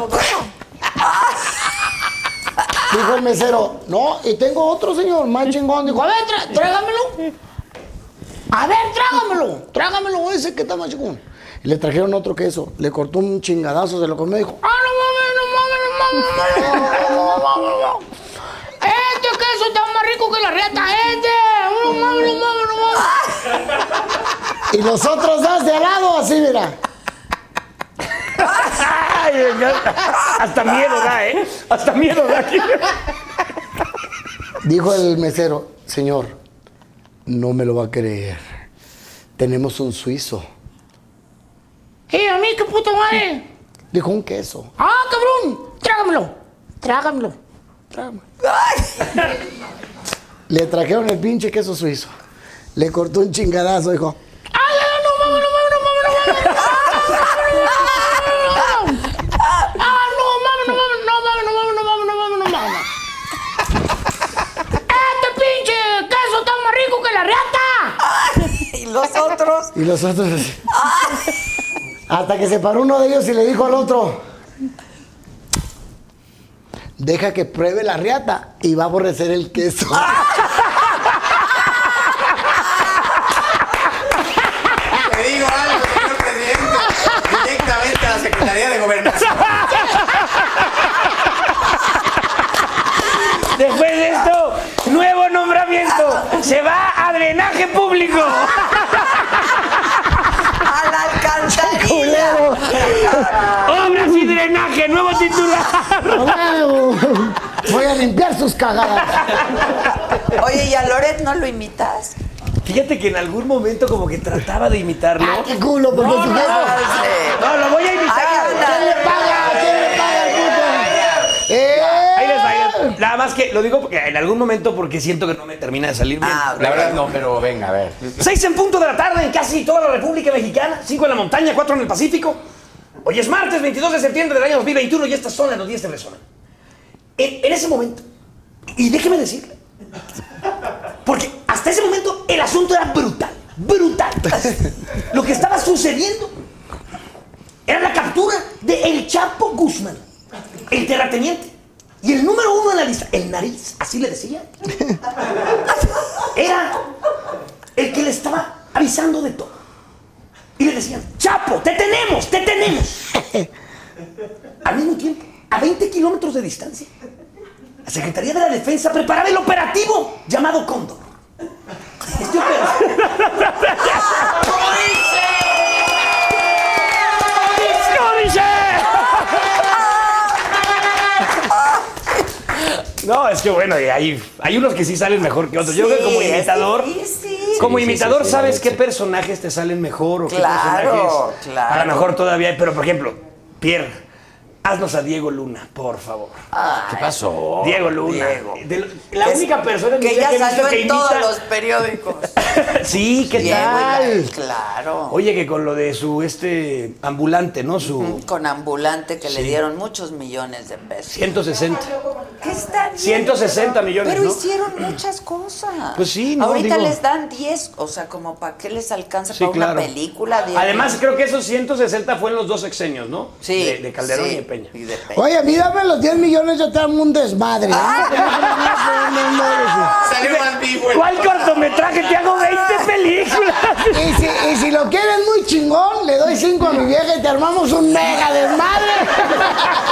[SPEAKER 7] Dijo el mesero, no, y tengo otro señor, más chingón. Dijo, a ver, tra- tráigamelo. A ver, tráigamelo. Tráigamelo ese que está más chingón. Y le trajeron otro queso. Le cortó un chingadazo, se lo comió y dijo, ¡ah, no mames, no mames, no mames! no mames, no mames, no mames! Este queso está más rico que la reta, este. ¡No mames, no mames, no mames! Y los otros dos de al lado, así, mira.
[SPEAKER 11] Ay, me encanta. Hasta miedo da, ¿eh? Hasta miedo da aquí.
[SPEAKER 7] Dijo el mesero, señor, no me lo va a creer. Tenemos un suizo.
[SPEAKER 4] ¡Eh, a mí qué puto madre!
[SPEAKER 7] Dijo un queso.
[SPEAKER 4] ¡Ah, cabrón! ¡Trágamelo! ¡Trágamelo!
[SPEAKER 7] ¡Trágamelo! Le trajeron el pinche queso suizo. Le cortó un chingadazo, dijo.
[SPEAKER 4] ¡Ay, ay, no mames, no mames, no mames, no mames! ¡Ah, no mames, no mames, no mames, no mames, no mames, no mames, no mames, no mames, no mames! ¡Este pinche queso está más rico que la reata!
[SPEAKER 2] ¿Y los otros?
[SPEAKER 7] Y los otros así. Hasta que se paró uno de ellos y le dijo al otro. Deja que pruebe la riata y va a aborrecer el queso.
[SPEAKER 1] Te digo algo, señor presidente. Directamente a la Secretaría de Gobernación.
[SPEAKER 11] Después de esto, nuevo nombramiento. Se va a drenaje público.
[SPEAKER 2] ¡A la alcantarilla!
[SPEAKER 11] Obras y drenaje, nuevo titular.
[SPEAKER 7] Voy a limpiar sus cagadas.
[SPEAKER 2] Oye, ¿y a Loret no lo imitas?
[SPEAKER 11] Fíjate que en algún momento como que trataba de imitarlo. ¡Ah,
[SPEAKER 7] qué culo!
[SPEAKER 11] Porque no,
[SPEAKER 7] su
[SPEAKER 11] no,
[SPEAKER 7] jefe-
[SPEAKER 11] no, lo voy a imitar.
[SPEAKER 7] ¿Quién le paga? ¿Quién le paga el Eh. puto?
[SPEAKER 11] Ahí les va, ahí les- Nada más que lo digo porque en algún momento porque siento que no me termina de
[SPEAKER 2] Ah,
[SPEAKER 11] salir bien.
[SPEAKER 6] La verdad no, pero venga, a ver.
[SPEAKER 11] Seis en punto de la tarde en casi toda la República Mexicana, cinco en la montaña, cuatro en el Pacífico. Hoy es martes 22 de septiembre del año 2021 y estas son las noticias que resonan. En, en ese momento, y déjeme decirle, porque hasta ese momento el asunto era brutal, brutal. Lo que estaba sucediendo era la captura de El Chapo Guzmán, el terrateniente. Y el número uno en la lista, el nariz, así le decía, era el que le estaba avisando de todo. Y le decían, Chapo, te tenemos, te tenemos. Al mismo tiempo, a 20 kilómetros de distancia, la Secretaría de la Defensa preparaba el operativo llamado Cóndor. Este operativo... No, es que bueno, y hay, hay unos que sí salen mejor que otros. Yo creo que como
[SPEAKER 2] Sí, es
[SPEAKER 11] imitador,
[SPEAKER 2] difícil.
[SPEAKER 11] como
[SPEAKER 2] Sí, sí,
[SPEAKER 11] imitador
[SPEAKER 2] sí, sí, la
[SPEAKER 11] sabes qué
[SPEAKER 2] leche.
[SPEAKER 11] personajes te salen mejor o qué
[SPEAKER 2] Claro,
[SPEAKER 11] personajes.
[SPEAKER 2] claro.
[SPEAKER 11] A lo mejor todavía, hay, pero por ejemplo, Pierre, haznos a Diego Luna, por favor.
[SPEAKER 6] ¿Qué pasó?
[SPEAKER 11] Diego Luna.
[SPEAKER 6] Diego.
[SPEAKER 11] De lo- la única persona en mi
[SPEAKER 2] que
[SPEAKER 11] vida
[SPEAKER 2] ya
[SPEAKER 11] he visto
[SPEAKER 2] salió
[SPEAKER 11] que
[SPEAKER 2] en todos
[SPEAKER 11] imita-
[SPEAKER 2] los periódicos.
[SPEAKER 11] Sí, ¿qué
[SPEAKER 2] Diego
[SPEAKER 11] tal?
[SPEAKER 2] y la- Claro.
[SPEAKER 11] Oye, que con lo de su este ambulante, ¿no? Su
[SPEAKER 2] Con ambulante que le
[SPEAKER 11] Sí.
[SPEAKER 2] dieron muchos millones de pesos.
[SPEAKER 11] 160.
[SPEAKER 2] ¿Qué está bien?
[SPEAKER 11] 160 millones,
[SPEAKER 2] Pero
[SPEAKER 11] ¿no?
[SPEAKER 2] hicieron muchas cosas.
[SPEAKER 11] Pues sí, no,
[SPEAKER 2] Ahorita
[SPEAKER 11] digo-
[SPEAKER 2] les dan 10, o sea, como para qué les alcanza
[SPEAKER 11] Sí,
[SPEAKER 2] para
[SPEAKER 11] claro.
[SPEAKER 2] una película. Diego?
[SPEAKER 11] Además, creo que esos 160 fue en los dos sexenios, ¿no?
[SPEAKER 2] Sí,
[SPEAKER 11] De, de Calderón
[SPEAKER 2] sí,
[SPEAKER 11] y de Peña.
[SPEAKER 7] Oye, a mí dame los 10 millones, yo te hago un desmadre. ¿eh?
[SPEAKER 11] Salió más vivo. ¿Cuál cortometraje te hago de
[SPEAKER 7] 20
[SPEAKER 17] películas.
[SPEAKER 7] Y si, y si lo quieren muy chingón, le doy 5 a mi vieja y te armamos un mega desmadre.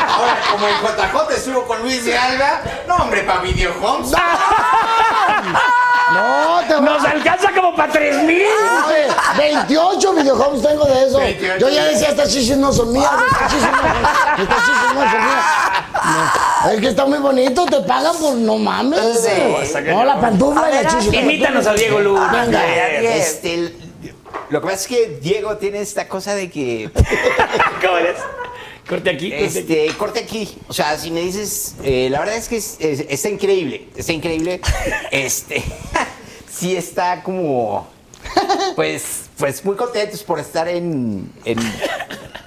[SPEAKER 1] Ahora, como en JJ subo con Luis de Alba, no, hombre, para videohomes.
[SPEAKER 7] No, te
[SPEAKER 17] Nos alcanza como para 3000.
[SPEAKER 7] Oye, 28 videojuegos tengo de eso.
[SPEAKER 17] 28.
[SPEAKER 7] Yo ya decía, estas chichis no son mías, estas chichis no son, estas chichis no son mías. No, Es que está muy bonito, te pagan por no mames. No, la pantufla y la chichis.
[SPEAKER 2] Ah,
[SPEAKER 7] Venga.
[SPEAKER 6] Este, l- lo que pasa es que Diego tiene esta cosa de que.
[SPEAKER 5] ¿Cómo eres? Corte aquí. corte aquí.
[SPEAKER 6] Este, corte aquí. O sea, si me dices, eh, la verdad es que es- es- está increíble. Está increíble. Este. sí está como. Pues, pues muy contentos por estar en. en,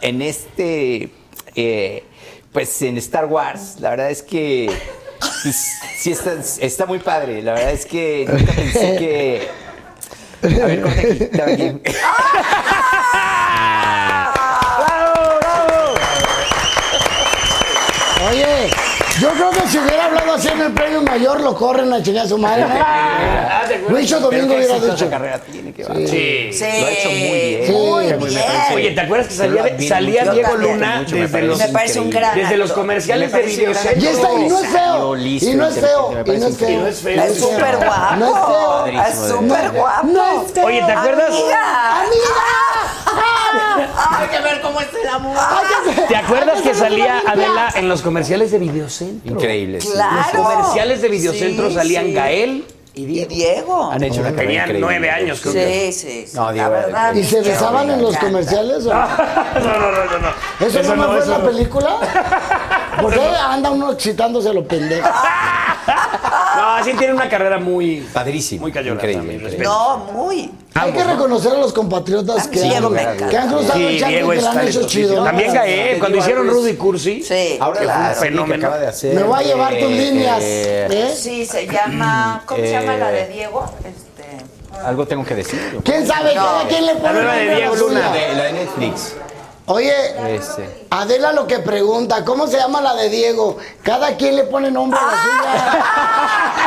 [SPEAKER 6] en este. eh, pues en Star Wars. La verdad es que. pues, sí está, está muy padre. La verdad es que nunca pensé que. A ver, corte aquí, corte aquí.
[SPEAKER 7] Oye, yo creo que si hubiera hablado así en el premio mayor, lo corren a chingar a su madre. Luisito Domingo
[SPEAKER 6] Pero qué
[SPEAKER 7] hubiera
[SPEAKER 6] exitosa
[SPEAKER 7] dicho.
[SPEAKER 6] carrera tiene que
[SPEAKER 5] Sí.
[SPEAKER 7] Sí. Sí.
[SPEAKER 5] Lo ha hecho muy bien.
[SPEAKER 7] Sí. Muy
[SPEAKER 5] Muy bien. Oye, ¿te acuerdas que
[SPEAKER 6] Yo lo
[SPEAKER 5] salía,
[SPEAKER 6] admiro
[SPEAKER 5] salía
[SPEAKER 6] mucho.
[SPEAKER 5] Diego
[SPEAKER 6] Yo también.
[SPEAKER 5] Luna
[SPEAKER 6] Mucho, me
[SPEAKER 5] desde
[SPEAKER 6] parece
[SPEAKER 5] los,
[SPEAKER 6] Me parece un gran
[SPEAKER 5] desde los
[SPEAKER 6] actor.
[SPEAKER 5] comerciales
[SPEAKER 6] Me
[SPEAKER 5] de
[SPEAKER 6] parece un gran
[SPEAKER 5] videocentro?
[SPEAKER 7] Y está, y no es feo.
[SPEAKER 6] listo,
[SPEAKER 7] Y no es
[SPEAKER 6] inteligente,
[SPEAKER 7] feo.
[SPEAKER 6] me
[SPEAKER 7] Y no
[SPEAKER 6] parece
[SPEAKER 7] es feo.
[SPEAKER 6] increíble. Es súper
[SPEAKER 7] guapo. No es feo.
[SPEAKER 6] Padrísimo, de verdad.
[SPEAKER 7] No es feo.
[SPEAKER 5] Oye, ¿te acuerdas?
[SPEAKER 7] Amiga.
[SPEAKER 1] Hay que ver cómo está el amor.
[SPEAKER 5] ¿Te acuerdas que salía
[SPEAKER 1] limpia.
[SPEAKER 5] Adela en los comerciales de videocentro?
[SPEAKER 6] Increíble, sí.
[SPEAKER 5] Los
[SPEAKER 6] Claro.
[SPEAKER 5] comerciales de videocentro
[SPEAKER 6] Sí,
[SPEAKER 5] salían
[SPEAKER 6] sí.
[SPEAKER 5] Gael
[SPEAKER 2] y Diego. Diego.
[SPEAKER 5] Han hecho una carrera
[SPEAKER 6] Tenían
[SPEAKER 5] increíble.
[SPEAKER 6] nueve años, creo
[SPEAKER 2] Sí,
[SPEAKER 6] que.
[SPEAKER 2] sí, sí.
[SPEAKER 6] No, Diego,
[SPEAKER 2] La verdad,
[SPEAKER 7] ¿Y se
[SPEAKER 2] Diego
[SPEAKER 7] besaban
[SPEAKER 2] me
[SPEAKER 7] en los
[SPEAKER 2] encanta.
[SPEAKER 7] comerciales? ¿o?
[SPEAKER 5] No, no, no, no, no.
[SPEAKER 7] ¿Eso, no, fue en
[SPEAKER 5] eso
[SPEAKER 7] la
[SPEAKER 5] no.
[SPEAKER 7] película? ¿Por qué anda uno excitándose a los pendejos?
[SPEAKER 5] No, sí tiene una carrera muy.
[SPEAKER 6] Padrísimo.
[SPEAKER 5] Muy callona. Increíble.
[SPEAKER 2] No, muy.
[SPEAKER 7] Hay que reconocer a los compatriotas que han,
[SPEAKER 5] Diego me encanta.
[SPEAKER 7] que han cruzado el charco y que la han hecho chido.
[SPEAKER 5] También Gael, cuando hicieron Rudy Cursi.
[SPEAKER 2] Sí.
[SPEAKER 6] Ahora
[SPEAKER 5] que
[SPEAKER 6] la
[SPEAKER 5] fue un
[SPEAKER 6] serie que
[SPEAKER 5] fenómeno.
[SPEAKER 6] acaba de hacer.
[SPEAKER 7] Me voy a llevar
[SPEAKER 6] de-
[SPEAKER 7] tus líneas. ¿eh?
[SPEAKER 2] Sí, se llama. ¿Cómo se
[SPEAKER 6] Eh.
[SPEAKER 2] llama la de Diego? Este,
[SPEAKER 6] Algo tengo que decir.
[SPEAKER 7] ¿Quién sabe? Cada quien le pone
[SPEAKER 6] La
[SPEAKER 7] nombre a
[SPEAKER 6] de
[SPEAKER 7] la
[SPEAKER 6] Diego Luna.
[SPEAKER 7] suya.
[SPEAKER 6] De, la de Netflix.
[SPEAKER 7] Oye,
[SPEAKER 6] Este.
[SPEAKER 7] Adela lo que pregunta, ¿cómo se llama la de Diego? Cada quien le pone nombre a
[SPEAKER 5] Ah.
[SPEAKER 7] la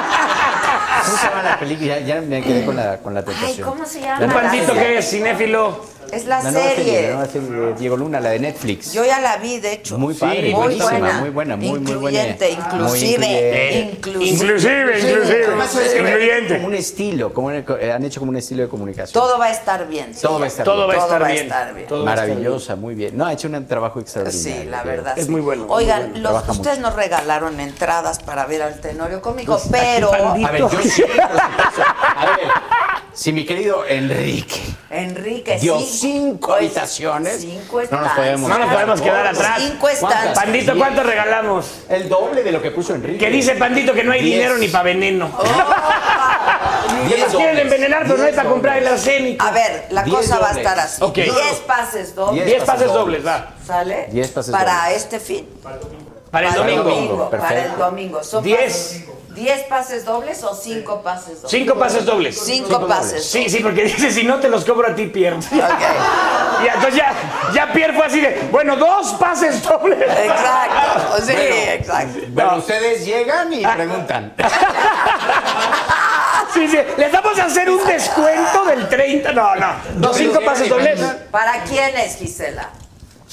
[SPEAKER 7] suya.
[SPEAKER 6] ¿Cómo se llama la película? Ya, ya me quedé con la, con la tentación.
[SPEAKER 2] Ay, ¿cómo se llama?
[SPEAKER 5] Un pandito que es cinéfilo.
[SPEAKER 2] es la,
[SPEAKER 6] La nueva
[SPEAKER 2] serie.
[SPEAKER 6] serie, la nueva serie de Diego Luna, la de Netflix.
[SPEAKER 2] Yo ya la vi, de hecho.
[SPEAKER 6] Muy padre,
[SPEAKER 2] muy
[SPEAKER 6] buenísima,
[SPEAKER 2] buena.
[SPEAKER 6] muy buena, muy, muy buena.
[SPEAKER 2] incluyente,
[SPEAKER 6] Muy
[SPEAKER 2] Inclusive,
[SPEAKER 6] incluyente.
[SPEAKER 2] inclusive.
[SPEAKER 18] Inclusive, inclusive.
[SPEAKER 6] Además, es que
[SPEAKER 18] Incluyente.
[SPEAKER 6] Como un estilo, como una- eh, han hecho como un estilo de comunicación.
[SPEAKER 2] Todo va a estar bien. sí.
[SPEAKER 6] Todo va a estar bien.
[SPEAKER 2] Todo va a estar bien.
[SPEAKER 6] Maravillosa, muy bien. No, ha hecho un trabajo extraordinario.
[SPEAKER 2] Sí, la verdad.
[SPEAKER 6] Es
[SPEAKER 2] sí.
[SPEAKER 6] muy bueno.
[SPEAKER 2] Oigan,
[SPEAKER 6] muy bueno.
[SPEAKER 2] los-
[SPEAKER 6] Trabaja
[SPEAKER 2] ustedes
[SPEAKER 6] mucho.
[SPEAKER 2] nos regalaron entradas para ver al Tenorio conmigo,
[SPEAKER 6] Pues,
[SPEAKER 2] pero.
[SPEAKER 6] A ver, yo sí, por supuesto. A ver, si mi querido Enrique
[SPEAKER 2] Enrique,
[SPEAKER 6] dio
[SPEAKER 2] sí.
[SPEAKER 6] cinco habitaciones,
[SPEAKER 2] Cinco
[SPEAKER 6] no nos
[SPEAKER 2] estancias.
[SPEAKER 6] podemos,
[SPEAKER 5] No nos podemos quedar
[SPEAKER 6] ¿Cuántas?
[SPEAKER 5] atrás.
[SPEAKER 2] Cinco estancias.
[SPEAKER 5] Pandito, ¿cuánto regalamos?
[SPEAKER 6] El doble de lo que puso Enrique.
[SPEAKER 5] Que dice Pandito que no hay
[SPEAKER 6] Diez.
[SPEAKER 5] dinero ni para veneno.
[SPEAKER 6] Diez
[SPEAKER 5] nos quieren
[SPEAKER 6] dobles.
[SPEAKER 5] envenenar, pero no hay
[SPEAKER 6] Diez
[SPEAKER 5] para comprar el
[SPEAKER 6] dobles.
[SPEAKER 5] arsénico.
[SPEAKER 2] A ver, la
[SPEAKER 6] Diez
[SPEAKER 2] cosa va a
[SPEAKER 6] dobles.
[SPEAKER 2] estar así.
[SPEAKER 5] Ok.
[SPEAKER 2] Diez pases dobles.
[SPEAKER 5] Diez pases dobles, va.
[SPEAKER 2] ¿Sale?
[SPEAKER 6] Diez pases
[SPEAKER 2] para
[SPEAKER 6] dobles.
[SPEAKER 2] este fin.
[SPEAKER 5] Para el domingo.
[SPEAKER 2] Para el
[SPEAKER 6] perfecto.
[SPEAKER 2] domingo. Son
[SPEAKER 5] Diez.
[SPEAKER 2] pases- ¿Diez pases dobles o cinco pases dobles?
[SPEAKER 5] Cinco pases dobles.
[SPEAKER 2] Cinco, pases.
[SPEAKER 5] Sí, sí, porque dice, si no te los cobro a ti, Pierre.
[SPEAKER 2] Ok.
[SPEAKER 5] Y entonces ya, ya Pierre fue así de, bueno, dos pases dobles. Ah,
[SPEAKER 2] Exacto. Sí, exacto.
[SPEAKER 6] Bueno, ustedes llegan y preguntan.
[SPEAKER 5] Sí, sí, les vamos a hacer un descuento del 30. No, no. Los cinco pases dobles.
[SPEAKER 2] ¿Para quién es, Gisela?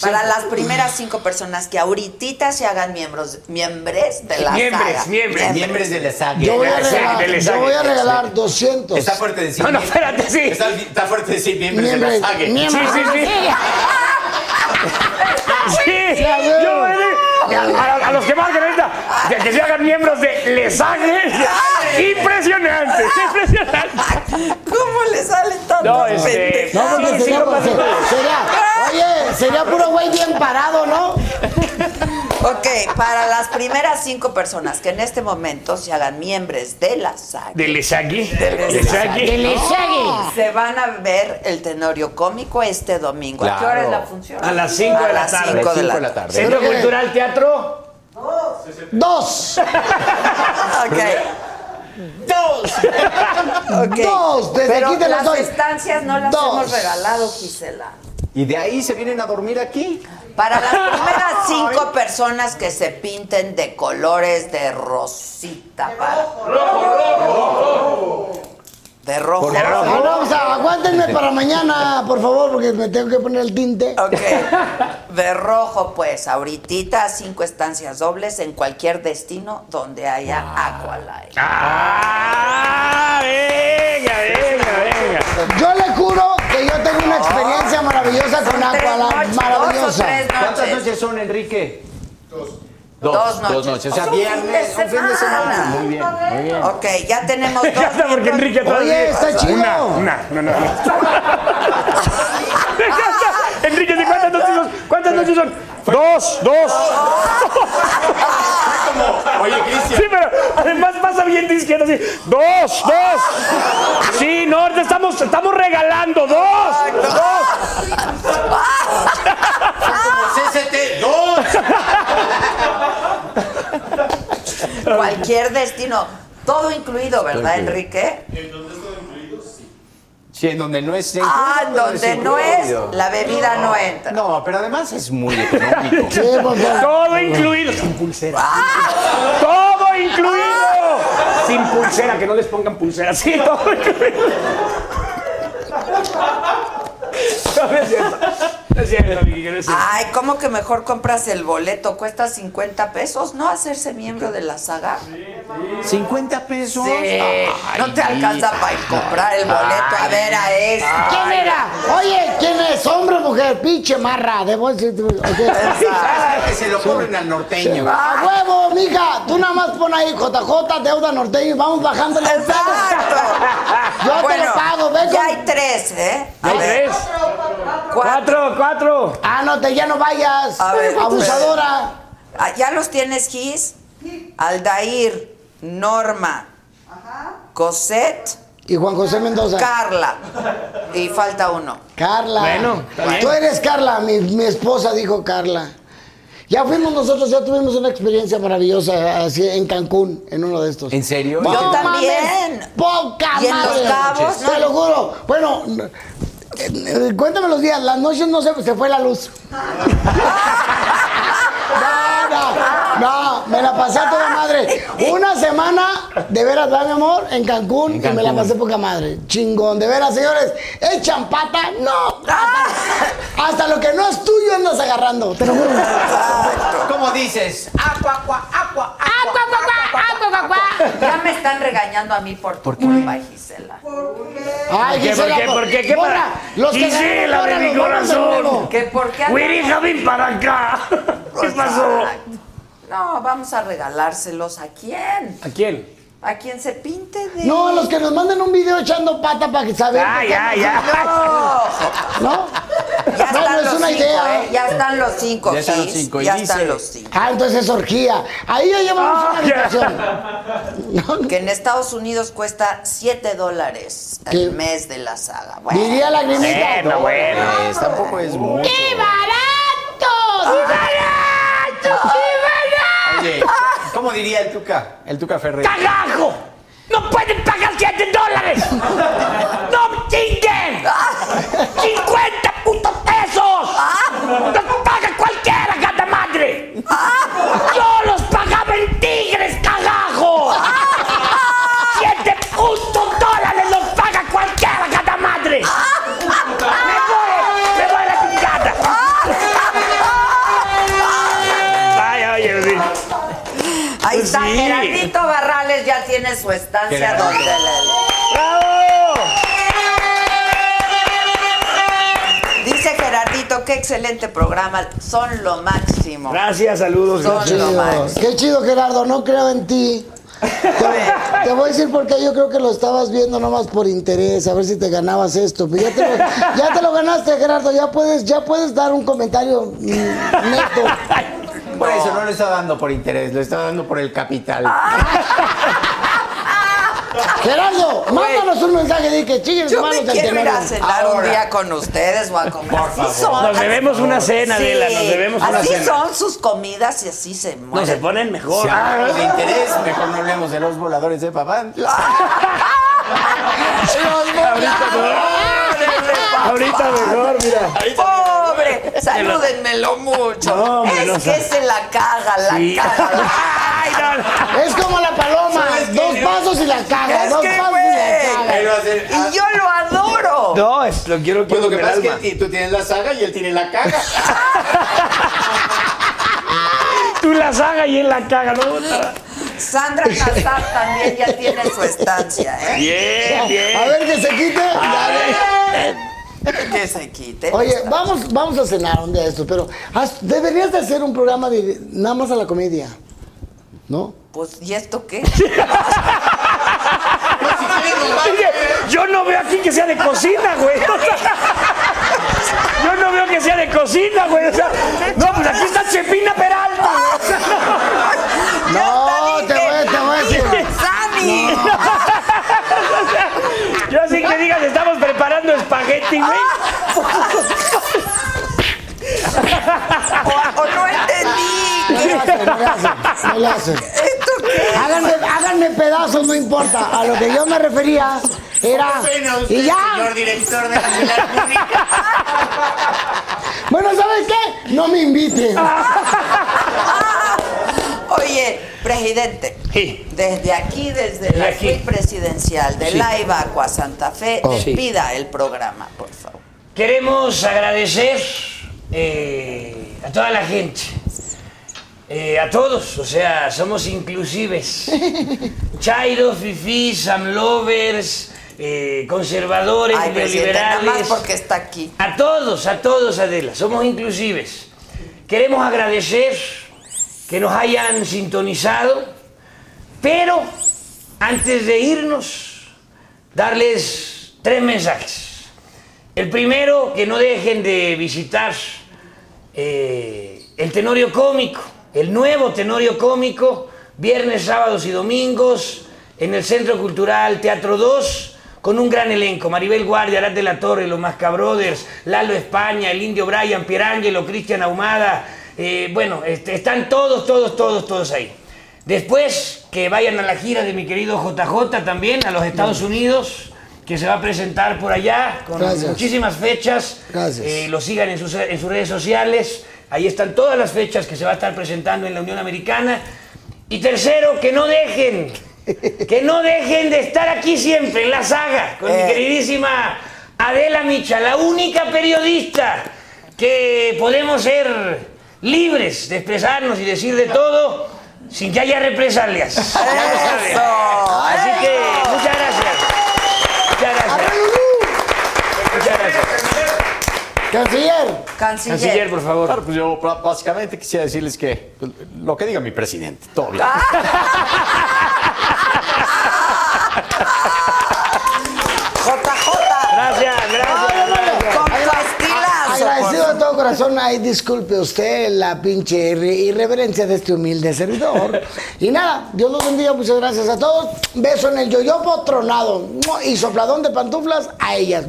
[SPEAKER 2] Para las primeras cinco personas que ahorita se hagan miembros, miembros de la
[SPEAKER 5] Miembros,
[SPEAKER 2] saga.
[SPEAKER 5] miembros.
[SPEAKER 6] Miembros de la saga.
[SPEAKER 7] Yo voy a
[SPEAKER 5] Exacto,
[SPEAKER 7] regalar,
[SPEAKER 5] exacto.
[SPEAKER 7] yo voy a regalar 200.
[SPEAKER 6] Está fuerte decir.
[SPEAKER 5] No, no, espérate, sí.
[SPEAKER 6] Está, está fuerte decir miembros de la
[SPEAKER 7] Miembros-
[SPEAKER 6] saga.
[SPEAKER 7] miembros
[SPEAKER 5] Sí, sí,
[SPEAKER 7] de la
[SPEAKER 5] sí.
[SPEAKER 7] saga.
[SPEAKER 5] Sí,
[SPEAKER 7] a huevo.
[SPEAKER 5] yo voy a decir, a, a- a los que marquen ahorita, que, que se hagan miembros de Lesaje. Impresionante, impresionante.
[SPEAKER 2] ¿Cómo le salen tantos
[SPEAKER 5] No, este,
[SPEAKER 7] No,
[SPEAKER 2] pendejadas?
[SPEAKER 7] porque
[SPEAKER 5] Sí,
[SPEAKER 7] sería,
[SPEAKER 5] sí, no pasa nada.
[SPEAKER 7] sería- oye, sería puro güey bien parado, ¿no?
[SPEAKER 2] Ok, para las primeras cinco personas que en este momento se hagan miembros de la saga, este
[SPEAKER 5] De Lesague. De
[SPEAKER 7] Que
[SPEAKER 5] Lesague.
[SPEAKER 7] le llegue.
[SPEAKER 2] se van a ver el Tenorio Cómico este domingo. ¿A qué hora es
[SPEAKER 6] Claro.
[SPEAKER 2] la función?
[SPEAKER 5] A las cinco de la
[SPEAKER 2] las
[SPEAKER 5] tarde.
[SPEAKER 2] cinco
[SPEAKER 6] A las cinco
[SPEAKER 2] de
[SPEAKER 6] de
[SPEAKER 2] la tarde.
[SPEAKER 6] la tarde.
[SPEAKER 5] Centro
[SPEAKER 7] Creo que-
[SPEAKER 5] Cultural Teatro.
[SPEAKER 7] Dos.
[SPEAKER 2] Ah, Ok, ok.
[SPEAKER 7] Dos. Desde
[SPEAKER 2] Pero
[SPEAKER 7] aquí te los
[SPEAKER 2] las
[SPEAKER 7] doy.
[SPEAKER 2] estancias no las
[SPEAKER 7] Dos.
[SPEAKER 2] hemos regalado, Gisela.
[SPEAKER 6] Y de ahí se vienen a dormir aquí.
[SPEAKER 2] Para las primeras cinco personas que se pinten de colores de rosita. Para... Rojo, rojo, rojo. De rojo.
[SPEAKER 7] De rojo. Ah, No, o sea, aguántenme para mañana, por favor, porque me tengo que poner el tinte.
[SPEAKER 2] Ok. De rojo, pues, ahorita cinco estancias dobles en cualquier destino donde haya Aqualife.
[SPEAKER 9] ¡Ah! ¡Venga, venga, venga!
[SPEAKER 7] Yo le juro que yo tengo una experiencia maravillosa con
[SPEAKER 2] Oh, Son
[SPEAKER 7] Aqua,
[SPEAKER 2] tres
[SPEAKER 7] la
[SPEAKER 2] noches, dos o
[SPEAKER 7] maravillosa.
[SPEAKER 2] tres noches.
[SPEAKER 10] ¿Cuántas noches son, Enrique?
[SPEAKER 2] Dos,
[SPEAKER 10] Dos
[SPEAKER 2] noches.
[SPEAKER 10] noches. O sea,
[SPEAKER 2] un fin
[SPEAKER 10] viernes,
[SPEAKER 2] de
[SPEAKER 10] un fin de semana.
[SPEAKER 2] semana.
[SPEAKER 10] Muy bien, muy bien.
[SPEAKER 2] Ok, ya tenemos dos.
[SPEAKER 9] Ya está, porque Enrique atrás
[SPEAKER 7] Oye,
[SPEAKER 9] de-
[SPEAKER 7] está chido.
[SPEAKER 9] Una, una, no, no. no. Enrique, ¿sí ¿cuántas noches son? ¿Cuántas noches son? Dos, dos.
[SPEAKER 1] Oye, Cristian.
[SPEAKER 9] Sí, pero además pasa bien de izquierda así. Dos, dos. Sí, no, ahorita estamos, estamos regalando. Dos, dos.
[SPEAKER 6] Ah.
[SPEAKER 1] CCT, dos.
[SPEAKER 2] Cualquier destino. Todo incluido, ¿verdad,
[SPEAKER 10] incluido.
[SPEAKER 2] Enrique?
[SPEAKER 10] Sí, en donde no es.
[SPEAKER 2] Ah,
[SPEAKER 10] en donde
[SPEAKER 2] donde no es,
[SPEAKER 10] incluido.
[SPEAKER 2] la bebida no entra.
[SPEAKER 10] No, pero además es muy económico.
[SPEAKER 7] Sí, por favor.
[SPEAKER 9] Todo incluido.
[SPEAKER 11] Sin pulsera.
[SPEAKER 9] Todo incluido. Sin pulsera, que no les pongan pulsera. Sí, todo incluido. No, no es cierto. No es cierto, Vicky, que no es cierto.
[SPEAKER 2] Ay, ¿cómo que mejor compras el boleto? Cuesta 50 pesos, ¿no? Hacerse miembro de la saga. Sí.
[SPEAKER 10] 50 pesos.
[SPEAKER 2] no te alcanza para comprar el boleto. A ver, a este.
[SPEAKER 10] Ah.
[SPEAKER 7] ¿Quién era? Oye, ¿quién es? ¿Hombre o mujer? Pinche marra. Debo decirte. pues, ok.
[SPEAKER 10] Ah, que se lo cobren al norteño.
[SPEAKER 5] Ah,
[SPEAKER 7] A huevo, mija. Tú nada más pon ahí JJ, deuda norteño. y Vamos bajando la
[SPEAKER 2] Exacto.
[SPEAKER 7] Yo te
[SPEAKER 2] Ah, Bueno,
[SPEAKER 7] lo pago, ve
[SPEAKER 2] Ya
[SPEAKER 7] con-
[SPEAKER 2] hay tres, ¿eh? A
[SPEAKER 9] Hay
[SPEAKER 2] ver,
[SPEAKER 9] tres. Cuatro, cuatro.
[SPEAKER 7] Ah, no, te, ya no vayas.
[SPEAKER 2] A ver,
[SPEAKER 7] Abusadora.
[SPEAKER 2] Ah, ¿Ya los tienes, Gis? Aldair, Norma, Cosette,
[SPEAKER 7] Y Juan José Mendoza.
[SPEAKER 2] Carla. Y falta uno.
[SPEAKER 7] Carla.
[SPEAKER 9] Bueno, está bien.
[SPEAKER 7] Tú eres Carla, mi, mi esposa, dijo Carla. Ya fuimos nosotros, ya tuvimos una experiencia maravillosa así en Cancún, en uno de estos.
[SPEAKER 10] ¿En serio?
[SPEAKER 7] ¡No
[SPEAKER 2] Yo
[SPEAKER 7] mames!
[SPEAKER 2] también.
[SPEAKER 7] ¡Poca
[SPEAKER 2] Y en Los
[SPEAKER 7] madre!
[SPEAKER 2] Cabos,
[SPEAKER 7] Te
[SPEAKER 2] ¿no?
[SPEAKER 7] lo juro. Bueno, eh, eh, cuéntame los días. Las noches no se, se fue la luz. No, no, no, me la pasé a toda madre. Una semana, de veras, va mi amor, en Cancún, y me la pasé poca madre. Chingón, de veras, señores. ¿Echan pata? No. Hasta, hasta lo que no es tuyo andas agarrando, te lo juro.
[SPEAKER 10] ¿Cómo dices? Agua, agua, agua,
[SPEAKER 7] Agua, agua, agua, agua, agua.
[SPEAKER 2] Ya me están regañando a mí por tu culpa, Gisela.
[SPEAKER 7] Ay,
[SPEAKER 9] ¿Por qué,
[SPEAKER 7] Gisela,
[SPEAKER 9] por qué, por qué? ¿Qué
[SPEAKER 7] borra,
[SPEAKER 9] para-
[SPEAKER 7] los que
[SPEAKER 9] Gisela,
[SPEAKER 7] ganaron,
[SPEAKER 9] de mi
[SPEAKER 7] borra los borras de
[SPEAKER 9] corazón.
[SPEAKER 7] nuevo.
[SPEAKER 2] Que porque
[SPEAKER 9] Willy Javín para acá. ¿Qué pasó?
[SPEAKER 2] No, vamos a regalárselos a quién.
[SPEAKER 9] ¿A quién?
[SPEAKER 2] A quien se pinte de.
[SPEAKER 7] No, los que nos manden un video echando pata para que saber.
[SPEAKER 9] Ya, Ah, ya, ya.
[SPEAKER 2] No.
[SPEAKER 7] ¿No?
[SPEAKER 2] Ya
[SPEAKER 7] Bueno,
[SPEAKER 2] están
[SPEAKER 7] es
[SPEAKER 2] los
[SPEAKER 7] una
[SPEAKER 2] cinco,
[SPEAKER 7] idea.
[SPEAKER 2] ¿eh? Ya están los cinco,
[SPEAKER 10] Ya están los
[SPEAKER 2] Gis.
[SPEAKER 10] cinco, y
[SPEAKER 2] Ya
[SPEAKER 10] dice-
[SPEAKER 2] están los cinco.
[SPEAKER 7] Ah, entonces es orgía. Ahí ya llevamos
[SPEAKER 9] Ah,
[SPEAKER 7] una
[SPEAKER 9] ya.
[SPEAKER 7] habitación. No,
[SPEAKER 2] Que en Estados Unidos cuesta 7 dólares
[SPEAKER 7] ¿Qué?
[SPEAKER 2] el mes de la saga. Bueno,
[SPEAKER 7] Diría lagrimita.
[SPEAKER 9] Bueno, bueno.
[SPEAKER 10] Pues, tampoco es mucho.
[SPEAKER 7] ¡Qué barato!
[SPEAKER 10] Oye, ¿cómo diría el Tuca? El Tuca Ferrer.
[SPEAKER 9] ¡Carajo! ¡No pueden pagar 7 dólares! ¡No chinguen! ¡50 putos pesos! ¡Los paga cualquiera, gata madre!
[SPEAKER 2] Ah.
[SPEAKER 9] ¡Yo los pagaba en tigres, carajo! ¡Siete putos dólares los paga cualquiera, gata madre! ¡Me
[SPEAKER 2] Ah.
[SPEAKER 9] voy! ¡Me voy a la chingada!
[SPEAKER 2] Ah.
[SPEAKER 9] Vaya, oye, sí.
[SPEAKER 2] ahí está
[SPEAKER 9] pues sí.
[SPEAKER 2] Gerardito Barrales, ya tiene su estancia
[SPEAKER 10] Gerardo.
[SPEAKER 2] donde le-
[SPEAKER 9] ¡Bravo!
[SPEAKER 2] Dice Gerardito, qué excelente programa, son lo máximo.
[SPEAKER 9] Gracias, saludos.
[SPEAKER 2] Son
[SPEAKER 7] Qué
[SPEAKER 2] lo
[SPEAKER 7] chido.
[SPEAKER 2] máximo.
[SPEAKER 7] Qué chido, Gerardo. No creo en ti. Te, te voy a decir por qué yo creo que lo estabas viendo nomás por interés, a ver si te ganabas esto. Pero ya te lo, ya te lo ganaste, Gerardo. Ya puedes, ya puedes dar un comentario mm, neto.
[SPEAKER 10] Por eso no lo está dando por interés, lo está dando por el capital.
[SPEAKER 11] Ah.
[SPEAKER 7] Gerardo, mándanos un mensaje de que chinguen
[SPEAKER 2] Yo
[SPEAKER 7] manos
[SPEAKER 2] me
[SPEAKER 7] del
[SPEAKER 2] quiero ir a
[SPEAKER 7] tenedor.
[SPEAKER 2] cenar un día con ustedes, Juan, con así son.
[SPEAKER 9] Nos debemos una cena,
[SPEAKER 2] Sí,
[SPEAKER 9] Adela, nos debemos una
[SPEAKER 2] Así
[SPEAKER 9] cena.
[SPEAKER 2] son sus comidas y así se
[SPEAKER 9] No, se
[SPEAKER 2] mueren.
[SPEAKER 9] ponen mejor.
[SPEAKER 10] Si hablamos de interés, mejor no hablemos de los voladores de papá.
[SPEAKER 9] Ahorita mejor, mira.
[SPEAKER 2] ¡Pobre! Salúdenmelo mucho.
[SPEAKER 9] No, hombre,
[SPEAKER 2] es
[SPEAKER 9] no
[SPEAKER 2] que
[SPEAKER 9] sabe.
[SPEAKER 2] se la caga, la
[SPEAKER 9] Sí.
[SPEAKER 2] caga. la- ¡Ay, no, no!
[SPEAKER 7] Es como la paloma, dos pasos y la caga,
[SPEAKER 2] Es
[SPEAKER 7] dos
[SPEAKER 2] que,
[SPEAKER 7] pasos y
[SPEAKER 2] güey,
[SPEAKER 7] la caga.
[SPEAKER 1] ahí lo hace-
[SPEAKER 2] Y yo lo adoro.
[SPEAKER 11] No, es, lo quiero
[SPEAKER 1] Pues lo que
[SPEAKER 11] con
[SPEAKER 1] pasa
[SPEAKER 11] el
[SPEAKER 1] es
[SPEAKER 11] alma.
[SPEAKER 1] que ti- tú tienes la saga y él tiene la caga.
[SPEAKER 11] Tú la saga y él la caga, ¿no?
[SPEAKER 2] Sandra Casar también ya tiene su estancia, ¿eh?
[SPEAKER 11] Bien, bien.
[SPEAKER 7] A ver que se quite.
[SPEAKER 2] Que se quite.
[SPEAKER 7] Oye, vamos, vamos a cenar un día de estos, pero haz- deberías de hacer un programa de nada más a la comedia. ¿No?
[SPEAKER 2] Pues, ¿y esto qué?
[SPEAKER 11] Oye, yo no veo aquí que sea de cocina, güey. O sea, yo no veo que sea de cocina, güey. O sea, no, pues aquí está Chepina Peralta. güey.
[SPEAKER 7] No, te voy, te voy a decir.
[SPEAKER 2] ¡Sami!
[SPEAKER 11] Yo así que digas, estamos preparando espagueti, güey.
[SPEAKER 2] O, o no entendí.
[SPEAKER 7] No le hacen, no le hacen, no le hacen. Háganme, háganme pedazos, no importa. A lo que yo me refería era. Y ya.
[SPEAKER 1] Señor director de la ciudad pública.
[SPEAKER 7] Bueno, ¿sabes qué? No me inviten.
[SPEAKER 2] Oye, presidente. Desde aquí, desde la
[SPEAKER 11] Aquí.
[SPEAKER 2] suite presidencial de
[SPEAKER 5] Sí.
[SPEAKER 2] Laiva a Santa Fe,
[SPEAKER 5] Oh.
[SPEAKER 2] despida el programa, por favor.
[SPEAKER 5] Queremos agradecer eh, a toda la gente, eh, a todos, o sea, somos inclusives. Chairo, fifís, amlovers, eh, conservadores,
[SPEAKER 2] Ay, presidente, nada
[SPEAKER 5] neoliberales.
[SPEAKER 2] más porque está aquí.
[SPEAKER 5] A todos, a todos, Adela, somos inclusives. Queremos agradecer que nos hayan sintonizado, pero antes de irnos, darles tres mensajes. El primero, que no dejen de visitar eh, el Tenorio Cómico, el nuevo Tenorio Cómico, viernes, sábados y domingos, en el Centro Cultural Teatro 2, con un gran elenco. Maribel Guardia, Arad de la Torre, Los Masca Brothers, Lalo España, El Indio Brian, Pierangelo, Cristian Ahumada. eh, bueno, este, están todos, todos, todos, todos ahí. Después, que vayan a la gira de mi querido JJ también, a los Estados Unidos, que se va a presentar por allá, con
[SPEAKER 7] Gracias.
[SPEAKER 5] muchísimas fechas.
[SPEAKER 7] Gracias.
[SPEAKER 5] Eh, lo sigan en sus, en sus redes sociales. Ahí están todas las fechas que se va a estar presentando en la Unión Americana. Y tercero, que no dejen, que no dejen de estar aquí siempre en la saga con mi queridísima Adela Micha, la única periodista que podemos ser libres de expresarnos y decir de todo sin que haya represalias. Así que muchas gracias. Muchas gracias. Muchas gracias.
[SPEAKER 7] Canciller.
[SPEAKER 2] Canciller.
[SPEAKER 6] Canciller, por favor. Claro, pues yo pra- básicamente quisiera decirles que pues, lo que diga mi presidente, todo bien.
[SPEAKER 2] JJ.
[SPEAKER 5] Gracias, gracias.
[SPEAKER 2] Con
[SPEAKER 7] Agra-
[SPEAKER 2] tu estilazo,
[SPEAKER 7] Agradecido
[SPEAKER 2] por-
[SPEAKER 7] de todo corazón, ay, disculpe usted la pinche irre- irreverencia de este humilde servidor. Y nada, Dios los bendiga, muchas gracias a todos. Beso en el yoyopo tronado ¡Mua! y sopladón de pantuflas a ellas.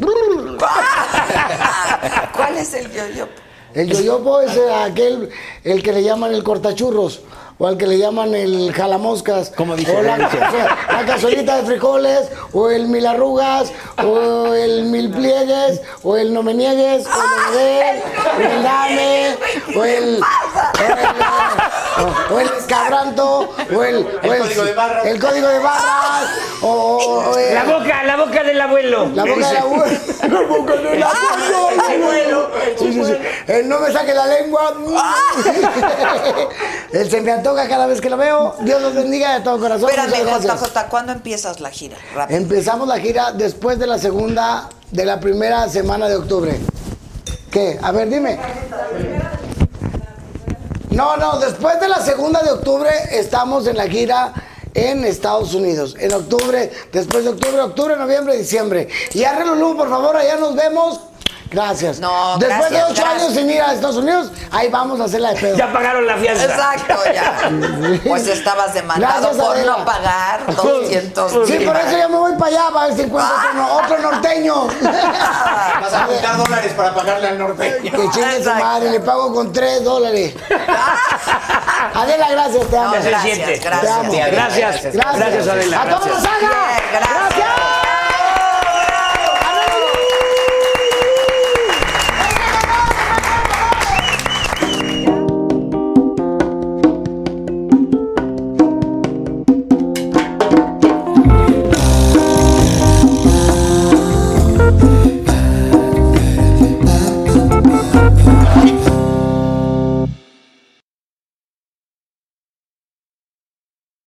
[SPEAKER 2] ¿Cuál es el yoyopo?
[SPEAKER 7] El yoyopo es eh, aquel, el que le llaman el cortachurros, o al que le llaman el jalamoscas, o la, la cazuelita de frijoles, o el milarrugas, o el milpliegues, o el no me niegues, o el no me des, o el dame, o el, o el, eh, o- o el cabranto, o el, o
[SPEAKER 1] El código de barras.
[SPEAKER 7] el código de barras, o, o- o el-
[SPEAKER 5] La boca, la boca del abuelo.
[SPEAKER 7] la boca de la abuela. La boca de la abuela. Sí, sí, sí. El Ah. no me saque la lengua. Él se me antoja cada vez que lo veo. Dios los bendiga de todo corazón.
[SPEAKER 2] Espérame,
[SPEAKER 7] Muchas gracias.
[SPEAKER 2] JJ, ¿cuándo empiezas la gira? Rápido.
[SPEAKER 7] Empezamos la gira después de la segunda, de la primera semana de octubre. ¿Qué? A ver, dime. No, no, después de la segunda de octubre estamos en la gira en Estados Unidos. En octubre, después de octubre, octubre, noviembre, diciembre. Y arre Lulú, por favor, allá nos vemos. Gracias.
[SPEAKER 2] No,
[SPEAKER 7] después
[SPEAKER 2] gracias,
[SPEAKER 7] de ocho
[SPEAKER 2] gracias.
[SPEAKER 7] años sin ir a Estados Unidos, ahí vamos a hacer la de pedo.
[SPEAKER 5] Ya pagaron la fianza.
[SPEAKER 2] Exacto, ya. Pues estabas demandado
[SPEAKER 7] Gracias,
[SPEAKER 2] por
[SPEAKER 7] Adela.
[SPEAKER 2] no pagar 200 mil.
[SPEAKER 7] Sí, por eso ya me voy para allá, para ver si encuentro otro- otro norteño.
[SPEAKER 1] Vas a juntar dólares para pagarle al norteño.
[SPEAKER 7] Que chingue su madre, le pago con 3 dólares. Adela, gracias, te amo.
[SPEAKER 2] No,
[SPEAKER 5] Ya se
[SPEAKER 2] gracias,
[SPEAKER 5] siente.
[SPEAKER 2] gracias.
[SPEAKER 7] Te amo.
[SPEAKER 5] Gracias, gracias, Adela.
[SPEAKER 7] A todos los
[SPEAKER 5] gracias.
[SPEAKER 7] haga.
[SPEAKER 2] Bien, gracias.